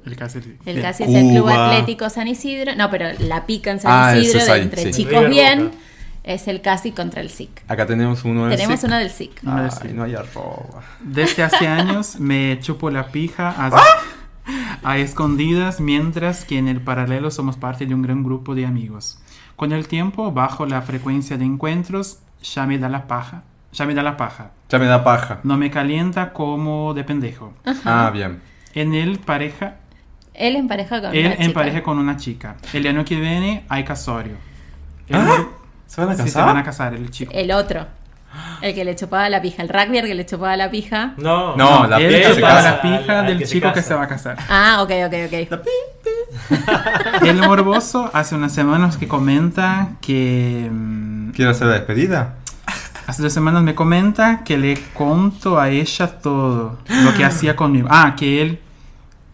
El caso de-
El
Bien.
CASI es el Club
Cuba.
Atlético San Isidro. No, pero la pica en
Ah,
San
ese
Isidro,
es
de
ahí,
entre
sí.
chicos
River
bien,
Boca.
es el CASI contra el SIC.
Acá tenemos uno de
Tenemos
Sick.
uno del SIC.
Uno de
Ay,
Sick.
no hay arroba.
Desde este hace años me chupo la pija a,
¡Ah!
a escondidas mientras que en el paralelo somos parte de un gran grupo de amigos. Con el tiempo bajo la frecuencia de encuentros, ya me da la paja. Ya me da la paja.
Ya me da paja.
No me calienta como de pendejo.
Ah, bien.
En el pareja,
Él en pareja con
él
una
en
chica.
pareja con una chica. El año que viene hay casorio. El-
¿Se van a
Sí,
¿Ah? casar?
se van a casar el chico.
El otro. El que le chupaba la pija. El rugbyer que le chupaba la pija.
No,
No, la
Él
pija se
chupa
casa.
la pija
Al- al
del
que se
chico que
casa.
se va a casar.
Ah, ok, ok, ok.
El morboso hace unas semanas que comenta que... mm,
¿Quiero hacer la despedida?
Hace dos semanas me comenta que le contó a ella todo lo que hacía conmigo. Ah, que él...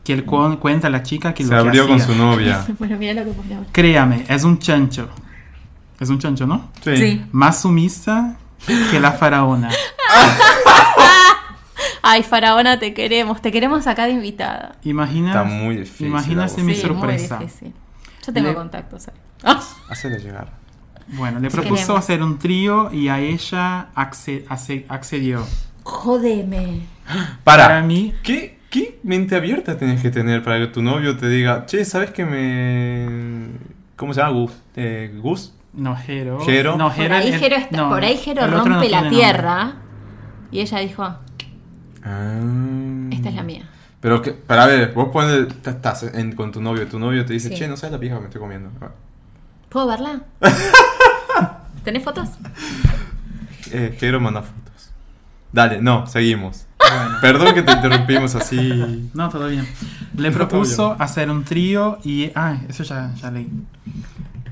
Que él cu- cuenta a la chica que
Se
lo que
abrió con
hacía.
su novia.
Bueno, mira lo que pone ahora.
Créame, es un chancho. Es un chancho, ¿no?
Sí.
Más sumisa que la faraona.
Ay, Faraona, te queremos. Te queremos acá de invitada.
Imagina,
Está muy difícil
Imagínate
la
mi
Sí,
sorpresa.
Muy difícil. Yo tengo Ah.
Le-
contactos. ahí.
Hacelo llegar.
Bueno, le propuso
Queremos.
hacer un trío y a ella acce- acce- accedió.
Jódeme.
Para
Para.
mí,
¿Qué, ¿Qué mente abierta tienes que tener para que tu novio te diga, che, ¿sabes que me... ¿Cómo se llama? Gus. Eh, Gus.
no, Jero.
Jero.
No,
Por
Jero
ahí
es-
Jero, está-
no,
por ahí Jero
el otro no
rompe
tiene
la
nombre.
tierra. Y ella dijo,
Ah.
esta es la mía.
Pero, que, para a ver, vos pones, te- estás en- con tu novio, tu novio te dice,
Sí.
che, no sabes la pija que me estoy comiendo. Ah,
¿Puedo verla? ¿Tenés fotos?
Eh, quiero mandar fotos. Dale, no, seguimos. Perdón que te interrumpimos así.
No, todo bien. Le
No, todo
propuso hacer un trío y... Ah, eso ya, ya leí.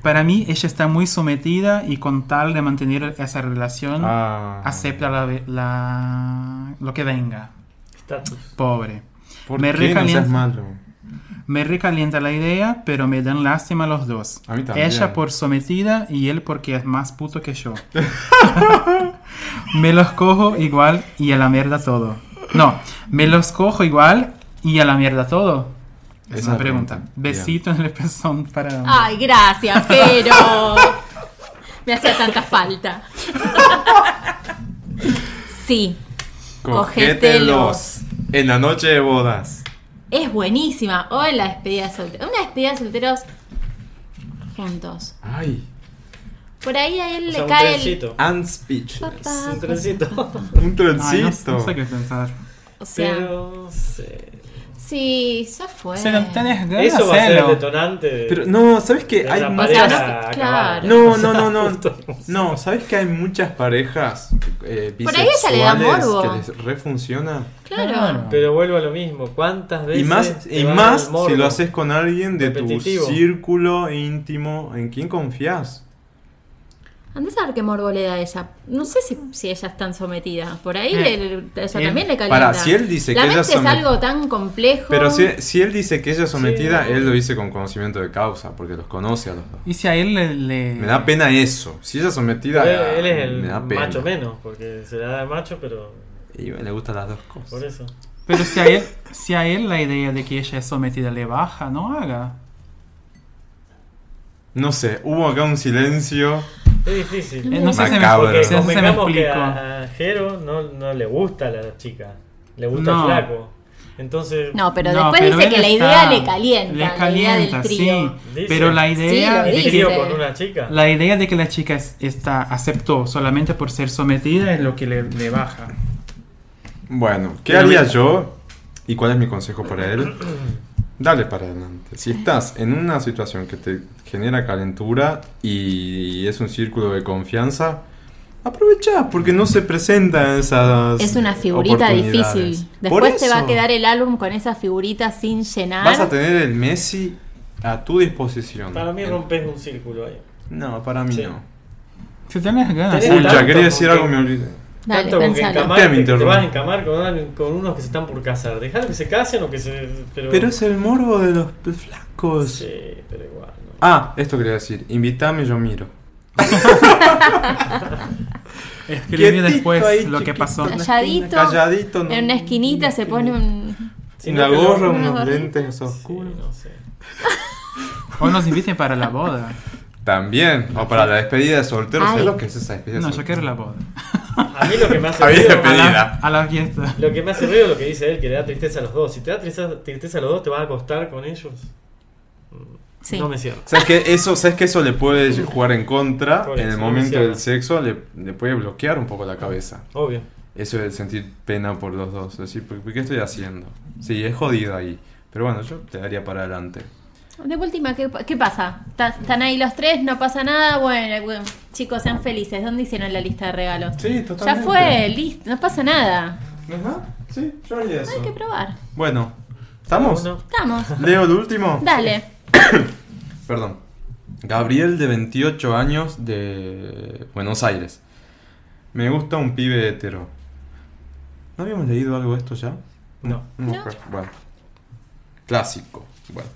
Para mí, ella está muy sometida y con tal de mantener esa relación,
Ah.
acepta la, la- lo que venga.
Estatus.
Pobre.
¿Por
Me
qué no
recalienta.
seas malo?
Me recalienta la idea, pero me dan lástima los dos.
A mí también.
Ella por sometida y él porque es más puto que yo. me los cojo igual y a la mierda todo. No, me los cojo igual y a la mierda todo.
Esa
Es una
es la
pregunta.
pregunta.
Besito en el pezón para ambos.
Ay, gracias, pero me hacía tanta falta. Sí,
Cogételos. En la noche de bodas.
es buenísima. O en la despedida de solteros. Una despedida de solteros juntos.
Ay.
Por ahí a él
O
le
sea, un
cae el...
trencito.
And speech.
Papá.
Un trencito.
Un
Ay, no,
trencito.
no sé qué pensar.
O sea,
Pero. sí.
sí, ya fue.
Se lo tenés ganas,
Eso va a ser el
hacelo.
detonante. de-
Pero no, ¿sabes
Eh, de
qué? Hay
la
mu-
pareja
O sea, no-
acabada.
claro.
No, no, no, no.
Justo.
No, ¿sabes que hay muchas parejas eh,
Por ahí ella le da
bisexuales
morbo.
que les refunciona?
Claro.
Pero vuelvo a lo mismo. ¿Cuántas veces?
Y más,
te
y
va a dar
más
el morbo?
si lo haces con alguien de tu
Repetitivo.
círculo íntimo, ¿en quién confías?
Andás a ver qué morbo le da a ella. No sé si, si ella es tan sometida. Por ahí
Eh.
le- le- ella
Eh.
también le calienta.
Para, si él dice
La
que ella
mente es
somet-
algo tan complejo.
Pero si, si él dice que ella es sometida, él lo dice con conocimiento de causa, porque los conoce a los dos.
Y si a él le. le-
Me da pena eso. Si ella es sometida,
Pero él, él es
me
el
da pena.
macho menos, porque se la da de macho, pero
Y bueno, le gustan las dos cosas.
por eso.
Pero si a, él, si a él la idea de que ella es sometida le baja, no haga.
No sé, hubo acá un silencio.
Es difícil.
Eh, no sé si me-
Macabro.
Porque
si se me
convengamos que
explico.
a a Jero no, no le gusta la chica, le gusta
No.
el flaco. Entonces,
No, pero
No,
después
pero
dice
él
que la
está-
idea le calienta.
Le
la idea
calienta,
del trío.
sí.
Dice.
Pero la idea,
Sí, lo
de
¿el
dice.
que,
trío con una chica?
la idea de que la chica es- está, aceptó solamente por ser sometida es lo que le, le baja.
Bueno, ¿qué haría yo? ¿Y cuál es mi consejo para él? Dale para adelante. Si estás en una situación que te genera calentura y es un círculo de confianza, aprovecha, porque no se presentan esas.
Es una figurita
oportunidades.
difícil.
Por
Después te va a
eso,
quedar el álbum con esa figurita sin llenar.
Vas a tener el Messi a tu disposición.
para mí
En-
rompes un círculo ahí.
No, para mí
Sí.
no.
Si tenés ganas.
Tenés
sí.
Uy, ya
tanto
quería decir
con
algo,
que-
me olvidé.
Dale,
Tanto con que
pensalo.
encamarte,
Usted me
que te
interrumpe.
vas a encamar con, alguien- con unos que se están por casar. Dejar que se casen o que se. Pero,
Pero es el morbo de los flacos.
Sí, pero igual. no.
Pues, Ah, esto quería decir. Invítame y yo miro.
Escribí
Quietito
después
ahí,
lo que
chiquito.
pasó.
Calladito,
Calladito, no.
en una esquinita se pone un...
Si
Una
no, te lo-
gorra,
Sí,
unos
gorrita.
lentes oscuros.
no sé.
O nos inviten para la boda.
También. O para la despedida de solteros.
Ay.
¿Sabes lo que es esa despedida de
No, yo
solteros?
quiero la boda.
A mí lo que me hace
Había
ruido.
A
despedido.
la,
Mira.
a la fiesta.
Lo que me hace ruido es lo que dice él, que le da tristeza a los dos. Si te da tristeza, tristeza a los dos, te vas a acostar con ellos.
Sí.
No me cierro.
¿Sabes que eso, sabes que eso le puede jugar en contra?
Por
En el
eso,
momento
Luciana.
del sexo le, le puede bloquear un poco la cabeza.
Obvio.
Eso de sentir pena por los dos. Decir, ¿por por qué estoy haciendo? Sí, es jodido ahí. Pero bueno, yo te daría para adelante.
De última, ¿qué, qué pasa? Ta- Están ahí los tres, no pasa nada. Bueno, bueno, chicos, sean felices. ¿Dónde hicieron la lista de regalos?
Sí,
Ya
totalmente.
fue, listo, no pasa nada.
Ajá, sí, yo haría eso.
Hay que probar.
Bueno, ¿estamos?
Uno.
Estamos.
Leo el último.
Dale.
Perdón. Gabriel de 28 años de Buenos Aires. Me gusta un pibe hetero. ¿No habíamos leído algo de esto ya?
No.
pues, Bueno. Clásico. Bueno.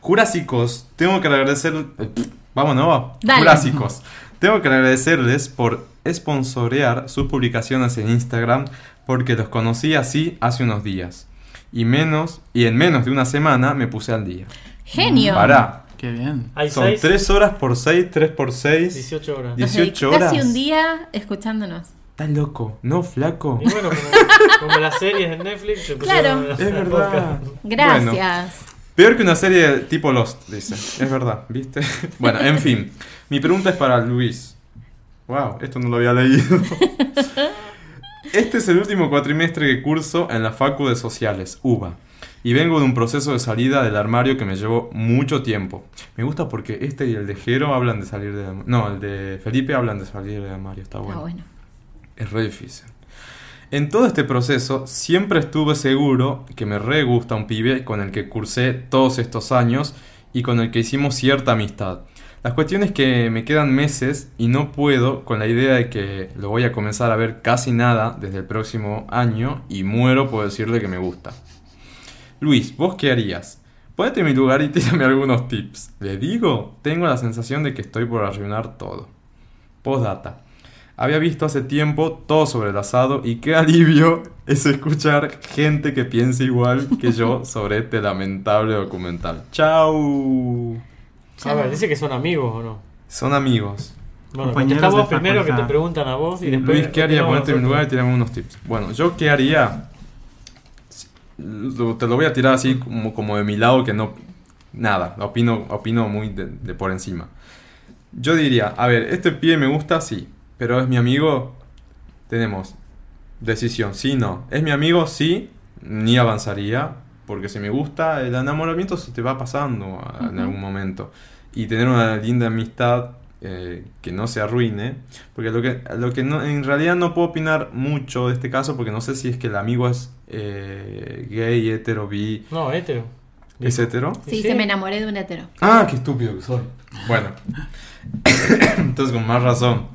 Jurásicos, tengo que agradecer... eh, pff, Vamos, ¿no? va?
Dale.
Jurásicos. Tengo que agradecerles por sponsorear sus publicaciones en Instagram porque los conocí así hace unos días. Y menos, y en menos de una semana me puse al día.
Genio.
Pará,
Qué bien.
Hay
son
seis,
3 horas por 6, 3 por 6.
18 horas.
Nos
18
dedicó Casi
horas.
un día escuchándonos.
Estás loco, no flaco.
Y bueno, como, como las series en Netflix, se pusieron
Claro.
Es
en el
verdad.
podcast.
Bueno,
Gracias.
peor que una serie tipo Lost, dice. Es verdad, ¿viste? Bueno, en fin. Mi pregunta es para Luis. Wow, esto no lo había leído. Este es el último cuatrimestre que curso en la Facu de Sociales, UBA. Y vengo de un proceso de salida del armario que me llevó mucho tiempo. Me gusta porque este y el de Jero hablan de salir de... No, el de Felipe hablan de salir del armario, está
Ah,
bueno.
bueno.
Es re difícil. En todo este proceso siempre estuve seguro que me re gusta un pibe con el que cursé todos estos años y con el que hicimos cierta amistad. Las cuestiones que me quedan meses y no puedo con la idea de que lo voy a comenzar a ver casi nada desde el próximo año y muero por decirle que me gusta. Luis, ¿vos qué harías? Ponete en mi lugar y tírame algunos tips. Le digo, tengo la sensación de que estoy por arruinar todo. Postdata. Había visto hace tiempo todo sobre el asado y qué alivio es escuchar gente que piensa igual que yo sobre este lamentable documental. ¡Chau!
A ver, dice que son amigos o no.
Son amigos.
Bueno,
Compañeros
contestá
de
vos primero que
facultad.
te preguntan a vos y después.
Luis, ¿qué haría?
No,
Ponete en mi
nosotros.
lugar y tirame unos tips. Bueno, yo qué haría. Lo- Te lo voy a tirar así como, como de mi lado que no. Nada, opino, opino muy de, de por encima. Yo diría, a ver, este pibe me gusta, sí, pero es mi amigo. Tenemos decisión, sí, no. Es mi amigo, sí, ni avanzaría, porque si me gusta, el enamoramiento se te va pasando a- en algún momento. Y tener una linda amistad eh, que no se arruine, porque lo que, lo que no, en realidad no puedo opinar mucho de este caso, porque no sé si es que el amigo es eh, gay, hetero, bi,
No, hétero.
¿Es hetero?
Sí, se me enamoré de un hetero.
Ah, qué estúpido que soy. Bueno. Entonces, con más razón.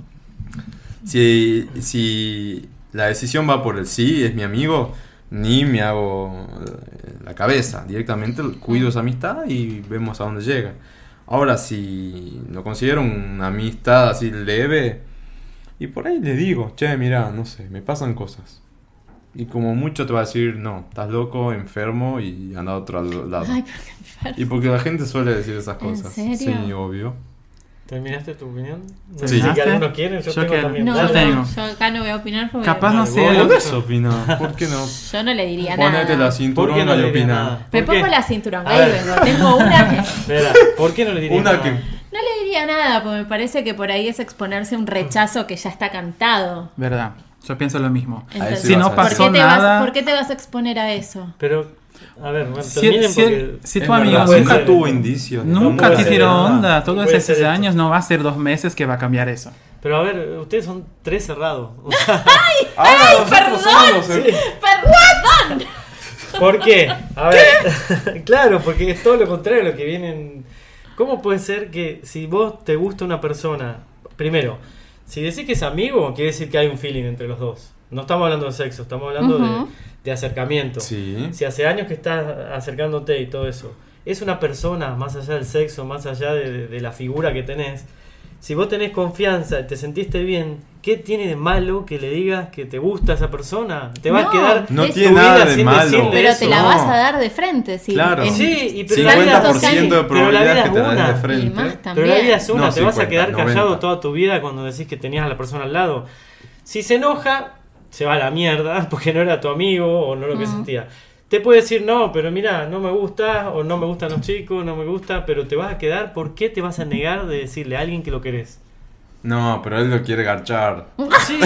Si, si la decisión va por el sí, es mi amigo, ni me hago eh, la cabeza. Directamente cuido esa amistad y vemos a dónde llega. Ahora, si lo considero una amistad así leve, y por ahí le digo, che, mira, no sé, me pasan cosas. Y como mucho te va a decir, no, estás loco, enfermo y anda a otro lado.
Ay, pero qué enfermo.
Y porque la gente suele decir esas
¿En
cosas.
serio?
Sí, obvio.
¿Terminaste tu opinión? No
Sí.
sé si algunos quieren, yo,
Yo
tengo
quiero.
también.
No,
Yo
no,
tengo.
yo acá no voy a opinar porque
Capaz no
Vos
sea.
no-
¿Puedes opinar? ¿Por qué no?
yo no le diría
Ponete
nada.
la
¿Por
cinturón
qué
y
no le diría
opina.
nada?
Me
¿Por qué?
pongo la cinturón,
A
ahí
ver.
vengo. Tengo una que...
Espera, ¿por qué no le dirías
Una
nada?
que.
No le diría nada, porque me parece que por ahí es exponerse a un rechazo que ya está cantado.
Verdad. Yo pienso lo mismo.
Entonces,
Si no
vas a
¿por,
decir.
pasó
qué te vas,
nada.
¿Por qué te vas a exponer a eso?
Pero, a ver, bueno,
Si-
terminen
si-
porque...
si
Es
tu amigo
verdad, nunca
nunca-
tuvo indicios. de
Nunca
puede
te
ser,
tiró
¿verdad?
onda.
No
Todos
puede
esos
ser esto.
años no va a ser dos meses que va a cambiar eso.
Pero a ver, ustedes son tres cerrados. O sea,
Ahora Ah, nosotros somos ¿eh? los-
¡Perdón!
¿Por qué? A ver, claro, porque es todo lo contrario a lo que vienen. ¿Cómo puede ser que si vos te gusta una persona, primero, si decís que es amigo, quiere decir que hay un feeling entre los dos? No estamos hablando de sexo, estamos hablando de-
Ujú.
de, acercamiento.
Sí.
Si hace años que estás acercándote y todo eso, es una persona, más allá del sexo, más allá de, de- de la figura que tenés, si vos tenés confianza y te sentiste bien, ¿qué tiene de malo que le digas que te gusta esa persona? Te va
No,
a quedar
No
Es
tiene
tu vida
nada de
sin
malo.
decirle
Pero
eso.
te la
No.
vas a dar de frente, sí.
Claro.
En-
Sí, y pero la vida
50% de
es- pero la vida
probabilidades que te
es
den de
una.
Y
frente.
más
Pero la vida es una,
No,
te vas a
50,
quedar
90.
callado toda tu vida cuando decís que tenías a la persona al lado. Si se enoja, se va a la mierda porque no era tu amigo o no lo que sentía. Te puede decir, no, pero mira, no me gusta, o no me gustan los chicos, no me gusta, pero te vas a quedar, ¿por qué te vas a negar de decirle a alguien que lo querés?
No, pero él lo quiere garchar.
Sí,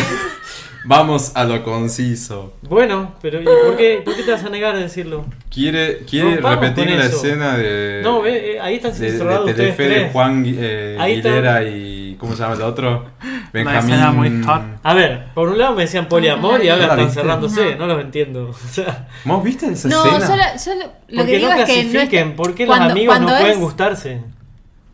Vamos a lo conciso.
bueno, pero ¿y por qué, por qué te vas a negar de decirlo?
Quiere, quiere
Rompamos
repetir
con
la
eso.
escena de.
No, ve, eh, ahí están
de, de
cerrados ustedes
Telefe, de
tres.
Juan eh,
Ahí está.
Aguilera y. ¿Cómo se llama el otro?
Una
Benjamín.
escena muy hot.
A ver, por un lado me decían poliamor y
¿No
ahora
la
están
viste?
cerrándose, no los entiendo. O sea,
¿Vos viste esa
No,
escena?
yo, la- yo lo- lo
porque
que digo
no
es que no
clasifiquen,
está-
¿por qué
cuando-
los amigos no
cuando
pueden
es-
gustarse?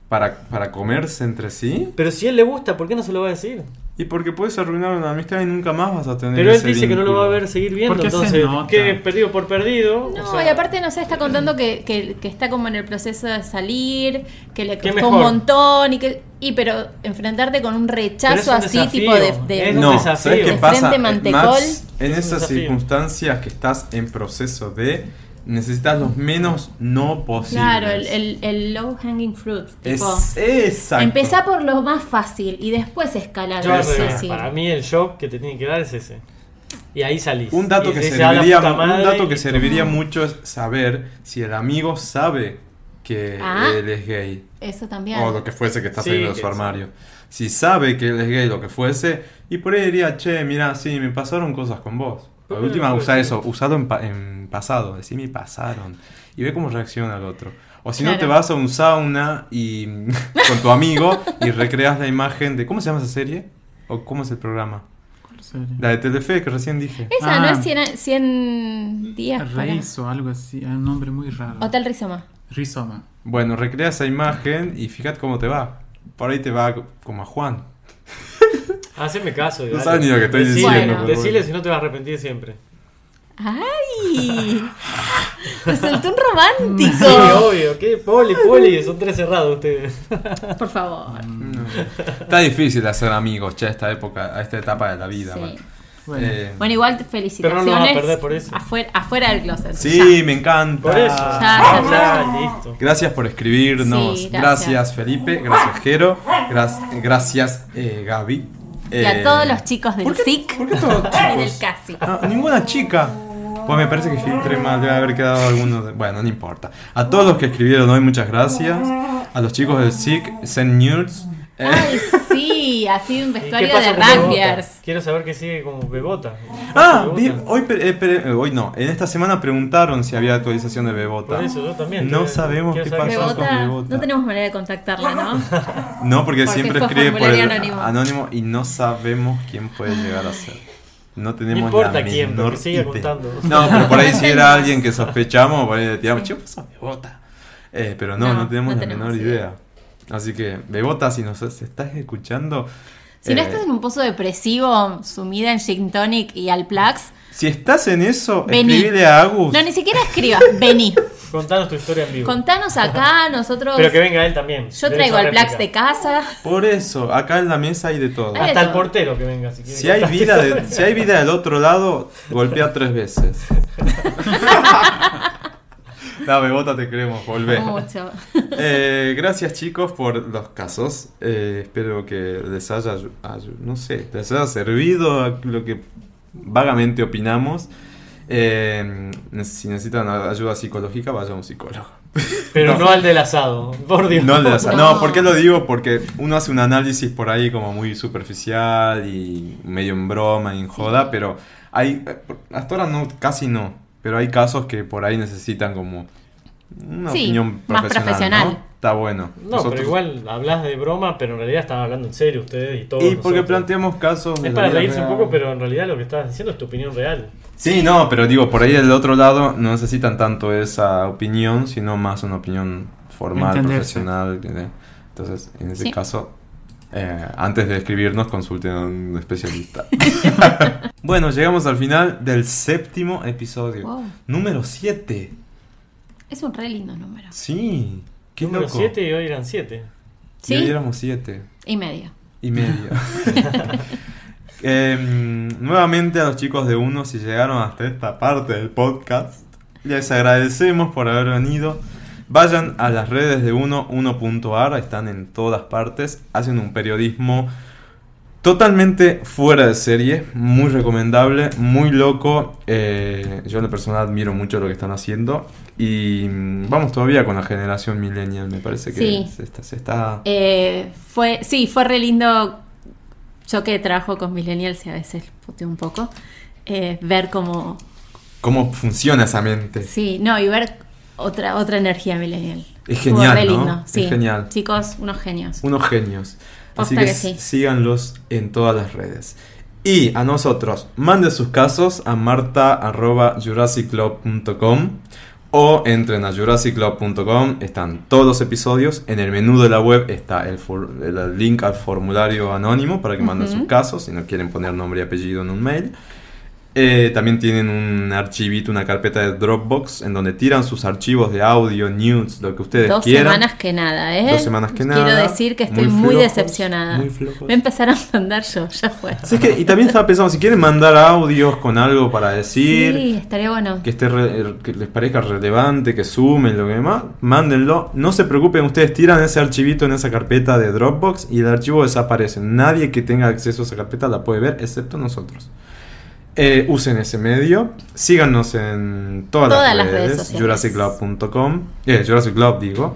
Para, para comerse entre sí.
Pero si él le gusta, ¿por qué no se lo va a decir?
Y porque puedes arruinar una amistad y nunca más vas a tener.
Pero él
ese
dice que no lo
vínculo.
va a ver seguir viendo,
Porque se
entonces,
nota.
¿qué? Perdido por perdido.
No,
o sea,
y aparte, no sé, está contando que, que- que está como en el proceso de salir, que le
Qué
costó un
mejor.
montón y que... Y pero enfrentarte con un
pero es
rechazo
un
así,
desafío,
tipo de... de-
es un
No,
desafío.
¿sabes qué
De
pasa? Eh,
frente, mantecol.
Max, en
Es un
esas
desafío.
circunstancias que estás en proceso de, necesitas los menos no posibles.
Claro, el, el- el low hanging fruit. Tipo,
Es, exacto.
empezá por lo más fácil y después escalar
Yo
lo
al revés,
difícil.
Para mí el shock que te tiene que dar es ese. Y ahí salís.
un dato
Y
que
decís, "Ah, la
serviría,
puta
un
madre",
dato
y-
que serviría mucho es saber si el amigo sabe que
Ah.
él es gay
Eso también.
o Oh, lo que fuese que está
Sí,
saliendo de
que
su
sí.
armario. Si sabe que él es gay, lo que fuese, y por ahí diría, che, mira, sí, me pasaron cosas con vos. La
¿Por qué
última,
no lo
usa
puedes
eso, usado en, pa- en pasado, decí, me pasaron. Y ve cómo reacciona el otro. O si no,
Claro.
te vas a un sauna y con tu amigo y recreas la imagen de. ¿Cómo se llama esa serie? ¿O cómo es el programa? La de Telefe que recién dije.
Esa
Ah.
no es 100, 100 días. para-
Reis o algo así. Hay un nombre muy raro.
Hotel Rizoma.
Rizoma.
Bueno, recrea esa imagen y fíjate cómo te va. Por ahí te va como a Juan.
Haceme caso.
No sabes ni lo que estoy
diciendo,
Decile,
pero
decile
bueno.
si no te vas a arrepentir siempre.
¡Ay! Resultó un
Sí,
romántico.
obvio. ¿Qué? Poli, poli. Son tres cerrados ustedes.
Por favor.
Está difícil hacer amigos, che, a esta época, a esta etapa de la vida.
Sí.
bueno.
Bueno.
Eh,
Bueno, igual felicitaciones.
Pero no lo vas a perder por eso.
Afuera, afuera del closet.
sí, me encanta.
Por eso.
Ya, ya,
Ya, listo.
Gracias por escribirnos.
Sí,
gracias.
gracias.
Felipe. Gracias, Jero. Gra- gracias, eh, Gaby.
Ya. Y
Eh,
a todos los chicos del
¿por qué-
SIC
¿Por qué todos
y del
chicos?
CASI.
Ah, ninguna chica. Pues me parece que filtré mal, debe haber quedado alguno. de- Bueno, no importa. A todos los que escribieron hoy, muchas gracias. A los chicos del SIC, Send News. Eh,
Ay, sí, así un
¿Y
vestuario
pasa
de
con Bebota?
rugbyers.
Quiero saber qué sigue como Bebota.
Ah,
Bebota.
vi- hoy, pre- eh, pre- eh, hoy no. En esta semana preguntaron si había actualización de Bebota.
Por eso yo también.
No
Quiero-
sabemos
quiero
qué
saber
pasó.
pasa.
con
Bebota,
Bebota.
no tenemos manera de contactarla, ¿no?
No, porque,
Porque
siempre
fue
escribe por el
formulario
anónimo.
anónimo.
y no sabemos quién puede llegar a ser. No tenemos
No importa
la
quién,
menor
porque sigue
idea.
contando.
No, pero por ahí si era alguien que sospechamos, por ahí le tiramos, che, vos sos Bebota. Eh, pero no,
No,
no, tenemos
no
la
tenemos
menor
idea.
idea. Así que, Bebota, si nos si estás escuchando.
Si no
eh,
estás en un pozo depresivo, sumida en gin tonic y al plax,
si estás en eso,
Vení.
escribile a Agus.
no, ni siquiera escribas, vení.
Contanos tu historia en vivo.
Contanos acá, nosotros...
Pero que venga él también.
Yo
Dele
traigo
su
al Plax de
réplica.
casa.
Por eso, acá en la mesa hay de todo.
Hay de
Hasta el
todo.
portero que venga, si quiere.
Si hay,
Contate
vida
su
de-
historia.
si hay vida del otro lado, golpea tres veces. No, Bebota, te queremos, volvé.
Mucho.
Eh, gracias chicos por los casos. Eh, espero que les haya, ayu- ayu- no sé, les haya servido a lo que vagamente opinamos. Eh, ne- si necesitan a- ayuda psicológica, vayan a un psicólogo.
Pero no. al del asado, por Dios.
No, al de la sa-
No.
no, ¿por qué lo digo? Porque uno hace un análisis por ahí como muy superficial y medio en broma y en joda, pero hay, hasta ahora no, casi no, pero hay casos que por ahí necesitan como una
Sí,
opinión
más
profesional.
profesional.
¿no? Está bueno.
No,
Nosotros-
pero igual hablas de broma, pero en realidad están hablando en serio ustedes y todo.
Y porque planteamos casos. de
Es
la
para
vida
reírse un
real.
poco, pero en realidad lo que estás diciendo es tu opinión real.
Sí, no, pero digo, por ahí del otro lado no necesitan tanto esa opinión, sino más una opinión formal,
Entenderse.
profesional. ¿eh? Entonces, en ese
Sí.
caso, eh, antes de escribirnos, consulten a un especialista. bueno, llegamos al final del séptimo episodio.
Wow.
Número 7.
Es un re lindo número.
Sí. Qué
Número
loco.
7 y hoy eran 7.
Y hoy
Sí.
éramos 7.
Y medio.
y medio. Em, nuevamente a los chicos de Uno, si llegaron hasta esta parte del podcast, les agradecemos por haber venido. Vayan a las redes de Uno, Uno.ar, están en todas partes, hacen un periodismo totalmente fuera de serie, muy recomendable, muy loco. Eh, yo en lo personal admiro mucho lo que están haciendo y mm, vamos todavía con la generación millennial, me parece que
Sí.
se está... se está-
Eh, fue, sí, fue re lindo. Yo que trabajo con millennials y a veces puteo un poco. eh, ver cómo.
¿Cómo funciona esa mente?
Sí, no, y ver otra, otra energía millennial.
Es
Estuvo
genial,
re
¿no?
lindo,
Es
Sí.
genial.
Chicos, unos genios.
Unos genios. Así
Posta
que,
que
s-
sí.
síganlos en todas las redes. Y a nosotros, manden sus casos a marta.jurassicclub.com o entren a jurassicclub.com, están todos los episodios. En el menú de la web está el, for- el link al formulario anónimo para que manden
Ujú.
sus casos si no quieren poner nombre y apellido en un mail. Eh, también tienen un archivito, una carpeta de Dropbox en donde tiran sus archivos de audio, news, lo que ustedes
Dos
quieran.
semanas que nada, ¿eh?
Dos semanas que nada.
Quiero decir que estoy muy,
Muy flojos,
decepcionada.
muy flojos.
Voy a empezar a mandar yo, ya fue.
Sí, es que- y también estaba pensando, si quieren mandar audios con algo para decir,
Sí, estaría bueno.
que, esté re- eh, que les parezca relevante, que sumen, lo que demás, mándenlo. No se preocupen, ustedes tiran ese archivito en esa carpeta de Dropbox y el archivo desaparece. Nadie que tenga acceso a esa carpeta la puede ver, excepto nosotros. Eh, usen ese medio, síganos en todas,
Todas
las
las redes
redes,
sociales.
jurassicclub.com, eh, Jurassic Club digo,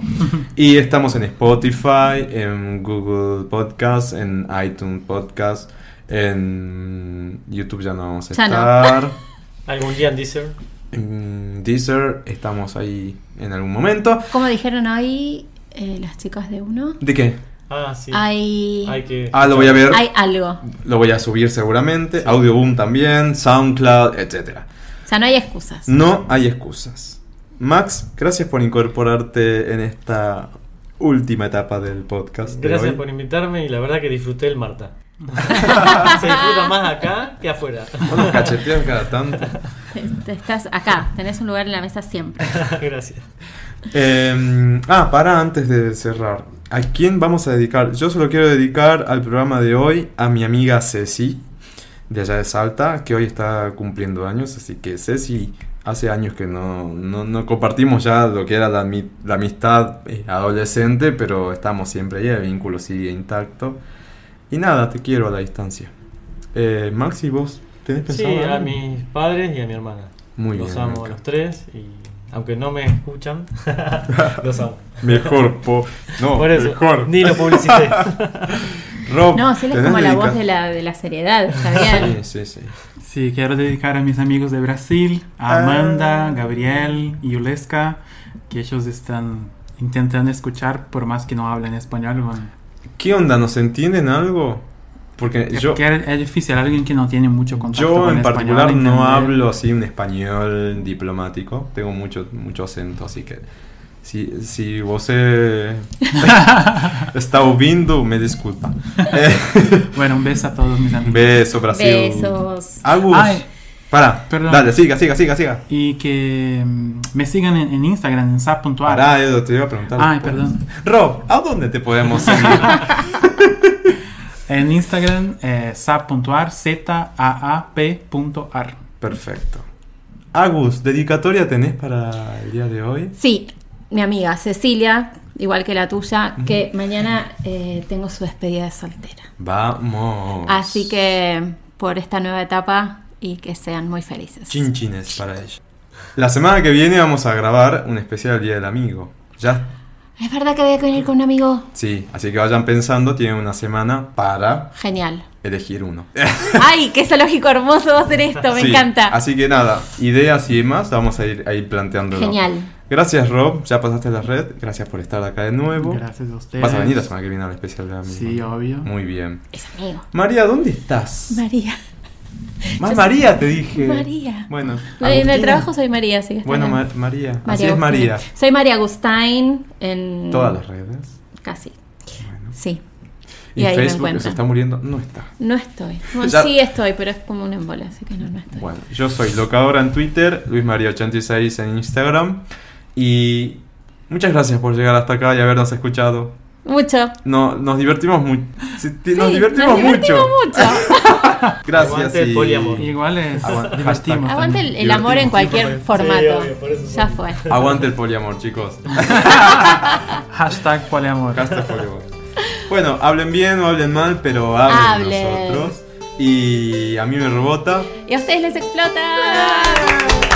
y estamos en Spotify, en Google Podcast, en iTunes Podcast, en YouTube ya no vamos a
Ya no.
estar.
Algún día en Deezer.
En Deezer estamos ahí en algún momento.
Como dijeron hoy eh, las chicas de uno,
¿De qué?
Ah, sí.
hay,
Hay que.
Ah, lo voy a ver,
hay algo.
lo voy a subir seguramente. Audioboom también, SoundCloud, etcétera.
O sea, no hay excusas.
No hay excusas. Max, gracias por incorporarte en esta última etapa del podcast. de
Gracias
hoy.
por invitarme y la verdad que disfruté el Marta. Se disfruta más acá que afuera.
Vos nos cacheteas cada tanto.
Te- te Este, Estás acá, tenés un lugar en la mesa siempre.
Gracias.
Eh, ah, para antes de cerrar. ¿A quién vamos a dedicar? Yo solo quiero dedicar al programa de hoy a mi amiga Ceci, de allá de Salta, que hoy está cumpliendo años. Así que Ceci, hace años que no, no, no compartimos ya lo que era la, ami- la amistad eh, adolescente, pero estamos siempre ahí, el vínculo sigue intacto. Y nada, te quiero a la distancia. Eh, Maxi, ¿vos tenés
Sí,
pensado?
a
algo?
mis padres y a mi hermana.
Muy
los
bien,
amo a
Maca.
los tres y aunque no me escuchan, los amo.
Mejor, po. No,
Por eso,
mejor.
ni lo publicité.
Rob,
No, si él es
Oh, ¿tenés
como la
dedica-
voz de la, de la seriedad, está bien.
Sí, sí, sí.
Sí, quiero dedicar a mis amigos de Brasil, a
Ah.
Amanda, Gabriel y Uleska, que ellos están intentando escuchar por más que no hablen español. van-
¿Qué onda? ¿Nos entienden algo? Porque
Es
yo,
que es difícil, alguien que no tiene mucho contacto
yo
con
en
español,
particular no
entender.
hablo así un español diplomático. Tengo mucho, mucho acento, así que si, si vos eh, está ouvindo, me disculpa. Eh,
Bueno, un beso a todos mis amigos.
Beso, Brasil.
Besos.
Agus.
Ay.
Para.
Perdón.
Dale, siga, siga, siga, siga.
Y que mm, me sigan en, en Instagram, en sap.ar.
Pará, Edo, te iba a preguntar.
Ay, perdón.
Rob, ¿a dónde te podemos seguir?
En Instagram, eh, sap.ar, Z-A-A-P.ar.
Perfecto. Agus, ¿dedicatoria tenés para el día de hoy?
Sí, mi amiga Cecilia, igual que la tuya, que mañana eh, tengo su despedida de soltera.
Vamos.
Así que por esta nueva etapa y que sean muy felices.
Chinchines para ella. La semana que viene vamos a grabar un especial Día del Amigo. Ya,
Es verdad que voy a venir con un amigo
sí. Así que vayan pensando, tienen una semana para
genial.
elegir uno.
¡Ay, qué zoológico hermoso va a ser esto! Me
Sí,
encanta.
Así que nada, ideas y demás vamos a ir ahí planteando.
Genial.
Gracias Rob, ya pasaste la red, gracias por estar acá de nuevo.
Gracias a ustedes.
Vas a venir la semana que viene al especial de amigos.
Sí, obvio.
Muy bien.
Es amigo.
María, ¿dónde estás?
María.
Más María te dije.
María.
Bueno.
En
Agustina.
el trabajo soy María, así que está
Bueno,
bien.
Ma- María. Así
Agustina. Mm.
es María.
Soy María Agustín en...
Todas las redes.
Casi.
Bueno.
Sí.
Y,
Y ahí me
Facebook que se
encuentran.
está muriendo. No está.
No estoy. Bueno,
Ya-
sí estoy, pero es como un embole, así que no, no estoy.
Bueno, yo soy Locadora en Twitter, Luis María 86 en Instagram. Y muchas gracias por llegar hasta acá y habernos escuchado.
Mucho.
No, nos divertimos mucho. nos
Sí,
divertimos
nos divertimos
mucho.
mucho.
Gracias.
Aguante el
y-
poliamor.
Igual es
Aguante.
divertimos.
Aguante el,
también.
el amor en cualquier formato.
obvio, por eso
ya fue.
Aguante el poliamor, chicos.
Hashtag poliamor.
Hashtag poliamor. Bueno, hablen bien o hablen mal, pero hablen,
Hablen.
nosotros. Y a mí me rebota.
Y a ustedes les explota.